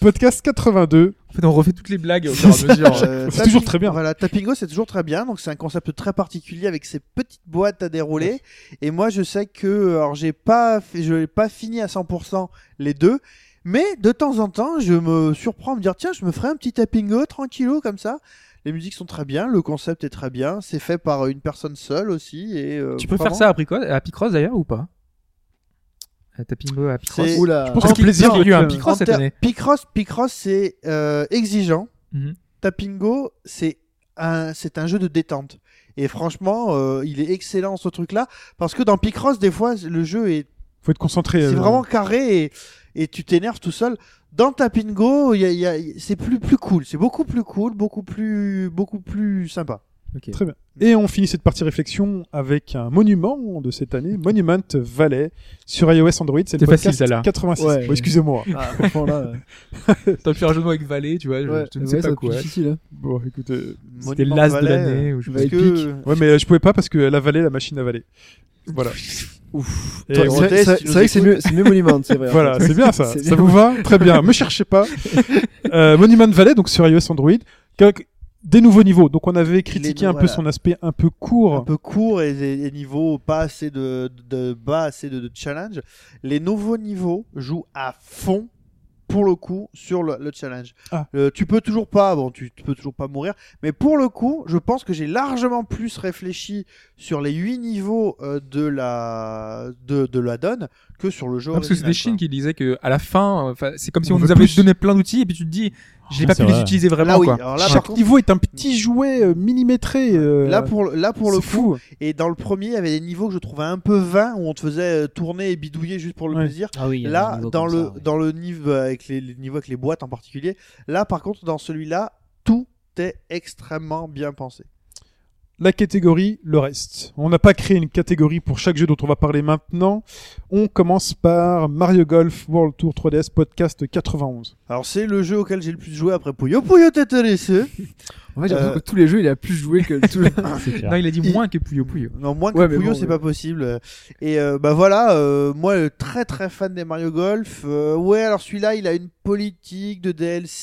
Speaker 1: Podcast 82.
Speaker 4: En fait, on refait toutes les blagues au fur et à mesure.
Speaker 2: Euh,
Speaker 1: C'est toujours
Speaker 2: Tapingo-
Speaker 1: très bien.
Speaker 2: Voilà, Tapingo, c'est toujours très bien. Donc, c'est un concept très particulier avec ces petites boîtes à dérouler. Et moi, je sais que, alors, j'ai pas, fait- je l'ai pas fini à 100% les deux. Mais de temps en temps, je me surprends à me dire, tiens, je me ferai un petit Tapingo tranquillo comme ça. Les musiques sont très bien, le concept est très bien. C'est fait par une personne seule aussi. Et, euh,
Speaker 4: tu peux faire
Speaker 2: vraiment,
Speaker 4: ça à, Pico- à Picross d'ailleurs ou pas À Tapingo, à Picross
Speaker 2: C'est-
Speaker 3: Oula.
Speaker 1: pense
Speaker 4: Parce
Speaker 1: qu'en
Speaker 4: qu'il
Speaker 1: plaisir,
Speaker 4: il y a eu un
Speaker 1: euh,
Speaker 2: En
Speaker 4: Picross cette
Speaker 2: ter-
Speaker 4: année.
Speaker 2: Picross, Picross, c'est euh, exigeant.
Speaker 4: Mhm.
Speaker 2: Tapingo, c'est un, c'est un jeu de détente. Et franchement, euh, il est excellent ce truc-là parce que dans Picross, des fois, le jeu est,
Speaker 1: Faut être concentré.
Speaker 2: c'est
Speaker 1: euh,
Speaker 2: vraiment carré et, et tu t'énerves tout seul. Dans Tapingo, il y a- il y a- c'est plus plus cool, c'est beaucoup plus cool, beaucoup plus beaucoup plus sympa.
Speaker 1: Très bien. Et on finit cette partie réflexion avec un monument de cette année, Monument Valley, sur iOS Android. C'est le
Speaker 4: C'était facile,
Speaker 1: podcast
Speaker 4: celle-là.
Speaker 1: 86.
Speaker 3: Ouais.
Speaker 1: Bon, excusez-moi.
Speaker 3: Ah, franchement, là.
Speaker 4: T'as pu faire un jeu de mots avec Valet, tu vois, je-
Speaker 3: ouais,
Speaker 4: je, ne
Speaker 3: ouais,
Speaker 4: sais
Speaker 3: ça
Speaker 4: pas
Speaker 3: va être
Speaker 4: quoi.
Speaker 3: difficile. hein.
Speaker 1: Bon, écoutez.
Speaker 4: C'était
Speaker 2: Monument
Speaker 4: l'as de
Speaker 2: Valais, euh,
Speaker 4: l'année. ou je-
Speaker 3: va
Speaker 2: Parce
Speaker 3: être
Speaker 2: que
Speaker 1: Ouais, mais euh, je pouvais pas parce que la vallée, la machine à valer. Voilà. Ouf.
Speaker 3: Toi, C'est vrai-
Speaker 2: Dorothée, si
Speaker 3: c'est-
Speaker 2: tu
Speaker 3: c'est
Speaker 2: nous
Speaker 3: vrai que c'est
Speaker 2: écoutes.
Speaker 3: mieux, c'est mieux Monument, c'est vrai.
Speaker 1: Voilà, c'est bien ça.
Speaker 3: C'est
Speaker 1: ça vous va Très bien. Me cherchez pas. Euh, Monument Valley, donc sur iOS Android. Quelques- Des nouveaux niveaux. Donc on avait critiqué un peu
Speaker 2: voilà.
Speaker 1: son aspect un peu court.
Speaker 2: un peu court et des, des niveaux pas assez de, de bas, assez de, de challenge. Les nouveaux niveaux jouent à fond pour le coup sur le, le challenge.
Speaker 1: Ah.
Speaker 2: Euh, tu peux toujours pas, bon, tu, tu peux toujours pas mourir, mais pour le coup, je pense que j'ai largement plus réfléchi sur les huit niveaux euh, de la de, de la donne que sur le jeu.
Speaker 1: Ah,
Speaker 4: Non, parce que c'est
Speaker 2: original,
Speaker 4: des Chines
Speaker 2: quoi.
Speaker 4: qui disaient que à la fin, enfin, c'est comme si
Speaker 1: On
Speaker 4: on,
Speaker 1: veut
Speaker 4: nous avait
Speaker 1: plus.
Speaker 4: donné plein d'outils et puis tu te dis, j'ai
Speaker 6: Ah,
Speaker 4: pas
Speaker 6: c'est
Speaker 4: pu les
Speaker 6: vrai.
Speaker 4: utiliser vraiment
Speaker 2: Là oui,
Speaker 4: quoi.
Speaker 2: alors là,
Speaker 1: Chaque
Speaker 2: par contre-
Speaker 1: niveau est un petit jouet euh, millimétré. euh,
Speaker 2: Mm. là pour le- là pour le
Speaker 1: c'est
Speaker 2: coup,
Speaker 1: fou.
Speaker 2: et dans le premier, il y avait des niveaux que je trouvais un peu vains où on te faisait euh, tourner et bidouiller juste pour le
Speaker 1: Ouais.
Speaker 2: plaisir.
Speaker 5: Ah oui, il y a un
Speaker 2: là
Speaker 5: niveau
Speaker 2: dans
Speaker 5: comme
Speaker 2: le
Speaker 5: ça, ouais.
Speaker 2: dans le niveau euh, avec les, les niveaux avec les boîtes en particulier là par contre dans celui-là tout est extrêmement bien pensé
Speaker 1: La catégorie, le reste. On n'a pas créé une catégorie pour chaque jeu dont on va parler maintenant. On commence par Mario Golf World Tour 3DS Podcast 91.
Speaker 2: alors c'est le jeu auquel j'ai le plus joué après Puyo Puyo Tetris
Speaker 3: En fait, j'ai l'impression
Speaker 2: Euh,
Speaker 3: que tous les jeux, il a plus joué que tout le.
Speaker 6: C'est clair.
Speaker 4: Non, il a dit
Speaker 3: Il-
Speaker 4: moins que Puyo Puyo.
Speaker 2: non moins que
Speaker 3: Ouais, mais
Speaker 2: Puyo
Speaker 3: bon,
Speaker 2: c'est
Speaker 3: ouais.
Speaker 2: pas possible et euh, bah voilà euh, moi euh, très très fan des Mario Golf Euh, ouais alors celui-là il a une politique de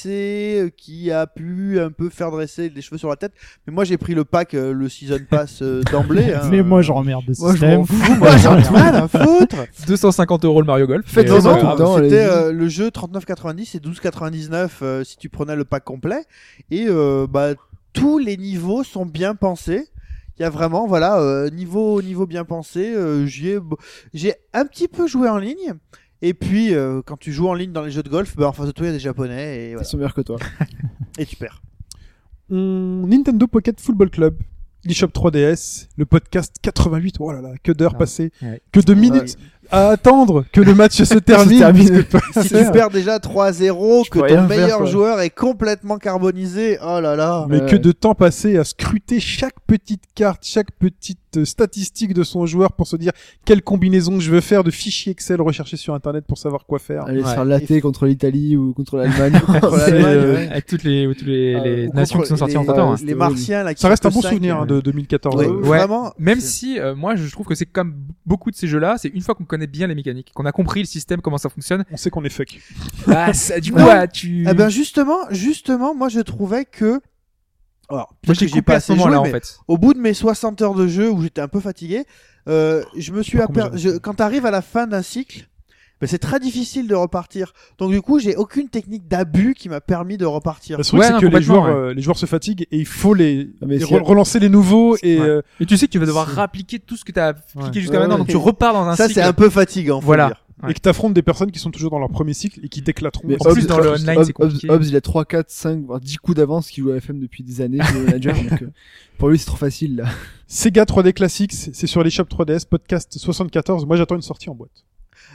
Speaker 2: DLC euh, qui a pu un peu faire dresser les cheveux sur la tête mais moi j'ai pris le pack euh, le season pass euh, d'emblée hein. Euh,
Speaker 6: Mais moi, je remerde le
Speaker 3: Moi, je m'en
Speaker 6: système.
Speaker 3: fous.
Speaker 2: moi j'en ai rien à foutre
Speaker 4: 250 euros le Mario Golf.
Speaker 3: Faites
Speaker 4: mais,
Speaker 3: les
Speaker 4: euh,
Speaker 2: Non,
Speaker 3: Vraiment,
Speaker 2: non,
Speaker 3: tout le temps,
Speaker 2: c'était
Speaker 3: allez-y.
Speaker 2: euh, le jeu 39,90 et 12,99 euh, si tu prenais le pack complet. Et euh, bah, tous les niveaux sont bien pensés. Il y a vraiment, voilà, euh, niveau, niveau bien pensé. euh, j'y ai- J'ai un petit peu joué en ligne. Et puis, euh, quand tu joues en ligne dans les jeux de golf, bah, en face de toi, il y a des Japonais et,
Speaker 3: Ils
Speaker 2: voilà.
Speaker 3: sont meilleurs que toi.
Speaker 2: et tu perds.
Speaker 1: On- Hum, Nintendo Pocket Football Club, l'eShop 3DS, le podcast 88. Oh là là, que d'heures
Speaker 4: Ah.
Speaker 1: passées,
Speaker 4: Ouais.
Speaker 1: que de minutes à attendre que le match se termine.
Speaker 3: termine.
Speaker 2: si tu perds déjà 3-0,
Speaker 3: Je
Speaker 2: que ton
Speaker 3: peux rien faire,
Speaker 2: meilleur
Speaker 3: quoi.
Speaker 2: joueur est complètement carbonisé, oh là là.
Speaker 1: Mais
Speaker 3: Ouais,
Speaker 1: que
Speaker 3: ouais.
Speaker 1: de temps passé à scruter chaque petite carte, chaque petite euh, statistique de son joueur pour se dire quelle combinaison je veux faire de fichiers Excel recherchés sur Internet pour savoir quoi faire.
Speaker 3: Aller se
Speaker 4: Ouais.
Speaker 3: faire latter contre l'Italie ou contre l'Allemagne.
Speaker 2: Contre
Speaker 3: C'est,
Speaker 2: l'Allemagne,
Speaker 3: euh,
Speaker 2: ouais.
Speaker 4: Avec toutes les, toutes les,
Speaker 3: Euh,
Speaker 4: les
Speaker 2: Ou
Speaker 4: nations
Speaker 2: contre
Speaker 4: qui sont sorties
Speaker 2: les-
Speaker 4: entre temps. hein.
Speaker 3: euh,
Speaker 2: Les martiens, là, qui
Speaker 1: Ça reste un
Speaker 2: sortent
Speaker 1: bon
Speaker 2: cinq,
Speaker 1: souvenir hein,
Speaker 2: euh,
Speaker 1: de 2014.
Speaker 2: Ouais,
Speaker 1: euh,
Speaker 4: Ouais.
Speaker 2: Vraiment.
Speaker 4: Même
Speaker 2: c'est-
Speaker 4: si euh, moi je trouve que c'est comme beaucoup de ces jeux-là, c'est une fois qu'on connaît bien les mécaniques, qu'on a compris le système, comment ça fonctionne,
Speaker 1: On sait qu'on est fuck.
Speaker 4: bah ça, du coup
Speaker 2: Non.
Speaker 4: ah, tu.
Speaker 2: Eh ben justement, justement, moi je trouvais que. Alors,
Speaker 4: moi
Speaker 2: peut-être
Speaker 4: j'ai
Speaker 2: que j'ai
Speaker 4: coupé
Speaker 2: pas
Speaker 4: à ce
Speaker 2: assez joué,
Speaker 4: moment-là en
Speaker 2: mais
Speaker 4: fait.
Speaker 2: au bout de mes 60 heures de jeu où j'étais un peu fatigué, euh, je me suis
Speaker 4: pas combien
Speaker 2: aper-
Speaker 4: j'avais
Speaker 2: je- quand t'arrives à la fin d'un cycle, ben c'est très difficile de repartir. Donc du coup, j'ai aucune technique d'abus qui m'a permis de repartir.
Speaker 1: Le truc,
Speaker 4: Ouais,
Speaker 1: c'est
Speaker 4: non,
Speaker 1: que les
Speaker 4: complètement,
Speaker 1: joueurs, euh, les joueurs se fatiguent et il faut les,
Speaker 3: Ah, mais
Speaker 1: les
Speaker 3: si-
Speaker 1: re- relancer les nouveaux et
Speaker 4: Ouais.
Speaker 1: euh,
Speaker 4: Et tu sais que tu vas devoir
Speaker 1: c'est-
Speaker 4: réappliquer tout ce que t'as appliqué jusqu'à
Speaker 3: Ouais,
Speaker 4: maintenant,
Speaker 3: ouais.
Speaker 4: donc tu repars dans un
Speaker 2: Ça,
Speaker 4: cycle.
Speaker 2: c'est un peu fatigant. faut
Speaker 4: Voilà.
Speaker 2: dire.
Speaker 4: Ouais.
Speaker 1: et que t'affrontes des personnes qui sont toujours dans leur premier cycle et qui t'éclateront.
Speaker 3: Mais
Speaker 1: en
Speaker 4: plus,
Speaker 3: Hobbs-
Speaker 4: dans le
Speaker 3: Hobbs-
Speaker 4: online,
Speaker 3: Hobbs-
Speaker 4: c'est
Speaker 3: Hobbs-
Speaker 4: compliqué.
Speaker 3: Hobbs, il a 3, 4, 5, voire 10 coups d'avance qu'il joue à FM depuis des années, le manager. donc, euh, pour lui, c'est trop facile, là.
Speaker 1: Sega 3D Classics, c'est sur les shops 3DS, podcast 74. Moi, j'attends une sortie en boîte.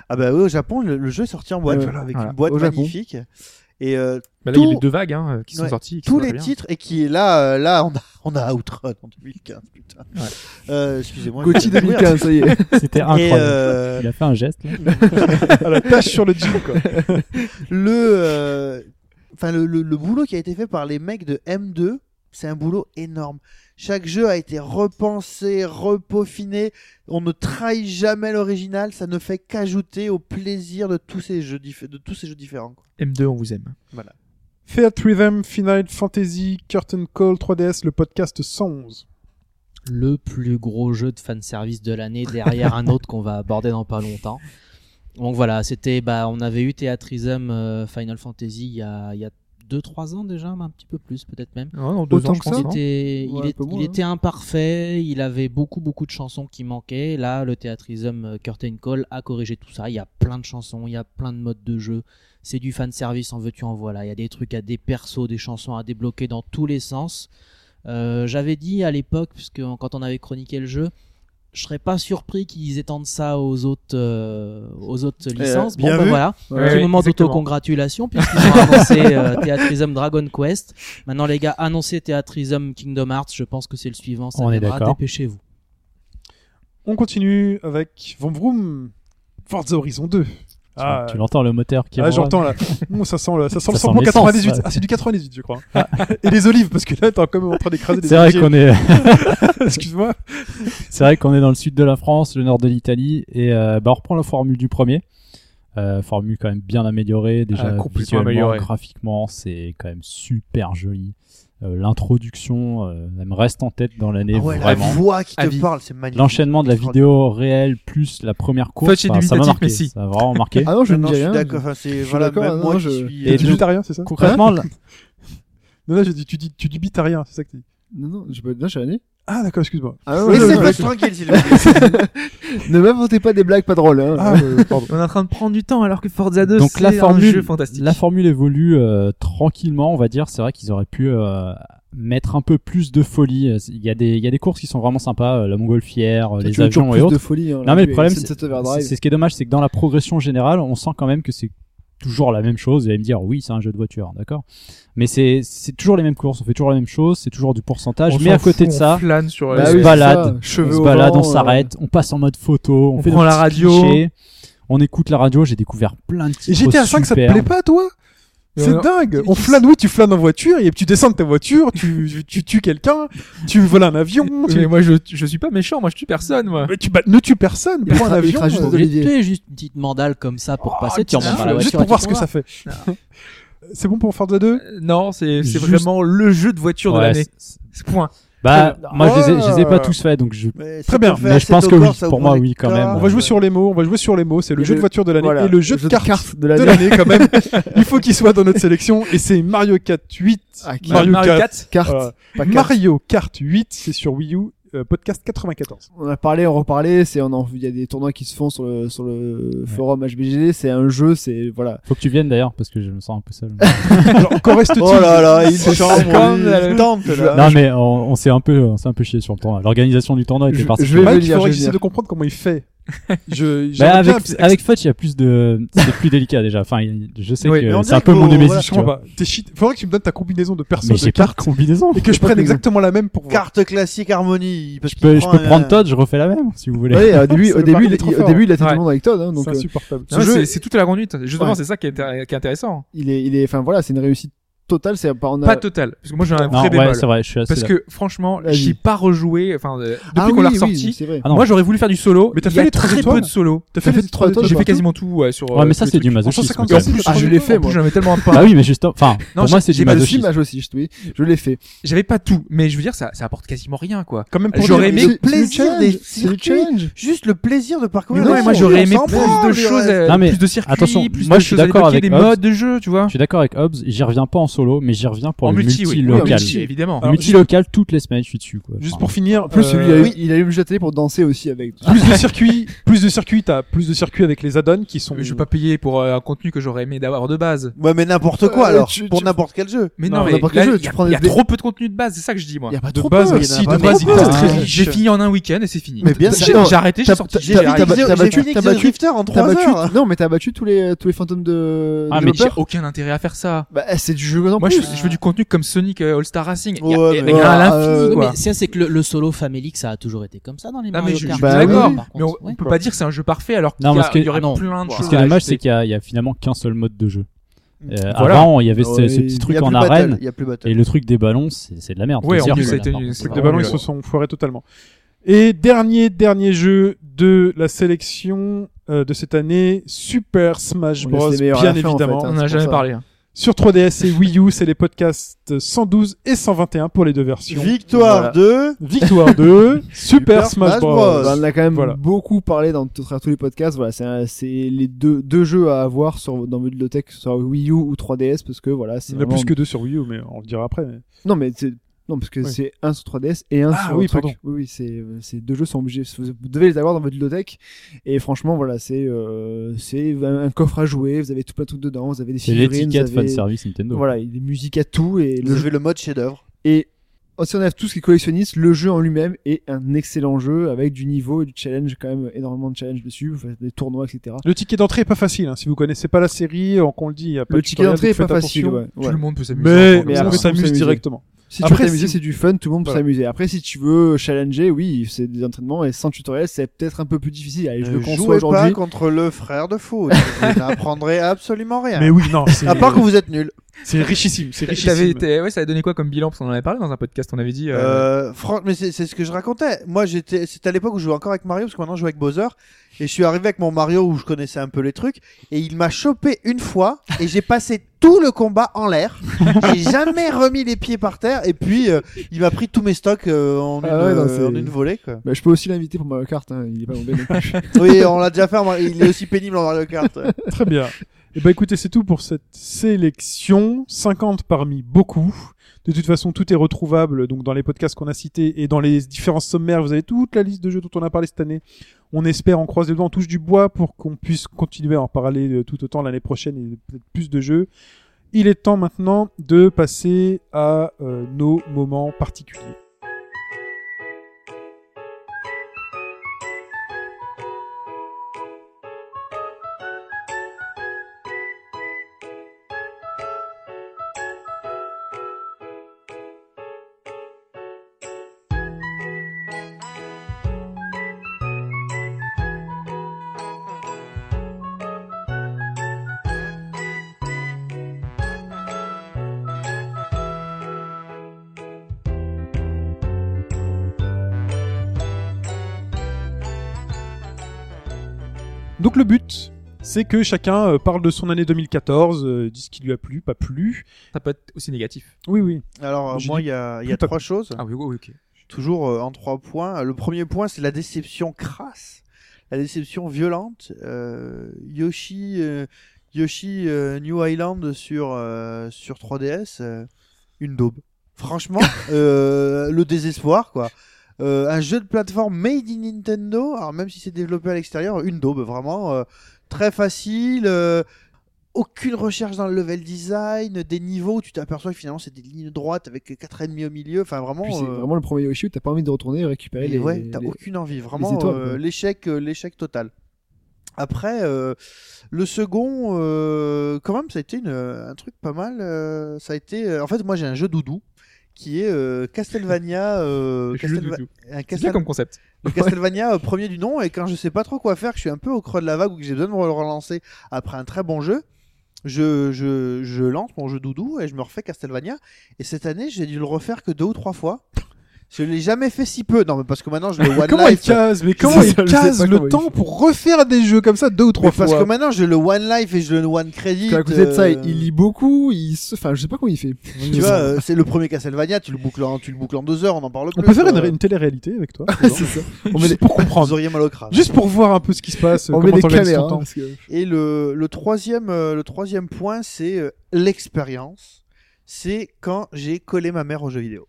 Speaker 2: Ah bah oui, au ben, Japon, le, le jeu est sorti en boîte
Speaker 3: Ouais,
Speaker 2: voilà, avec
Speaker 4: Euh, voilà.
Speaker 2: une boîte
Speaker 3: Au Japon.
Speaker 2: magnifique. Et euh,
Speaker 4: Bah là,
Speaker 2: Tout-
Speaker 4: il y a les deux vagues hein, qui sont
Speaker 2: Ouais.
Speaker 4: sorties. qui
Speaker 2: tous
Speaker 4: sont
Speaker 2: les
Speaker 4: bien.
Speaker 2: titres et qui est là, euh, là on a, on a Outrun en 2015, putain.
Speaker 4: Ouais.
Speaker 2: Euh, excusez-moi.
Speaker 3: Gauthier
Speaker 2: je vais mourir.
Speaker 3: 2015, ça y est.
Speaker 6: C'était
Speaker 2: Et
Speaker 6: incroyable.
Speaker 2: euh,
Speaker 6: Il a fait un geste. là.
Speaker 1: la tâche sur le jean, quoi.
Speaker 2: le, euh, enfin le, le- le boulot qui a été fait par les mecs de M2, c'est un boulot énorme. Chaque jeu a été repensé, repaufiné. On ne trahit jamais l'original. Ça ne fait qu'ajouter au plaisir de tous ces jeux, dif- de tous ces jeux différents. quoi.
Speaker 4: M2, on vous aime.
Speaker 1: Fiat Rhythm, Final Fantasy, Curtain Call, 3DS, le podcast 111.
Speaker 5: le plus gros jeu de fanservice de l'année derrière un autre qu'on va aborder dans pas longtemps. Donc voilà, c'était bah on avait eu Theatrism euh, Final Fantasy il y a il y a 2 3 ans déjà, mais un petit peu plus peut-être même.
Speaker 4: Ouais, en Ah, deux
Speaker 3: Autant
Speaker 4: ans, je
Speaker 3: que
Speaker 4: pense,
Speaker 3: ça
Speaker 4: non
Speaker 5: C'était-
Speaker 3: Ouais,
Speaker 5: il,
Speaker 3: un
Speaker 5: est-
Speaker 3: peu moins,
Speaker 5: il
Speaker 3: hein.
Speaker 5: était imparfait, il avait beaucoup beaucoup de chansons qui manquaient. Là, le Theatrism euh, Curtain Call a corrigé tout ça. Il y a plein de chansons, il y a plein de modes de jeu. C'est du fan service en veux-tu en voilà. Il y a des trucs à des persos, des chansons à débloquer dans tous les sens. Euh, J'avais dit à l'époque, puisque en- quand on avait chroniqué le jeu, je serais pas surpris qu'ils étendent ça aux autres euh, aux autres licences.
Speaker 2: bien
Speaker 5: bah
Speaker 2: vu.
Speaker 5: voilà,
Speaker 4: Ouais,
Speaker 5: petit
Speaker 4: ouais,
Speaker 5: moment
Speaker 4: exactement.
Speaker 5: d'autocongratulation puisqu'ils ont annoncé euh, Theatrism Dragon Quest. Maintenant les gars, annoncez Theatrism Kingdom Hearts. Je pense que c'est le suivant. Ça
Speaker 6: On est
Speaker 5: viendra.
Speaker 6: d'accord.
Speaker 5: Dépêchez-vous.
Speaker 1: On continue avec Vroom Vroom, Forza Horizon 2.
Speaker 6: Tu- Tu l'entends le moteur qui
Speaker 1: Ah,
Speaker 6: ronronne.
Speaker 1: j'entends là. Ouh, ça sent le, ça sent le
Speaker 6: Ça sent
Speaker 1: samplon
Speaker 6: l'essence,
Speaker 1: 98.
Speaker 6: ouais. Ah.
Speaker 1: Ah, c'est du 98, je crois. Et les olives, parce que là, t'es quand même en train d'écraser des
Speaker 6: C'est vrai
Speaker 1: olives.
Speaker 6: qu'on est,
Speaker 1: Excuse-moi.
Speaker 6: c'est vrai qu'on est dans le sud de la France, le nord de l'Italie, et euh, bah on reprend la formule du premier. Euh, formule quand même bien améliorée,
Speaker 4: Ah,
Speaker 6: déjà
Speaker 4: complètement
Speaker 6: visuellement,
Speaker 4: améliorée.
Speaker 6: graphiquement, c'est quand même super joli. Euh, L'introduction, euh, elle me reste en tête dans l'année
Speaker 2: Ah ouais, la
Speaker 6: vraiment.
Speaker 2: voix qui te
Speaker 4: Avis.
Speaker 2: parle, c'est magnifique.
Speaker 6: L'enchaînement de la
Speaker 2: Extraordinaire.
Speaker 6: vidéo réelle plus la première course,
Speaker 4: Toi, tu es
Speaker 6: ça m'a
Speaker 4: dubitatif,
Speaker 6: marqué,
Speaker 4: mais si.
Speaker 6: ça m'a vraiment marqué.
Speaker 3: Ah non, je
Speaker 2: Non,
Speaker 3: ne
Speaker 2: non,
Speaker 3: dis
Speaker 2: je suis
Speaker 3: rien.
Speaker 2: d'accord. Enfin, c'est
Speaker 3: suis
Speaker 2: voilà,
Speaker 3: d'accord,
Speaker 2: même
Speaker 3: non,
Speaker 2: moi
Speaker 3: je-
Speaker 2: qui suis.
Speaker 6: Et
Speaker 1: Et
Speaker 2: euh,
Speaker 1: tu
Speaker 6: du-
Speaker 1: dis t'as rien, c'est ça
Speaker 6: Concrètement, là-
Speaker 1: Non, là, j'ai dit, tu dis, tu dis bite à rien, c'est ça que t'as dit.
Speaker 3: Non, non, je peux bien, je suis allé.
Speaker 1: Ah, d'accord, excuse-moi.
Speaker 3: Ah, non,
Speaker 6: euh,
Speaker 3: non, non,
Speaker 2: Laissez-moi
Speaker 3: je-
Speaker 2: tranquille, s'il vous plaît.
Speaker 3: Ne m'inventez pas des blagues pas drôles. Hein.
Speaker 1: Ah, euh, pardon.
Speaker 4: On est en train de prendre du temps alors que Forza 2
Speaker 6: Donc
Speaker 4: c'est
Speaker 6: la
Speaker 4: un
Speaker 6: formule,
Speaker 4: jeu fantastique.
Speaker 6: La formule évolue euh, tranquillement, on va dire. C'est vrai qu'ils auraient pu euh, mettre un peu plus de folie. Il y a des, il y a des courses qui sont vraiment sympas, euh, la montgolfière, euh,
Speaker 3: Toi,
Speaker 6: les
Speaker 3: tu veux toujours
Speaker 6: avions
Speaker 3: plus
Speaker 6: et autres.
Speaker 3: de folie. hein,
Speaker 6: Non
Speaker 3: là,
Speaker 6: mais
Speaker 3: tu
Speaker 6: le
Speaker 3: es
Speaker 6: problème,
Speaker 3: Sunset
Speaker 6: c'est
Speaker 3: Overdrive.
Speaker 6: c'est ce qui est dommage, c'est que dans la progression générale, on sent quand même que c'est toujours la même chose. Vous allez me dire, oui, c'est un jeu de voiture, d'accord. Mais c'est c'est toujours les mêmes courses, on fait toujours la même chose, c'est toujours du pourcentage.
Speaker 4: On
Speaker 6: mais à
Speaker 4: s'en
Speaker 6: côté
Speaker 4: fout,
Speaker 6: de ça,
Speaker 4: on flâne sur.
Speaker 6: Bah
Speaker 4: euh,
Speaker 6: se
Speaker 3: oui, c'est
Speaker 6: balade,
Speaker 3: ça, cheveux
Speaker 6: on se
Speaker 3: au
Speaker 6: balade,
Speaker 3: vent,
Speaker 6: on s'arrête, on passe en mode photo, on,
Speaker 4: on
Speaker 6: fait
Speaker 4: prend
Speaker 6: nos
Speaker 4: la
Speaker 6: petits
Speaker 4: radio.
Speaker 6: clichés. on écoute la radio. J'ai découvert plein de titres
Speaker 1: Et GTA 5, ça te
Speaker 6: superbes.
Speaker 1: plaît pas, toi
Speaker 4: Mais
Speaker 1: c'est
Speaker 4: on-
Speaker 1: dingue. On flâne, oui, tu flânes en voiture, et tu descends de ta voiture, tu, tu tues quelqu'un, tu voles un avion, tu,
Speaker 4: Mais moi, je, je suis pas méchant, moi, je tue personne, moi.
Speaker 1: Mais tu bats- ne tue personne,
Speaker 3: Il
Speaker 1: prends un
Speaker 3: cra- il
Speaker 1: avion.
Speaker 3: crache
Speaker 1: euh,
Speaker 3: de-
Speaker 5: J'ai
Speaker 3: Olivier.
Speaker 5: tué juste une petite mandale comme ça
Speaker 4: Oh,
Speaker 5: pour passer. Tu
Speaker 4: bah,
Speaker 5: remontes dans la voiture.
Speaker 1: Juste
Speaker 5: et
Speaker 1: pour
Speaker 5: tu
Speaker 1: voir ce que
Speaker 5: t'en
Speaker 1: ça
Speaker 5: vas.
Speaker 1: fait. C'est bon pour Forza 2
Speaker 4: Euh, Non, c'est c'est
Speaker 6: Juste-
Speaker 4: vraiment le jeu de voiture
Speaker 6: Ouais,
Speaker 4: de l'année.
Speaker 6: c'est- c'est-
Speaker 4: C'est Point.
Speaker 6: Bah,
Speaker 1: Très-
Speaker 6: moi, je, les ai, je les ai pas
Speaker 1: Ouais.
Speaker 6: tous faits, donc je.
Speaker 2: Mais
Speaker 1: Très
Speaker 2: ça
Speaker 1: bien,
Speaker 2: te fait
Speaker 6: mais je
Speaker 2: assez
Speaker 6: pense que
Speaker 2: d'ocor,
Speaker 6: oui,
Speaker 2: ça
Speaker 6: pour
Speaker 2: vous
Speaker 6: moi,
Speaker 2: prend des
Speaker 6: oui, quand
Speaker 2: cartes.
Speaker 6: même.
Speaker 1: On va jouer sur les mots, on va jouer sur les mots, c'est le
Speaker 3: Et
Speaker 1: jeu de
Speaker 3: le-
Speaker 1: voiture de l'année
Speaker 3: Voilà,
Speaker 1: et le jeu de cartes
Speaker 3: de
Speaker 1: de
Speaker 3: l'année.
Speaker 1: l'année quand même. Il faut qu'il soit dans notre sélection et c'est Mario Kart 8.
Speaker 3: Ah, qui-
Speaker 1: Mario Kart.
Speaker 3: Carte,
Speaker 1: Voilà.
Speaker 3: pas carte.
Speaker 1: Mario Kart 8, c'est sur Wii U, euh, podcast 94.
Speaker 3: On a parlé, on reparlait, c'est on en- il y a des tournois qui se font sur le sur le forum HBGD, c'est un jeu, c'est voilà.
Speaker 6: Faut que tu viennes d'ailleurs, parce que je me sens un peu seul.
Speaker 3: Euh,
Speaker 1: Alors, encore reste-t-il
Speaker 2: Oh là là, il
Speaker 1: C'est
Speaker 2: chambre,
Speaker 4: comme la-
Speaker 2: il tente là.
Speaker 6: non, mais on, on s'est un peu, on s'est un peu chié sur le temps. L'organisation du tournoi était
Speaker 3: Je-
Speaker 6: partie.
Speaker 3: je vais-
Speaker 1: Mike, il
Speaker 3: venir,
Speaker 1: faudrait
Speaker 3: je
Speaker 1: que j'essaie
Speaker 3: vais
Speaker 1: de comprendre comment il fait. Je, j'aimerais
Speaker 6: Bah,
Speaker 1: bien,
Speaker 6: avec
Speaker 1: parce que-
Speaker 6: avec Fudge, il y a plus de, c'est plus délicat déjà. Enfin, il- je sais
Speaker 4: Oui, mais
Speaker 6: que
Speaker 2: on
Speaker 6: c'est un
Speaker 2: dirait
Speaker 6: peu
Speaker 2: que
Speaker 6: mon
Speaker 2: vos-
Speaker 6: némésis.
Speaker 2: voilà,
Speaker 1: je
Speaker 6: tu
Speaker 1: comprends
Speaker 6: vois.
Speaker 1: pas. T'es shit- Faudrait que tu me donnes ta combinaison de perso
Speaker 6: Mais
Speaker 1: de
Speaker 6: j'ai pas de
Speaker 1: cartes
Speaker 6: combinaison.
Speaker 1: et que je prenne exactement la même pour voir.
Speaker 2: Carte classique harmonie. Parce
Speaker 6: Je
Speaker 2: qu'il
Speaker 6: peux, je
Speaker 2: prend
Speaker 6: peux
Speaker 2: un-
Speaker 6: prendre Todd, je refais la même, si vous voulez.
Speaker 3: Ouais, au début,
Speaker 1: C'est
Speaker 3: au
Speaker 1: le
Speaker 3: début,
Speaker 1: pari
Speaker 3: il,
Speaker 1: des trop
Speaker 3: il- au
Speaker 1: forts.
Speaker 3: début, il a fait
Speaker 4: Ouais.
Speaker 3: tout le monde avec Todd, hein, donc
Speaker 1: C'est
Speaker 3: euh,
Speaker 1: insupportable.
Speaker 3: ce
Speaker 4: Non,
Speaker 3: jeu-
Speaker 4: C'est c'est toute la conduite. Justement,
Speaker 3: Ouais.
Speaker 4: c'est ça qui est, intér- qui est intéressant.
Speaker 3: il est, il est, enfin voilà, c'est une réussite totale. C'est pas, on a-
Speaker 4: Pas total. Parce que moi, j'ai un
Speaker 6: Non,
Speaker 4: vrai
Speaker 6: ouais,
Speaker 4: bémol.
Speaker 6: c'est vrai, je suis assez.
Speaker 4: Parce que, franchement,
Speaker 3: Vas-y.
Speaker 4: j'ai pas rejoué, enfin, euh, depuis
Speaker 3: Ah
Speaker 4: qu'on
Speaker 3: oui,
Speaker 4: l'a
Speaker 3: oui,
Speaker 4: ressorti.
Speaker 3: c'est vrai.
Speaker 6: Ah non.
Speaker 4: Moi, j'aurais voulu faire du solo.
Speaker 1: Mais t'as
Speaker 4: Il
Speaker 1: fait
Speaker 4: y a
Speaker 1: les trois
Speaker 4: très peu
Speaker 1: étoiles
Speaker 4: de solo.
Speaker 1: T'as fait les
Speaker 3: fait trois
Speaker 1: trois étoiles
Speaker 3: étoiles
Speaker 4: J'ai fait
Speaker 3: partout
Speaker 4: quasiment tout, ouais, sur. euh,
Speaker 6: Ouais, mais
Speaker 4: tous
Speaker 6: ça,
Speaker 4: les
Speaker 6: c'est du
Speaker 4: trucs.
Speaker 6: masochisme.
Speaker 1: En
Speaker 6: quand même.
Speaker 1: 150
Speaker 3: Ah, je l'ai fait
Speaker 4: En plus,
Speaker 3: moi.
Speaker 4: J'en avais tellement pas.
Speaker 6: Bah oui, mais juste, enfin,
Speaker 4: Non,
Speaker 6: pour
Speaker 4: j'ai-
Speaker 6: moi, c'est
Speaker 4: j'ai
Speaker 6: du
Speaker 4: pas de
Speaker 3: Si,
Speaker 6: masochisme.
Speaker 3: ma aussi, oui, je l'ai fait.
Speaker 4: J'avais pas tout, mais je veux dire, ça, ça apporte quasiment rien, quoi.
Speaker 1: Quand même pour
Speaker 4: J'aurais
Speaker 1: dire-
Speaker 4: aimé
Speaker 3: C'est- c'est le
Speaker 2: plaisir
Speaker 3: challenge,
Speaker 2: des
Speaker 3: C'est le
Speaker 2: circuits.
Speaker 3: challenge.
Speaker 2: Juste le plaisir de parcourir.
Speaker 3: Mais
Speaker 2: la
Speaker 3: ouais,
Speaker 4: Ouais, moi,
Speaker 2: course,
Speaker 4: j'aurais
Speaker 2: on
Speaker 4: aimé
Speaker 2: s'en
Speaker 4: plus
Speaker 2: branle,
Speaker 4: de
Speaker 2: le
Speaker 4: choses,
Speaker 2: reste.
Speaker 4: euh,
Speaker 6: Non, mais
Speaker 4: plus de circuits,
Speaker 6: attention,
Speaker 4: plus
Speaker 6: moi,
Speaker 4: de
Speaker 6: je suis
Speaker 4: choses à
Speaker 6: d'accord
Speaker 4: débloquer,
Speaker 6: avec
Speaker 4: des
Speaker 6: Hobbs.
Speaker 4: modes de jeu, tu vois.
Speaker 6: Je suis d'accord avec Hobbs, j'y reviens pas en solo, mais j'y reviens pour
Speaker 4: en
Speaker 6: le
Speaker 4: multi, oui.
Speaker 6: multilocal.
Speaker 4: En multi, évidemment.
Speaker 1: Alors,
Speaker 6: Multilocal, toutes les semaines, je suis dessus. Quoi.
Speaker 1: Juste
Speaker 6: Enfin,
Speaker 1: pour finir, plus
Speaker 3: Euh,
Speaker 1: celui là
Speaker 3: oui, il allume la télé pour danser aussi avec.
Speaker 1: plus de circuits, plus de circuits, t'as plus de circuits avec les add-ons qui sont.
Speaker 4: Mais Je vais pas payer pour euh, un contenu que j'aurais aimé d'avoir de base.
Speaker 2: Ouais, mais n'importe quoi
Speaker 3: Euh,
Speaker 2: alors,
Speaker 3: tu-
Speaker 2: pour
Speaker 3: tu-
Speaker 2: n'importe quel jeu.
Speaker 4: Mais
Speaker 3: Non,
Speaker 4: non, mais
Speaker 3: n'importe quel
Speaker 4: là,
Speaker 3: jeu,
Speaker 4: il y
Speaker 3: tu
Speaker 4: a,
Speaker 3: prends
Speaker 4: il y a
Speaker 3: des-
Speaker 4: trop peu de contenu de base, c'est ça que je dis moi.
Speaker 3: Il y a pas
Speaker 1: de
Speaker 3: trop
Speaker 1: base,
Speaker 3: peu, il y en a
Speaker 1: si, de
Speaker 3: pas trop
Speaker 1: base, il
Speaker 3: peu.
Speaker 1: passe très
Speaker 3: Ah,
Speaker 1: vite.
Speaker 4: J'ai fini en un week-end et c'est fini.
Speaker 2: Mais bien
Speaker 4: J'ai-
Speaker 2: sûr.
Speaker 4: J'ai arrêté, j'ai
Speaker 3: T'as-
Speaker 4: sorti.
Speaker 2: J'ai
Speaker 3: t'as-
Speaker 4: arrêté.
Speaker 3: t'as-
Speaker 2: fini- j'ai
Speaker 3: battu-
Speaker 2: fini
Speaker 3: t'as
Speaker 2: Xenos
Speaker 3: battu-
Speaker 2: Drifter en 3
Speaker 3: T'as
Speaker 2: heures.
Speaker 3: battu, non, mais t'as battu tous les, tous les fantômes de.
Speaker 6: Ah,
Speaker 3: de
Speaker 6: mais
Speaker 4: J'ai
Speaker 3: Hopper.
Speaker 4: aucun intérêt à faire ça.
Speaker 3: Bah, c'est du jeu en
Speaker 4: Moi, je,
Speaker 3: plus.
Speaker 4: veux- je veux du contenu comme Sonic euh, All-Star Racing. Il y a,
Speaker 2: Ouais,
Speaker 4: il y a
Speaker 2: mais-
Speaker 4: rien à
Speaker 3: Ah,
Speaker 4: l'infini,
Speaker 3: euh,
Speaker 5: Non,
Speaker 4: quoi.
Speaker 5: mais c'est c'est que le, le solo Family, ça a toujours été comme ça dans les
Speaker 4: Non, Ah, mais
Speaker 5: Mario
Speaker 4: je-
Speaker 5: Kart.
Speaker 4: je
Speaker 3: suis
Speaker 5: Par
Speaker 3: d'accord.
Speaker 5: contre,
Speaker 4: Mais on,
Speaker 5: ouais.
Speaker 4: on peut pas dire c'est un jeu parfait alors qu'il
Speaker 6: Non,
Speaker 4: y, a-
Speaker 6: parce que-
Speaker 4: il y aurait
Speaker 6: ah non.
Speaker 4: plein de
Speaker 5: Ce
Speaker 4: choses.
Speaker 6: Ce qui est
Speaker 4: à
Speaker 6: dommage, c'est
Speaker 4: ajouter.
Speaker 6: qu'il y, a- il y a finalement qu'un seul mode de jeu. Euh,
Speaker 4: Voilà.
Speaker 6: Avant, il y avait ce,
Speaker 3: Ouais,
Speaker 6: ce petit
Speaker 2: Il y
Speaker 6: truc
Speaker 2: a
Speaker 6: en
Speaker 2: plus battle,
Speaker 6: arène.
Speaker 2: Il y a plus battle.
Speaker 6: Et le truc des ballons, c'est c'est de la merde.
Speaker 4: Ouais,
Speaker 6: C'est
Speaker 4: en
Speaker 6: sûr,
Speaker 4: plus,
Speaker 6: c'est
Speaker 4: ça a été-
Speaker 6: par contre,
Speaker 4: c'est
Speaker 6: c'est
Speaker 1: trucs
Speaker 4: que
Speaker 1: des
Speaker 6: pas-
Speaker 1: ballons, ils
Speaker 4: ouais.
Speaker 1: se sont foirés totalement. Et dernier, dernier jeu de la sélection euh, de cette année, Super Smash
Speaker 3: On laisse
Speaker 1: Bros.
Speaker 3: les meilleurs
Speaker 1: Bien
Speaker 3: à la fin, en
Speaker 1: évidemment.
Speaker 3: fait, hein.
Speaker 4: On en a
Speaker 3: c'est
Speaker 4: jamais
Speaker 3: pour ça.
Speaker 4: parlé. hein.
Speaker 1: Sur 3DS et Wii U, c'est les podcasts 112 et 121 pour les deux versions.
Speaker 2: Victoire
Speaker 3: Voilà.
Speaker 2: de.
Speaker 1: Victoire de Super
Speaker 2: Super
Speaker 1: Smash
Speaker 2: Smash
Speaker 1: Bros.
Speaker 2: Bros.
Speaker 3: Bah, on a quand même
Speaker 1: Voilà.
Speaker 3: beaucoup parlé dans tout- à travers tous les podcasts. Voilà, c'est un- c'est les deux, deux jeux à avoir sur, dans votre bibliothèque, que ce soit Wii U ou 3DS, parce que voilà, c'est
Speaker 1: Il y en a
Speaker 3: vraiment-
Speaker 1: plus que deux sur Wii U, mais on le dira après. mais-
Speaker 3: Non, mais c'est. Non, parce que
Speaker 1: Oui.
Speaker 3: c'est un sur 3DS et un
Speaker 1: Ah,
Speaker 3: sur
Speaker 1: oui,
Speaker 3: truc.
Speaker 1: pardon.
Speaker 3: Oui, oui, c'est, ces deux jeux sont obligés. Vous devez les avoir dans votre bibliothèque. Et franchement, voilà, c'est, euh, c'est un un coffre à jouer. Vous avez tout plein de trucs dedans. Vous avez des
Speaker 6: C'est
Speaker 3: figurines.
Speaker 6: l'étiquette
Speaker 3: vous avez...
Speaker 6: fanservice Nintendo.
Speaker 3: Voilà, il y a des musiques à tout. Et le
Speaker 2: Je
Speaker 3: jeu
Speaker 2: vais le mode chef-d'œuvre.
Speaker 3: Et si on enlève tout ce qui est collectionniste, le jeu en lui-même est un excellent jeu avec du niveau et du challenge, quand même énormément de challenge dessus, vous faites des tournois, etc.
Speaker 1: Le ticket d'entrée est pas facile. hein. Si vous connaissez pas la série, on- qu'on le dit, il y a pas
Speaker 3: Le
Speaker 1: de
Speaker 3: ticket
Speaker 1: tutoriel,
Speaker 3: d'entrée est
Speaker 1: donc
Speaker 3: pas
Speaker 1: faites
Speaker 3: facile.
Speaker 1: attention.
Speaker 3: Ouais.
Speaker 4: Tout
Speaker 3: ouais.
Speaker 4: le monde peut s'amuser.
Speaker 1: Mais,
Speaker 4: ensemble,
Speaker 3: Mais
Speaker 1: on
Speaker 4: ça.
Speaker 3: après, on
Speaker 1: s'amuse
Speaker 3: s'amuse.
Speaker 1: directement.
Speaker 3: Si
Speaker 1: Après,
Speaker 3: tu veux t'amuser,
Speaker 1: si-
Speaker 3: c'est du fun, tout le monde peut
Speaker 1: Voilà.
Speaker 3: s'amuser. Après, si tu veux challenger, oui, c'est des entraînements et sans tutoriel, c'est peut-être un peu plus difficile. Allez, je le
Speaker 2: Ne
Speaker 3: conçois
Speaker 2: Euh, jouez pas
Speaker 3: aujourd'hui.
Speaker 2: contre le frère de fou. Vous n'apprendrez absolument
Speaker 3: Ah.
Speaker 2: rien.
Speaker 1: Mais oui, non, c'est
Speaker 2: À part que vous êtes nul.
Speaker 1: c'est richissime. C'est
Speaker 4: T'avais-
Speaker 1: richissime.
Speaker 4: t'es- ouais, ça a donné quoi comme bilan Parce qu'on en avait parlé dans un podcast. On avait dit. euh,
Speaker 2: Euh, Franck, mais c'est c'est ce que je racontais. Moi, j'étais, c'était à l'époque où je jouais encore avec Mario, parce que maintenant je joue avec Bowser. Et je suis arrivé avec mon Mario où je connaissais un peu les trucs. Et il m'a chopé une fois. Et j'ai passé tout le combat en l'air. j'ai jamais remis les pieds par terre. Et puis, euh, il m'a pris tous mes stocks euh, en,
Speaker 3: Ah
Speaker 2: une,
Speaker 3: ouais, non,
Speaker 2: euh,
Speaker 3: c'est-
Speaker 2: en une volée. Quoi.
Speaker 3: Bah, je peux aussi l'inviter pour Mario Kart, hein, il est pas mauvais non plus.
Speaker 2: oui, on l'a déjà fait. en Mar- Il est aussi pénible en Mario Kart.
Speaker 1: Très bien. Eh ben écoutez, c'est tout pour cette sélection. 50 parmi beaucoup. De toute façon, tout est retrouvable donc dans les podcasts qu'on a cités et dans les différents sommaires. Vous avez toute la liste de jeux dont on a parlé cette année. On espère en croiser les doigts, on touche du bois pour qu'on puisse continuer à en parler euh, tout autant l'année prochaine et peut-être plus de jeux. Il est temps maintenant de passer à euh, nos moments particuliers. Donc le but, c'est que chacun euh, parle de son année 2014, euh, dise ce qui lui a plu, pas plu.
Speaker 4: Ça peut être aussi négatif.
Speaker 1: Oui, oui.
Speaker 2: Alors, euh,
Speaker 1: J'ai
Speaker 2: moi,
Speaker 1: dit
Speaker 2: il y a, il y a
Speaker 1: tout à
Speaker 2: trois choses.
Speaker 4: Ah oui, oui, oui, ok.
Speaker 2: toujours euh, en trois points. Le premier point, c'est la déception crasse, la déception violente. Euh, Yoshi, euh, Yoshi euh, New Island sur, euh, sur 3DS, euh, une daube. Franchement, euh, le désespoir, quoi. Euh, un jeu de plateforme made in Nintendo, alors même si c'est développé à l'extérieur, une daube, vraiment euh, très facile. euh, aucune recherche dans le level design, des niveaux où tu t'aperçois que finalement c'est des lignes droites avec quatre ennemis au milieu, enfin vraiment.
Speaker 3: Puis c'est
Speaker 2: euh,
Speaker 3: vraiment le premier Yoshi où t'as pas envie de retourner et récupérer
Speaker 2: mais
Speaker 3: les.
Speaker 2: ouais,
Speaker 3: les-
Speaker 2: t'as aucune envie. Vraiment,
Speaker 3: étoiles,
Speaker 2: euh,
Speaker 3: quoi.
Speaker 2: l'échec, euh, l'échec total. Après, euh, le second, euh, quand même, ça a été une, un truc pas mal. euh, ça a été, euh, en fait, moi j'ai un jeu doudou qui est euh, Castlevania, euh,
Speaker 4: Je le
Speaker 2: Castelva-
Speaker 4: doute.
Speaker 2: un
Speaker 4: C'est bien
Speaker 2: Castel-
Speaker 4: comme concept.
Speaker 2: le Castlevania euh, premier du nom. Et quand je sais pas trop quoi faire, que je suis un peu au creux de la vague ou que j'ai besoin de me relancer après un très bon jeu. Je, je, je lance mon jeu doudou et je me refais Castlevania. Et cette année, j'ai dû le refaire que deux ou trois fois. Je l'ai jamais fait si peu. Non, mais parce que maintenant, je le one
Speaker 1: Comment il
Speaker 2: life.
Speaker 1: case Mais comment
Speaker 3: sais
Speaker 1: il
Speaker 3: pas
Speaker 1: case
Speaker 3: comment
Speaker 1: le
Speaker 3: il
Speaker 1: temps pour refaire des jeux comme ça deux ou trois
Speaker 2: Mais parce que
Speaker 1: fois
Speaker 2: maintenant, je le one life et je le one credit.
Speaker 3: Puis à côté de ça,
Speaker 2: euh,
Speaker 3: il lit beaucoup, il se. Enfin, je sais pas comment il fait.
Speaker 2: Tu vois, euh, c'est le premier Castlevania. Tu le boucles en, tu le boucles en deux heures. On en parle plus. euh,
Speaker 1: On peut faire une,
Speaker 2: quoi.
Speaker 1: une télé-réalité avec toi
Speaker 3: c'est ça. On met
Speaker 1: Juste
Speaker 3: des,
Speaker 1: pour
Speaker 2: Vous
Speaker 1: comprendre.
Speaker 2: auriez mal au crâve.
Speaker 1: Juste pour voir un peu ce qui se passe,
Speaker 3: on met
Speaker 1: comment
Speaker 3: des
Speaker 1: t'organises ton
Speaker 3: caméras.
Speaker 1: temps.
Speaker 3: parce que-
Speaker 2: Et le, le troisième, euh, le troisième point, c'est euh, l'expérience. c'est quand j'ai collé ma mère aux jeux vidéo.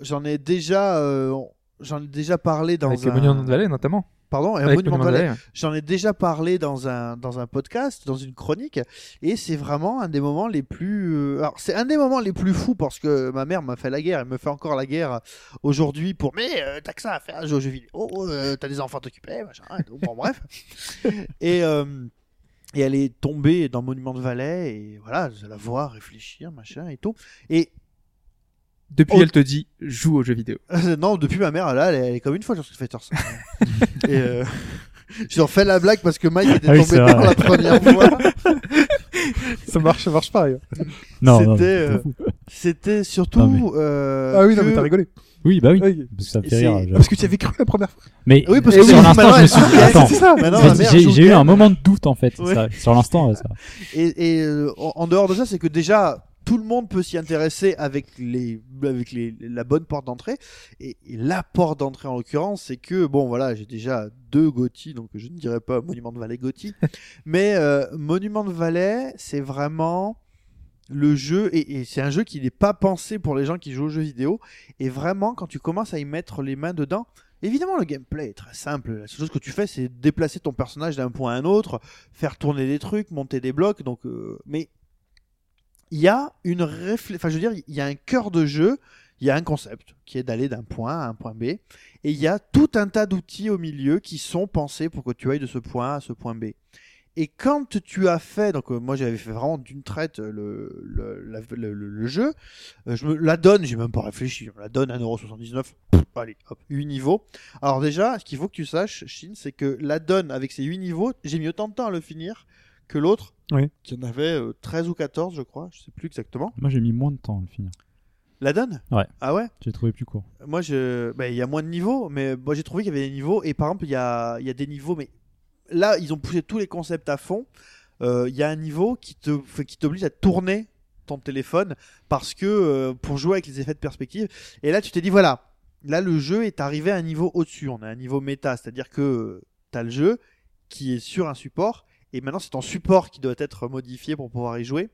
Speaker 2: J'en ai déjà, euh, j'en ai déjà parlé dans
Speaker 4: Avec
Speaker 2: un.
Speaker 4: le Monument de Vallée, notamment.
Speaker 2: Pardon, un
Speaker 4: Avec
Speaker 2: monument
Speaker 4: Monument de
Speaker 2: de la-
Speaker 4: Vallée.
Speaker 2: J'en ai déjà parlé dans un, dans un podcast, dans une chronique, et c'est vraiment un des moments les plus. euh, alors, c'est un des moments les plus fous parce que ma mère m'a fait la guerre, elle me fait encore la guerre aujourd'hui pour. Mais euh, t'as que ça à faire, jouer aux jeux vidéo, euh, t'as des enfants à t'occuper, machin, et tout. bon, bref. Et. euh, et elle est tombée dans Monument de Valais, et voilà, je la vois réfléchir, machin, et tout. Et
Speaker 4: Depuis,
Speaker 2: Oh.
Speaker 4: elle te dit, joue aux jeux vidéo.
Speaker 2: Euh, non, depuis ma mère, là, elle est, elle est comme une fois sur Street Fighter 5. et euh, j'en fais la blague parce que Mike était
Speaker 6: Ah oui,
Speaker 2: tombé
Speaker 6: c'est vrai.
Speaker 2: dedans la première fois.
Speaker 1: Ça marche, ça marche pas.
Speaker 6: Non,
Speaker 2: C'était,
Speaker 6: non, mais-
Speaker 2: euh, C'était surtout.
Speaker 6: Non, mais-
Speaker 2: euh,
Speaker 1: Ah oui, non,
Speaker 2: que-
Speaker 1: mais t'as rigolé.
Speaker 6: Oui, bah oui.
Speaker 1: Oui.
Speaker 6: Parce que ça me
Speaker 2: Et
Speaker 6: fait rire.
Speaker 2: c'est-
Speaker 6: j'avoue.
Speaker 1: Parce que tu avais cru la première fois.
Speaker 6: Mais
Speaker 2: Oui, parce que
Speaker 1: Eh oui,
Speaker 6: sur l'instant,
Speaker 2: maintenant,
Speaker 6: je me
Speaker 2: elle
Speaker 6: suis dit,
Speaker 2: joue au
Speaker 6: attends.
Speaker 2: PS, Maintenant, ma mère joue
Speaker 6: J'ai
Speaker 2: au
Speaker 6: j'ai eu
Speaker 2: PS.
Speaker 6: un moment de doute en fait.
Speaker 2: Ouais.
Speaker 6: ça- Sur l'instant, ça.
Speaker 2: Et, et, euh, en en dehors de ça, c'est que déjà, tout le monde peut s'y intéresser avec, les, avec les, la bonne porte d'entrée. Et, et la porte d'entrée, en l'occurrence, c'est que, bon, voilà, j'ai déjà deux Gotti, donc je ne dirais pas Monument de Valais Gotti. mais euh, Monument de Valais, c'est vraiment le jeu, et, et c'est un jeu qui n'est pas pensé pour les gens qui jouent aux jeux vidéo. Et vraiment, quand tu commences à y mettre les mains dedans, Évidemment, le gameplay est très simple. La seule chose que tu fais, c'est déplacer ton personnage d'un point à un autre, faire tourner des trucs, monter des blocs. Donc, euh, mais il y a une réflé- enfin, je veux dire, il y a un cœur de jeu, il y a un concept qui est d'aller d'un point A à un point B, et il y a tout un tas d'outils au milieu qui sont pensés pour que tu ailles de ce point A à ce point B. Et quand tu as fait, donc euh, moi j'avais fait vraiment d'une traite euh, le, le, la- le- le- le jeu, euh, je me la donne, j'ai même pas réfléchi, je me la donne 1,79€, Pff, allez, hop, 8 niveaux. Alors déjà, ce qu'il faut que tu saches, Shin, c'est que la donne avec ses 8 niveaux, j'ai mis autant de temps à le finir que l'autre,
Speaker 1: Oui.
Speaker 2: qui en avait euh, 13 ou 14, je crois, je sais plus exactement.
Speaker 6: Moi, j'ai mis moins de temps à le finir.
Speaker 2: La donne
Speaker 6: Ouais.
Speaker 2: Ah ouais
Speaker 6: J'ai trouvé plus court.
Speaker 2: Moi, je, ben, il y a moins de niveaux, mais moi j'ai trouvé qu'il y avait des niveaux. Et par exemple, il y a, il y a des niveaux, mais là, ils ont poussé tous les concepts à fond. Euh, Il y a un niveau qui te, fait- qui t'oblige à tourner ton téléphone parce que euh, pour jouer avec les effets de perspective. Et là, tu t'es dit voilà, là le jeu est arrivé à un niveau au-dessus. On a un niveau méta, c'est-à-dire que tu as le jeu qui est sur un support et maintenant c'est ton support qui doit être modifié pour pouvoir y jouer.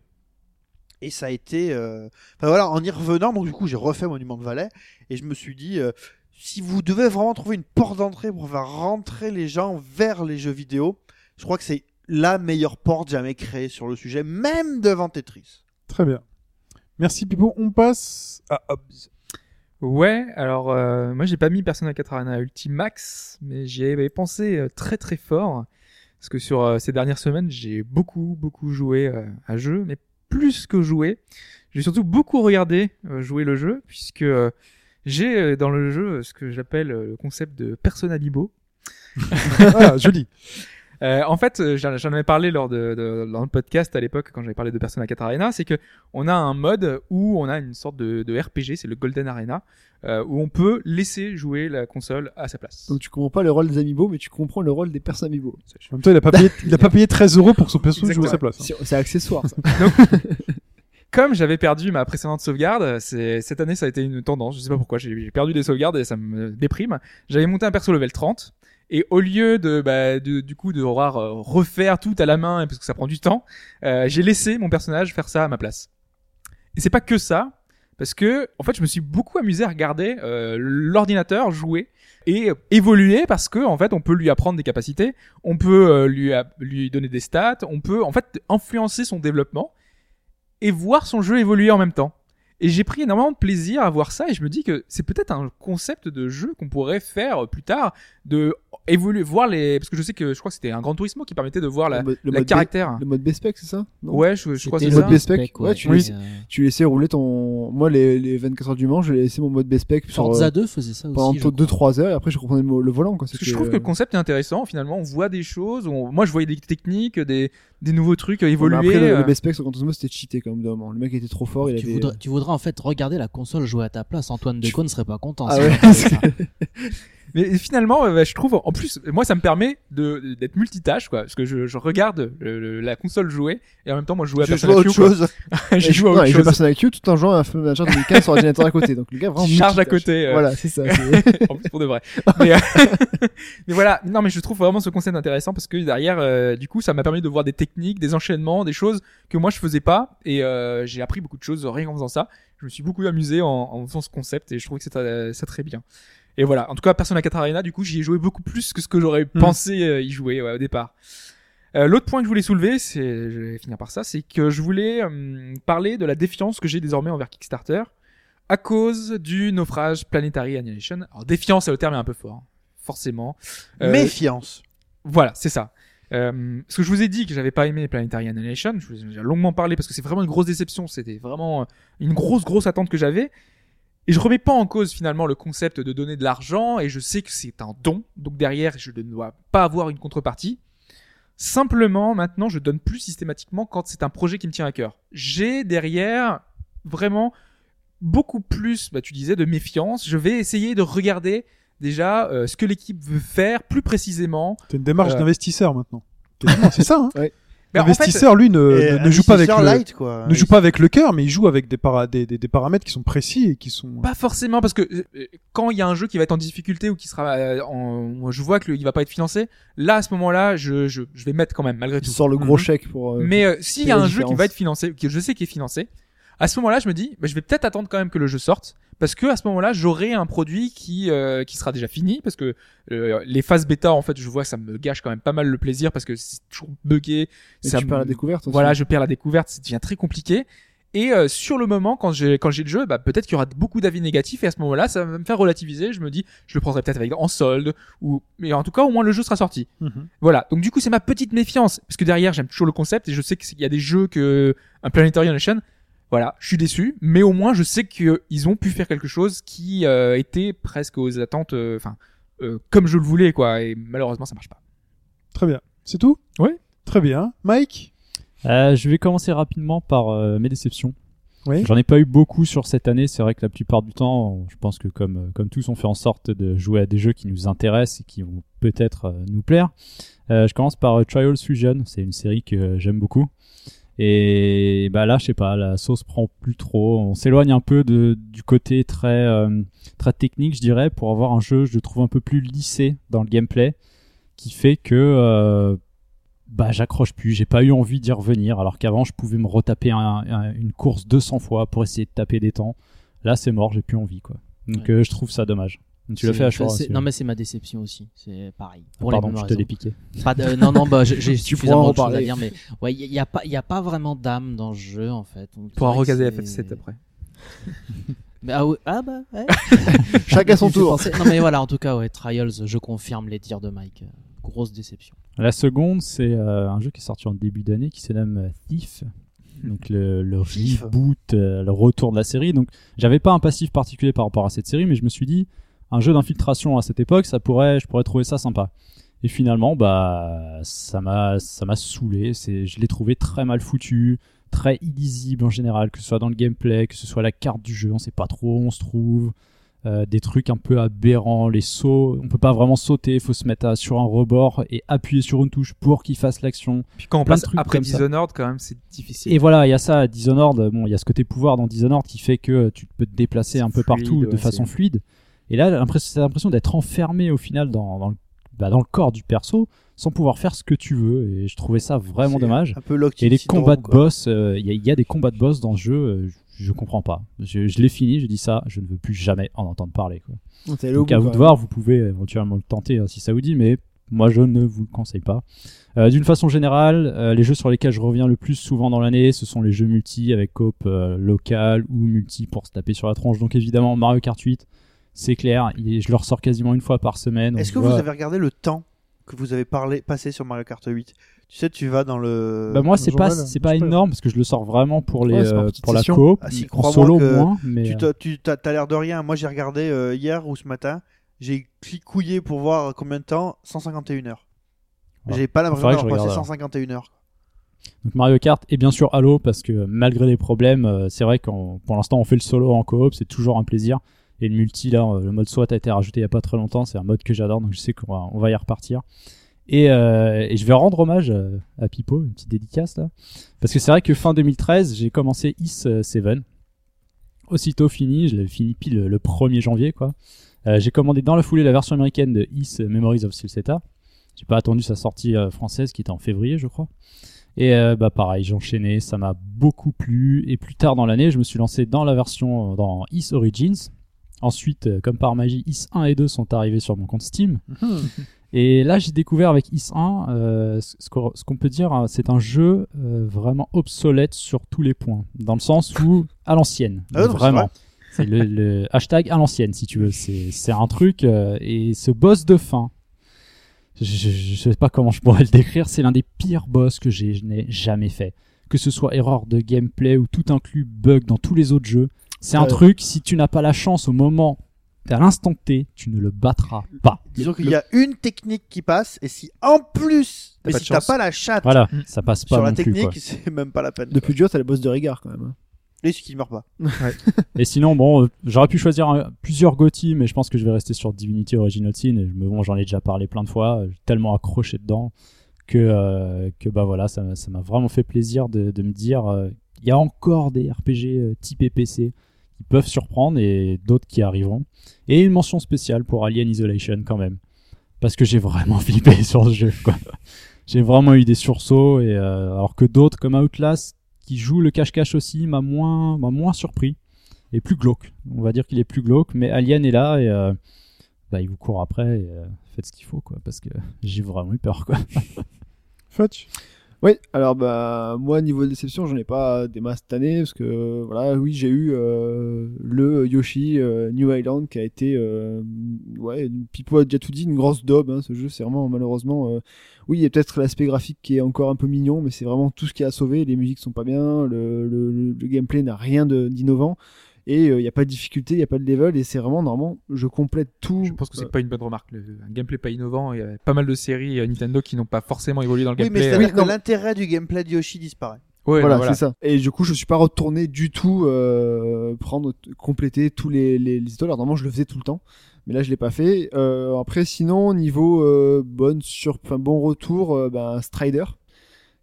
Speaker 2: Et ça a été, euh, enfin voilà, en y revenant, donc du coup j'ai refait Monument de Valais. Et je me suis dit, euh, si vous devez vraiment trouver une porte d'entrée pour faire rentrer les gens vers les jeux vidéo, je crois que c'est la meilleure porte jamais créée sur le sujet, même devant Tetris.
Speaker 1: Très bien. Merci Pipo. On passe à Hobbs.
Speaker 4: Ouais, alors euh, moi j'ai pas mis Persona 4 Arena Ultimax, mais j'y avais pensé euh, très très fort parce que sur euh, ces dernières semaines j'ai beaucoup beaucoup joué euh, à jeu, mais plus que joué, j'ai surtout beaucoup regardé euh, jouer le jeu puisque euh, j'ai euh, dans le jeu ce que j'appelle euh, le concept de Persona Bibo.
Speaker 1: ah, joli.
Speaker 4: Euh, en fait, euh, j'en j'en avais parlé lors de, de- dans le podcast à l'époque quand j'avais parlé de Persona 4 Arena, c'est que on a un mode où on a une sorte de, de RPG, c'est le Golden Arena, euh, où on peut laisser jouer la console à sa place.
Speaker 3: Donc tu comprends pas le rôle des amiibo, mais tu comprends le rôle des persos amiibo.
Speaker 1: En même temps, il a pas payé, il a pas payé 13 euros pour son perso de jouer à sa place.
Speaker 3: C'est c'est accessoire. Ça.
Speaker 4: Comme j'avais perdu ma précédente sauvegarde, euh, c'est cette année ça a été une tendance, je sais pas pourquoi, j'ai j'ai perdu des sauvegardes et ça me déprime. J'avais monté un perso level 30 et au lieu de bah, de- du coup de devoir euh, refaire tout à la main parce que ça prend du temps, euh, j'ai laissé mon personnage faire ça à ma place. Et c'est pas que ça, parce que en fait, je me suis beaucoup amusé à regarder euh, l'ordinateur jouer et évoluer parce que en fait, on peut lui apprendre des capacités, on peut euh, lui a- lui donner des stats, on peut en fait influencer son développement et voir son jeu évoluer en même temps. Et j'ai pris énormément de plaisir à voir ça et je me dis que c'est peut-être un concept de jeu qu'on pourrait faire euh, plus tard de évoluer voir les parce que je sais que je crois que c'était un Grand Turismo qui permettait de voir la,
Speaker 3: le, mode- le
Speaker 4: la
Speaker 3: mode
Speaker 4: caractère.
Speaker 3: B- le mode B-Spec, c'est ça Non
Speaker 4: Ouais, je, je crois que c'est
Speaker 5: C'était
Speaker 3: le
Speaker 4: ça.
Speaker 3: mode best spec, ouais,
Speaker 5: ouais,
Speaker 3: tu
Speaker 5: mais,
Speaker 3: laisses-
Speaker 5: euh,
Speaker 3: Tu laissais rouler ton. Moi, les, les 24 heures du Mans, j'ai laissé mon mode B-Spec sur.
Speaker 5: Forza
Speaker 3: euh,
Speaker 5: 2 faisait ça aussi.
Speaker 3: pendant
Speaker 5: je crois.
Speaker 3: 2-3 heures et après je reprenais le, mo- le volant quoi. euh,
Speaker 4: Parce que je trouve que le concept est intéressant. Finalement, on voit des choses. on- Moi, je voyais des techniques, des, des nouveaux trucs évoluer.
Speaker 3: Après, le,
Speaker 4: euh,
Speaker 3: le best-spec sur Gran Turismo, c'était cheaté quand même d'un moment. Le mec était trop fort. il
Speaker 5: tu,
Speaker 3: avait...
Speaker 5: voudrais, tu voudrais en fait regarder la console jouer à ta place. Antoine
Speaker 3: Tu-
Speaker 5: Decaune serait pas content.
Speaker 3: Ah
Speaker 5: ça.
Speaker 3: ouais.
Speaker 5: C'est ça.
Speaker 4: Mais finalement, euh, je trouve, en plus, moi, ça me permet de d'être multitâche, quoi, parce que je, je regarde euh, la console jouer et en même temps, moi, je joue à
Speaker 2: Je joue
Speaker 4: Persona
Speaker 2: à autre
Speaker 4: Q, quoi.
Speaker 2: chose.
Speaker 4: je joue à
Speaker 3: Non,
Speaker 4: autre
Speaker 3: il joue à
Speaker 4: chose.
Speaker 3: Persona Q tout en jouant à Fun Manager 2015 sur ordinateur à côté. Donc le gars vraiment
Speaker 4: Qui charge à
Speaker 3: multitâche.
Speaker 4: côté, euh.
Speaker 3: Voilà, c'est ça. c'est-
Speaker 4: en plus pour de vrai. Mais, euh, mais voilà, non mais je trouve vraiment ce concept intéressant parce que derrière, euh, du coup, ça m'a permis de voir des techniques, des enchaînements, des choses que moi je faisais pas et euh, j'ai appris beaucoup de choses rien qu'en faisant ça. Je me suis beaucoup amusé en, en faisant ce concept et je trouve que c'est euh, ça très bien. Et voilà, en tout cas, Persona 4 Arena, du coup, j'y ai joué beaucoup plus que ce que j'aurais pensé euh, y jouer ouais, au départ. Euh, L'autre point que je voulais soulever, c'est, je vais finir par ça, c'est que je voulais hum, parler de la défiance que j'ai désormais envers Kickstarter à cause du naufrage Planetary Annihilation. Alors défiance, le terme est un peu fort, hein. forcément. Euh,
Speaker 2: Méfiance.
Speaker 4: voilà, c'est ça. Euh, ce que je vous ai dit que j'avais pas aimé Planetary Annihilation, je vous en ai déjà longuement parlé parce que c'est vraiment une grosse déception, c'était vraiment euh, une grosse grosse attente que j'avais. Et je remets pas en cause finalement le concept de donner de l'argent et je sais que c'est un don, donc derrière je ne dois pas avoir une contrepartie. Simplement maintenant je donne plus systématiquement quand c'est un projet qui me tient à cœur. J'ai derrière vraiment beaucoup plus, bah, tu disais, de méfiance. Je vais essayer de regarder déjà euh, ce que l'équipe veut faire plus précisément.
Speaker 1: hein. T'as une démarche
Speaker 4: Euh.
Speaker 1: d'investisseur maintenant. Quasiment, c'est ça. Hein.
Speaker 4: Mais en fait,
Speaker 1: L'investisseur, lui, ne,
Speaker 2: Et
Speaker 1: euh, ne- ne joue pas avec
Speaker 2: investisseur
Speaker 1: le,
Speaker 2: light, euh, quoi.
Speaker 1: ne joue pas avec le cœur, mais il joue avec des, para- des, des, des paramètres qui sont précis et qui sont.
Speaker 4: Pas forcément, parce que euh, quand il y a un jeu qui va être en difficulté ou qui sera, euh, en, je vois qu'il va pas être financé, là à ce moment-là, je, je, je vais mettre quand même malgré
Speaker 3: Il
Speaker 4: tout.
Speaker 3: sort le gros
Speaker 4: Mhm.
Speaker 3: chèque pour. euh,
Speaker 4: Mais euh, s'il y a
Speaker 3: quelle est
Speaker 4: un jeu
Speaker 3: la
Speaker 4: qui
Speaker 3: différence
Speaker 4: va être financé, que je sais qui est financé, à ce moment-là, je me dis, bah, je vais peut-être attendre quand même que le jeu sorte, parce que à ce moment-là, j'aurai un produit qui euh, qui sera déjà fini, parce que euh, les phases bêta, en fait, je vois, ça me gâche quand même pas mal le plaisir, parce que c'est toujours buggé.
Speaker 3: et
Speaker 4: ça
Speaker 3: tu perds la
Speaker 4: me-
Speaker 3: découverte. aussi.
Speaker 4: voilà, je perds la découverte, ça devient très compliqué. Et euh, sur le moment, quand j'ai quand j'ai le jeu, bah, peut-être qu'il y aura beaucoup d'avis négatifs et à ce moment-là, ça va me faire relativiser. Je me dis, je le prendrai peut-être avec en solde ou, mais en tout cas, au moins le jeu sera sorti.
Speaker 1: Mhm.
Speaker 4: Voilà. Donc du coup, c'est ma petite méfiance parce que derrière, j'aime toujours le concept et je sais qu'il y a des jeux que un Planetary Nation. Voilà, je suis déçu, mais au moins je sais qu'ils ont pu faire quelque chose qui euh, était presque aux attentes, euh, enfin euh, comme je le voulais quoi. Et malheureusement, ça marche pas.
Speaker 1: Très bien. C'est tout
Speaker 4: Ouais.
Speaker 1: Très bien. Mike
Speaker 6: Euh, je vais commencer rapidement par euh, mes déceptions.
Speaker 1: Oui.
Speaker 6: J'en ai pas eu beaucoup sur cette année. C'est vrai que la plupart du temps, on- je pense que comme, euh, comme tous, on fait en sorte de jouer à des jeux qui nous intéressent et qui vont peut-être euh, nous plaire. Euh, je commence par euh, Trials Fusion. C'est une série que euh, j'aime beaucoup. Et bah là, je sais pas, la sauce prend plus trop. On s'éloigne un peu de, du côté très, euh, très technique, je dirais, pour avoir un jeu, je le trouve un peu plus lissé dans le gameplay, qui fait que euh, bah j'accroche plus, j'ai pas eu envie d'y revenir, alors qu'avant je pouvais me retaper un- un- une course 200 fois pour essayer de taper des temps. Là c'est mort, j'ai plus envie quoi. Donc
Speaker 5: Ouais.
Speaker 6: euh, je trouve ça dommage. Tu l'as
Speaker 5: C'est-
Speaker 6: fait à
Speaker 5: c'est-
Speaker 6: choix.
Speaker 5: c'est-
Speaker 6: celui-là.
Speaker 5: Non, mais c'est ma déception aussi. C'est pareil.
Speaker 6: Ah,
Speaker 5: Pour les
Speaker 6: Pardon,
Speaker 5: mêmes
Speaker 6: je te
Speaker 5: raisons.
Speaker 6: l'ai piqué.
Speaker 5: Pas de- non, non, bah, j'ai j'ai
Speaker 3: pourras en
Speaker 5: suffisamment de choses à
Speaker 3: reparler.
Speaker 5: dire, mais ouais, il y, a pas, il y a pas vraiment d'âme dans le jeu en fait. On-
Speaker 4: Pour
Speaker 5: c'est vrai que
Speaker 4: regarder
Speaker 5: c'est-
Speaker 4: FF7 après.
Speaker 5: Mais, ah, ouais, ah bah, ouais.
Speaker 3: Chacun son
Speaker 5: Il fait
Speaker 3: tour.
Speaker 5: penser- Non mais voilà, en tout cas, ouais, Trials, je confirme les dires de Mike. Grosse déception.
Speaker 6: La seconde c'est euh, un jeu qui est sorti en début d'année qui se nomme euh, Thief. Donc le, le
Speaker 2: Thief.
Speaker 6: reboot, euh, le retour de la série. Donc j'avais pas un passif particulier par rapport à cette série, mais je me suis dit un jeu d'infiltration à cette époque, ça pourrait, je pourrais trouver ça sympa. Et finalement, bah, ça m'a, ça m'a saoulé. C'est, je l'ai trouvé très mal foutu, très illisible en général, que ce soit dans le gameplay, que ce soit la carte du jeu, on sait pas trop où on se trouve, euh, des trucs un peu aberrants, les sauts, on peut pas vraiment sauter, il faut se mettre à- sur un rebord et appuyer sur une touche pour qu'il fasse l'action.
Speaker 4: Puis quand on
Speaker 6: Plein de
Speaker 4: passe
Speaker 6: trucs
Speaker 4: après
Speaker 6: comme ça.
Speaker 4: Dishonored, quand même, c'est difficile.
Speaker 6: Et voilà, il y a ça à Dishonored. Bon, il y a ce côté pouvoir dans Dishonored qui fait que euh, tu peux te déplacer un peu
Speaker 4: Fluide,
Speaker 6: partout de
Speaker 4: ouais,
Speaker 6: façon
Speaker 4: c'est-
Speaker 6: fluide. Et là, l'impres- c'est l'impression d'être enfermé au final dans, dans, le, bah, dans le corps du perso sans pouvoir faire ce que tu veux. Et je trouvais ça vraiment
Speaker 2: C'est
Speaker 6: dommage.
Speaker 2: Un peu Locked
Speaker 6: Et les
Speaker 2: Syndrome,
Speaker 6: combats de
Speaker 2: quoi.
Speaker 6: boss, euh, il y, a- il y a des combats de boss dans le jeu, euh, je, je comprends pas. Je, je l'ai fini, j'ai dit ça, je ne veux plus jamais en entendre parler. Quoi.
Speaker 3: On t'est allé au
Speaker 6: Donc à
Speaker 3: bout,
Speaker 6: vous
Speaker 3: quand
Speaker 6: de
Speaker 3: même.
Speaker 6: voir, vous pouvez éventuellement le tenter hein, si ça vous dit, mais moi je ne vous le conseille pas. Euh, D'une façon générale, euh, les jeux sur lesquels je reviens le plus souvent dans l'année, ce sont les jeux multi avec coop euh, local ou multi pour se taper sur la tronche. Donc évidemment Mario Kart 8, c'est clair, il- je le ressors quasiment une fois par semaine.
Speaker 2: Est-ce que
Speaker 6: On
Speaker 2: vous
Speaker 6: voit-
Speaker 2: avez regardé le temps que vous avez parlé, passé sur Mario Kart 8 Tu sais, tu vas dans le.
Speaker 6: Bah moi
Speaker 1: dans
Speaker 6: c'est
Speaker 1: le
Speaker 6: pas
Speaker 1: journal,
Speaker 6: c'est pas
Speaker 1: je sais pas.
Speaker 6: énorme parce que je le sors vraiment pour les
Speaker 3: Ouais, c'est par
Speaker 6: euh,
Speaker 3: petite
Speaker 6: pour la
Speaker 3: session.
Speaker 6: coop,
Speaker 2: Ah, si,
Speaker 6: en
Speaker 2: crois-moi
Speaker 6: solo
Speaker 2: que
Speaker 6: moins mais
Speaker 2: Tu
Speaker 6: euh,
Speaker 2: t'as- tu t'as t'as l'air de rien. Moi, j'ai regardé euh, hier ou ce matin. J'ai clicouillé pour voir combien de temps 151 heures.
Speaker 6: Ouais.
Speaker 2: J'ai pas l'impression
Speaker 6: Faudrait que
Speaker 2: d'avoir
Speaker 6: je
Speaker 2: passé
Speaker 6: regarde,
Speaker 2: 151 heures.
Speaker 6: Donc Mario Kart et bien sûr Halo parce que malgré les problèmes, euh, c'est vrai qu'on pour l'instant on fait le solo en coop, c'est toujours un plaisir. Et le multi, là, euh, le mode SWAT a été rajouté il n'y a pas très longtemps. C'est un mode que j'adore, donc je sais qu'on va, on va y repartir. Et, euh, et je vais rendre hommage euh, à Pipo, une petite dédicace là. Parce que c'est vrai que fin 2013, j'ai commencé IS 7. Aussitôt fini, je l'avais fini pile le 1er janvier quoi. Euh, j'ai commandé dans la foulée la version américaine de IS Memories of Sulceta. J'ai pas attendu sa sortie euh, française qui était en février, je crois. Et euh, bah pareil, j'ai enchaîné, ça m'a beaucoup plu. Et plus tard dans l'année, je me suis lancé dans la version euh, dans IS Origins. Ensuite, euh, comme par magie, IS 1 et 2 sont arrivés sur mon compte Steam. Et là, j'ai découvert avec IS 1 euh, ce ce qu'on ce qu'on peut dire, hein, c'est un jeu euh, vraiment obsolète sur tous les points, dans le sens où à l'ancienne,
Speaker 2: Ah non, c'est
Speaker 6: vraiment.
Speaker 2: vrai.
Speaker 6: C'est le, le hashtag à l'ancienne, si tu veux. C'est c'est un truc. euh, et ce boss de fin, je, je, je sais pas comment je pourrais le décrire. C'est l'un des pires boss que j'ai- je n'ai jamais fait. Que ce soit erreur de gameplay ou tout inclus bug dans tous les autres jeux, c'est un
Speaker 3: Ouais.
Speaker 6: truc. Si tu n'as pas la chance au moment, à l'instant T, tu ne le battras pas.
Speaker 2: Disons qu'il y a une technique qui passe, et si en plus,
Speaker 4: T'as
Speaker 2: mais
Speaker 4: pas
Speaker 2: si
Speaker 4: de
Speaker 2: t'as
Speaker 4: chance.
Speaker 2: pas la chatte
Speaker 6: Voilà,
Speaker 4: Mm.
Speaker 6: ça passe pas
Speaker 2: sur la
Speaker 6: non plus. quoi.
Speaker 2: technique, c'est même pas la peine.
Speaker 3: Depuis dur, t'as le boss de Régard quand même. hein.
Speaker 2: Et celui qui meurt pas.
Speaker 6: Et sinon, bon, euh, j'aurais pu choisir un- plusieurs GOTY, mais je pense que je vais rester sur Divinity Original Sin. Et je me- bon, j'en ai déjà parlé plein de fois, euh, j'ai tellement accroché dedans que, euh, que bah voilà, ça m'a ça m'a vraiment fait plaisir de, de me dire, euh, il y a encore des RPG euh, type PC qui peuvent surprendre et d'autres qui arriveront. Et une mention spéciale pour Alien Isolation quand même, parce que j'ai vraiment flippé sur ce jeu. quoi. J'ai vraiment eu des sursauts, et, euh, alors que d'autres comme Outlast qui joue le cache-cache aussi m'a moins, m'a moins surpris est plus glauque. On va dire qu'il est plus glauque, mais Alien est là et euh, bah, il vous court après. Et, euh, faites ce qu'il faut, quoi, parce que j'ai vraiment eu peur, quoi.
Speaker 1: Fetch.
Speaker 3: Oui, alors bah moi niveau déception, j'en ai pas des masses cette année parce que euh, voilà, oui, j'ai eu euh, le Yoshi euh, New Island qui a été euh, ouais, une- Pipo a déjà tout dit, une grosse daube hein, ce jeu, c'est vraiment malheureusement euh, oui, il y a peut-être l'aspect graphique qui est encore un peu mignon, mais c'est vraiment tout ce qui a sauvé, les musiques sont pas bien, le, le- le- le gameplay n'a rien de- d'innovant et euh, il n'y a pas de difficulté, il n'y a pas de level et c'est vraiment normalement je complète tout
Speaker 4: Je pense que
Speaker 3: euh,
Speaker 4: c'est
Speaker 1: Bah.
Speaker 4: pas une bonne remarque. Le- un gameplay pas innovant. Il y a pas mal de séries euh, Nintendo qui n'ont pas forcément évolué dans le
Speaker 2: Oui, mais
Speaker 4: gameplay.
Speaker 2: c'est-à-dire
Speaker 3: Oui,
Speaker 2: que
Speaker 3: non.
Speaker 2: l'intérêt du gameplay de Yoshi disparaît.
Speaker 4: Ouais,
Speaker 3: voilà,
Speaker 4: bah, voilà.
Speaker 3: c'est ça. Et du coup, je suis pas retourné du tout euh, prendre, t- compléter tous les, les, les étoiles. Alors, normalement, je le faisais tout le temps, mais là, je l'ai pas fait. Euh, après, sinon, niveau euh, bonne sur, enfin, bon retour, euh, ben, Strider.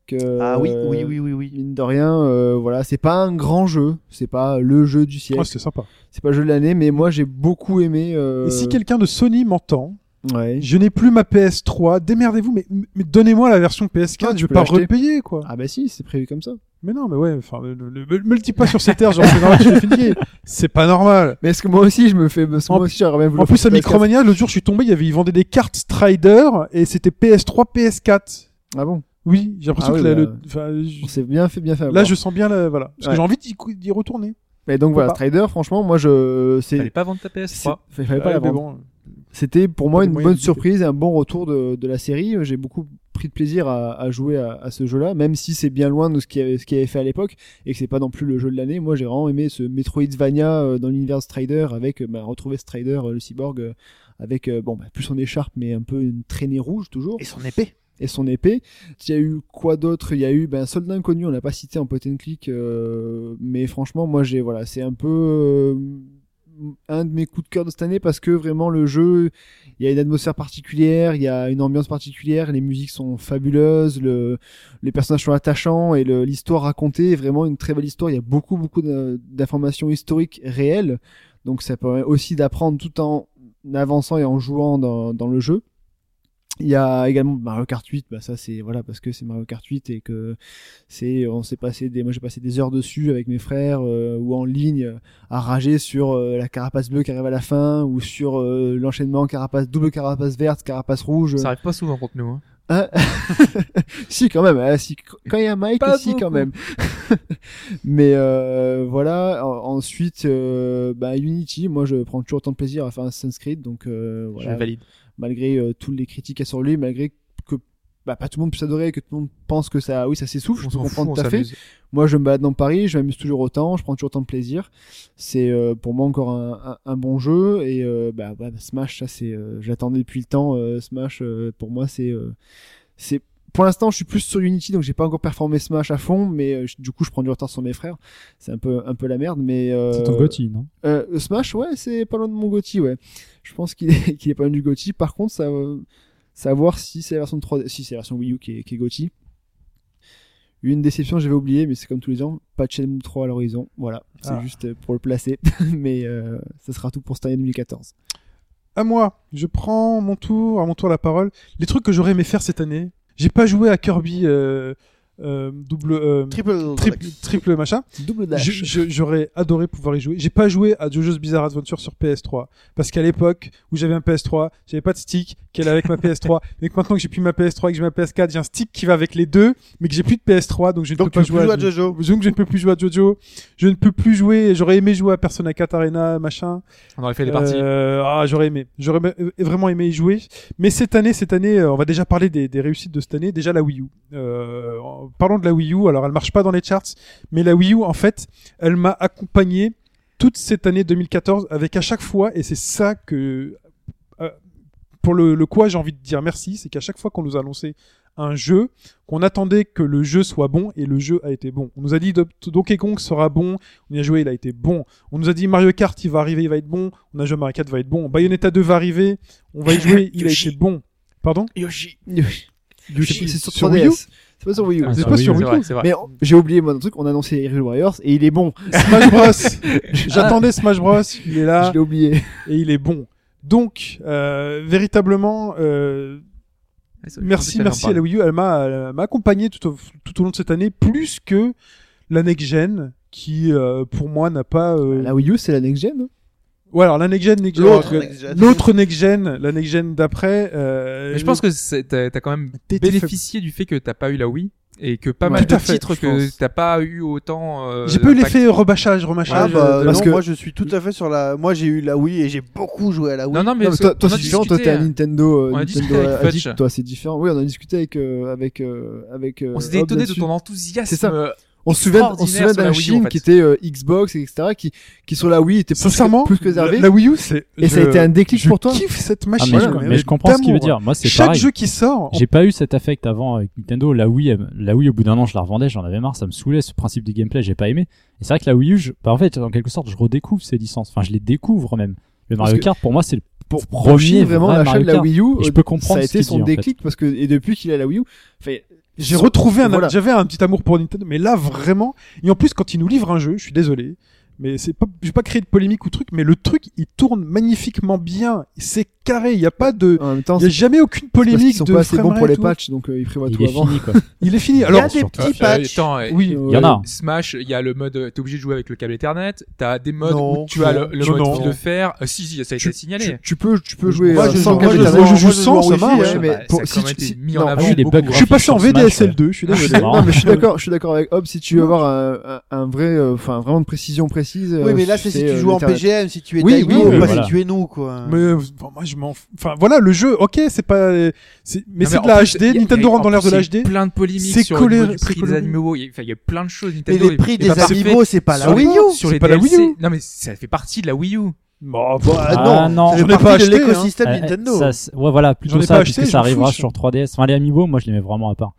Speaker 3: Que,
Speaker 2: Ah oui,
Speaker 3: euh,
Speaker 2: oui, oui, oui, oui.
Speaker 3: Mine de rien, euh, voilà, c'est pas un grand jeu, c'est pas le jeu du siècle,
Speaker 1: Oh, c'était sympa.
Speaker 3: c'est pas le jeu de l'année, mais moi j'ai beaucoup aimé. euh,
Speaker 1: Et si quelqu'un de Sony m'entend,
Speaker 3: ouais.
Speaker 1: je n'ai plus ma PS3, démerdez-vous, mais, mais donnez-moi la version PS4,
Speaker 3: Ah, tu
Speaker 1: je vais
Speaker 3: peux
Speaker 1: pas
Speaker 3: l'acheter.
Speaker 1: repayer, quoi.
Speaker 3: Ah bah si, c'est prévu comme ça.
Speaker 1: Mais non, mais ouais, enfin, le- le- le- me le dis pas sur ces terres, genre, c'est normal, je suis fini. C'est pas normal.
Speaker 3: Mais est-ce que moi aussi je me fais, parce que
Speaker 1: En
Speaker 3: moi aussi j'aurais bien voulu.
Speaker 1: En plus, à
Speaker 3: faire PS4.
Speaker 1: Micromania, l'autre jour, je suis tombé, il y avait, ils vendaient des cartes Strider, et c'était PS3, PS4.
Speaker 3: Ah bon,
Speaker 1: Oui, j'ai l'impression
Speaker 3: Ah
Speaker 1: que
Speaker 3: oui,
Speaker 1: la-
Speaker 3: bah,
Speaker 1: le- enfin, je-
Speaker 3: on s'est bien fait, bien fait.
Speaker 1: là,
Speaker 3: avoir.
Speaker 1: je sens bien, la, voilà. Parce que
Speaker 3: Ouais.
Speaker 1: j'ai envie d'y cou- d'y retourner.
Speaker 3: Mais donc
Speaker 1: Faut
Speaker 3: voilà,
Speaker 1: pas.
Speaker 3: Strider, franchement, moi je
Speaker 4: Fallait
Speaker 3: c'est
Speaker 4: pas vendre ta
Speaker 3: c'est-
Speaker 4: PS3.
Speaker 3: fallait pas
Speaker 1: Ouais,
Speaker 3: la
Speaker 1: Ah mais
Speaker 3: vendre.
Speaker 1: bon.
Speaker 3: C'était pour moi
Speaker 1: Pas de
Speaker 3: une
Speaker 1: moyen
Speaker 3: bonne
Speaker 1: de lutter.
Speaker 3: surprise et un bon retour de, de la série. J'ai beaucoup pris de plaisir à, à jouer à, à ce jeu-là, même si c'est bien loin de ce qu'il y avait, ce qu'il y avait fait à l'époque et que c'est pas non plus le jeu de l'année. Moi j'ai vraiment aimé ce Metroidvania euh, dans l'univers de Strider avec euh, bah, retrouver Strider, euh, le cyborg, euh, avec euh, bon bah, plus son écharpe mais un peu une traînée rouge toujours
Speaker 2: Et son épée.
Speaker 3: et son épée. Il y a eu quoi d'autre Il y a eu ben Soldat inconnu, on l'a pas cité en point and click, euh, mais franchement, moi j'ai voilà, c'est un peu euh, un de mes coups de cœur de cette année parce que vraiment le jeu, il y a une atmosphère particulière, il y a une ambiance particulière, les musiques sont fabuleuses, le, les personnages sont attachants et le- l'histoire racontée est vraiment une très belle histoire. Il y a beaucoup beaucoup d'in- d'informations historiques réelles, donc ça permet aussi d'apprendre tout en avançant et en jouant dans, dans le jeu. Il y a également Mario Kart 8, bah ça c'est voilà parce que c'est Mario Kart 8 et que c'est on s'est passé des moi j'ai passé des heures dessus avec mes frères euh, ou en ligne euh, à rager sur euh, la carapace bleue qui arrive à la fin ou sur euh, l'enchaînement carapace double carapace verte, carapace rouge.
Speaker 4: Ça arrive pas souvent contre nous. hein.
Speaker 3: Hein si quand même, hein, si quand il y a Mike,
Speaker 4: Pas
Speaker 3: si quand
Speaker 4: beaucoup.
Speaker 3: même. Mais euh, voilà, en- ensuite euh, bah, Unity, moi je prends toujours autant de plaisir à faire Assassin's Creed donc euh,
Speaker 4: Je
Speaker 3: voilà
Speaker 4: valide.
Speaker 3: malgré euh, toutes les critiques qu'il y a sur lui, malgré que bah, pas tout le monde puisse adorer, que tout le monde pense que ça, oui, ça s'essouffle, je
Speaker 4: On
Speaker 3: peux
Speaker 4: s'en fout,
Speaker 3: comprendre
Speaker 4: on
Speaker 3: tout à fait.
Speaker 4: s'amuse.
Speaker 3: Moi, je me balade dans Paris, je m'amuse toujours autant, je prends toujours autant de plaisir. C'est euh, pour moi encore un, un- un bon jeu et euh, bah, bah, Smash, ça c'est, euh, j'attendais depuis le temps. euh, Smash, euh, pour moi, c'est, euh, c'est pour l'instant, je suis plus sur Unity, donc j'ai pas encore performé Smash à fond, mais euh, je- du coup, je prends du retard sur mes frères. C'est un peu, un peu la merde, mais. euh,
Speaker 6: C'est ton Gotti, non
Speaker 3: euh, Smash, ouais, c'est pas loin de mon Gotti, ouais. Je pense qu'il est, qu'il est pas loin du Gotti. Par contre, ça, euh, savoir si c'est la version 3D, si c'est la version Wii U qui est, qui est Gotti. Une déception, j'avais oublié, mais c'est comme tous les ans, pas de Shenmue 3 à l'horizon. Voilà, c'est
Speaker 1: Ah.
Speaker 3: juste pour le placer, mais euh, ça sera tout pour cette année 2014.
Speaker 1: à moi. Je prends mon tour, à mon tour la parole. Les trucs que j'aurais aimé faire cette année. J'ai pas joué à Kirby euh, euh, double euh,
Speaker 2: Triple.
Speaker 1: triple, triple machin.
Speaker 3: Double
Speaker 1: Je-
Speaker 3: dash.
Speaker 1: je- J'aurais adoré pouvoir y jouer. J'ai pas joué à JoJo's Bizarre Adventure sur PS3 parce qu'à l'époque où j'avais un PS3, j'avais pas de stick qui allait avec ma PS3. Mais que maintenant que j'ai plus ma PS3 et que j'ai ma PS4, j'ai un stick qui va avec les deux, mais que j'ai plus de PS3, donc je ne
Speaker 2: Donc
Speaker 1: peux
Speaker 2: tu
Speaker 1: pas
Speaker 2: joues
Speaker 1: jouer
Speaker 2: à
Speaker 1: JoJo.
Speaker 2: Jojo.
Speaker 1: Donc je ne peux plus jouer à JoJo. Je ne peux plus jouer. J'aurais aimé jouer à Persona 4 Arena, machin.
Speaker 4: On aurait fait des parties.
Speaker 1: Euh, ah, j'aurais aimé. J'aurais aimé- euh, vraiment aimé y jouer. Mais cette année, cette année, euh, on va déjà parler des, des réussites de cette année. Déjà la Wii U. Euh, en- parlons de la Wii U. Alors, elle marche pas dans les charts, mais la Wii U, en fait, elle m'a accompagné toute cette année 2014 avec à chaque fois, et c'est ça que euh, pour le, le quoi j'ai envie de dire merci, c'est qu'à chaque fois qu'on nous a annoncé un jeu, qu'on attendait que le jeu soit bon et le jeu a été bon. On nous a dit Do- Donkey Kong sera bon, on y a joué, il a été bon. On nous a dit Mario Kart, il va arriver, il va être bon. On a joué à Mario Kart, il va être bon. Bayonetta 2 va arriver, on va y jouer, il a
Speaker 3: Yoshi.
Speaker 1: été bon. Pardon
Speaker 3: Yoshi.
Speaker 1: Yoshi.
Speaker 3: C'est sur
Speaker 1: Sur
Speaker 3: E
Speaker 1: Wii U
Speaker 3: 3DS. C'est pas sur Wii U.
Speaker 6: Ah,
Speaker 1: C'est
Speaker 6: sur
Speaker 1: pas
Speaker 6: Wii U,
Speaker 1: sur
Speaker 4: C'est
Speaker 1: Wii
Speaker 4: vrai,
Speaker 1: U.
Speaker 4: c'est vrai.
Speaker 3: Mais on- j'ai oublié moi d'un truc, on a annoncé Hyrule Warriors et il est bon.
Speaker 1: Smash Bros. J'attendais Smash Bros. Il est là.
Speaker 3: Je l'ai oublié.
Speaker 1: et il est bon. Donc, euh, véritablement, euh,
Speaker 4: Ouais, c'est-
Speaker 1: merci,
Speaker 4: j'en
Speaker 1: merci à
Speaker 4: parle.
Speaker 1: la Wii U. Elle m'a elle m'a accompagné tout au, tout au long de cette année, plus que la Next Gen, qui, euh, pour moi, n'a pas... euh,
Speaker 3: La Wii U, c'est la next gen. hein.
Speaker 1: Ouais, alors la Next Gen, Next Gen,
Speaker 2: L'autre
Speaker 1: alors,
Speaker 2: Next Gen.
Speaker 1: l'autre Next Gen, la Next Gen d'après... euh,
Speaker 4: Mais je pense que c'est- t'as t'as quand même
Speaker 1: t'es- t'es-
Speaker 4: bénéficié du fait que t'as pas eu la Wii et que pas
Speaker 3: Ouais.
Speaker 4: mal
Speaker 1: Tout
Speaker 4: de
Speaker 1: à fait,
Speaker 4: titres
Speaker 1: je
Speaker 4: que
Speaker 1: pense.
Speaker 4: t'as pas eu autant. euh,
Speaker 1: J'ai pas eu
Speaker 4: d'impact.
Speaker 1: l'effet rebâchage, remachage.
Speaker 2: Ah bah,
Speaker 1: euh,
Speaker 2: non,
Speaker 3: parce que-
Speaker 2: moi je suis tout à fait sur la. Moi j'ai eu la Wii et j'ai beaucoup joué à la Wii.
Speaker 4: Non, non, mais,
Speaker 3: Non, mais toi, toi
Speaker 4: on a
Speaker 3: c'est différent. Toi,
Speaker 4: discuté,
Speaker 3: t'es un
Speaker 4: hein.
Speaker 3: Nintendo, euh,
Speaker 4: on a
Speaker 3: Nintendo
Speaker 4: discuté avec
Speaker 3: addict,
Speaker 4: Fudge.
Speaker 3: Toi, c'est différent. Oui, on a discuté avec euh, avec euh, avec. euh,
Speaker 4: On s'était
Speaker 3: Hobbs
Speaker 4: étonné de
Speaker 3: là-dessus.
Speaker 4: ton enthousiasme. euh,
Speaker 3: C'est ça. On se souvient, on se souvient
Speaker 4: extraordinaire sur la
Speaker 3: d'un
Speaker 4: Wii U,
Speaker 3: Chine
Speaker 4: en fait.
Speaker 3: qui était euh, Xbox, etc., qui qui sur la Wii était plus que-
Speaker 1: Sincèrement,
Speaker 3: plus que
Speaker 1: la,
Speaker 3: réservé.
Speaker 1: la Wii U, c'est...
Speaker 3: Et ça a
Speaker 1: je-
Speaker 3: été un déclic
Speaker 1: je
Speaker 3: pour toi.
Speaker 1: kiffe cette
Speaker 6: Ah, mais,
Speaker 1: machine.
Speaker 6: je,
Speaker 1: mais
Speaker 6: mais je comprends ce qu'il veut
Speaker 1: d'amour.
Speaker 6: dire. Moi, c'est
Speaker 1: Chaque
Speaker 6: pareil.
Speaker 1: jeu qui sort,
Speaker 6: J'ai pas eu cet affect avant avec Nintendo. La Wii, elle- la Wii, au bout d'un an, je la revendais, j'en avais marre, ça me saoulait. Ce principe du gameplay, j'ai pas aimé. Et c'est vrai que la Wii U, je- bah, en fait, en quelque sorte, je redécouvre ces licences. Enfin, je les découvre même. Le
Speaker 3: Parce
Speaker 6: Mario
Speaker 3: que-
Speaker 6: Kart, pour moi, c'est le
Speaker 3: pour
Speaker 6: premier
Speaker 3: franchir vraiment
Speaker 6: vrai
Speaker 3: l'achat de
Speaker 6: Mario
Speaker 3: la
Speaker 6: Kart.
Speaker 3: Wii U.
Speaker 6: Et je
Speaker 3: euh,
Speaker 6: peux comprendre
Speaker 3: Ça a
Speaker 6: ce
Speaker 3: été
Speaker 6: qu'il dit,
Speaker 3: son
Speaker 6: en fait.
Speaker 3: déclic parce que et depuis qu'il a la Wii U, enfin,
Speaker 1: J'ai retrouvé un,
Speaker 3: Voilà.
Speaker 1: j'avais un petit amour pour Nintendo, mais là vraiment. Et en plus, quand ils nous livrent un jeu, je suis désolé, mais c'est pas, je vais pas créer de polémique ou truc, mais le truc, il tourne magnifiquement bien. C'est carré, il y a pas de,
Speaker 3: en même temps,
Speaker 1: il y a
Speaker 3: c'est
Speaker 1: jamais aucune
Speaker 3: parce qu'ils
Speaker 1: polémique
Speaker 3: sont
Speaker 1: de
Speaker 3: pas assez bons
Speaker 1: framerate
Speaker 3: pour les
Speaker 1: ou-
Speaker 3: patchs, donc euh, ils prévoient
Speaker 6: Il
Speaker 3: tout
Speaker 6: est
Speaker 3: avant.
Speaker 6: fini, quoi.
Speaker 1: Il est fini.
Speaker 2: Il y
Speaker 1: Alors,
Speaker 2: a des
Speaker 6: surtout-
Speaker 2: petits
Speaker 4: Ah, euh,
Speaker 2: patchs.
Speaker 4: attends, euh,
Speaker 1: oui,
Speaker 3: Euh,
Speaker 6: Il y en a.
Speaker 4: Smash, il y a le mode, euh, t'es obligé de jouer avec le câble Ethernet. T'as des modes
Speaker 2: Non.
Speaker 4: où tu as le, le
Speaker 1: Non,
Speaker 4: mode
Speaker 1: non.
Speaker 4: fil de fer. Euh, si, si, ça a été signalé.
Speaker 3: Tu, tu peux, tu peux jouer
Speaker 1: Moi,
Speaker 3: euh,
Speaker 1: je
Speaker 3: sans
Speaker 1: joue-
Speaker 3: câble
Speaker 1: moi, je
Speaker 3: Ethernet.
Speaker 1: joue- je joue
Speaker 3: Moi,
Speaker 1: sans, ça
Speaker 3: Wii,
Speaker 1: marche.
Speaker 3: ouais, mais
Speaker 4: Bah,
Speaker 3: pour-
Speaker 4: ça a
Speaker 3: si
Speaker 4: quand
Speaker 3: tu-
Speaker 4: même été
Speaker 3: si-
Speaker 4: mis
Speaker 3: non,
Speaker 4: en
Speaker 3: ah
Speaker 4: avant.
Speaker 3: oui,
Speaker 6: les
Speaker 4: beaucoup.
Speaker 6: bugs
Speaker 1: Je suis
Speaker 6: graphiques
Speaker 1: passé en
Speaker 6: sur Smash,
Speaker 1: VDSL
Speaker 6: ouais.
Speaker 1: 2. Je suis
Speaker 6: Ah,
Speaker 1: désolé.
Speaker 6: c'est marrant.
Speaker 3: Non, mais je suis d'accord, je suis d'accord avec Hobbs. Si tu veux avoir un, un- un vrai, euh, enfin, vraiment de précision précise.
Speaker 2: Oui,
Speaker 3: euh,
Speaker 2: mais là c'est si
Speaker 3: euh,
Speaker 2: tu joues en
Speaker 3: l'Ethernet.
Speaker 2: PGM, si tu es
Speaker 3: Oui,
Speaker 2: Taïgo,
Speaker 3: oui,
Speaker 6: oui,
Speaker 2: pas
Speaker 6: voilà.
Speaker 2: si tu es nous quoi.
Speaker 1: Mais euh, bon, moi je m'en, f- enfin voilà, le jeu, ok, c'est pas, c'est- mais
Speaker 4: Non,
Speaker 1: c'est
Speaker 4: en
Speaker 1: de la
Speaker 4: plus, il y
Speaker 1: HD.
Speaker 4: a- il y
Speaker 1: Nintendo
Speaker 4: a-
Speaker 1: rentre dans
Speaker 4: en
Speaker 1: l'ère de
Speaker 4: plus, il y a
Speaker 1: l'HD.
Speaker 4: Plein de polémiques
Speaker 1: C'est
Speaker 4: sur le
Speaker 1: colère-
Speaker 4: mode du
Speaker 1: c'est
Speaker 4: prix des
Speaker 1: colère-
Speaker 4: animaux. Il y a- enfin, il y a plein de choses.
Speaker 2: Mais
Speaker 4: Nintendo
Speaker 2: les
Speaker 4: est-
Speaker 2: prix
Speaker 4: est
Speaker 2: des
Speaker 4: pas parfait
Speaker 2: amiibo, c'est pas la
Speaker 4: sur-
Speaker 2: Wii U.
Speaker 4: Sur les
Speaker 1: C'est pas la Wii
Speaker 4: DLC.
Speaker 1: U.
Speaker 4: Non, mais ça fait partie de la Wii U.
Speaker 1: Bon,
Speaker 2: Bon,
Speaker 1: bah,
Speaker 2: ah,
Speaker 1: non.
Speaker 6: Ah, non.
Speaker 2: non, ça fait
Speaker 1: J'en ai pas
Speaker 2: partie de
Speaker 1: acheté, hein.
Speaker 2: l'écosystème
Speaker 6: Euh,
Speaker 2: Nintendo.
Speaker 6: ça, c'est- ouais, voilà,
Speaker 1: J'en
Speaker 6: plutôt
Speaker 1: ai
Speaker 6: ça,
Speaker 1: pas
Speaker 6: puisque
Speaker 1: acheté,
Speaker 6: ça
Speaker 1: j'en fous,
Speaker 6: arrivera
Speaker 1: ça.
Speaker 6: sur 3DS. Enfin, les Amiibo, moi, je les mets vraiment à part.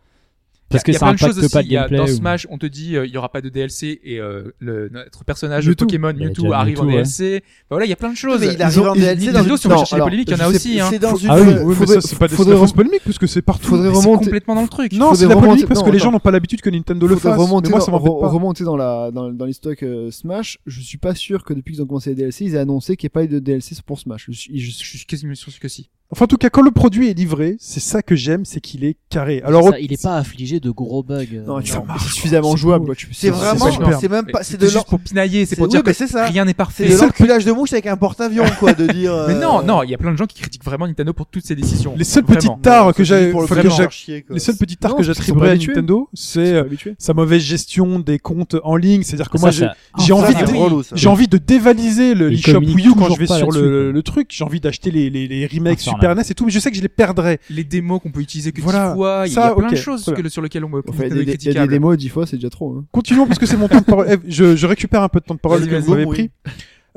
Speaker 6: Parce
Speaker 4: Il
Speaker 6: que
Speaker 4: y a
Speaker 6: ça
Speaker 4: plein de choses
Speaker 6: impacte
Speaker 4: aussi.
Speaker 6: pas le
Speaker 4: Il y a-
Speaker 6: gameplay.
Speaker 4: Dans
Speaker 6: ou-
Speaker 4: Smash, on te dit euh, il y aura pas de DLC et euh, le, notre personnage
Speaker 3: Mewtwo.
Speaker 4: Pokémon
Speaker 6: Il y a
Speaker 4: Mewtwo
Speaker 6: déjà
Speaker 4: arrive en
Speaker 6: Mewtwo, ouais.
Speaker 4: DLC. Bah voilà, il y a plein de choses.
Speaker 2: Mais il
Speaker 4: Ils
Speaker 2: arrive
Speaker 4: ont-
Speaker 2: en
Speaker 4: ils-
Speaker 2: DLC dans
Speaker 4: Nintendo,
Speaker 2: une-
Speaker 4: si on veut
Speaker 3: non,
Speaker 4: chercher les
Speaker 3: alors,
Speaker 4: polémiques, il y en
Speaker 3: je
Speaker 4: a
Speaker 3: sais-
Speaker 4: aussi. hein.
Speaker 2: C'est dans une
Speaker 6: Ah oui,
Speaker 1: Oui, mais
Speaker 3: Faudrait-
Speaker 1: ça, c'est pas des, c'est
Speaker 3: faudrait
Speaker 1: des fausses
Speaker 3: remonter-
Speaker 1: polémiques parce que c'est partout.
Speaker 3: faudrait
Speaker 4: Mais C'est
Speaker 3: remonter-
Speaker 4: complètement dans le truc.
Speaker 1: Non,
Speaker 3: faudrait
Speaker 1: c'est de la polémique
Speaker 3: remonter-
Speaker 1: parce
Speaker 3: non,
Speaker 1: que les
Speaker 3: attends.
Speaker 1: gens n'ont pas l'habitude que Nintendo le
Speaker 3: Faudrait
Speaker 1: fasse.
Speaker 3: remonter,
Speaker 1: Mais moi,
Speaker 3: dans,
Speaker 1: ça m'embête
Speaker 3: re-
Speaker 1: pas.
Speaker 3: remonter dans la dans, dans les stocks euh, Smash. Je suis pas sûr que depuis qu'ils ont commencé les DLC, ils aient annoncé qu'il n'y ait pas eu de DLC pour Smash. Je suis- je
Speaker 4: Je
Speaker 3: suis-
Speaker 4: suis quasiment sûr que si.
Speaker 1: Enfin, en tout cas, quand le produit est livré, c'est ça que j'aime, c'est qu'il est carré. Alors,
Speaker 5: Ça, il est pas affligé de gros bugs. euh,
Speaker 3: non, tu
Speaker 4: non,
Speaker 3: vois,
Speaker 1: mais
Speaker 3: c'est
Speaker 1: je-
Speaker 3: suffisamment
Speaker 1: c'est
Speaker 3: jouable.
Speaker 1: beau.
Speaker 3: quoi. Tu-
Speaker 2: C'est vraiment,
Speaker 1: super.
Speaker 2: c'est même pas, c'est de l'or-
Speaker 4: juste pour pinailler, c'est pour
Speaker 2: oui,
Speaker 4: dire
Speaker 2: mais
Speaker 4: que
Speaker 2: c'est ça.
Speaker 4: rien n'est
Speaker 2: C'est
Speaker 4: parfait.
Speaker 2: de l'enculage de mouche avec un porte-avions quoi, de dire.
Speaker 4: Mais
Speaker 2: euh,
Speaker 4: non, non, il y a plein de gens qui critiquent vraiment Nintendo pour toutes ses décisions.
Speaker 1: les seuls
Speaker 4: Vraiment.
Speaker 1: petits tares que
Speaker 2: c'est
Speaker 1: j'ai,
Speaker 2: pour le
Speaker 1: faut
Speaker 2: faire
Speaker 1: que j'a-
Speaker 2: chier, quoi.
Speaker 1: les seuls petits tares
Speaker 3: Non,
Speaker 1: que
Speaker 3: parce qu'ils sont
Speaker 1: j'attribuerai
Speaker 3: pas
Speaker 1: à
Speaker 3: habitués.
Speaker 1: Nintendo,
Speaker 3: Ils
Speaker 1: c'est
Speaker 3: sont
Speaker 1: euh,
Speaker 3: pas habitués.
Speaker 1: sa mauvaise gestion des comptes en ligne. C'est-à-dire que
Speaker 6: Ça,
Speaker 1: moi, j'ai
Speaker 6: ça-
Speaker 1: j'ai envie
Speaker 2: c'est
Speaker 1: de,
Speaker 2: relou, ça.
Speaker 1: j'ai envie de dévaliser le
Speaker 6: Ils
Speaker 1: eShop
Speaker 6: communiquent
Speaker 1: Wii U quand je
Speaker 6: toujours
Speaker 1: vais
Speaker 6: pas
Speaker 1: sur le,
Speaker 6: là-dessus,
Speaker 1: le truc. J'ai envie d'acheter les, les, les remakes
Speaker 6: Infernal.
Speaker 1: Super NES et tout, mais je sais que je les perdrai.
Speaker 4: Les démos qu'on peut utiliser que
Speaker 1: Voilà.
Speaker 4: dix fois, il y a- il y
Speaker 1: Ça,
Speaker 4: a plein
Speaker 1: ok,
Speaker 4: de choses
Speaker 1: très bien.
Speaker 4: que- sur lesquelles on peut
Speaker 3: Enfin, il y a
Speaker 4: Nintendo est
Speaker 3: des- il y a des
Speaker 4: critiquable.
Speaker 3: démos dix fois, c'est déjà trop. hein.
Speaker 1: Continuons parce que c'est mon temps de parole. Eh, Je, je récupère un peu de temps de parole
Speaker 4: Vas-y,
Speaker 1: que
Speaker 4: vas-y.
Speaker 1: vous m'avez
Speaker 2: Oui.
Speaker 1: pris.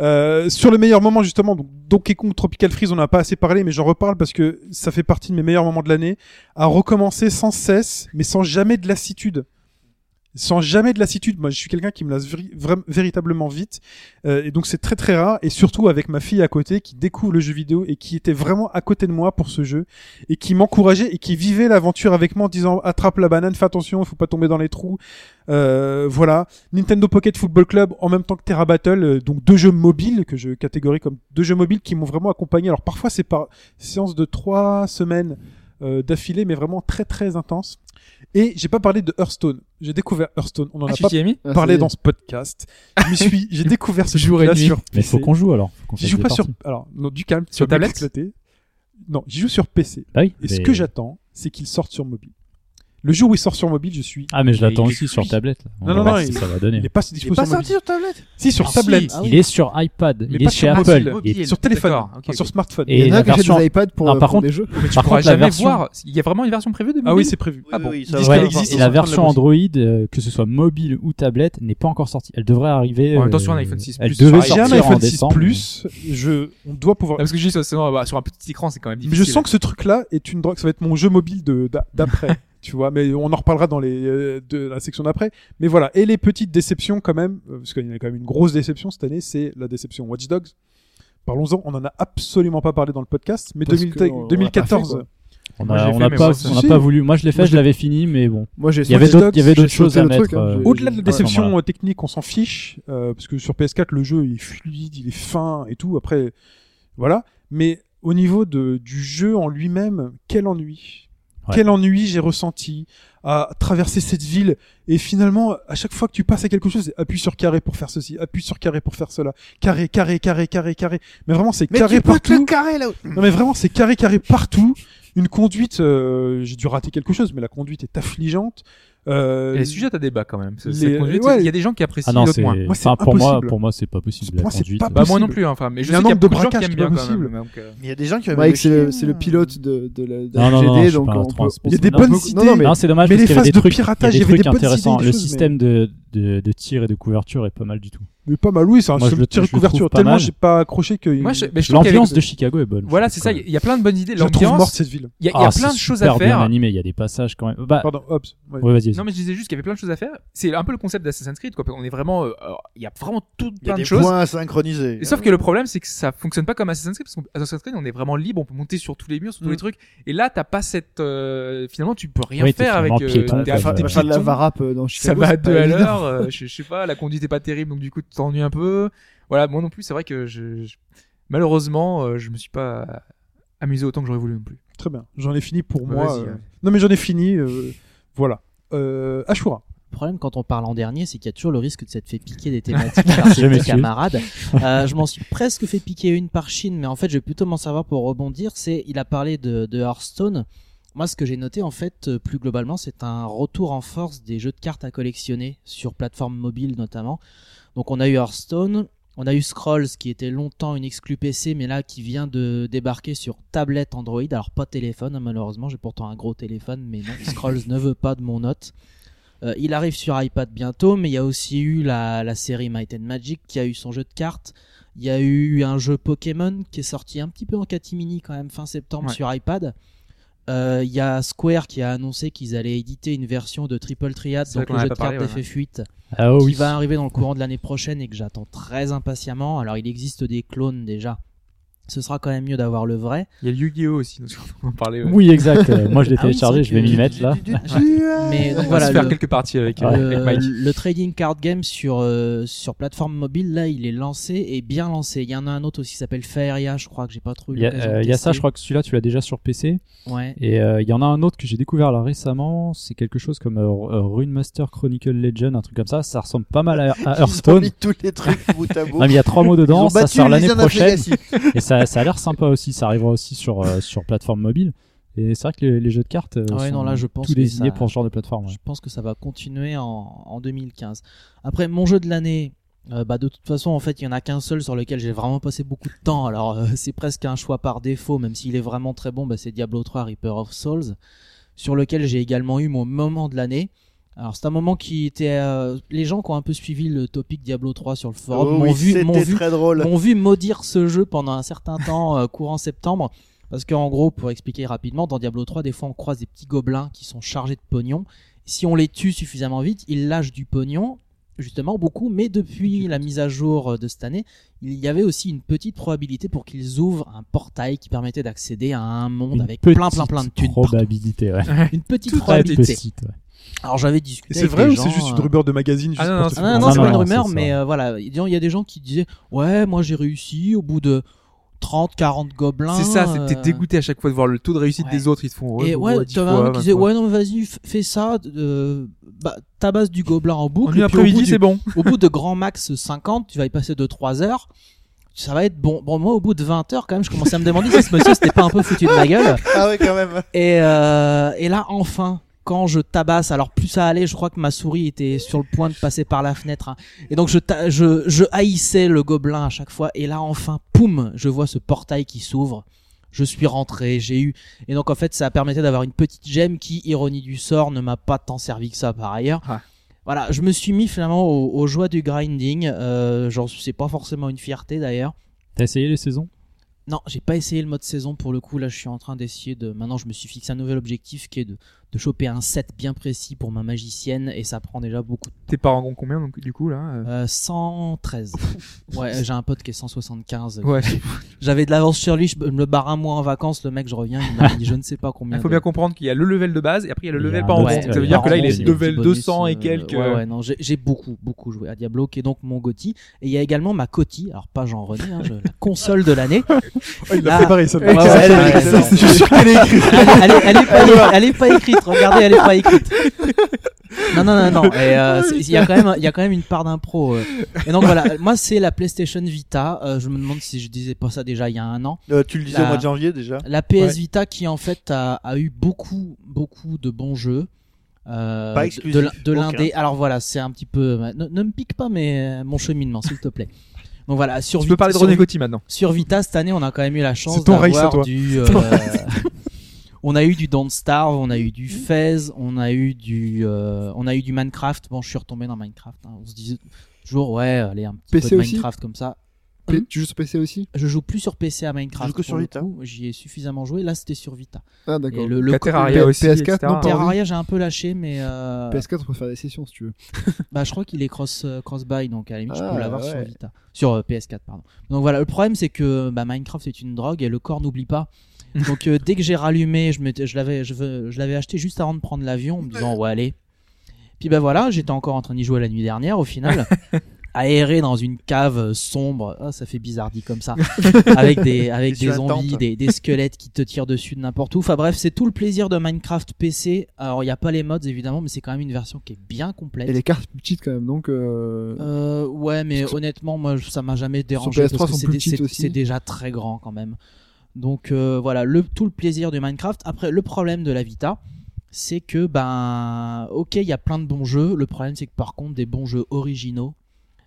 Speaker 1: Euh, sur le meilleur moment justement, donc Donkey Kong Tropical Freeze, on n'a pas assez parlé, mais j'en reparle parce que ça fait partie de mes meilleurs moments de l'année. À recommencer sans cesse, mais sans jamais de lassitude. Sans jamais de lassitude. Moi, je suis quelqu'un qui me lasse vri- vra- véritablement vite, Euh, et donc c'est très très rare. Et surtout avec ma fille à côté qui découvre le jeu vidéo et qui était vraiment à côté de moi pour ce jeu et qui m'encourageait et qui vivait l'aventure avec moi en disant attrape la banane, fais attention, faut pas tomber dans les trous. Euh, voilà. Nintendo Pocket Football Club en même temps que Terra Battle, euh, donc deux jeux mobiles que je catégorise comme deux jeux mobiles qui m'ont vraiment accompagné. Alors parfois c'est par séance de trois semaines euh, d'affilée, mais vraiment très très intense. Et j'ai pas parlé de Hearthstone. J'ai découvert Hearthstone. On en
Speaker 4: Ah,
Speaker 1: a
Speaker 4: tu
Speaker 1: pas
Speaker 4: t'y es mis
Speaker 3: Ah,
Speaker 1: parlé
Speaker 3: c'est-
Speaker 1: dans ce podcast. Je m'y suis, j'ai découvert ce
Speaker 4: Jour et
Speaker 1: jeu-là
Speaker 4: nuit.
Speaker 1: sur
Speaker 6: Mais faut
Speaker 1: PC.
Speaker 6: qu'on joue alors. Faut qu'on
Speaker 1: J'y
Speaker 6: fasse
Speaker 1: joue
Speaker 6: des
Speaker 1: pas sur.
Speaker 6: parties.
Speaker 1: Alors, non, du calme.
Speaker 4: Sur
Speaker 1: tu vas
Speaker 4: tablette
Speaker 1: m'exploiter. Non, j'y joue sur PC.
Speaker 6: Bah oui,
Speaker 1: Et ce
Speaker 6: mais-
Speaker 1: que j'attends, c'est qu'il sorte sur mobile. Le jour où il sort sur mobile, je suis.
Speaker 6: Ah, mais je
Speaker 4: Mais
Speaker 6: l'attends
Speaker 4: il est
Speaker 6: aussi sur
Speaker 4: cuit.
Speaker 6: tablette. là.
Speaker 1: Non,
Speaker 6: On va
Speaker 1: non,
Speaker 6: voir
Speaker 1: non,
Speaker 6: ce que
Speaker 1: il-
Speaker 6: ça va donner.
Speaker 1: Il est pas
Speaker 2: Il
Speaker 1: dispo
Speaker 2: est pas
Speaker 1: sur mobile.
Speaker 2: sorti sur tablette
Speaker 1: Si, sur
Speaker 4: Ah, si.
Speaker 1: tablette.
Speaker 5: Ah oui.
Speaker 6: Il est sur iPad,
Speaker 1: Mais
Speaker 6: il est
Speaker 1: pas
Speaker 6: chez
Speaker 1: sur mobile.
Speaker 6: Apple. Il est-
Speaker 1: Sur téléphone.
Speaker 4: D'accord, ok,
Speaker 1: Enfin, Sur
Speaker 4: ok.
Speaker 1: smartphone.
Speaker 6: Et
Speaker 3: Il y en a
Speaker 6: la
Speaker 3: qui achètent
Speaker 6: version-
Speaker 3: des iPads pour,
Speaker 6: Non,
Speaker 3: euh,
Speaker 6: par
Speaker 3: pour
Speaker 6: contre-
Speaker 3: des jeux.
Speaker 4: Mais tu
Speaker 6: Par
Speaker 4: pourras
Speaker 6: contre, la
Speaker 4: jamais
Speaker 6: version-
Speaker 4: voir. Il y a vraiment une version prévue de
Speaker 1: Ah oui,
Speaker 4: mobile
Speaker 1: c'est prévu.
Speaker 4: Ah bon.
Speaker 2: Oui, oui,
Speaker 1: Ils
Speaker 2: ça
Speaker 1: disent
Speaker 2: va.
Speaker 6: Ouais,
Speaker 1: qu'elle
Speaker 6: et
Speaker 1: existe, ils sont en
Speaker 6: la
Speaker 1: train de
Speaker 6: version
Speaker 1: la
Speaker 6: Android, euh, que ce soit mobile ou tablette, n'est pas encore sortie. Elle devrait arriver.
Speaker 4: En même temps,
Speaker 6: euh,
Speaker 4: sur un iPhone 6
Speaker 6: Elle
Speaker 4: Plus,
Speaker 6: devait
Speaker 4: ça
Speaker 1: J'ai
Speaker 6: sortir
Speaker 1: un
Speaker 6: en
Speaker 1: iPhone 6
Speaker 6: décembre.
Speaker 1: Plus. Je, on doit pouvoir.
Speaker 4: Ah, Parce que je dis sur, sur- sur un petit écran, c'est quand même
Speaker 1: Mais
Speaker 4: difficile.
Speaker 1: je sens que ce truc-là est une drogue. Ça va être mon jeu mobile de d'a- d'après. tu vois, mais on en reparlera dans les euh, de la section d'après. Mais voilà. Et les petites déceptions quand même, euh, parce qu'il y en a quand même une grosse déception cette année, c'est la déception Watch Dogs. Parlons-en. On en a absolument pas parlé dans le podcast, mais
Speaker 3: Parce
Speaker 1: 2000
Speaker 3: que on- on l'a pas
Speaker 1: 2014.
Speaker 3: fait,
Speaker 6: On
Speaker 4: Moi, je
Speaker 6: a-
Speaker 4: l'ai
Speaker 6: on
Speaker 4: fait,
Speaker 6: n'a
Speaker 4: mais
Speaker 6: pas,
Speaker 4: moi,
Speaker 6: on n'a
Speaker 1: si.
Speaker 6: pas voulu. Moi, je l'ai fait,
Speaker 1: Moi,
Speaker 6: je l'avais fini, mais bon.
Speaker 3: Moi, j'ai
Speaker 6: Il y avait
Speaker 1: Watch
Speaker 6: d'autres, il y avait
Speaker 3: j'ai
Speaker 6: d'autres choses
Speaker 3: sauté
Speaker 6: à
Speaker 3: le
Speaker 6: mettre.
Speaker 3: truc, hein,
Speaker 6: euh,
Speaker 3: j'ai-
Speaker 1: Au-delà de la
Speaker 3: Ouais,
Speaker 1: déception
Speaker 6: voilà.
Speaker 1: euh, technique, on s'en fiche, euh, parce que sur PS4, le jeu il est fluide, il est fin et tout. Après, voilà. Mais au niveau de, du jeu en lui-même, quel ennui.
Speaker 6: Ouais.
Speaker 1: Quel ennui j'ai ressenti à traverser cette ville. Et finalement, à chaque fois que tu passes à quelque chose, appuie sur carré pour faire ceci, appuie sur carré pour faire cela. Carré, carré, carré, carré, carré. Mais vraiment, c'est
Speaker 2: Mais
Speaker 1: carré
Speaker 2: tu peux te le
Speaker 1: partout.
Speaker 2: carré là
Speaker 1: Non mais vraiment, c'est carré carré partout. Une conduite, euh, j'ai dû rater quelque chose, mais la conduite est affligeante. Euh,
Speaker 4: Et les sujets à débat quand même. C'est-
Speaker 1: Les-
Speaker 4: cette conduite,
Speaker 1: ouais.
Speaker 4: Il y a des gens qui apprécient
Speaker 6: Ah non,
Speaker 4: d'autres
Speaker 6: c'est.
Speaker 4: moins.
Speaker 1: Moi, c'est
Speaker 6: enfin, pour moi,
Speaker 1: impossible.
Speaker 6: pour moi, c'est pas possible.
Speaker 1: Pour
Speaker 6: la
Speaker 1: moi, c'est
Speaker 6: conduite,
Speaker 1: pas
Speaker 6: euh,
Speaker 4: Bah moi non
Speaker 1: possible.
Speaker 4: plus, hein, enfin, mais
Speaker 1: Il
Speaker 4: je
Speaker 1: y a
Speaker 4: sais
Speaker 1: un
Speaker 4: qu'il y a
Speaker 1: nombre de
Speaker 4: beaucoup de gens qui
Speaker 1: braquages,
Speaker 4: aiment
Speaker 1: c'est pas
Speaker 4: bien quand
Speaker 1: possible.
Speaker 4: même. donc, euh,
Speaker 2: Il y a des gens qui
Speaker 3: Mike, c'est le, c'est le pilote de, de la, de
Speaker 6: Non, non, non, je
Speaker 3: GD,
Speaker 6: suis
Speaker 3: donc
Speaker 6: pas un
Speaker 3: on peut-
Speaker 6: trans-
Speaker 3: on
Speaker 1: euh, Il y a
Speaker 3: peut-
Speaker 1: des
Speaker 3: non,
Speaker 1: bonnes
Speaker 3: beaucoup-
Speaker 1: idées.
Speaker 3: non, non, mais
Speaker 6: Non, c'est dommage
Speaker 1: Mais
Speaker 6: parce
Speaker 1: les
Speaker 6: Ah, qu'il y avait
Speaker 1: phases
Speaker 6: des
Speaker 1: de
Speaker 6: trucs, il y a
Speaker 1: piratage, il
Speaker 6: des
Speaker 1: y avait
Speaker 6: trucs
Speaker 1: des bonnes idées,
Speaker 6: intéressants.
Speaker 1: des
Speaker 6: Le
Speaker 1: choses,
Speaker 6: système de, de, de tir et de couverture est pas mal du tout.
Speaker 1: Mais pas mal, oui, c'est un
Speaker 6: Moi, je
Speaker 1: seul
Speaker 6: le-
Speaker 1: tir de
Speaker 6: je le trouve
Speaker 1: couverture.
Speaker 6: pas
Speaker 1: Tellement
Speaker 6: mal.
Speaker 1: j'ai pas accroché que.
Speaker 4: Moi, je, mais je trouve
Speaker 6: L'ambiance
Speaker 4: qu'avec-
Speaker 6: de Chicago est bonne.
Speaker 4: Voilà,
Speaker 6: je
Speaker 4: c'est
Speaker 6: trouve,
Speaker 4: ça.
Speaker 6: quand même.
Speaker 4: Il y a plein de bonnes idées.
Speaker 1: je la trouve morte
Speaker 4: L'ambiance.
Speaker 1: cette ville.
Speaker 4: Il y a, il y a plein
Speaker 6: Ah, c'est
Speaker 4: de choses à
Speaker 6: super bien
Speaker 4: faire.
Speaker 6: animé, il y a des passages quand même.
Speaker 4: Ah.
Speaker 6: Bah,
Speaker 1: Pardon, Hobbs. ouais.
Speaker 6: ouais, vas-y.
Speaker 4: Non, mais je disais juste qu'il y avait plein de choses à faire. C'est un peu le concept d'Assassin's Creed, quoi. On est vraiment, euh, alors, il y a vraiment tout
Speaker 2: Il y a
Speaker 4: plein
Speaker 2: des
Speaker 4: de choses.
Speaker 2: points euh, à synchroniser.
Speaker 4: Et sauf que le problème, c'est que ça fonctionne pas comme Assassin's Creed, parce qu'Assassin's Creed, on est vraiment libre, on peut monter sur tous les murs, sur tous
Speaker 1: Mm.
Speaker 4: les trucs. Et là, t'as pas cette, euh, finalement, tu peux rien
Speaker 6: Oui, t'es
Speaker 4: faire avec, euh,
Speaker 6: finalement piéton,
Speaker 4: t'es
Speaker 6: quoi.
Speaker 4: à-
Speaker 6: Enfin,
Speaker 4: t'es
Speaker 6: ouais.
Speaker 3: Faire de la
Speaker 4: piéton.
Speaker 3: varap euh, dans
Speaker 4: ça
Speaker 3: Chicago.
Speaker 4: va à
Speaker 3: c'est pas
Speaker 4: deux à
Speaker 3: évident.
Speaker 4: l'heure, euh, je, je sais pas, la conduite est pas terrible, donc du coup, tu t'ennuies un peu. Voilà, moi non plus, c'est vrai que je, je- malheureusement, euh, je me suis pas amusé autant que j'aurais voulu non plus.
Speaker 1: Très bien. J'en ai fini pour
Speaker 4: Bah,
Speaker 1: moi.
Speaker 4: vas-y,
Speaker 1: euh.
Speaker 4: ouais.
Speaker 1: Non, mais j'en ai fini. euh, Voilà. Euh, Ashura.
Speaker 5: Le problème quand on parle en dernier, c'est qu'il y a toujours le risque de s'être fait piquer des thématiques par ses
Speaker 6: Je m'excuse.
Speaker 5: camarades. Euh, je m'en suis presque fait piquer une par Chine, mais en fait, je vais plutôt m'en savoir pour rebondir. C'est, il a parlé de, de Hearthstone. Moi, ce que j'ai noté, en fait, euh, plus globalement, c'est un retour en force des jeux de cartes à collectionner sur plateforme mobile notamment. Donc, on a eu Hearthstone, on a eu Scrolls qui était longtemps une exclue PC, mais là qui vient de débarquer sur tablette Android. Alors, pas téléphone, hein, malheureusement. J'ai pourtant un gros téléphone, mais non, Scrolls ne veut pas de mon note. Euh, il arrive sur iPad bientôt, mais il y a aussi eu la, la série Might and Magic qui a eu son jeu de cartes. Il y a eu un jeu Pokémon qui est sorti un petit peu en catimini quand même fin septembre
Speaker 4: Ouais.
Speaker 5: sur iPad. Euh, Il y a Square qui a annoncé qu'ils allaient éditer une version de Triple Triad,
Speaker 4: C'est vrai
Speaker 5: donc
Speaker 4: qu'on
Speaker 5: le
Speaker 4: en a
Speaker 5: jeu
Speaker 4: pas
Speaker 5: de
Speaker 4: parlé,
Speaker 5: cartes
Speaker 4: ouais.
Speaker 5: FF8,
Speaker 6: Ah oh,
Speaker 5: qui
Speaker 6: oui.
Speaker 5: va arriver dans le courant de l'année prochaine et que j'attends très impatiemment. Alors il existe des clones déjà. Ce sera quand même mieux d'avoir le vrai.
Speaker 4: Il y a Yu-Gi-Oh aussi, donc on en parlait. ouais.
Speaker 6: Oui, exact. euh, Moi, je l'ai
Speaker 5: Ah oui,
Speaker 6: téléchargé,
Speaker 5: c'est
Speaker 6: je vais
Speaker 5: que-
Speaker 6: m'y mettre là.
Speaker 5: Mais donc
Speaker 4: On va
Speaker 5: voilà,
Speaker 4: se faire
Speaker 5: le-
Speaker 4: quelques parties avec, euh,
Speaker 5: le,
Speaker 4: avec Mike.
Speaker 5: le trading card game sur, euh, sur plateforme mobile, là, il est lancé et bien lancé. Il y en a un autre aussi qui s'appelle Faeria, je crois que j'ai pas trouvé.
Speaker 6: Il y a, euh, il y a ça, je crois que celui-là, tu l'as déjà sur PC.
Speaker 5: Ouais.
Speaker 6: Et euh, il y en a un autre que j'ai découvert là récemment. C'est quelque chose comme euh, euh, Runemaster Chronicle Legend, un truc comme ça. Ça ressemble pas mal à, à
Speaker 2: Ils ont
Speaker 6: Hearthstone.
Speaker 2: mis tous les trucs bout à bout.
Speaker 6: Non, mais il y a trois mots
Speaker 2: Ils ont
Speaker 6: dedans. Ça
Speaker 2: battu
Speaker 6: sort
Speaker 2: les
Speaker 6: l'année
Speaker 2: Indiana
Speaker 6: prochaine.
Speaker 2: Legacy.
Speaker 6: Et ça, ça a l'air sympa aussi. Ça arrivera aussi sur, euh, sur plateforme mobile. Et c'est vrai que les, les jeux de cartes euh,
Speaker 5: Ouais,
Speaker 6: sont
Speaker 5: non, là, je pense
Speaker 6: tous
Speaker 5: que
Speaker 6: désignés
Speaker 5: ça-
Speaker 6: pour ce genre de plateforme. ouais.
Speaker 5: Je pense que ça va continuer en, en 2015. Après, mon jeu de l'année, euh, bah, de toute façon, en fait, il y en a qu'un seul sur lequel j'ai vraiment passé beaucoup de temps. Alors, euh, c'est presque un choix par défaut, même s'il est vraiment très bon, bah, c'est Diablo 3 Reaper of Souls, sur lequel j'ai également eu mon moment de l'année. Alors c'est un moment qui était euh, les gens qui ont un peu suivi le topic Diablo 3 sur le forum
Speaker 2: Oh
Speaker 5: m'ont
Speaker 2: oui,
Speaker 5: vu m'ont
Speaker 2: c'était
Speaker 5: vu
Speaker 2: très drôle.
Speaker 5: m'ont vu maudire ce jeu pendant un certain temps euh, courant septembre parce qu'en gros pour expliquer rapidement dans Diablo 3 des fois on croise des petits gobelins qui sont chargés de pognon si on les tue suffisamment vite ils lâchent du pognon justement beaucoup mais depuis la mise à jour euh, de cette année il y avait aussi une petite probabilité pour qu'ils ouvrent un portail qui permettait d'accéder à un monde
Speaker 6: Une
Speaker 5: avec plein plein
Speaker 6: petite
Speaker 5: plein de thunes partout.
Speaker 6: Probabilité, ouais.
Speaker 5: une petite
Speaker 6: Très
Speaker 5: probabilité
Speaker 6: petite, ouais.
Speaker 5: alors j'avais
Speaker 1: Et
Speaker 5: discuté
Speaker 1: c'est
Speaker 5: avec
Speaker 1: vrai
Speaker 5: des
Speaker 1: ou c'est
Speaker 5: gens,
Speaker 1: juste
Speaker 5: euh,
Speaker 1: une rumeur de magazine
Speaker 4: Ah
Speaker 1: juste
Speaker 4: non,
Speaker 1: pour
Speaker 4: non,
Speaker 1: te
Speaker 4: c'est-
Speaker 1: faire
Speaker 5: ah non, non,
Speaker 6: Non,
Speaker 5: c'est
Speaker 6: non,
Speaker 5: pas une
Speaker 6: non,
Speaker 5: rumeur,
Speaker 6: c'est ça.
Speaker 5: mais euh, voilà. Il y a- il y a des gens qui disaient Ouais, moi j'ai réussi au bout de 30, 40 gobelins.
Speaker 4: C'est ça, c'est- t'es
Speaker 5: euh,
Speaker 4: dégoûté à chaque fois de voir le taux de réussite
Speaker 5: ouais.
Speaker 4: des autres. Ils te font.
Speaker 5: Et ouais,
Speaker 4: tu
Speaker 5: t'avais un mec qui disait Ouais, non, mais vas-y, f- fais ça. Euh, bah, tabasse du gobelin en boucle. et puis au bout
Speaker 4: après-midi,
Speaker 5: du-
Speaker 4: c'est bon.
Speaker 5: au bout de grand max 50, tu vas y passer de 3 heures. Ça va être bon. Bon, moi, au bout de 20 heures, quand même, je commençais à me demander si ce monsieur s'était pas un peu foutu de ma gueule.
Speaker 2: Ah ouais, quand même.
Speaker 5: Et, euh, et là, enfin, quand je tabasse, alors plus ça allait, je crois que ma souris était sur le point de passer par la fenêtre. hein. Et donc, je, ta- je, je haïssais le gobelin à chaque fois. Et là, enfin, poum, je vois ce portail qui s'ouvre. Je suis rentré, j'ai eu. Et donc, en fait, ça permettait d'avoir une petite gemme qui, ironie du sort, ne m'a pas tant servi que ça par ailleurs.
Speaker 4: Ah.
Speaker 5: Voilà, je me suis mis finalement au- aux, joies du grinding. Euh, genre, c'est pas forcément une fierté d'ailleurs.
Speaker 6: T'as essayé les saisons
Speaker 5: Non, j'ai pas essayé le mode saison pour le coup. Là, je suis en train d'essayer de. Maintenant, je me suis fixé un nouvel objectif qui est de, de choper un set bien précis pour ma magicienne et ça prend déjà beaucoup. de-
Speaker 4: Tes parents ont combien donc du coup là euh
Speaker 5: Euh, 113. ouais, j'ai un pote qui est 175.
Speaker 4: Ouais.
Speaker 5: J'avais de l'avance sur lui. Je me je me barre un mois en vacances. Le mec, je reviens. Il m'a dit je ne sais pas combien.
Speaker 4: Il faut
Speaker 5: de-
Speaker 4: bien comprendre qu'il y a le level de base et après il y a le
Speaker 6: Il y a
Speaker 4: level
Speaker 6: un
Speaker 4: par en
Speaker 6: ouais,
Speaker 4: dessous. Ça veut
Speaker 6: ouais,
Speaker 4: dire que là il
Speaker 6: par
Speaker 4: est
Speaker 6: contre,
Speaker 4: level
Speaker 5: petit bonus,
Speaker 4: 200 et
Speaker 5: euh,
Speaker 4: quelques.
Speaker 5: Ouais, ouais, non, j'ai j'ai beaucoup, beaucoup joué à Diablo, qui est donc mon Gotti. Et il y a également ma Coty, alors pas Jean-René, hein, je- la console de l'année.
Speaker 1: Oh, il l'a
Speaker 5: Ah.
Speaker 1: préparé ça.
Speaker 5: Ouais, ouais, ouais, ouais, ouais, ouais.
Speaker 1: Je suis sûr qu'elle est écrite.
Speaker 5: elle, est, elle, est pas, elle est pas écrite, regardez, elle est pas écrite. Non, non, non, non. Et, euh, c'est- Il y, a quand même- il y a quand même une part d'impro. euh. Et donc voilà, moi c'est la PlayStation Vita. Euh, je me demande si je disais pas ça déjà il y a un an.
Speaker 2: Euh, tu le disais
Speaker 5: La-
Speaker 2: au mois de janvier déjà.
Speaker 5: La PS Vita qui en fait a, a eu beaucoup, beaucoup de bons jeux. Euh,
Speaker 2: Pas
Speaker 5: de-
Speaker 2: exclusif,
Speaker 5: de l'in- de
Speaker 2: aucun.
Speaker 5: l'indé. Alors voilà, c'est un petit peu. euh, Ne, ne me pique pas mais euh, mon cheminement, s'il te plaît. Donc voilà, sur,
Speaker 4: Tu
Speaker 5: Vita-
Speaker 4: peux parler de
Speaker 5: sur
Speaker 4: René Gauthier maintenant.
Speaker 5: sur Vita cette année on a quand même eu la chance
Speaker 1: C'est ton race à
Speaker 5: d'avoir
Speaker 1: toi.
Speaker 5: du euh, on a eu du Don't Starve on a eu du Fez on a eu du euh, on a eu du Minecraft bon je suis retombé dans Minecraft hein. on se disait toujours ouais allez un petit
Speaker 3: PC
Speaker 5: peu de
Speaker 3: aussi
Speaker 5: Minecraft comme ça
Speaker 3: P- Tu joues sur PC aussi
Speaker 5: je joue plus sur PC à Minecraft
Speaker 2: Tu joues que sur
Speaker 5: pour le
Speaker 2: Vita
Speaker 5: coup. j'y ai suffisamment joué là c'était sur Vita
Speaker 3: Ah
Speaker 5: et
Speaker 3: d'accord.
Speaker 5: le, le
Speaker 4: T'as Terraria
Speaker 3: le
Speaker 4: aussi.
Speaker 3: PS4,
Speaker 4: etc.
Speaker 3: non, pas-
Speaker 5: Terraria j'ai un peu lâché mais euh,
Speaker 3: PS4 on peut faire des sessions si tu veux.
Speaker 5: Bah, je crois qu'il est cross euh, cross buy donc à la limite je
Speaker 3: Ah,
Speaker 5: peux l'avoir sur
Speaker 3: ouais.
Speaker 5: Vita, sur euh, PS4 pardon. Donc voilà, le problème c'est que bah, Minecraft est une drogue et le corps n'oublie pas. Donc euh, dès que j'ai rallumé, je m'étais- je l'avais je, veux- je l'avais acheté juste avant de prendre l'avion en me disant ouais allez. Puis bah voilà, j'étais encore en train d'y jouer la nuit dernière au final. aéré dans une cave sombre, Ah, ça fait bizarre dit comme ça, avec des avec
Speaker 2: Et sur
Speaker 5: des
Speaker 2: la
Speaker 5: zombies,
Speaker 2: tente.
Speaker 5: des, des squelettes qui te tirent dessus de n'importe où. Enfin bref, c'est tout le plaisir de Minecraft PC. Alors il n'y a pas les mods évidemment, mais c'est quand même une version qui est bien complète.
Speaker 3: Et les cartes plus petites quand même donc. euh,
Speaker 5: Euh, ouais, mais honnêtement, moi, je- ça m'a jamais dérangé.
Speaker 3: PS3
Speaker 5: parce que
Speaker 3: sont
Speaker 5: c'est
Speaker 3: plus
Speaker 5: dé-
Speaker 3: petites
Speaker 5: c'est-
Speaker 3: aussi.
Speaker 5: C'est déjà très grand quand même. Donc euh, voilà, le, tout le plaisir de Minecraft. Après, le problème de la Vita, c'est que, ben, ok, il y a plein de bons jeux. Le problème, c'est que par contre, des bons jeux originaux,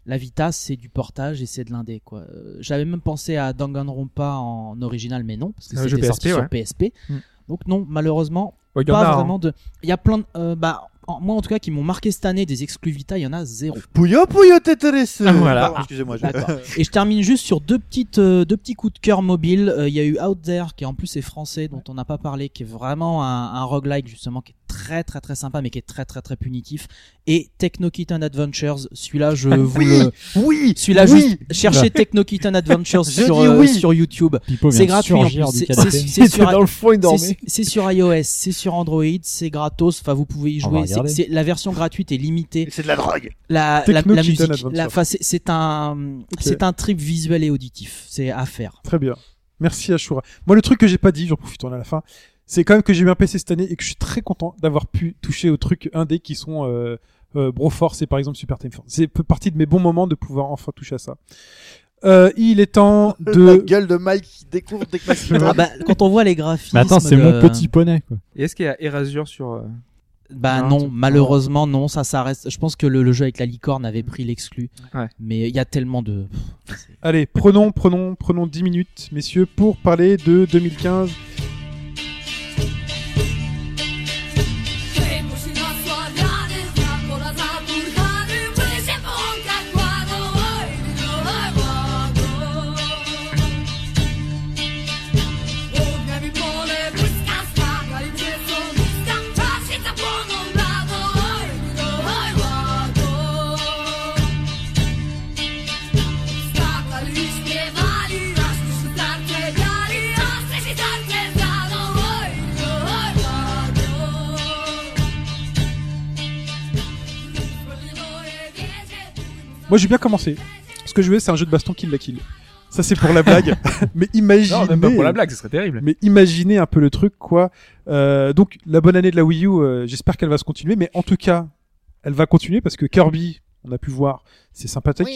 Speaker 5: la Vita, c'est du portage et c'est de l'indé, quoi. Euh, J'avais même pensé à Danganronpa en original, mais non, parce que
Speaker 4: C'est un Ah, jeu
Speaker 5: c'était sorti
Speaker 4: PSP, ouais.
Speaker 5: sur PSP.
Speaker 4: Hmm.
Speaker 5: Donc non, malheureusement,
Speaker 4: Ouais, il y en a,
Speaker 5: pas
Speaker 4: hein.
Speaker 5: vraiment de. Il y a plein de. euh, bah, en- moi en tout cas, qui m'ont marqué cette année des exclus Vita, il y en a zéro.
Speaker 2: Pouyo Pouyo Tétéresse.
Speaker 4: Ah, voilà.
Speaker 2: Pardon, excusez-moi. je-
Speaker 5: D'accord. Et je termine juste sur deux petites euh, deux petits coups de cœur mobiles. Euh, Il y a eu Out There qui en plus est français dont on n'a pas parlé qui est vraiment un, un roguelike justement qui est très très très sympa mais qui est très très très punitif et Techno Kitten Adventures. Celui-là je vous
Speaker 2: Oui.
Speaker 5: le
Speaker 2: Oui.
Speaker 5: celui-là
Speaker 2: oui.
Speaker 5: juste cherchez Techno Kitten Adventures
Speaker 2: Je
Speaker 5: sur
Speaker 2: dis
Speaker 5: euh,
Speaker 2: oui.
Speaker 5: sur YouTube.
Speaker 6: Pipo vient
Speaker 5: C'est
Speaker 6: de
Speaker 5: gratuit, en
Speaker 6: surgir
Speaker 5: plus.
Speaker 6: du
Speaker 5: C'est-
Speaker 6: canapé.
Speaker 5: c'est- c'est
Speaker 3: Il
Speaker 5: sur-
Speaker 3: était dans le fond il
Speaker 5: C'est-
Speaker 3: dormait.
Speaker 5: C'est sur iOS, c'est sur Android, c'est gratos. Enfin, vous pouvez y
Speaker 6: On va
Speaker 5: jouer. C'est-
Speaker 6: regarder.
Speaker 5: c'est- la version gratuite est limitée.
Speaker 2: C'est de la drogue.
Speaker 5: La, la,
Speaker 1: Techno
Speaker 5: la
Speaker 1: Kitten
Speaker 5: musique,
Speaker 1: Adventure.
Speaker 5: la- enfin, c'est- c'est un, c'est un trip visuel et auditif. C'est à faire.
Speaker 1: Très bien. Merci Ashura. Moi, le truc que j'ai pas dit, j'en profite, on est à la fin, c'est quand même que j'ai eu un PC cette année et que je suis très content d'avoir pu toucher aux trucs indés qui sont euh, euh, Broforce et par exemple Super Time Force. C'est peu- partie de mes bons moments de pouvoir enfin toucher à ça. Euh, il est temps
Speaker 2: La
Speaker 1: de.
Speaker 2: gueule de Mike qui découvre Techno Kitten.
Speaker 5: Ah bah, quand on voit les graphismes.
Speaker 6: Mais attends, c'est
Speaker 5: de-
Speaker 6: mon petit poney, quoi.
Speaker 4: Et est-ce qu'il y a Erasure sur. euh,
Speaker 5: Bah
Speaker 4: Non,
Speaker 5: non,
Speaker 4: c'est-
Speaker 5: malheureusement non, ça ça reste. Je pense que le, le jeu avec la licorne avait pris l'exclu.
Speaker 4: Ouais.
Speaker 5: Mais il y a tellement de.
Speaker 1: Allez, prenons, prenons, prenons 10 minutes, messieurs, pour parler de 2015.
Speaker 8: Fais bouger la soirée,
Speaker 1: Moi, j'ai bien commencé. Ce que je veux, c'est un jeu de baston kill la kill. Ça, c'est pour la blague. mais imaginez.
Speaker 4: Non, même pas pour la blague, ce serait terrible.
Speaker 1: Mais imaginez un peu le truc, quoi. Euh, donc, la bonne année de la Wii U, euh, j'espère qu'elle va se continuer, mais en tout cas, elle va continuer parce que Kirby, on a pu voir, c'est sympathique.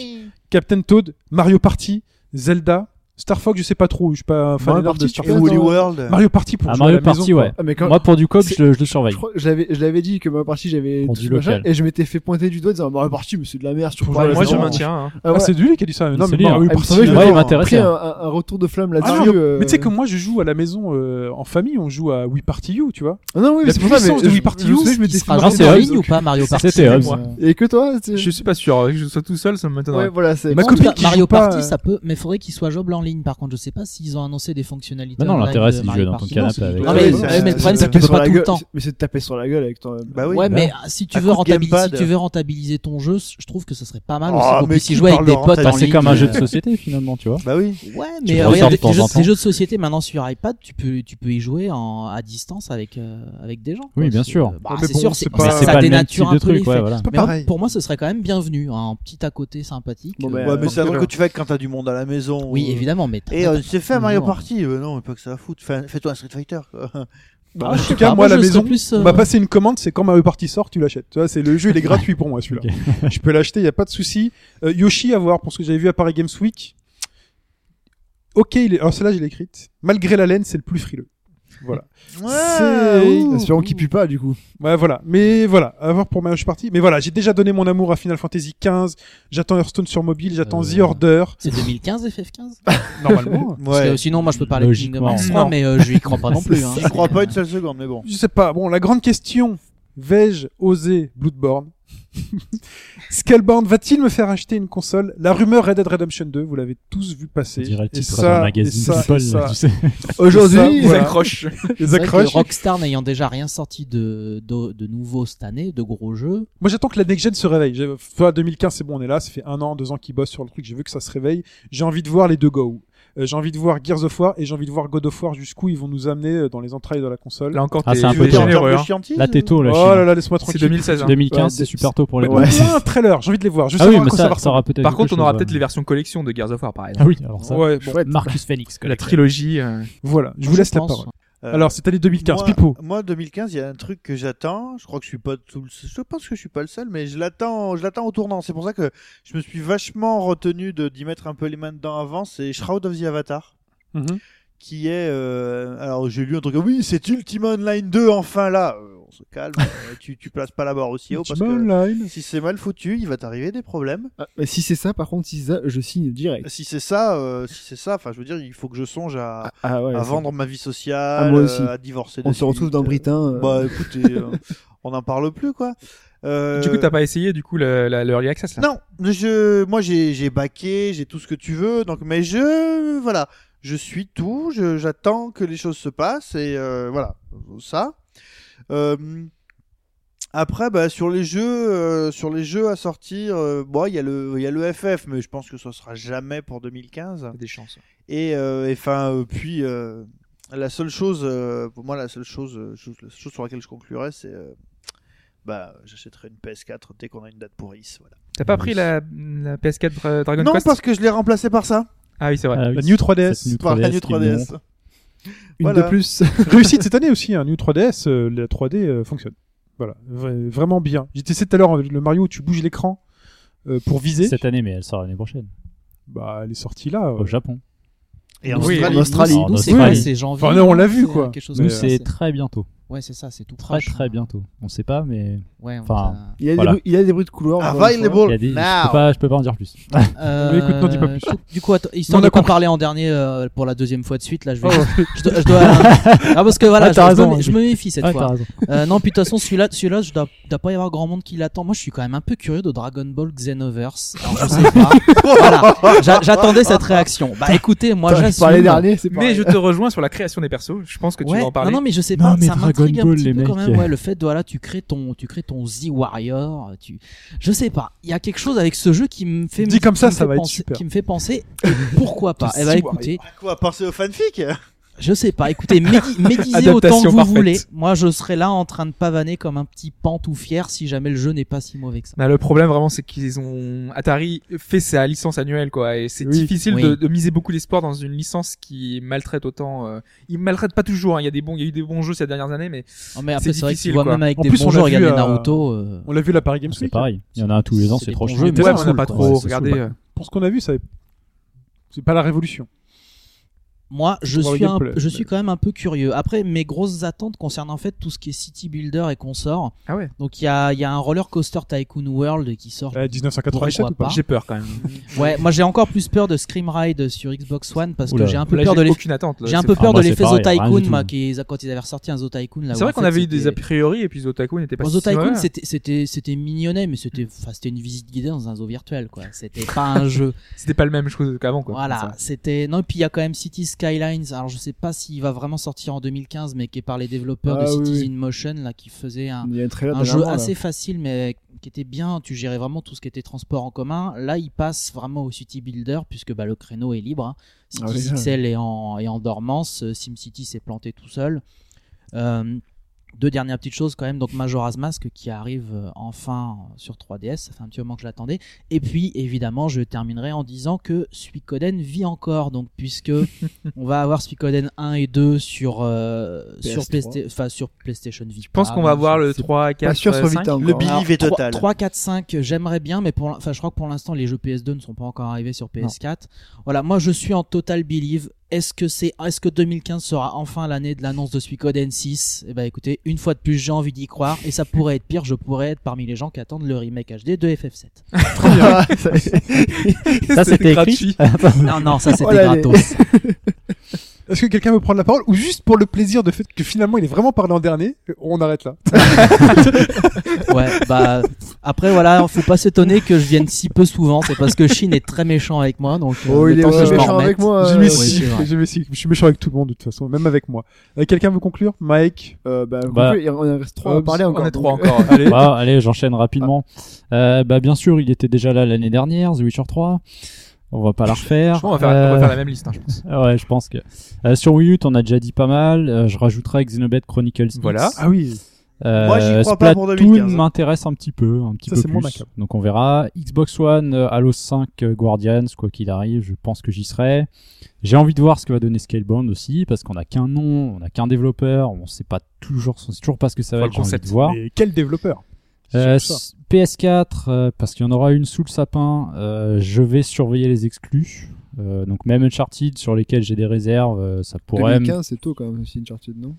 Speaker 1: Captain Toad, Mario Party, Zelda, Star Fox, je sais pas trop, je suis pas un fan
Speaker 3: Mario
Speaker 1: énorme de
Speaker 3: Party,
Speaker 1: Star
Speaker 3: tu
Speaker 2: Et
Speaker 3: fais
Speaker 1: Fox.
Speaker 3: dans-
Speaker 2: Woolly World.
Speaker 1: Mario Party pour
Speaker 6: Ah,
Speaker 1: jouer à
Speaker 6: Mario
Speaker 1: la maison,
Speaker 6: Party,
Speaker 1: quoi.
Speaker 6: ouais.
Speaker 3: Ah, mais quand-
Speaker 6: Moi, pour du coop, je, le- je le surveille.
Speaker 3: Je crois- je l'avais, je l'avais dit que Mario Party j'avais
Speaker 6: Pour
Speaker 3: tout
Speaker 6: du
Speaker 3: ce machin,
Speaker 6: local.
Speaker 3: et je m'étais fait pointer du doigt en disant Mario Party mais c'est de la merde, tu
Speaker 1: Moi,
Speaker 4: Moi,
Speaker 1: je
Speaker 4: je
Speaker 1: non.
Speaker 4: maintiens. hein.
Speaker 3: Ah, ouais.
Speaker 1: Ah, c'est lui qui a dit ça. Non,
Speaker 6: C'est
Speaker 1: mais
Speaker 6: lui, hein.
Speaker 1: Mario
Speaker 3: Ah,
Speaker 1: Party,
Speaker 3: c'est vrai que
Speaker 1: euh,
Speaker 3: je
Speaker 6: Ouais, il
Speaker 3: m'étais
Speaker 6: m'intéresse,
Speaker 3: pris
Speaker 6: hein.
Speaker 3: un, un- un retour de flamme là-dessus.
Speaker 1: Ah non,
Speaker 3: euh,
Speaker 1: Mais tu sais que moi je joue à la maison euh, en famille, on joue à Wii Party U, tu vois.
Speaker 3: Ah non, oui,
Speaker 1: la
Speaker 3: c'est pour ça, mais
Speaker 1: puissance de
Speaker 3: je-
Speaker 1: Wii Party
Speaker 3: je me
Speaker 1: U,
Speaker 3: souviens, je
Speaker 5: Il
Speaker 3: m'étais
Speaker 5: sera
Speaker 3: fait
Speaker 6: lancé
Speaker 5: lancé en
Speaker 6: Hobbs,
Speaker 5: ligne ou pas Mario Party c'est
Speaker 6: C'était Hobbs.
Speaker 5: moi.
Speaker 3: Et que toi, tu sais-
Speaker 4: Je suis pas sûr. Que je sois tout seul, ça me m'étonnerait.
Speaker 3: Ouais, voilà, c'est.
Speaker 1: Ma
Speaker 5: En
Speaker 1: copine
Speaker 5: tout cas,
Speaker 1: qui
Speaker 5: Mario
Speaker 1: joue pas,
Speaker 5: Party,
Speaker 1: euh,
Speaker 5: ça peut, mais faudrait qu'il soit jouable en ligne. Par contre, je sais pas s'ils ont annoncé des fonctionnalités.
Speaker 6: Bah non,
Speaker 5: online
Speaker 6: l'intérêt,
Speaker 5: de
Speaker 6: c'est de
Speaker 5: Mario
Speaker 6: jouer dans ton
Speaker 5: Party.
Speaker 6: canapé
Speaker 3: Non,
Speaker 6: avec.
Speaker 3: c'est-
Speaker 5: Non, mais-
Speaker 3: c'est-
Speaker 5: ouais, mais le
Speaker 3: euh, c'est-
Speaker 5: problème,
Speaker 3: c'est
Speaker 5: c'est que tu
Speaker 3: taper
Speaker 5: peux
Speaker 3: sur
Speaker 5: pas
Speaker 3: la
Speaker 5: tout le
Speaker 3: gueule.
Speaker 5: temps.
Speaker 3: Mais c'est de taper sur la gueule avec ton.
Speaker 2: Bah oui.
Speaker 5: ouais,
Speaker 6: bah
Speaker 5: mais ah, si tu,
Speaker 2: À
Speaker 5: veux
Speaker 2: coup de
Speaker 5: rentabiliser, si
Speaker 2: gamepad.
Speaker 5: tu veux rentabiliser ton jeu, je trouve que ça serait pas mal
Speaker 2: Oh,
Speaker 5: aussi qu'on
Speaker 2: mais
Speaker 5: puisse
Speaker 2: qui
Speaker 5: y jouer avec
Speaker 2: parle
Speaker 5: des
Speaker 2: de
Speaker 5: potes en
Speaker 6: Bah,
Speaker 5: ligne.
Speaker 6: c'est comme un jeu de
Speaker 5: euh,
Speaker 6: société, finalement, tu vois.
Speaker 2: Bah oui.
Speaker 5: Ouais,
Speaker 6: Tu
Speaker 5: mais
Speaker 6: peux
Speaker 5: regarde,
Speaker 6: le
Speaker 5: les
Speaker 6: sortir de
Speaker 5: jeux,
Speaker 6: temps en temps.
Speaker 5: les jeux de société maintenant sur iPad, tu peux, tu peux y jouer en, à distance avec, euh, avec des gens. quoi.
Speaker 6: Oui, bien
Speaker 5: C'est-
Speaker 6: sûr.
Speaker 5: bah,
Speaker 1: Ouais, mais
Speaker 5: c'est
Speaker 1: bon,
Speaker 5: sûr,
Speaker 1: c'est
Speaker 5: c'est-
Speaker 1: pas-
Speaker 5: ça,
Speaker 6: Mais c'est
Speaker 5: ça
Speaker 6: pas le même
Speaker 5: dénature
Speaker 6: type
Speaker 5: un
Speaker 6: de
Speaker 5: peu
Speaker 6: truc,
Speaker 5: l'effet.
Speaker 6: ouais, voilà.
Speaker 2: C'est
Speaker 5: Mais en-
Speaker 2: pas pareil.
Speaker 5: pour moi, ce serait quand même bienvenu, hein, un petit à côté sympathique.
Speaker 3: Bon,
Speaker 5: euh,
Speaker 3: ben,
Speaker 2: Ouais, mais
Speaker 3: euh,
Speaker 2: c'est un truc
Speaker 1: déjà.
Speaker 2: que tu fais quand t'as du monde à la maison.
Speaker 5: oui,
Speaker 2: euh.
Speaker 5: évidemment, mais t'as-
Speaker 2: Et euh, c'est fait à Mario
Speaker 5: Non.
Speaker 2: Party. Euh, non, mais pas que ça à foutre. Fais- Fais-toi un Street Fighter. quoi.
Speaker 1: Bah, en tout
Speaker 5: sais
Speaker 1: cas,
Speaker 5: pas,
Speaker 1: moi, à la
Speaker 5: Ah, je serais
Speaker 1: maison,
Speaker 5: plus,
Speaker 1: On
Speaker 5: euh,
Speaker 1: m'a passé Bah, une commande, c'est quand Mario Party sort, tu l'achètes. Tu vois, c'est le jeu, il est gratuit pour moi celui-là. Je peux l'acheter, il y a pas de souci. Euh, Yoshi à voir pour ce que j'avais vu à Paris Games Week. OK, il est... alors celle-là, je l'ai écrite. Malgré la laine, c'est le plus frileux. Voilà.
Speaker 2: Ouais, ouh.
Speaker 3: Espérons qu'il pue pas du coup.
Speaker 1: Ouais, voilà. Mais voilà, à voir pour Mario Party. Mais voilà, j'ai déjà donné mon amour à Final Fantasy 15. J'attends Hearthstone sur mobile, j'attends
Speaker 5: Euh,
Speaker 1: The Order.
Speaker 5: C'est 2015 FF15
Speaker 1: Normalement.
Speaker 5: Parce que
Speaker 2: Ouais.
Speaker 5: sinon, moi, je peux parler de Kingdom Hearts
Speaker 1: Logiquement.
Speaker 5: 3, mais euh, je n'y crois pas non plus. hein.
Speaker 2: J'y crois pas une seule seconde, mais bon.
Speaker 1: Je sais pas. Bon, la grande question, vais-je oser Bloodborne Scalebound va-t-il me faire acheter une console La rumeur Red Dead Redemption 2, vous l'avez tous vu passer.
Speaker 6: On dirait le
Speaker 1: Et
Speaker 6: titre
Speaker 1: ça,
Speaker 6: d'un
Speaker 1: et
Speaker 6: magazine
Speaker 1: ça,
Speaker 6: football,
Speaker 1: et ça.
Speaker 6: tu sais.
Speaker 3: Aujourd'hui,
Speaker 1: ça,
Speaker 4: Ils
Speaker 1: voilà.
Speaker 4: accrochent.
Speaker 1: Les
Speaker 5: C'est vrai que
Speaker 1: accroches.
Speaker 5: Rockstar n'ayant déjà rien sorti de, de, de nouveau cette année, de gros jeux,
Speaker 1: Moi, j'attends que la next gen se réveille. J'ai- Toi, 2015, c'est bon, on est là. Ça fait un an, deux ans qu'ils bossent sur le truc. J'ai vu que ça se réveille. J'ai envie de voir les deux go. Euh, j'ai envie de voir Gears of War et j'ai envie de voir God of War jusqu'où ils vont nous amener euh, dans les entrailles de la console.
Speaker 4: Là encore,
Speaker 6: Ah,
Speaker 4: t'es
Speaker 6: c'est un
Speaker 4: t'es
Speaker 6: peu tôt.
Speaker 4: généreux. hein.
Speaker 6: Là, t'es tôt, là.
Speaker 1: oh
Speaker 6: je suis-
Speaker 1: là là, laisse-moi
Speaker 4: C'est
Speaker 1: tranquille.
Speaker 4: 2016. hein.
Speaker 6: 2015,
Speaker 1: Ouais,
Speaker 6: c'est super tôt pour les.
Speaker 1: Au moins un trailer. J'ai envie de les voir. J'ai envie de
Speaker 6: Ah oui,
Speaker 1: savoir à
Speaker 6: mais
Speaker 1: quoi ça va
Speaker 6: ça, ça
Speaker 1: ressembler.
Speaker 6: aura peut-être.
Speaker 4: Par
Speaker 6: quelque
Speaker 4: contre, on
Speaker 6: chose,
Speaker 4: aura
Speaker 6: ouais.
Speaker 4: peut-être les versions collection de Gears of War, par
Speaker 6: Ah
Speaker 4: exemple.
Speaker 6: oui, alors ça.
Speaker 1: Ouais, bon,
Speaker 3: chouette.
Speaker 6: Marcus Phoenix.
Speaker 4: La trilogie. euh,
Speaker 1: voilà. Je vous laisse la
Speaker 5: pense.
Speaker 1: parole. Alors, cette année 2015,
Speaker 2: euh, moi,
Speaker 1: Pipo.
Speaker 2: Moi, 2015, il y a un truc que j'attends. Je crois que je suis pas tout le... Je pense que je suis pas le seul, mais je l'attends, je l'attends au tournant. C'est pour ça que je me suis vachement retenu de d'y mettre un peu les mains dedans avant. C'est Shroud of the Avatar,
Speaker 1: Mhm.
Speaker 2: qui est. euh, Alors, j'ai lu un truc. Oui, c'est Ultima Online 2 enfin là. Euh, on se calme. Euh, tu, tu places pas la barre aussi haut parce que
Speaker 1: Online.
Speaker 2: si c'est mal foutu, il va t'arriver des problèmes.
Speaker 3: Ah, bah, si c'est ça, par contre, si c'est ça, je signe direct.
Speaker 2: Si c'est ça, euh, si c'est ça, enfin, je veux dire, il faut que je songe à.
Speaker 3: Ah ouais.
Speaker 2: à
Speaker 3: c'est-
Speaker 2: vendre ma vie
Speaker 3: Ah,
Speaker 2: sociale,
Speaker 3: moi aussi.
Speaker 2: euh, à divorcer.
Speaker 3: On
Speaker 2: de
Speaker 3: se
Speaker 2: suite,
Speaker 3: retrouve dans
Speaker 2: euh,
Speaker 3: Britain. euh,
Speaker 2: Bah écoutez, euh, on n'en parle plus quoi. Euh,
Speaker 4: Du coup, t'as pas essayé du coup le, la- le early access là
Speaker 2: Non, je, moi j'ai, j'ai baqué, j'ai tout ce que tu veux, donc mais je, voilà, je suis tout, je- j'attends que les choses se passent et euh, voilà, ça. Euh, après, bah, sur les jeux, euh, sur les jeux à sortir, euh, bon, il y a le, il y a le FF, mais je pense que ce sera jamais pour 2015.
Speaker 4: Des chances.
Speaker 2: Et euh, et enfin euh, puis euh, la seule chose euh, pour moi la seule chose, euh, chose- la seule chose sur laquelle je conclurai c'est euh, bah j'achèterai une PS4 dès qu'on a une date pour Is voilà.
Speaker 4: T'as pas pris la, la PS4 Dra- euh, Dragon
Speaker 2: Non
Speaker 4: Quest
Speaker 2: parce que je l'ai remplacé par ça,
Speaker 4: Ah oui, c'est vrai.
Speaker 6: Ah oui,
Speaker 1: La New
Speaker 6: cette
Speaker 1: 3DS.
Speaker 6: New
Speaker 2: par la New
Speaker 6: 3DS. qui est
Speaker 2: 3DS.
Speaker 3: Une
Speaker 2: voilà.
Speaker 3: de plus.
Speaker 1: Réussite cette année aussi, hein. New 3DS, euh, la 3D euh, fonctionne. Voilà, Vra- vraiment bien. J'ai testé tout à l'heure avec le Mario où tu bouges l'écran euh, pour
Speaker 6: bon
Speaker 1: viser.
Speaker 6: Cette année, mais elle sort l'année prochaine.
Speaker 1: Bah, elle est sortie là.
Speaker 6: Au
Speaker 5: Oh,
Speaker 1: ouais.
Speaker 6: Japon.
Speaker 2: Et
Speaker 5: Oui,
Speaker 2: Australie.
Speaker 3: en Australie.
Speaker 6: En
Speaker 5: Nous, c'est
Speaker 6: Australie.
Speaker 5: quoi, c'est janvier.
Speaker 1: Enfin, non, on l'a vu,
Speaker 5: c'est
Speaker 1: quoi.
Speaker 5: Quelque chose
Speaker 1: Mais,
Speaker 6: Nous,
Speaker 5: comme
Speaker 1: euh,
Speaker 5: ça,
Speaker 6: c'est très bientôt.
Speaker 5: Ouais, c'est ça, c'est tout
Speaker 6: Très
Speaker 5: proche. hein.
Speaker 6: très bientôt. On sait pas, mais
Speaker 5: Ouais, on
Speaker 6: Enfin,
Speaker 5: va-
Speaker 3: Il y a des
Speaker 6: Voilà.
Speaker 3: bruits- il y a des bruits de couloir. encore une fois.
Speaker 2: Ah, Available
Speaker 6: il y a des... je, peux
Speaker 2: now.
Speaker 6: pas, je peux pas en dire plus.
Speaker 5: Euh,
Speaker 1: Mais écoute, n'en dis pas plus.
Speaker 5: Du coup, attends, histoire
Speaker 1: Mais on
Speaker 5: de
Speaker 1: a
Speaker 5: pas
Speaker 1: compris.
Speaker 5: parler en dernier euh, pour la deuxième fois de suite, là, je vais.
Speaker 1: Oh,
Speaker 5: je, dois- je dois. Ah, parce que voilà,
Speaker 6: Ah,
Speaker 5: je,
Speaker 6: t'as
Speaker 5: je me-
Speaker 6: raison,
Speaker 5: je me méfie cette
Speaker 6: Ah,
Speaker 5: fois.
Speaker 6: t'as raison.
Speaker 5: Euh, non, puis de toute façon, celui-là, celui-là, je dois, dois pas y avoir grand monde qui l'attend. Moi, je suis quand même un peu curieux de Dragon Ball Xenoverse. Alors, je sais pas. voilà. J'a- J'attendais cette réaction. Bah, écoutez, moi,
Speaker 3: Attends, je
Speaker 5: j'assume.
Speaker 3: parlais dernier, c'est
Speaker 4: Mais je te rejoins sur la création des persos. Je pense que tu
Speaker 5: ouais.
Speaker 4: vas en parler.
Speaker 5: Non, non, mais je sais
Speaker 6: Non,
Speaker 5: pas.
Speaker 6: mais
Speaker 5: ça
Speaker 6: Dragon
Speaker 5: m'intrigue un
Speaker 6: Ball,
Speaker 5: petit
Speaker 6: les
Speaker 5: peu quand
Speaker 6: mecs.
Speaker 5: même. Ouais, le fait, de, voilà, tu crées ton, tu crées ton Z Warrior. Tu, je sais pas. Il y a quelque chose avec ce jeu qui me fait.
Speaker 1: Dit comme
Speaker 5: qui
Speaker 1: ça,
Speaker 5: me
Speaker 1: ça
Speaker 5: fait
Speaker 1: va être
Speaker 5: penser-
Speaker 1: super.
Speaker 5: Qui me fait penser. et Pourquoi pas
Speaker 1: Ton
Speaker 5: Eh ben,
Speaker 1: Z
Speaker 5: écoutez,
Speaker 2: À quoi penser au fanfic
Speaker 5: Je sais pas. Écoutez, médi- médisez autant que
Speaker 4: Adaptation
Speaker 5: vous
Speaker 4: parfaite.
Speaker 5: voulez. Moi, je serais là en train de pavaner comme un petit pantouflière si jamais le jeu n'est pas si mauvais que ça.
Speaker 4: Bah, le problème vraiment c'est qu'ils ont Atari fait sa licence annuelle quoi et c'est
Speaker 1: Oui.
Speaker 4: difficile
Speaker 5: Oui.
Speaker 4: de, de miser beaucoup d'espoir dans une licence qui maltraite autant euh, ils maltraitent pas toujours hein. il y a des bons il y a eu des bons jeux ces dernières années mais
Speaker 5: Non, mais
Speaker 4: c'est
Speaker 5: après, c'est vrai que tu
Speaker 4: difficile,
Speaker 5: vois,
Speaker 4: quoi.
Speaker 5: même avec
Speaker 1: En
Speaker 5: des
Speaker 1: plus, on
Speaker 5: bons jeux,
Speaker 1: l'a
Speaker 5: regardez
Speaker 1: vu à-
Speaker 5: Naruto. euh,
Speaker 1: On l'a vu la Paris Games
Speaker 6: C'est
Speaker 1: Week.
Speaker 6: pareil. Il y en a un tous les ans,
Speaker 5: C'est
Speaker 6: c'est
Speaker 5: des
Speaker 6: franchement.
Speaker 5: bons jeux,
Speaker 4: ouais,
Speaker 5: mais
Speaker 4: mais
Speaker 5: ça
Speaker 4: on n'a
Speaker 5: saoule,
Speaker 4: pas
Speaker 5: quoi.
Speaker 4: trop
Speaker 6: Ouais, ça
Speaker 4: regardé
Speaker 6: saoule.
Speaker 4: euh.
Speaker 1: Pour ce qu'on a vu, ça c'est pas la révolution.
Speaker 5: Moi, je
Speaker 1: Pour le
Speaker 5: suis, un-
Speaker 1: gameplay,
Speaker 5: je
Speaker 1: mais-
Speaker 5: suis quand même un peu curieux. Après, mes grosses attentes concernent en fait tout ce qui est city builder et consorts.
Speaker 4: ah ouais
Speaker 5: Donc, il y a, il y a un roller coaster Tycoon World qui sort.
Speaker 1: Euh, 1987 ou
Speaker 5: Oh. Pourquoi
Speaker 1: pas
Speaker 5: pas
Speaker 4: j'ai peur quand même
Speaker 5: Ouais, moi j'ai encore plus peur de Scream Ride sur Xbox One parce que
Speaker 6: Oula.
Speaker 5: j'ai un peu
Speaker 4: Là,
Speaker 5: peur de
Speaker 4: j'ai
Speaker 5: l'effet.
Speaker 4: aucune attente là.
Speaker 5: J'ai un
Speaker 4: C'est-
Speaker 5: peu
Speaker 6: enfin,
Speaker 5: peur
Speaker 6: moi,
Speaker 5: de
Speaker 6: c'est
Speaker 5: l'effet
Speaker 6: pareil,
Speaker 5: Zo
Speaker 6: rien du
Speaker 5: Tycoon,
Speaker 6: tout.
Speaker 5: moi, qui, quand ils avaient ressorti un Zo Tycoon. là,
Speaker 4: c'est
Speaker 5: où,
Speaker 4: vrai
Speaker 5: en
Speaker 4: qu'on
Speaker 5: fait,
Speaker 4: avait eu des a
Speaker 5: c'était-
Speaker 4: priori et puis Zo Tycoon n'était pas
Speaker 5: Bon, Zo
Speaker 4: si- ouais,
Speaker 5: Tycoon,
Speaker 4: ouais.
Speaker 5: c'était- c'était c'était mignonnet, mais c'était enfin, c'était une visite guidée dans un zoo virtuel, quoi. C'était pas un jeu.
Speaker 4: c'était pas le même chose qu'avant quoi C'est
Speaker 5: voilà,
Speaker 4: vrai.
Speaker 5: c'était. Non, et puis il y a quand même City Skylines. Alors, je sais pas s'il va vraiment sortir en 2015, mais qui est par les développeurs de
Speaker 3: Ah, oui,
Speaker 5: Cities
Speaker 3: oui.
Speaker 5: in Motion, là, qui faisait un,
Speaker 3: Il y a un trailer
Speaker 5: un jeu
Speaker 3: dernièrement, là.
Speaker 5: assez facile, mais qui était bien. Tu gérais vraiment tout ce qui était transport en commun. Là, il passe vraiment au City Builder, puisque bah, le créneau est libre. Hein. City
Speaker 3: Ah oui, ça,
Speaker 5: Pixel est en, est en dormance. euh, SimCity s'est planté tout seul. Euh, deux dernières petites choses quand même. Donc Majora's Mask qui arrive euh, enfin sur 3DS. Ça fait un petit moment que je l'attendais. Et puis évidemment, je terminerai en disant que Suikoden vit encore. Donc puisque on va avoir Suikoden 1 et 2 sur euh, sur,
Speaker 3: PS3.
Speaker 5: Playsta- enfin, sur PlayStation Vita.
Speaker 4: je pense qu'on va voir le
Speaker 3: c'est
Speaker 4: 3 4
Speaker 3: Pas sûr sur
Speaker 4: 5
Speaker 3: Vita
Speaker 2: Le
Speaker 3: encore.
Speaker 2: Believe
Speaker 5: Alors,
Speaker 2: est
Speaker 5: trois-
Speaker 2: total.
Speaker 5: 3, 4, 5, j'aimerais bien, mais pour, l'in- enfin, je crois que pour l'instant, les jeux PS2 ne sont pas encore arrivés sur PS4. Voilà, moi, je suis en total believe. Est-ce que c'est, est-ce que 2015 sera enfin l'année de l'annonce de Suikoden 6 Eh ben, écoutez, une fois de plus, j'ai envie d'y croire, et ça pourrait être pire. Je pourrais être parmi les gens qui attendent le remake HD de FF7.
Speaker 6: Ça, c'était
Speaker 4: gratuit
Speaker 6: écrit.
Speaker 5: Non, non, ça c'était
Speaker 3: Oh là, les-
Speaker 5: gratos.
Speaker 1: Est-ce que quelqu'un veut prendre la parole ou juste pour le plaisir de fait que finalement il est vraiment parlé en dernier On arrête là.
Speaker 5: Ouais, bah après voilà, faut pas s'étonner que je vienne si peu souvent. C'est parce que Shin est très méchant avec moi, donc. euh,
Speaker 3: Oh,
Speaker 5: le
Speaker 3: il est
Speaker 5: temps que
Speaker 3: vraiment
Speaker 5: je m'en
Speaker 3: méchant avec
Speaker 5: remette.
Speaker 3: moi.
Speaker 1: J'ai
Speaker 3: euh,
Speaker 1: mis
Speaker 5: oui,
Speaker 1: si,
Speaker 5: c'est vrai.
Speaker 1: j'ai mis si. Je suis méchant avec tout le monde de toute façon, même avec moi. Euh, quelqu'un veut conclure Mike
Speaker 3: Euh, bah,
Speaker 6: Bah,
Speaker 3: conclu, il y en- il en reste trois à
Speaker 1: euh,
Speaker 3: parler
Speaker 4: on
Speaker 3: encore.
Speaker 4: est
Speaker 3: donc,
Speaker 4: trois
Speaker 3: euh,
Speaker 4: encore allez
Speaker 6: Bah, allez, j'enchaîne rapidement. Euh, bah, bien sûr, il était déjà là l'année dernière, The Witcher 3. On va pas la refaire.
Speaker 4: Franchement, on va faire on va faire la même liste hein, je pense
Speaker 6: Euh, ouais, je pense que. Euh, sur Wii U, t'en as déjà dit pas mal. Euh, je rajouterai Xenoblade Chronicles. X.
Speaker 4: Voilà.
Speaker 1: Ah oui.
Speaker 6: Euh,
Speaker 2: Moi, j'y crois pas pour
Speaker 6: Splatoon
Speaker 2: 2015.
Speaker 6: m'intéresse un petit peu, un petit
Speaker 1: Ça,
Speaker 6: peu
Speaker 1: c'est
Speaker 6: plus.
Speaker 1: mon macabre.
Speaker 6: Donc on verra. Xbox One, euh, Halo 5, euh, Guardians, quoi qu'il arrive, je pense que j'y serai. J'ai envie de voir ce que va donner Scalebound aussi, parce qu'on a qu'un nom, on a qu'un développeur, on sait pas toujours, on sait toujours pas ce que ça va
Speaker 4: Enfin,
Speaker 6: être.
Speaker 4: le
Speaker 6: J'ai envie
Speaker 4: concept,
Speaker 6: de voir.
Speaker 1: Mais quel développeur
Speaker 6: Euh,
Speaker 1: C'est ça.
Speaker 6: s- PS4, euh, parce qu'il y en aura une sous le sapin, euh, je vais surveiller les exclus. Euh, donc même Uncharted sur lesquels j'ai des réserves, euh, ça pourrait... me-
Speaker 3: 2015, c'est tôt quand même, aussi Uncharted, non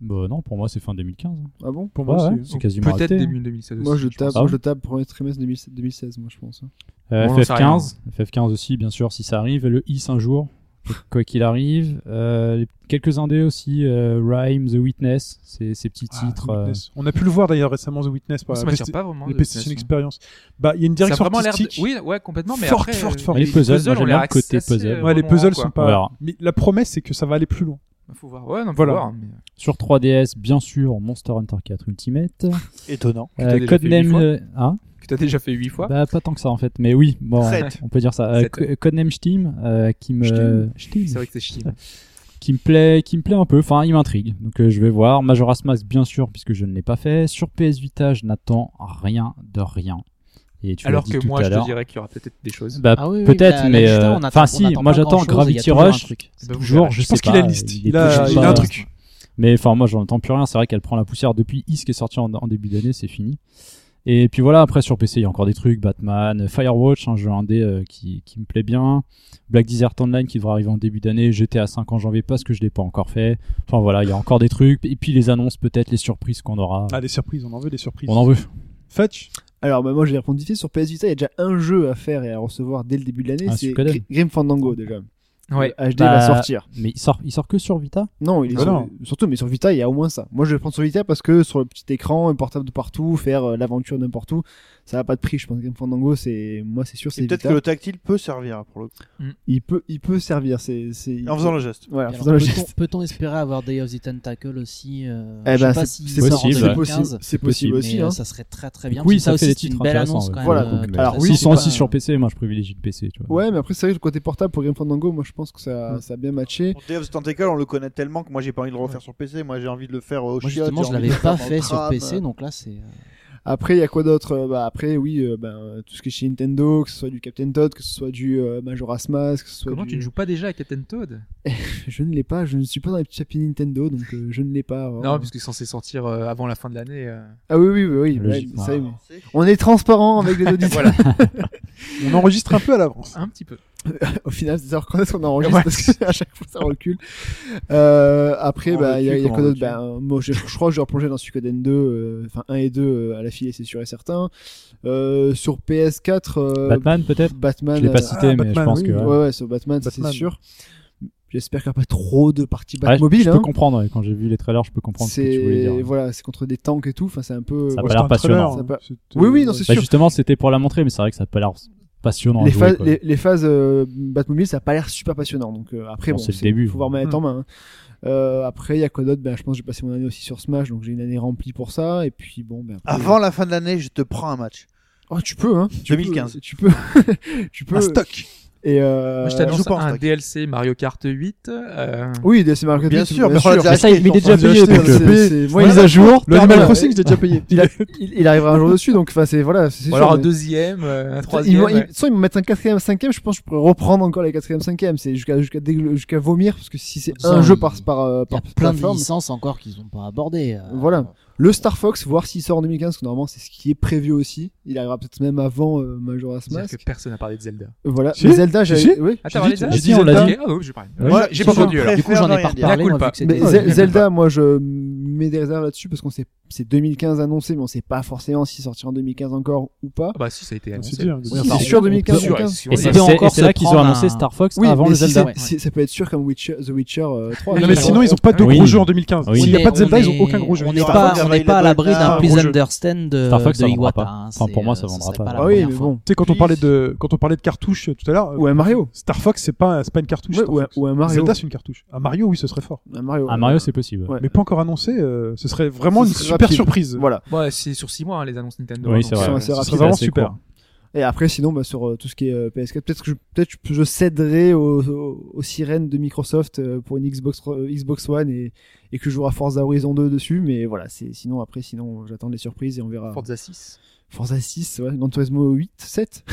Speaker 6: Bah non, pour moi c'est fin 2015. hein.
Speaker 3: Ah bon
Speaker 1: Pour
Speaker 6: Ouais,
Speaker 1: moi,
Speaker 6: ouais,
Speaker 1: c'est-
Speaker 6: c'est quasiment
Speaker 4: peut-être
Speaker 6: raté, hein.
Speaker 4: début 2016
Speaker 3: Moi,
Speaker 4: aussi,
Speaker 3: je tape,
Speaker 6: pense.
Speaker 3: moi, je tape premier trimestre 2016, 2016, moi, je pense. hein.
Speaker 6: Euh,
Speaker 4: On en sait rien.
Speaker 6: FF15, FF15 aussi, bien sûr, si ça arrive. Et Le IS un jour, quoi qu'il arrive. Euh, quelques indés aussi, euh, Rhyme, The Witness, ces, ces petits
Speaker 1: Ah,
Speaker 6: titres.
Speaker 1: The
Speaker 6: euh,
Speaker 1: Witness. On a pu le voir d'ailleurs récemment The Witness par
Speaker 4: ça
Speaker 1: la
Speaker 4: m'attire
Speaker 1: PlayStation-
Speaker 4: pas vraiment
Speaker 1: la
Speaker 4: de
Speaker 1: PlayStation
Speaker 4: PlayStation.
Speaker 1: Experience. Bah, il y a une
Speaker 4: Ça a
Speaker 1: direction
Speaker 4: vraiment l'air de-
Speaker 1: artistique.
Speaker 4: Oui, ouais, complètement, mais
Speaker 1: Forte,
Speaker 4: après,
Speaker 1: forte,
Speaker 4: euh,
Speaker 1: forte.
Speaker 6: Les puzzles, moi,
Speaker 4: ont
Speaker 6: j'aime
Speaker 4: l'air
Speaker 6: bien le côté
Speaker 4: assez,
Speaker 6: puzzle.
Speaker 4: euh,
Speaker 1: Ouais, les
Speaker 4: bon
Speaker 1: puzzles
Speaker 4: moment,
Speaker 1: sont
Speaker 4: quoi.
Speaker 6: on
Speaker 1: pas.
Speaker 6: verra.
Speaker 1: Mais la promesse, c'est que ça va aller plus loin.
Speaker 4: Faut voir. Ouais, non, faut
Speaker 1: Voilà.
Speaker 4: voir, mais-
Speaker 6: Sur 3DS, bien sûr, Monster Hunter 4 Ultimate.
Speaker 2: Étonnant.
Speaker 4: Que t'as déjà fait huit
Speaker 6: Codename.
Speaker 4: fois.
Speaker 6: euh, hein
Speaker 4: Que t'as déjà fait 8 fois.
Speaker 6: bah, pas tant que ça en fait, mais oui, bon,
Speaker 2: Sept.
Speaker 6: on peut dire ça. Euh,
Speaker 4: Sept.
Speaker 6: Co- Codename Steam, euh, qui me. Steam.
Speaker 4: C'est vrai que c'est chiant.
Speaker 6: qui me plaît qui me plaît un peu enfin il m'intrigue donc euh, je vais voir Majora's Mask bien sûr puisque je ne l'ai pas fait sur PS Vita je n'attends rien de rien et tu l'as
Speaker 4: Alors
Speaker 6: dit
Speaker 4: que
Speaker 6: tout
Speaker 4: moi,
Speaker 6: à
Speaker 4: je te
Speaker 6: l'heure.
Speaker 4: dirais qu'il y aura peut-être des choses.
Speaker 6: Bah,
Speaker 5: Ah oui, oui,
Speaker 6: peut-être
Speaker 5: la- la
Speaker 6: mais
Speaker 5: Vita,
Speaker 6: euh,
Speaker 5: on attend-
Speaker 6: enfin
Speaker 5: on
Speaker 6: si
Speaker 5: attend
Speaker 6: moi
Speaker 5: pas
Speaker 6: j'attends
Speaker 5: grand-chose, il y a
Speaker 6: Gravity
Speaker 5: toujours un
Speaker 6: Rush
Speaker 5: truc.
Speaker 4: Bah, vous
Speaker 6: toujours
Speaker 4: verrez.
Speaker 6: je,
Speaker 1: Je
Speaker 6: sais
Speaker 1: pense qu'il
Speaker 6: pas,
Speaker 1: a une liste.
Speaker 6: est
Speaker 1: Il a,
Speaker 6: toujours
Speaker 1: il a
Speaker 6: pas-
Speaker 1: un truc.
Speaker 6: mais enfin moi j'en entends plus rien c'est vrai qu'elle prend la poussière depuis Is qui est sorti en, en début d'année c'est fini et puis voilà après sur PC il y a encore des trucs Batman euh, Firewatch un jeu indé euh, qui, qui me plaît bien Black Desert Online qui devrait arriver en début d'année GTA 5 en janvier parce que je l'ai pas encore fait enfin voilà il y a encore des trucs et puis les annonces peut-être les surprises qu'on aura
Speaker 1: Ah, des surprises, on en veut des surprises.
Speaker 6: on en veut
Speaker 1: Fetch
Speaker 3: Alors, bah, moi, je vais répondre vite fait. Sur PS Vita, il y a déjà un jeu à faire et à recevoir dès le début de l'année.
Speaker 6: Ah,
Speaker 3: c'est
Speaker 6: Suikoden.
Speaker 3: Gr- Grim Fandango, déjà.
Speaker 4: Ouais.
Speaker 3: Le HD
Speaker 6: Bah,
Speaker 3: va sortir.
Speaker 6: mais il sort il sort que sur Vita
Speaker 3: Non,
Speaker 4: Bah
Speaker 3: il est
Speaker 1: Ah
Speaker 3: sur-
Speaker 1: non.
Speaker 3: surtout, mais sur Vita, il y a au moins ça. Moi, je vais prendre sur Vita parce que sur le petit écran, un portable de partout, faire euh, l'aventure n'importe où, ça n'a pas de prix. Je pense que Game Fandango, c'est, moi, c'est sûr, c'est
Speaker 2: Et Peut-être
Speaker 3: Vita.
Speaker 2: que le tactile peut servir pour le coup.
Speaker 3: Il peut, il peut servir. C'est, c'est.
Speaker 2: En faisant le geste.
Speaker 3: Voilà, en
Speaker 5: Alors,
Speaker 3: faisant le
Speaker 5: peut-on-
Speaker 3: geste.
Speaker 5: Peut-on espérer avoir Day of the Tentacle aussi euh,
Speaker 3: Eh
Speaker 5: Je sais
Speaker 3: ben,
Speaker 5: pas
Speaker 3: c'est
Speaker 5: si
Speaker 3: c'est
Speaker 5: ça
Speaker 3: possible,
Speaker 5: sort en
Speaker 3: c'est
Speaker 5: 2015,
Speaker 3: possible, c'est possible
Speaker 5: mais
Speaker 3: aussi.
Speaker 5: euh,
Speaker 3: hein.
Speaker 5: ça serait très très bien.
Speaker 6: oui
Speaker 5: Parce que ça
Speaker 6: ça fait
Speaker 5: aussi
Speaker 6: des
Speaker 5: c'est
Speaker 6: titres
Speaker 5: une belle
Speaker 6: intéressants,
Speaker 5: annonce
Speaker 6: ouais.
Speaker 5: quand même.
Speaker 3: Voilà,
Speaker 5: euh,
Speaker 3: donc,
Speaker 5: très
Speaker 3: alors,
Speaker 5: très
Speaker 6: s'ils sont
Speaker 5: sympa.
Speaker 6: aussi sur PC moi je privilégie le PC tu vois
Speaker 3: Ouais, mais après, c'est vrai que le côté portable pour Game Fandango, moi, je pense que ça, ça a bien matché.
Speaker 2: Pour Day of the Tentacle, on le connaît tellement que moi j'ai pas envie de le refaire sur PC. Moi j'ai envie de le faire euh, au
Speaker 5: Moi,
Speaker 2: chiottes,
Speaker 5: justement,
Speaker 2: j'ai
Speaker 5: je
Speaker 2: envie de
Speaker 5: l'avais
Speaker 2: le
Speaker 5: pas
Speaker 2: faire dans
Speaker 5: fait
Speaker 2: le
Speaker 5: sur
Speaker 2: tram.
Speaker 5: PC, donc là, c'est. euh,
Speaker 3: Après, il y a quoi d'autre Euh, bah, Après, oui, euh, ben, tout ce qui est chez Nintendo, que ce soit du Captain Todd, que ce soit du euh, Majora's Mask, que ce soit
Speaker 4: Comment
Speaker 3: du-
Speaker 4: tu ne joues pas déjà à Captain Toad
Speaker 3: Je ne l'ai pas, je ne suis pas dans les petits papiers Nintendo, donc euh, je ne l'ai pas.
Speaker 4: Non,
Speaker 3: vraiment.
Speaker 4: parce qu'il est censé sortir euh, avant la fin de l'année. euh.
Speaker 3: Ah oui, oui, oui, oui,
Speaker 6: Logique,
Speaker 3: ouais, ça y est,
Speaker 4: Ah.
Speaker 6: bah.
Speaker 2: C'est-
Speaker 3: On est transparent avec les auditeurs.
Speaker 4: Voilà,
Speaker 1: On enregistre un peu à l'avance.
Speaker 4: un petit peu.
Speaker 3: Au final, c'est de savoir quand est-ce qu'on enregistre
Speaker 4: Ouais.
Speaker 3: parce que à chaque fois ça recule. Euh, après,
Speaker 6: Comment
Speaker 3: bah, il y a, il y a
Speaker 6: recule,
Speaker 3: quoi
Speaker 6: comment
Speaker 3: d'autre bah, Moi, je, je crois que j'ai replongé dans Suikoden 2, euh, enfin 1 et 2 euh, à la filée, c'est sûr et certain. Euh, sur PS4, euh,
Speaker 6: Batman, peut-être
Speaker 3: Batman.
Speaker 6: Je l'ai
Speaker 3: euh,
Speaker 6: pas cité, mais
Speaker 1: Batman,
Speaker 6: je pense
Speaker 1: oui,
Speaker 6: que.
Speaker 3: ouais,
Speaker 6: ouais.
Speaker 3: ouais, sur Batman, ça, c'est
Speaker 1: Batman.
Speaker 3: sûr. J'espère qu'il n'y a pas trop de parties
Speaker 6: Ouais, je-
Speaker 3: Batmobile.
Speaker 6: je peux
Speaker 3: hein.
Speaker 6: comprendre, ouais, quand j'ai vu les trailers, je peux comprendre ce que tu voulais
Speaker 3: C'est
Speaker 6: dire.
Speaker 3: voilà, c'est contre des tanks et tout. Enfin, c'est un peu.
Speaker 6: Ça a
Speaker 1: Ouais,
Speaker 6: pas l'air
Speaker 1: c'est un trailer,
Speaker 6: passionnant.
Speaker 3: Ça a pas-
Speaker 1: c'est, euh,
Speaker 3: Oui, oui, non, c'est
Speaker 6: Bah,
Speaker 3: sûr.
Speaker 6: justement, c'était pour la montrer, mais c'est vrai que ça a pas l'air passionnant. à
Speaker 3: les,
Speaker 6: jouer,
Speaker 3: phases,
Speaker 6: quoi.
Speaker 3: les, les phases euh, Batmobile, ça a pas l'air super passionnant. Donc euh, après,
Speaker 6: Bon,
Speaker 3: bon,
Speaker 6: c'est le début.
Speaker 3: Faut voir mettre en main. hein. Euh, après, il y a quoi d'autre ben, Je pense que j'ai passé mon année aussi sur Smash, donc j'ai une année remplie pour ça. Et puis bon, ben, après-
Speaker 2: Avant la fin de l'année, je te prends un match.
Speaker 3: Oh, tu peux, hein tu
Speaker 2: 2015.
Speaker 3: Peux, tu peux. tu peux.
Speaker 1: Un stock.
Speaker 3: Et euh...
Speaker 4: Moi, je t'annonce
Speaker 2: je pense,
Speaker 4: un
Speaker 2: t'inquiète.
Speaker 4: DLC Mario Kart 8. euh,
Speaker 3: Oui, DC Market
Speaker 2: Bien sûr, mais on l'a déjà
Speaker 6: Mais ça, il
Speaker 2: acheté,
Speaker 6: il est
Speaker 2: ton
Speaker 6: déjà
Speaker 2: frère.
Speaker 6: payé,
Speaker 3: acheté,
Speaker 6: donc
Speaker 3: c'est-
Speaker 6: euh,
Speaker 3: c'est-
Speaker 6: mise
Speaker 3: voilà.
Speaker 6: à jour.
Speaker 1: Le Animal
Speaker 3: ouais.
Speaker 1: Crossing, je l'ai déjà payé.
Speaker 3: Il, a- il- il arrivera un jour dessus, donc enfin c'est voilà. c'est
Speaker 4: Ou
Speaker 3: sûr,
Speaker 4: alors un
Speaker 3: mais-
Speaker 4: deuxième, euh, un
Speaker 3: Ils
Speaker 4: troisième.
Speaker 3: vont, ils,
Speaker 4: ouais.
Speaker 3: de toute façon, ils vont mettre un quatrième, cinquième. Je pense que je pourrais reprendre encore les quatrième, cinquième. C'est jusqu'à jusqu'à dégl- jusqu'à vomir parce que si c'est
Speaker 5: Ça,
Speaker 3: un jeu
Speaker 5: il-
Speaker 3: par par euh,
Speaker 5: Il y
Speaker 3: par
Speaker 5: a plein de
Speaker 3: plateforme,
Speaker 5: licences encore qu'ils n'ont pas abordées. euh,
Speaker 3: Voilà. Le Star Fox, voir s'il sort en 2015, parce que normalement c'est ce qui est prévu aussi. Il arrivera peut-être même avant euh, Majora's
Speaker 4: C'est-à-dire
Speaker 3: Mask.
Speaker 4: que personne n'a parlé de Zelda.
Speaker 3: Euh, Voilà.
Speaker 1: Si,
Speaker 3: mais Zelda,
Speaker 1: si,
Speaker 3: j'avais.
Speaker 1: si.
Speaker 3: oui.
Speaker 4: Ah,
Speaker 3: j'ai
Speaker 4: t'as parlé
Speaker 3: dit-
Speaker 4: de Zelda
Speaker 3: j'ai dit
Speaker 6: Si, on l'a
Speaker 3: Zelda.
Speaker 6: dit.
Speaker 4: Ok, Ah oui, j'ai parlé.
Speaker 6: Ouais.
Speaker 4: Moi, J'ai pas
Speaker 2: Je
Speaker 4: entendu alors.
Speaker 2: préfère
Speaker 5: Du coup, j'en
Speaker 2: ne
Speaker 5: ai pas
Speaker 2: rien dire.
Speaker 5: reparlé.
Speaker 4: Mea
Speaker 5: Moi,
Speaker 4: culpa.
Speaker 5: vu que c'était-
Speaker 3: Mais
Speaker 4: Ouais,
Speaker 3: Ze-
Speaker 4: je sais
Speaker 3: Zelda, moi je mets des réserves là-dessus parce qu'on sait, c'est 2015 annoncé, mais on sait pas forcément s'il sortira en 2015 encore ou pas.
Speaker 4: Ah bah si, ça a été
Speaker 1: C'est
Speaker 4: annoncé.
Speaker 1: dur.
Speaker 3: Si,
Speaker 5: enfin,
Speaker 3: c'est sûr
Speaker 5: on- on
Speaker 3: 2015.
Speaker 5: peut-
Speaker 3: 2015.
Speaker 6: Et
Speaker 5: c'est
Speaker 6: c'est-
Speaker 5: peut
Speaker 6: c'est
Speaker 5: encore
Speaker 6: c'est
Speaker 5: se
Speaker 6: là qu'ils ont
Speaker 5: prendre
Speaker 6: annoncé
Speaker 5: un-
Speaker 6: Star Fox
Speaker 3: Oui,
Speaker 6: avant
Speaker 3: mais
Speaker 6: le
Speaker 3: si
Speaker 6: Zelda.
Speaker 3: c'est-
Speaker 5: ouais.
Speaker 3: si- ça peut être sûr comme Witcher, The Witcher euh, 3.
Speaker 5: Oui,
Speaker 1: Non,
Speaker 3: mais
Speaker 1: mais
Speaker 3: c'est-
Speaker 1: sinon, ils ont pas de
Speaker 6: Oui.
Speaker 1: gros jeux en 2015.
Speaker 6: Oui.
Speaker 1: S'il n'y a pas de Zelda,
Speaker 5: on
Speaker 1: ils ont
Speaker 5: est-
Speaker 1: aucun gros jeu.
Speaker 5: On n'est
Speaker 2: Star
Speaker 5: pas,
Speaker 2: Fox,
Speaker 5: on
Speaker 2: Rail
Speaker 5: n'est pas à
Speaker 2: de
Speaker 5: l'abri
Speaker 2: Dakar,
Speaker 5: d'un
Speaker 2: un
Speaker 5: Please
Speaker 6: gros jeu.
Speaker 5: Understand de,
Speaker 6: Star Fox,
Speaker 5: de
Speaker 6: ça vendra
Speaker 5: Iwata.
Speaker 6: pas.
Speaker 5: hein,
Speaker 6: Enfin,
Speaker 5: c'est,
Speaker 6: pour moi,
Speaker 5: euh,
Speaker 6: ça vendra
Speaker 5: serait
Speaker 6: pas.
Speaker 5: la
Speaker 3: Ah oui,
Speaker 5: première
Speaker 3: mais
Speaker 5: fois.
Speaker 3: bon.
Speaker 1: Tu sais, quand on parlait de, quand on parlait de cartouches euh, tout à l'heure, euh,
Speaker 3: Ou un Mario.
Speaker 1: Star Fox, c'est pas, un- c'est pas une cartouche.
Speaker 3: Ouais,
Speaker 1: Star
Speaker 3: ou, un,
Speaker 1: Fox.
Speaker 3: ou un Mario.
Speaker 1: Zelda, c'est une cartouche. Un Mario, oui, ce serait fort.
Speaker 3: Un Mario. Euh,
Speaker 6: Ah, Mario, c'est possible.
Speaker 3: Ouais.
Speaker 1: Mais pas encore annoncé, euh, ce serait vraiment
Speaker 3: Ce
Speaker 1: une
Speaker 3: serait
Speaker 1: super
Speaker 3: rapide.
Speaker 1: surprise.
Speaker 3: Voilà.
Speaker 4: Ouais, c'est sur 6 mois hein, les annonces Nintendo.
Speaker 6: Oui,
Speaker 4: hein,
Speaker 6: c'est
Speaker 4: donc,
Speaker 6: vrai.
Speaker 3: Ils sont
Speaker 4: euh,
Speaker 3: assez
Speaker 6: Ce
Speaker 1: Ce
Speaker 6: sera
Speaker 1: serait
Speaker 3: rapides.
Speaker 6: rapide,
Speaker 1: vraiment
Speaker 6: assez
Speaker 1: super.
Speaker 6: court.
Speaker 3: Et après, sinon, bah, sur euh, tout ce qui est euh, PS4, peut-être que je, peut-être je- je céderai aux, aux, aux sirènes de Microsoft euh, pour une Xbox euh, Xbox One et, et que je jouerai à Forza Horizon 2 dessus. Mais voilà, c'est sinon après, sinon euh, j'attends les surprises et on verra.
Speaker 4: Forza 6.
Speaker 3: Forza 6, ouais, Gran Turismo 8, 7.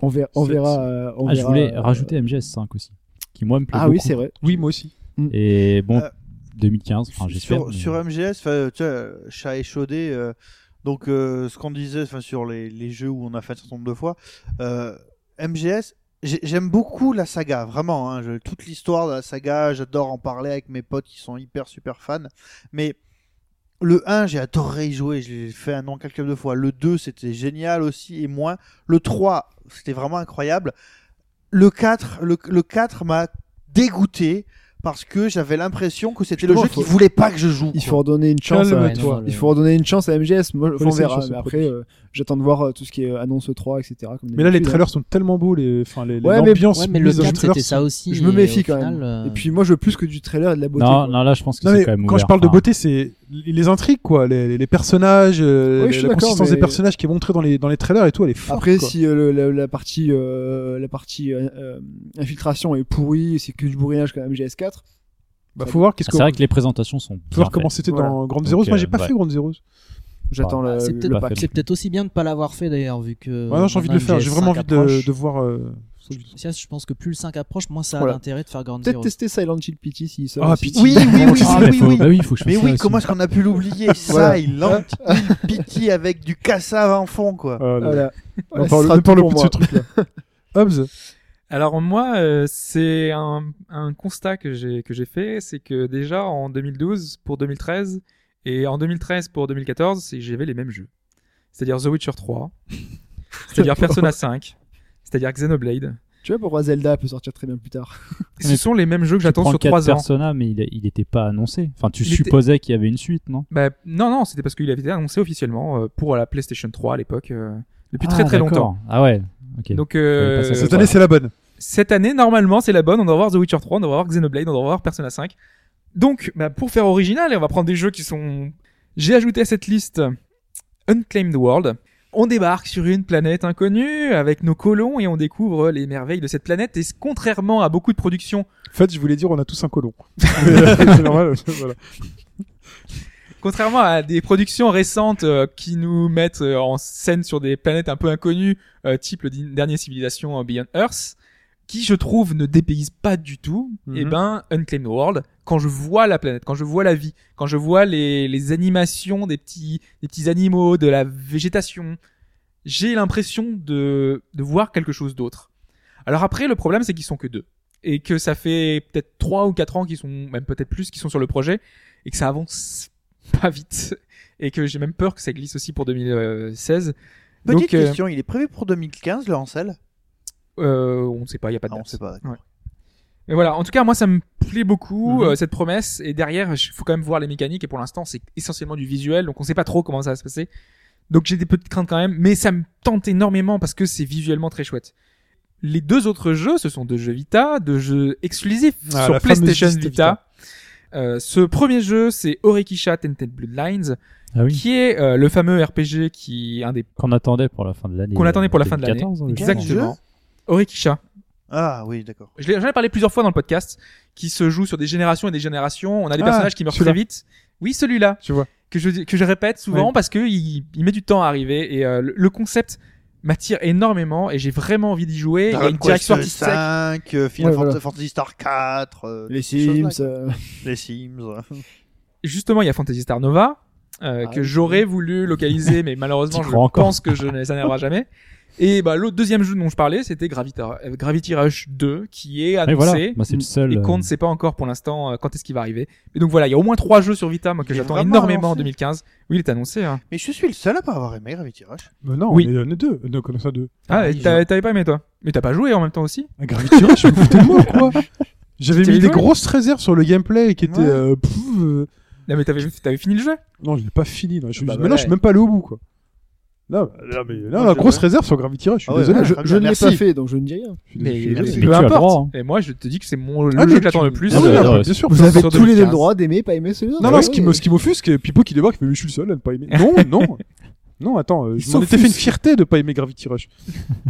Speaker 3: on verra, on
Speaker 1: Sept.
Speaker 3: verra. euh, on
Speaker 6: Ah, je
Speaker 3: verra,
Speaker 6: voulais
Speaker 3: euh,
Speaker 6: rajouter MGS5 aussi, qui moi me plaît
Speaker 3: Ah
Speaker 6: beaucoup.
Speaker 3: oui, c'est vrai.
Speaker 1: Oui, moi aussi.
Speaker 6: Et bon,
Speaker 2: Euh,
Speaker 6: 2015, enfin, j'espère.
Speaker 2: sur,
Speaker 6: mais-
Speaker 2: sur MGS, enfin, tu vois, chat échaudé. euh, donc, euh, ce qu'on disait enfin, sur les, les jeux où on a fait un certain nombre de fois, euh, MGS, j'ai- j'aime beaucoup la saga, vraiment. hein, je- toute l'histoire de la saga, j'adore en parler avec mes potes qui sont hyper super fans. Mais le 1, j'ai adoré y jouer, je l'ai fait un an quelques de fois. Le 2, c'était génial aussi, et moins. Le 3, c'était vraiment incroyable. Le 4, le, le 4 m'a dégoûté parce que j'avais l'impression que c'était le
Speaker 3: Justement,
Speaker 2: jeu
Speaker 3: faut-
Speaker 2: qui voulait pas que je joue.
Speaker 3: Il
Speaker 2: quoi.
Speaker 3: faut redonner une chance. à-
Speaker 5: Ouais,
Speaker 1: Calme-toi.
Speaker 5: non,
Speaker 3: Il
Speaker 5: le-
Speaker 3: faut redonner une chance à MGS. Moi,
Speaker 1: Faut laisser
Speaker 3: on
Speaker 1: une
Speaker 3: verra.
Speaker 1: chance au
Speaker 3: Mais après, euh, j'attends de voir euh, tout ce qui est euh, annonce 3, etc. comme
Speaker 1: Mais là, les
Speaker 3: d'habitude, hein.
Speaker 1: trailers sont tellement beaux, les, enfin, les, les-
Speaker 3: Ouais, mais-
Speaker 1: l'ambiance
Speaker 5: Ouais, mais le
Speaker 1: mise dans les
Speaker 5: 4,
Speaker 1: trailers.
Speaker 5: c'était ça aussi.
Speaker 3: Je me
Speaker 5: et
Speaker 3: méfie
Speaker 5: au
Speaker 3: quand
Speaker 5: final,
Speaker 3: même.
Speaker 5: euh,
Speaker 3: Et puis moi, je veux plus que du trailer et de la beauté.
Speaker 6: Non,
Speaker 3: quoi.
Speaker 6: non, là, je pense que
Speaker 1: Non,
Speaker 6: c'est
Speaker 1: mais
Speaker 6: quand même
Speaker 1: quand je
Speaker 6: ouvert,
Speaker 1: parle de
Speaker 6: enfin,
Speaker 1: beauté, c'est les les intrigues, quoi, les, les- les personnages, euh,
Speaker 3: Oui, je suis
Speaker 1: la
Speaker 3: d'accord,
Speaker 1: consistance
Speaker 3: mais-
Speaker 1: des personnages qui est montrée dans les dans les trailers et tout, elle est forte.
Speaker 3: Après,
Speaker 1: quoi.
Speaker 3: si euh, le- la, la partie, euh, la partie euh, euh, infiltration est pourrie, c'est que du bourrinage comme MGS4.
Speaker 1: bah, faut voir qu'est-ce
Speaker 6: C'est vrai que les présentations sont.
Speaker 1: faut voir
Speaker 6: bien
Speaker 1: comment
Speaker 6: faites.
Speaker 1: c'était
Speaker 3: Voilà.
Speaker 1: dans Grand
Speaker 6: Donc,
Speaker 1: Zeroes. Moi,
Speaker 6: euh,
Speaker 1: j'ai pas
Speaker 6: ouais.
Speaker 1: fait Grand Zeroes.
Speaker 3: J'attends
Speaker 6: Euh,
Speaker 5: bah,
Speaker 3: le,
Speaker 5: c'est
Speaker 3: le
Speaker 5: peut-être-
Speaker 3: pack.
Speaker 5: C'est peut-être aussi bien de ne pas l'avoir fait d'ailleurs, vu que.
Speaker 1: Ah non, j'ai envie de le faire. J'ai vraiment envie de, de voir. euh,
Speaker 5: Ça, je pense que plus le 5 approche, moins ça a
Speaker 3: Voilà.
Speaker 5: l'intérêt de faire Ground
Speaker 3: Peut-être
Speaker 5: Zero.
Speaker 3: tester Silent Hill Pity s'il sort.
Speaker 1: Ah,
Speaker 3: aussi.
Speaker 1: Pity.
Speaker 2: Oui, oui, oui, oui,
Speaker 6: Ah,
Speaker 2: oui,
Speaker 6: mais
Speaker 2: oui,
Speaker 6: faut-
Speaker 2: oui.
Speaker 6: bah oui, faut que je fasse
Speaker 2: Mais
Speaker 6: ça
Speaker 2: oui,
Speaker 6: aussi.
Speaker 2: comment est-ce qu'on a pu l'oublier
Speaker 3: Voilà.
Speaker 2: Ça, il l'a pitié avec du cassave en fond, quoi.
Speaker 1: euh,
Speaker 3: Voilà.
Speaker 1: On
Speaker 3: Voilà, ce
Speaker 1: parle
Speaker 3: sera
Speaker 1: on parle
Speaker 3: tout
Speaker 1: plus
Speaker 3: pour
Speaker 1: de ce
Speaker 3: moi.
Speaker 1: truc-là. Hobbs,
Speaker 4: Alors moi, euh, c'est un, un constat que j'ai que j'ai fait, c'est que déjà en 2012 pour 2013 et en 2013 pour 2014, c'est- j'avais les mêmes jeux. C'est-à-dire The Witcher 3, c'est-à-dire Persona 5, c'est-à-dire Xenoblade.
Speaker 3: Tu vois pourquoi Zelda peut sortir très bien plus tard.
Speaker 4: Ce sont les mêmes jeux que
Speaker 6: Tu
Speaker 4: j'attends
Speaker 6: prends
Speaker 4: sur
Speaker 6: quatre
Speaker 4: 3 ans.
Speaker 6: Persona, mais il, il était pas annoncé. Enfin, tu
Speaker 4: Il était-
Speaker 6: supposais qu'il y avait une suite, non
Speaker 4: Bah, non, non, c'était parce qu'il avait été annoncé officiellement euh, pour la PlayStation 3 à l'époque, euh, depuis
Speaker 6: Ah,
Speaker 4: très très
Speaker 6: d'accord.
Speaker 4: longtemps.
Speaker 6: Ah ouais. Ok.
Speaker 4: Donc euh,
Speaker 6: J'avais pas ça,
Speaker 1: cette
Speaker 6: voilà.
Speaker 1: année, c'est la bonne.
Speaker 4: cette année, normalement, c'est la bonne. On doit voir The Witcher 3, on doit voir Xenoblade, on doit voir Persona 5. Donc, bah, pour faire original, et on va prendre des jeux qui sont... J'ai ajouté à cette liste Unclaimed World. on débarque sur une planète inconnue avec nos colons et on découvre les merveilles de cette planète. Et c- contrairement à beaucoup de productions,
Speaker 1: En fait, je voulais dire, on a tous un colon. c'est normal. Voilà.
Speaker 4: contrairement à des productions récentes euh, qui nous mettent euh, en scène sur des planètes un peu inconnues, euh, type le di- dernier civilisation euh, Beyond Earth, qui je trouve ne dépaysent pas du tout.
Speaker 1: Mhm.
Speaker 4: Et ben, Unclaimed World, quand je vois la planète, quand je vois la vie, quand je vois les, les animations des petits des petits animaux, de la végétation, j'ai l'impression de de voir quelque chose d'autre. Alors après, le problème c'est qu'ils sont que deux et que ça fait peut-être trois ou quatre ans qu'ils sont, même peut-être plus, qu'ils sont sur le projet et que ça avance pas vite et que j'ai même peur que ça glisse aussi pour 2016.
Speaker 2: Petite
Speaker 4: Donc, euh,
Speaker 2: question, il est prévu pour 2015 le Hansel
Speaker 4: Euh, on ne sait pas, il y a pas de
Speaker 2: Ah, On
Speaker 4: date.
Speaker 2: sait pas.
Speaker 4: Mais voilà, en tout cas, moi, ça me plaît beaucoup
Speaker 1: Mhm.
Speaker 4: euh, cette promesse. Et derrière, il faut quand même voir les mécaniques. Et pour l'instant, c'est essentiellement du visuel, donc on sait pas trop comment ça va se passer. Donc j'ai des petites craintes quand même, mais ça me tente énormément parce que c'est visuellement très chouette. Les deux autres jeux, ce sont deux jeux Vita, deux jeux exclusifs
Speaker 1: Ah,
Speaker 4: sur
Speaker 1: la fameuse
Speaker 4: PlayStation
Speaker 1: liste
Speaker 4: Vita.
Speaker 1: Vita.
Speaker 4: Euh, ce premier jeu, c'est Orekisha Tented Bloodlines,
Speaker 6: Ah oui.
Speaker 4: qui est euh, le fameux RPG qui est un des
Speaker 6: Qu'on attendait pour la fin de l'année.
Speaker 4: Qu'on attendait pour la fin de l'année.
Speaker 6: 2014, hein, je
Speaker 2: Quel
Speaker 6: pense.
Speaker 2: jeu
Speaker 4: Exactement. Orekisha.
Speaker 2: Ah oui, d'accord.
Speaker 4: Je l'ai- J'en ai parlé plusieurs fois dans le podcast, qui se joue sur des générations et des générations. On a des
Speaker 1: Ah,
Speaker 4: personnages qui meurent très
Speaker 1: celui-là.
Speaker 4: vite. Oui, celui-là
Speaker 1: Tu vois.
Speaker 4: que je que je répète souvent
Speaker 1: Oui.
Speaker 4: parce que il, il met du temps à arriver et euh, le, le concept m'attire énormément et j'ai vraiment envie d'y jouer. il y a une direction artistique.
Speaker 2: 5, euh, Final
Speaker 3: Ouais, voilà.
Speaker 2: Fant- Fantasy Star 4, euh,
Speaker 3: Les
Speaker 2: ces choses-là.
Speaker 3: Sims. euh,
Speaker 2: les Sims.
Speaker 4: Justement, il y a Fantasy Star Nova euh,
Speaker 3: Ah
Speaker 4: que
Speaker 3: oui.
Speaker 4: j'aurais voulu localiser, mais malheureusement,
Speaker 6: T'y
Speaker 4: je
Speaker 6: crois encore.
Speaker 4: pense que je ne les arriverai jamais. Et bah l'autre deuxième jeu dont je parlais, c'était Gravita- euh, Gravity Rush 2, qui est
Speaker 6: Et
Speaker 4: annoncé.
Speaker 6: voilà, moi c'est le seul.
Speaker 4: Et
Speaker 6: euh,
Speaker 4: qu'on ne sait pas encore pour l'instant euh, quand est-ce qu'il va arriver. Mais donc voilà, il y a au moins trois jeux sur Vita moi, que
Speaker 2: Il est
Speaker 4: j'attends
Speaker 2: vraiment
Speaker 4: énormément en
Speaker 2: avancé.
Speaker 4: 2015. Oui, il est annoncé. Hein.
Speaker 2: Mais je suis le seul à pas avoir aimé Gravity Rush.
Speaker 1: Mais non,
Speaker 4: Oui.
Speaker 1: on, est, on est deux. Non, comme ça, deux.
Speaker 4: Ah,
Speaker 5: oui,
Speaker 4: et t'as- t'avais pas aimé toi Mais t'as pas joué en même temps aussi
Speaker 1: Un Gravity Rush, je me foutais de moi, quoi. J'avais
Speaker 4: T'avais
Speaker 1: mis des
Speaker 4: joué
Speaker 1: grosses réserves sur le gameplay qui était.
Speaker 2: Ouais.
Speaker 1: euh, pff, euh,
Speaker 4: Non, mais t'avais t'avais fini le jeu
Speaker 1: Non, je l'ai pas fini. non. Je,
Speaker 4: Bah,
Speaker 1: mais
Speaker 4: voilà.
Speaker 1: non, je suis même pas allé au bout, quoi. Non,
Speaker 2: Ah,
Speaker 1: là, mais, non,
Speaker 2: Ouais,
Speaker 1: la grosse
Speaker 2: ouais.
Speaker 1: réserve sur Gravity Rush, je suis
Speaker 2: Ah ouais,
Speaker 1: désolé.
Speaker 2: ouais.
Speaker 3: je
Speaker 2: très
Speaker 3: je
Speaker 2: bien,
Speaker 3: ne l'ai
Speaker 2: merci.
Speaker 3: pas fait, donc je ne dis rien.
Speaker 1: Je suis
Speaker 4: Mais,
Speaker 1: désolé.
Speaker 6: mais
Speaker 4: mais
Speaker 6: tu
Speaker 4: peu
Speaker 6: as le
Speaker 4: importe.
Speaker 6: droit, hein.
Speaker 4: Et moi, je te dis que c'est mon le
Speaker 1: Ah, mais
Speaker 4: jeu que
Speaker 1: tu-
Speaker 4: j'attends le plus.
Speaker 1: Ah oui,
Speaker 6: euh,
Speaker 1: non,
Speaker 6: ouais.
Speaker 1: mais bien sûr.
Speaker 3: Vous avez
Speaker 4: sur
Speaker 3: tous les deux le
Speaker 4: 2015.
Speaker 3: droit d'aimer, pas aimer celui-là.
Speaker 1: Non,
Speaker 3: Ouais,
Speaker 1: non, ce qui me-
Speaker 3: ouais.
Speaker 1: ce qui m'offusque, et Pipo qui débarque, mais je suis le seul à ne pas aimer. Non, non. Non, attends, euh,
Speaker 4: Il
Speaker 1: je m'en étais fait une
Speaker 4: s'offusque.
Speaker 1: fierté de pas aimer Gravity Rush.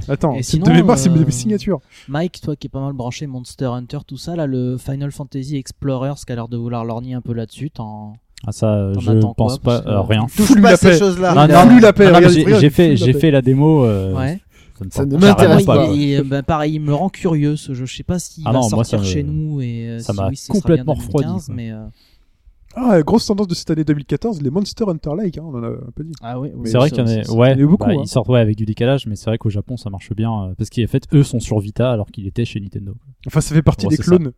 Speaker 1: Attends,
Speaker 5: Et
Speaker 1: c'est- de
Speaker 5: sinon,
Speaker 1: mémoire, c'est
Speaker 5: euh,
Speaker 1: mes signatures.
Speaker 5: Mike, toi qui est pas mal branché Monster Hunter, tout ça, là, le Final Fantasy Explorer, ce qui a l'air de vouloir lorgner un peu là-dessus, t'en.
Speaker 6: Ah, ça, euh,
Speaker 5: T'en
Speaker 6: je
Speaker 5: attends
Speaker 6: pense
Speaker 5: quoi,
Speaker 6: pas.
Speaker 5: parce que-
Speaker 6: euh, rien.
Speaker 2: Touche
Speaker 1: la
Speaker 2: pas ces
Speaker 1: paix.
Speaker 2: choses-là.
Speaker 6: Non,
Speaker 5: il
Speaker 6: non,
Speaker 5: a-
Speaker 1: Plus la paix,
Speaker 6: Ah, non,
Speaker 1: regarde,
Speaker 6: j'ai-
Speaker 1: regarde,
Speaker 6: j'ai
Speaker 1: plus la
Speaker 6: fait, j'ai
Speaker 1: paix.
Speaker 6: fait la démo. euh, me
Speaker 3: Ça ne
Speaker 6: porte
Speaker 3: m'intéresse
Speaker 6: carrément
Speaker 3: pas,
Speaker 6: pas,
Speaker 3: ouais.
Speaker 6: quoi.
Speaker 5: Il- il- ben, pareil, il me rend curieux ce jeu. Je sais pas s'il
Speaker 6: Ah
Speaker 5: va
Speaker 6: non, moi,
Speaker 5: sortir
Speaker 6: ça me-
Speaker 5: chez nous et euh,
Speaker 6: ça
Speaker 5: si
Speaker 6: m'a
Speaker 5: oui, ce sera
Speaker 6: complètement
Speaker 5: bien 2015,
Speaker 6: refroidi, quoi.
Speaker 5: Mais euh,
Speaker 1: Ah, grosse tendance de cette année 2014, les Monster Hunter Like, hein, on en a un peu dit.
Speaker 5: ah oui, oui,
Speaker 6: C'est
Speaker 5: ça
Speaker 6: vrai qu'il y en
Speaker 5: aussi,
Speaker 6: a,
Speaker 5: ça.
Speaker 6: ouais,
Speaker 1: il y en a beaucoup,
Speaker 6: bah,
Speaker 1: hein.
Speaker 6: ils sortent ouais, avec du décalage, mais c'est vrai qu'au Japon ça marche bien euh, parce qu'en fait eux sont sur Vita alors qu'ils étaient chez Nintendo.
Speaker 1: Enfin, ça fait partie
Speaker 6: Ouais,
Speaker 1: des
Speaker 6: c'est
Speaker 1: clones.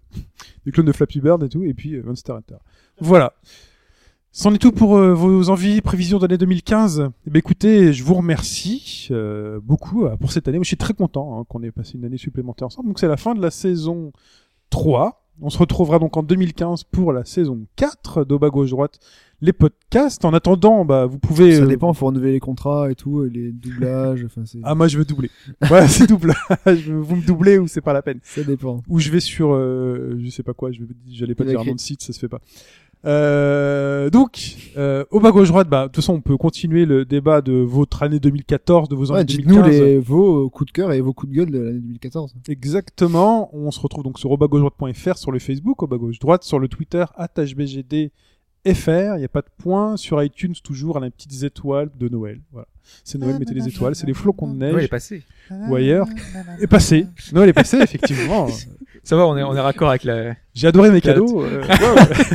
Speaker 1: Des clones de Flappy Bird et tout, et puis euh, Monster Hunter. Voilà. C'en est tout pour euh, vos envies, prévisions d'année 2015. Eh ben, écoutez, je vous remercie euh, beaucoup euh, pour cette année. Moi, je suis très content hein, qu'on ait passé une année supplémentaire ensemble. Donc, c'est la fin de la saison 3. On se retrouvera donc en 2015 pour la saison 4 d'Au bas gauche-droite, les podcasts. En attendant, bah, vous pouvez...
Speaker 3: Ça
Speaker 1: euh,
Speaker 3: dépend, faut renouveler les contrats et tout, et les doublages. Enfin, c'est-
Speaker 1: Ah, moi, je veux doubler. Voilà, c'est double. vous me doublez ou c'est pas la peine.
Speaker 3: ça dépend.
Speaker 1: ou je vais sur euh, je sais pas quoi je vais- j'allais pas
Speaker 3: Il a
Speaker 1: dire un
Speaker 3: écrit.
Speaker 1: nom de site ça se fait pas euh, donc euh, au bas gauche droite bah de toute façon on peut continuer le débat de votre année 2014 de vos années
Speaker 3: Ouais, dites-nous
Speaker 1: 2015
Speaker 3: les, vos coups de cœur et vos coups de gueule de l'année 2014.
Speaker 1: exactement on se retrouve donc sur au bas gauche droite.fr sur le Facebook au bas gauche droite sur le Twitter @hbgdfr il y a pas de point sur iTunes toujours à la petites étoiles de Noël voilà c'est Noël mettez les étoiles c'est des flocons de neige
Speaker 4: Ouais, il est passé.
Speaker 1: ou ailleurs et passé Noël est passé effectivement
Speaker 4: Ça va, on est, on est raccord avec la.
Speaker 1: j'ai adoré mes
Speaker 4: Quatre.
Speaker 1: cadeaux euh,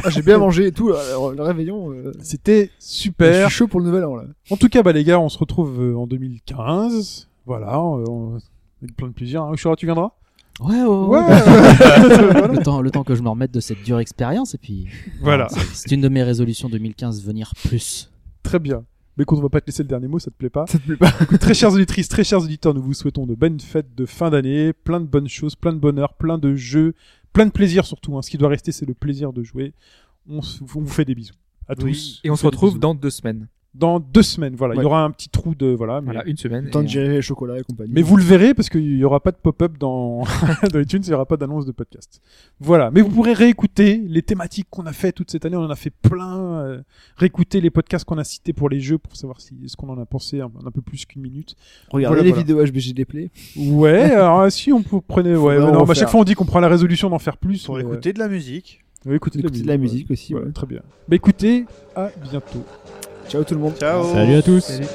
Speaker 3: Ah, j'ai bien mangé et tout, alors, le réveillon. euh,
Speaker 1: c'était
Speaker 3: Bah, Je
Speaker 1: super
Speaker 3: suis chaud pour le nouvel an là.
Speaker 1: En tout cas, bah, les gars, on se retrouve euh, en 2015. Voilà, euh, on- avec plein de plaisir. Hein. Chouard, tu viendras
Speaker 5: Ouais, ouais, ouais.
Speaker 1: Voilà.
Speaker 5: le, temps, le temps que je me remette de cette dure expérience et puis
Speaker 1: Voilà,
Speaker 5: c'est- c'est une de mes résolutions 2015 venir plus
Speaker 1: très bien. Mais écoute, on va pas te laisser le dernier mot, ça te plaît pas.
Speaker 3: Ça te plaît pas
Speaker 1: Écoute, très chères auditrices, très chers auditeurs, nous vous souhaitons de bonnes fêtes de fin d'année, plein de bonnes choses, plein de bonheur, plein de jeux, plein de plaisir surtout. Hein. Ce qui doit rester, c'est le plaisir de jouer. On, s- on vous fait des bisous. À tous.
Speaker 4: Et on se
Speaker 1: fait des
Speaker 4: retrouve
Speaker 1: bisous.
Speaker 4: dans deux semaines.
Speaker 1: dans deux semaines. Voilà, il
Speaker 3: Ouais.
Speaker 1: y aura un petit trou de voilà. mais-
Speaker 4: Voilà, une semaine.
Speaker 3: Le temps
Speaker 4: et-
Speaker 3: de gérer les chocolats et compagnie.
Speaker 1: Mais vous le verrez parce qu'il n'y aura pas de pop-up dans, dans iTunes, il n'y aura pas d'annonce de podcast. Voilà. Mais vous pourrez réécouter les thématiques qu'on a fait toute cette année. On en a fait plein. euh, réécouter les podcasts qu'on a cités pour les jeux pour savoir si, ce qu'on en a pensé en un peu plus qu'une minute.
Speaker 3: Regardez
Speaker 1: Voilà,
Speaker 3: les
Speaker 1: voilà.
Speaker 3: vidéos HBG Déplay.
Speaker 1: Ouais, alors si on peut- prenait, ouais,
Speaker 3: Faudrait en
Speaker 1: non, mais à
Speaker 3: refaire.
Speaker 1: chaque fois on dit qu'on prend la résolution d'en faire plus.
Speaker 2: Pour
Speaker 1: mais,
Speaker 2: écouter de la musique.
Speaker 1: euh, ouais, écoutez
Speaker 3: Écoutez de la musique aussi.
Speaker 1: Ouais,
Speaker 3: ouais.
Speaker 1: Très bien. Bah écoutez, à bientôt.
Speaker 3: Ciao tout le monde.
Speaker 2: Ciao.
Speaker 6: Salut à tous.
Speaker 4: Salut.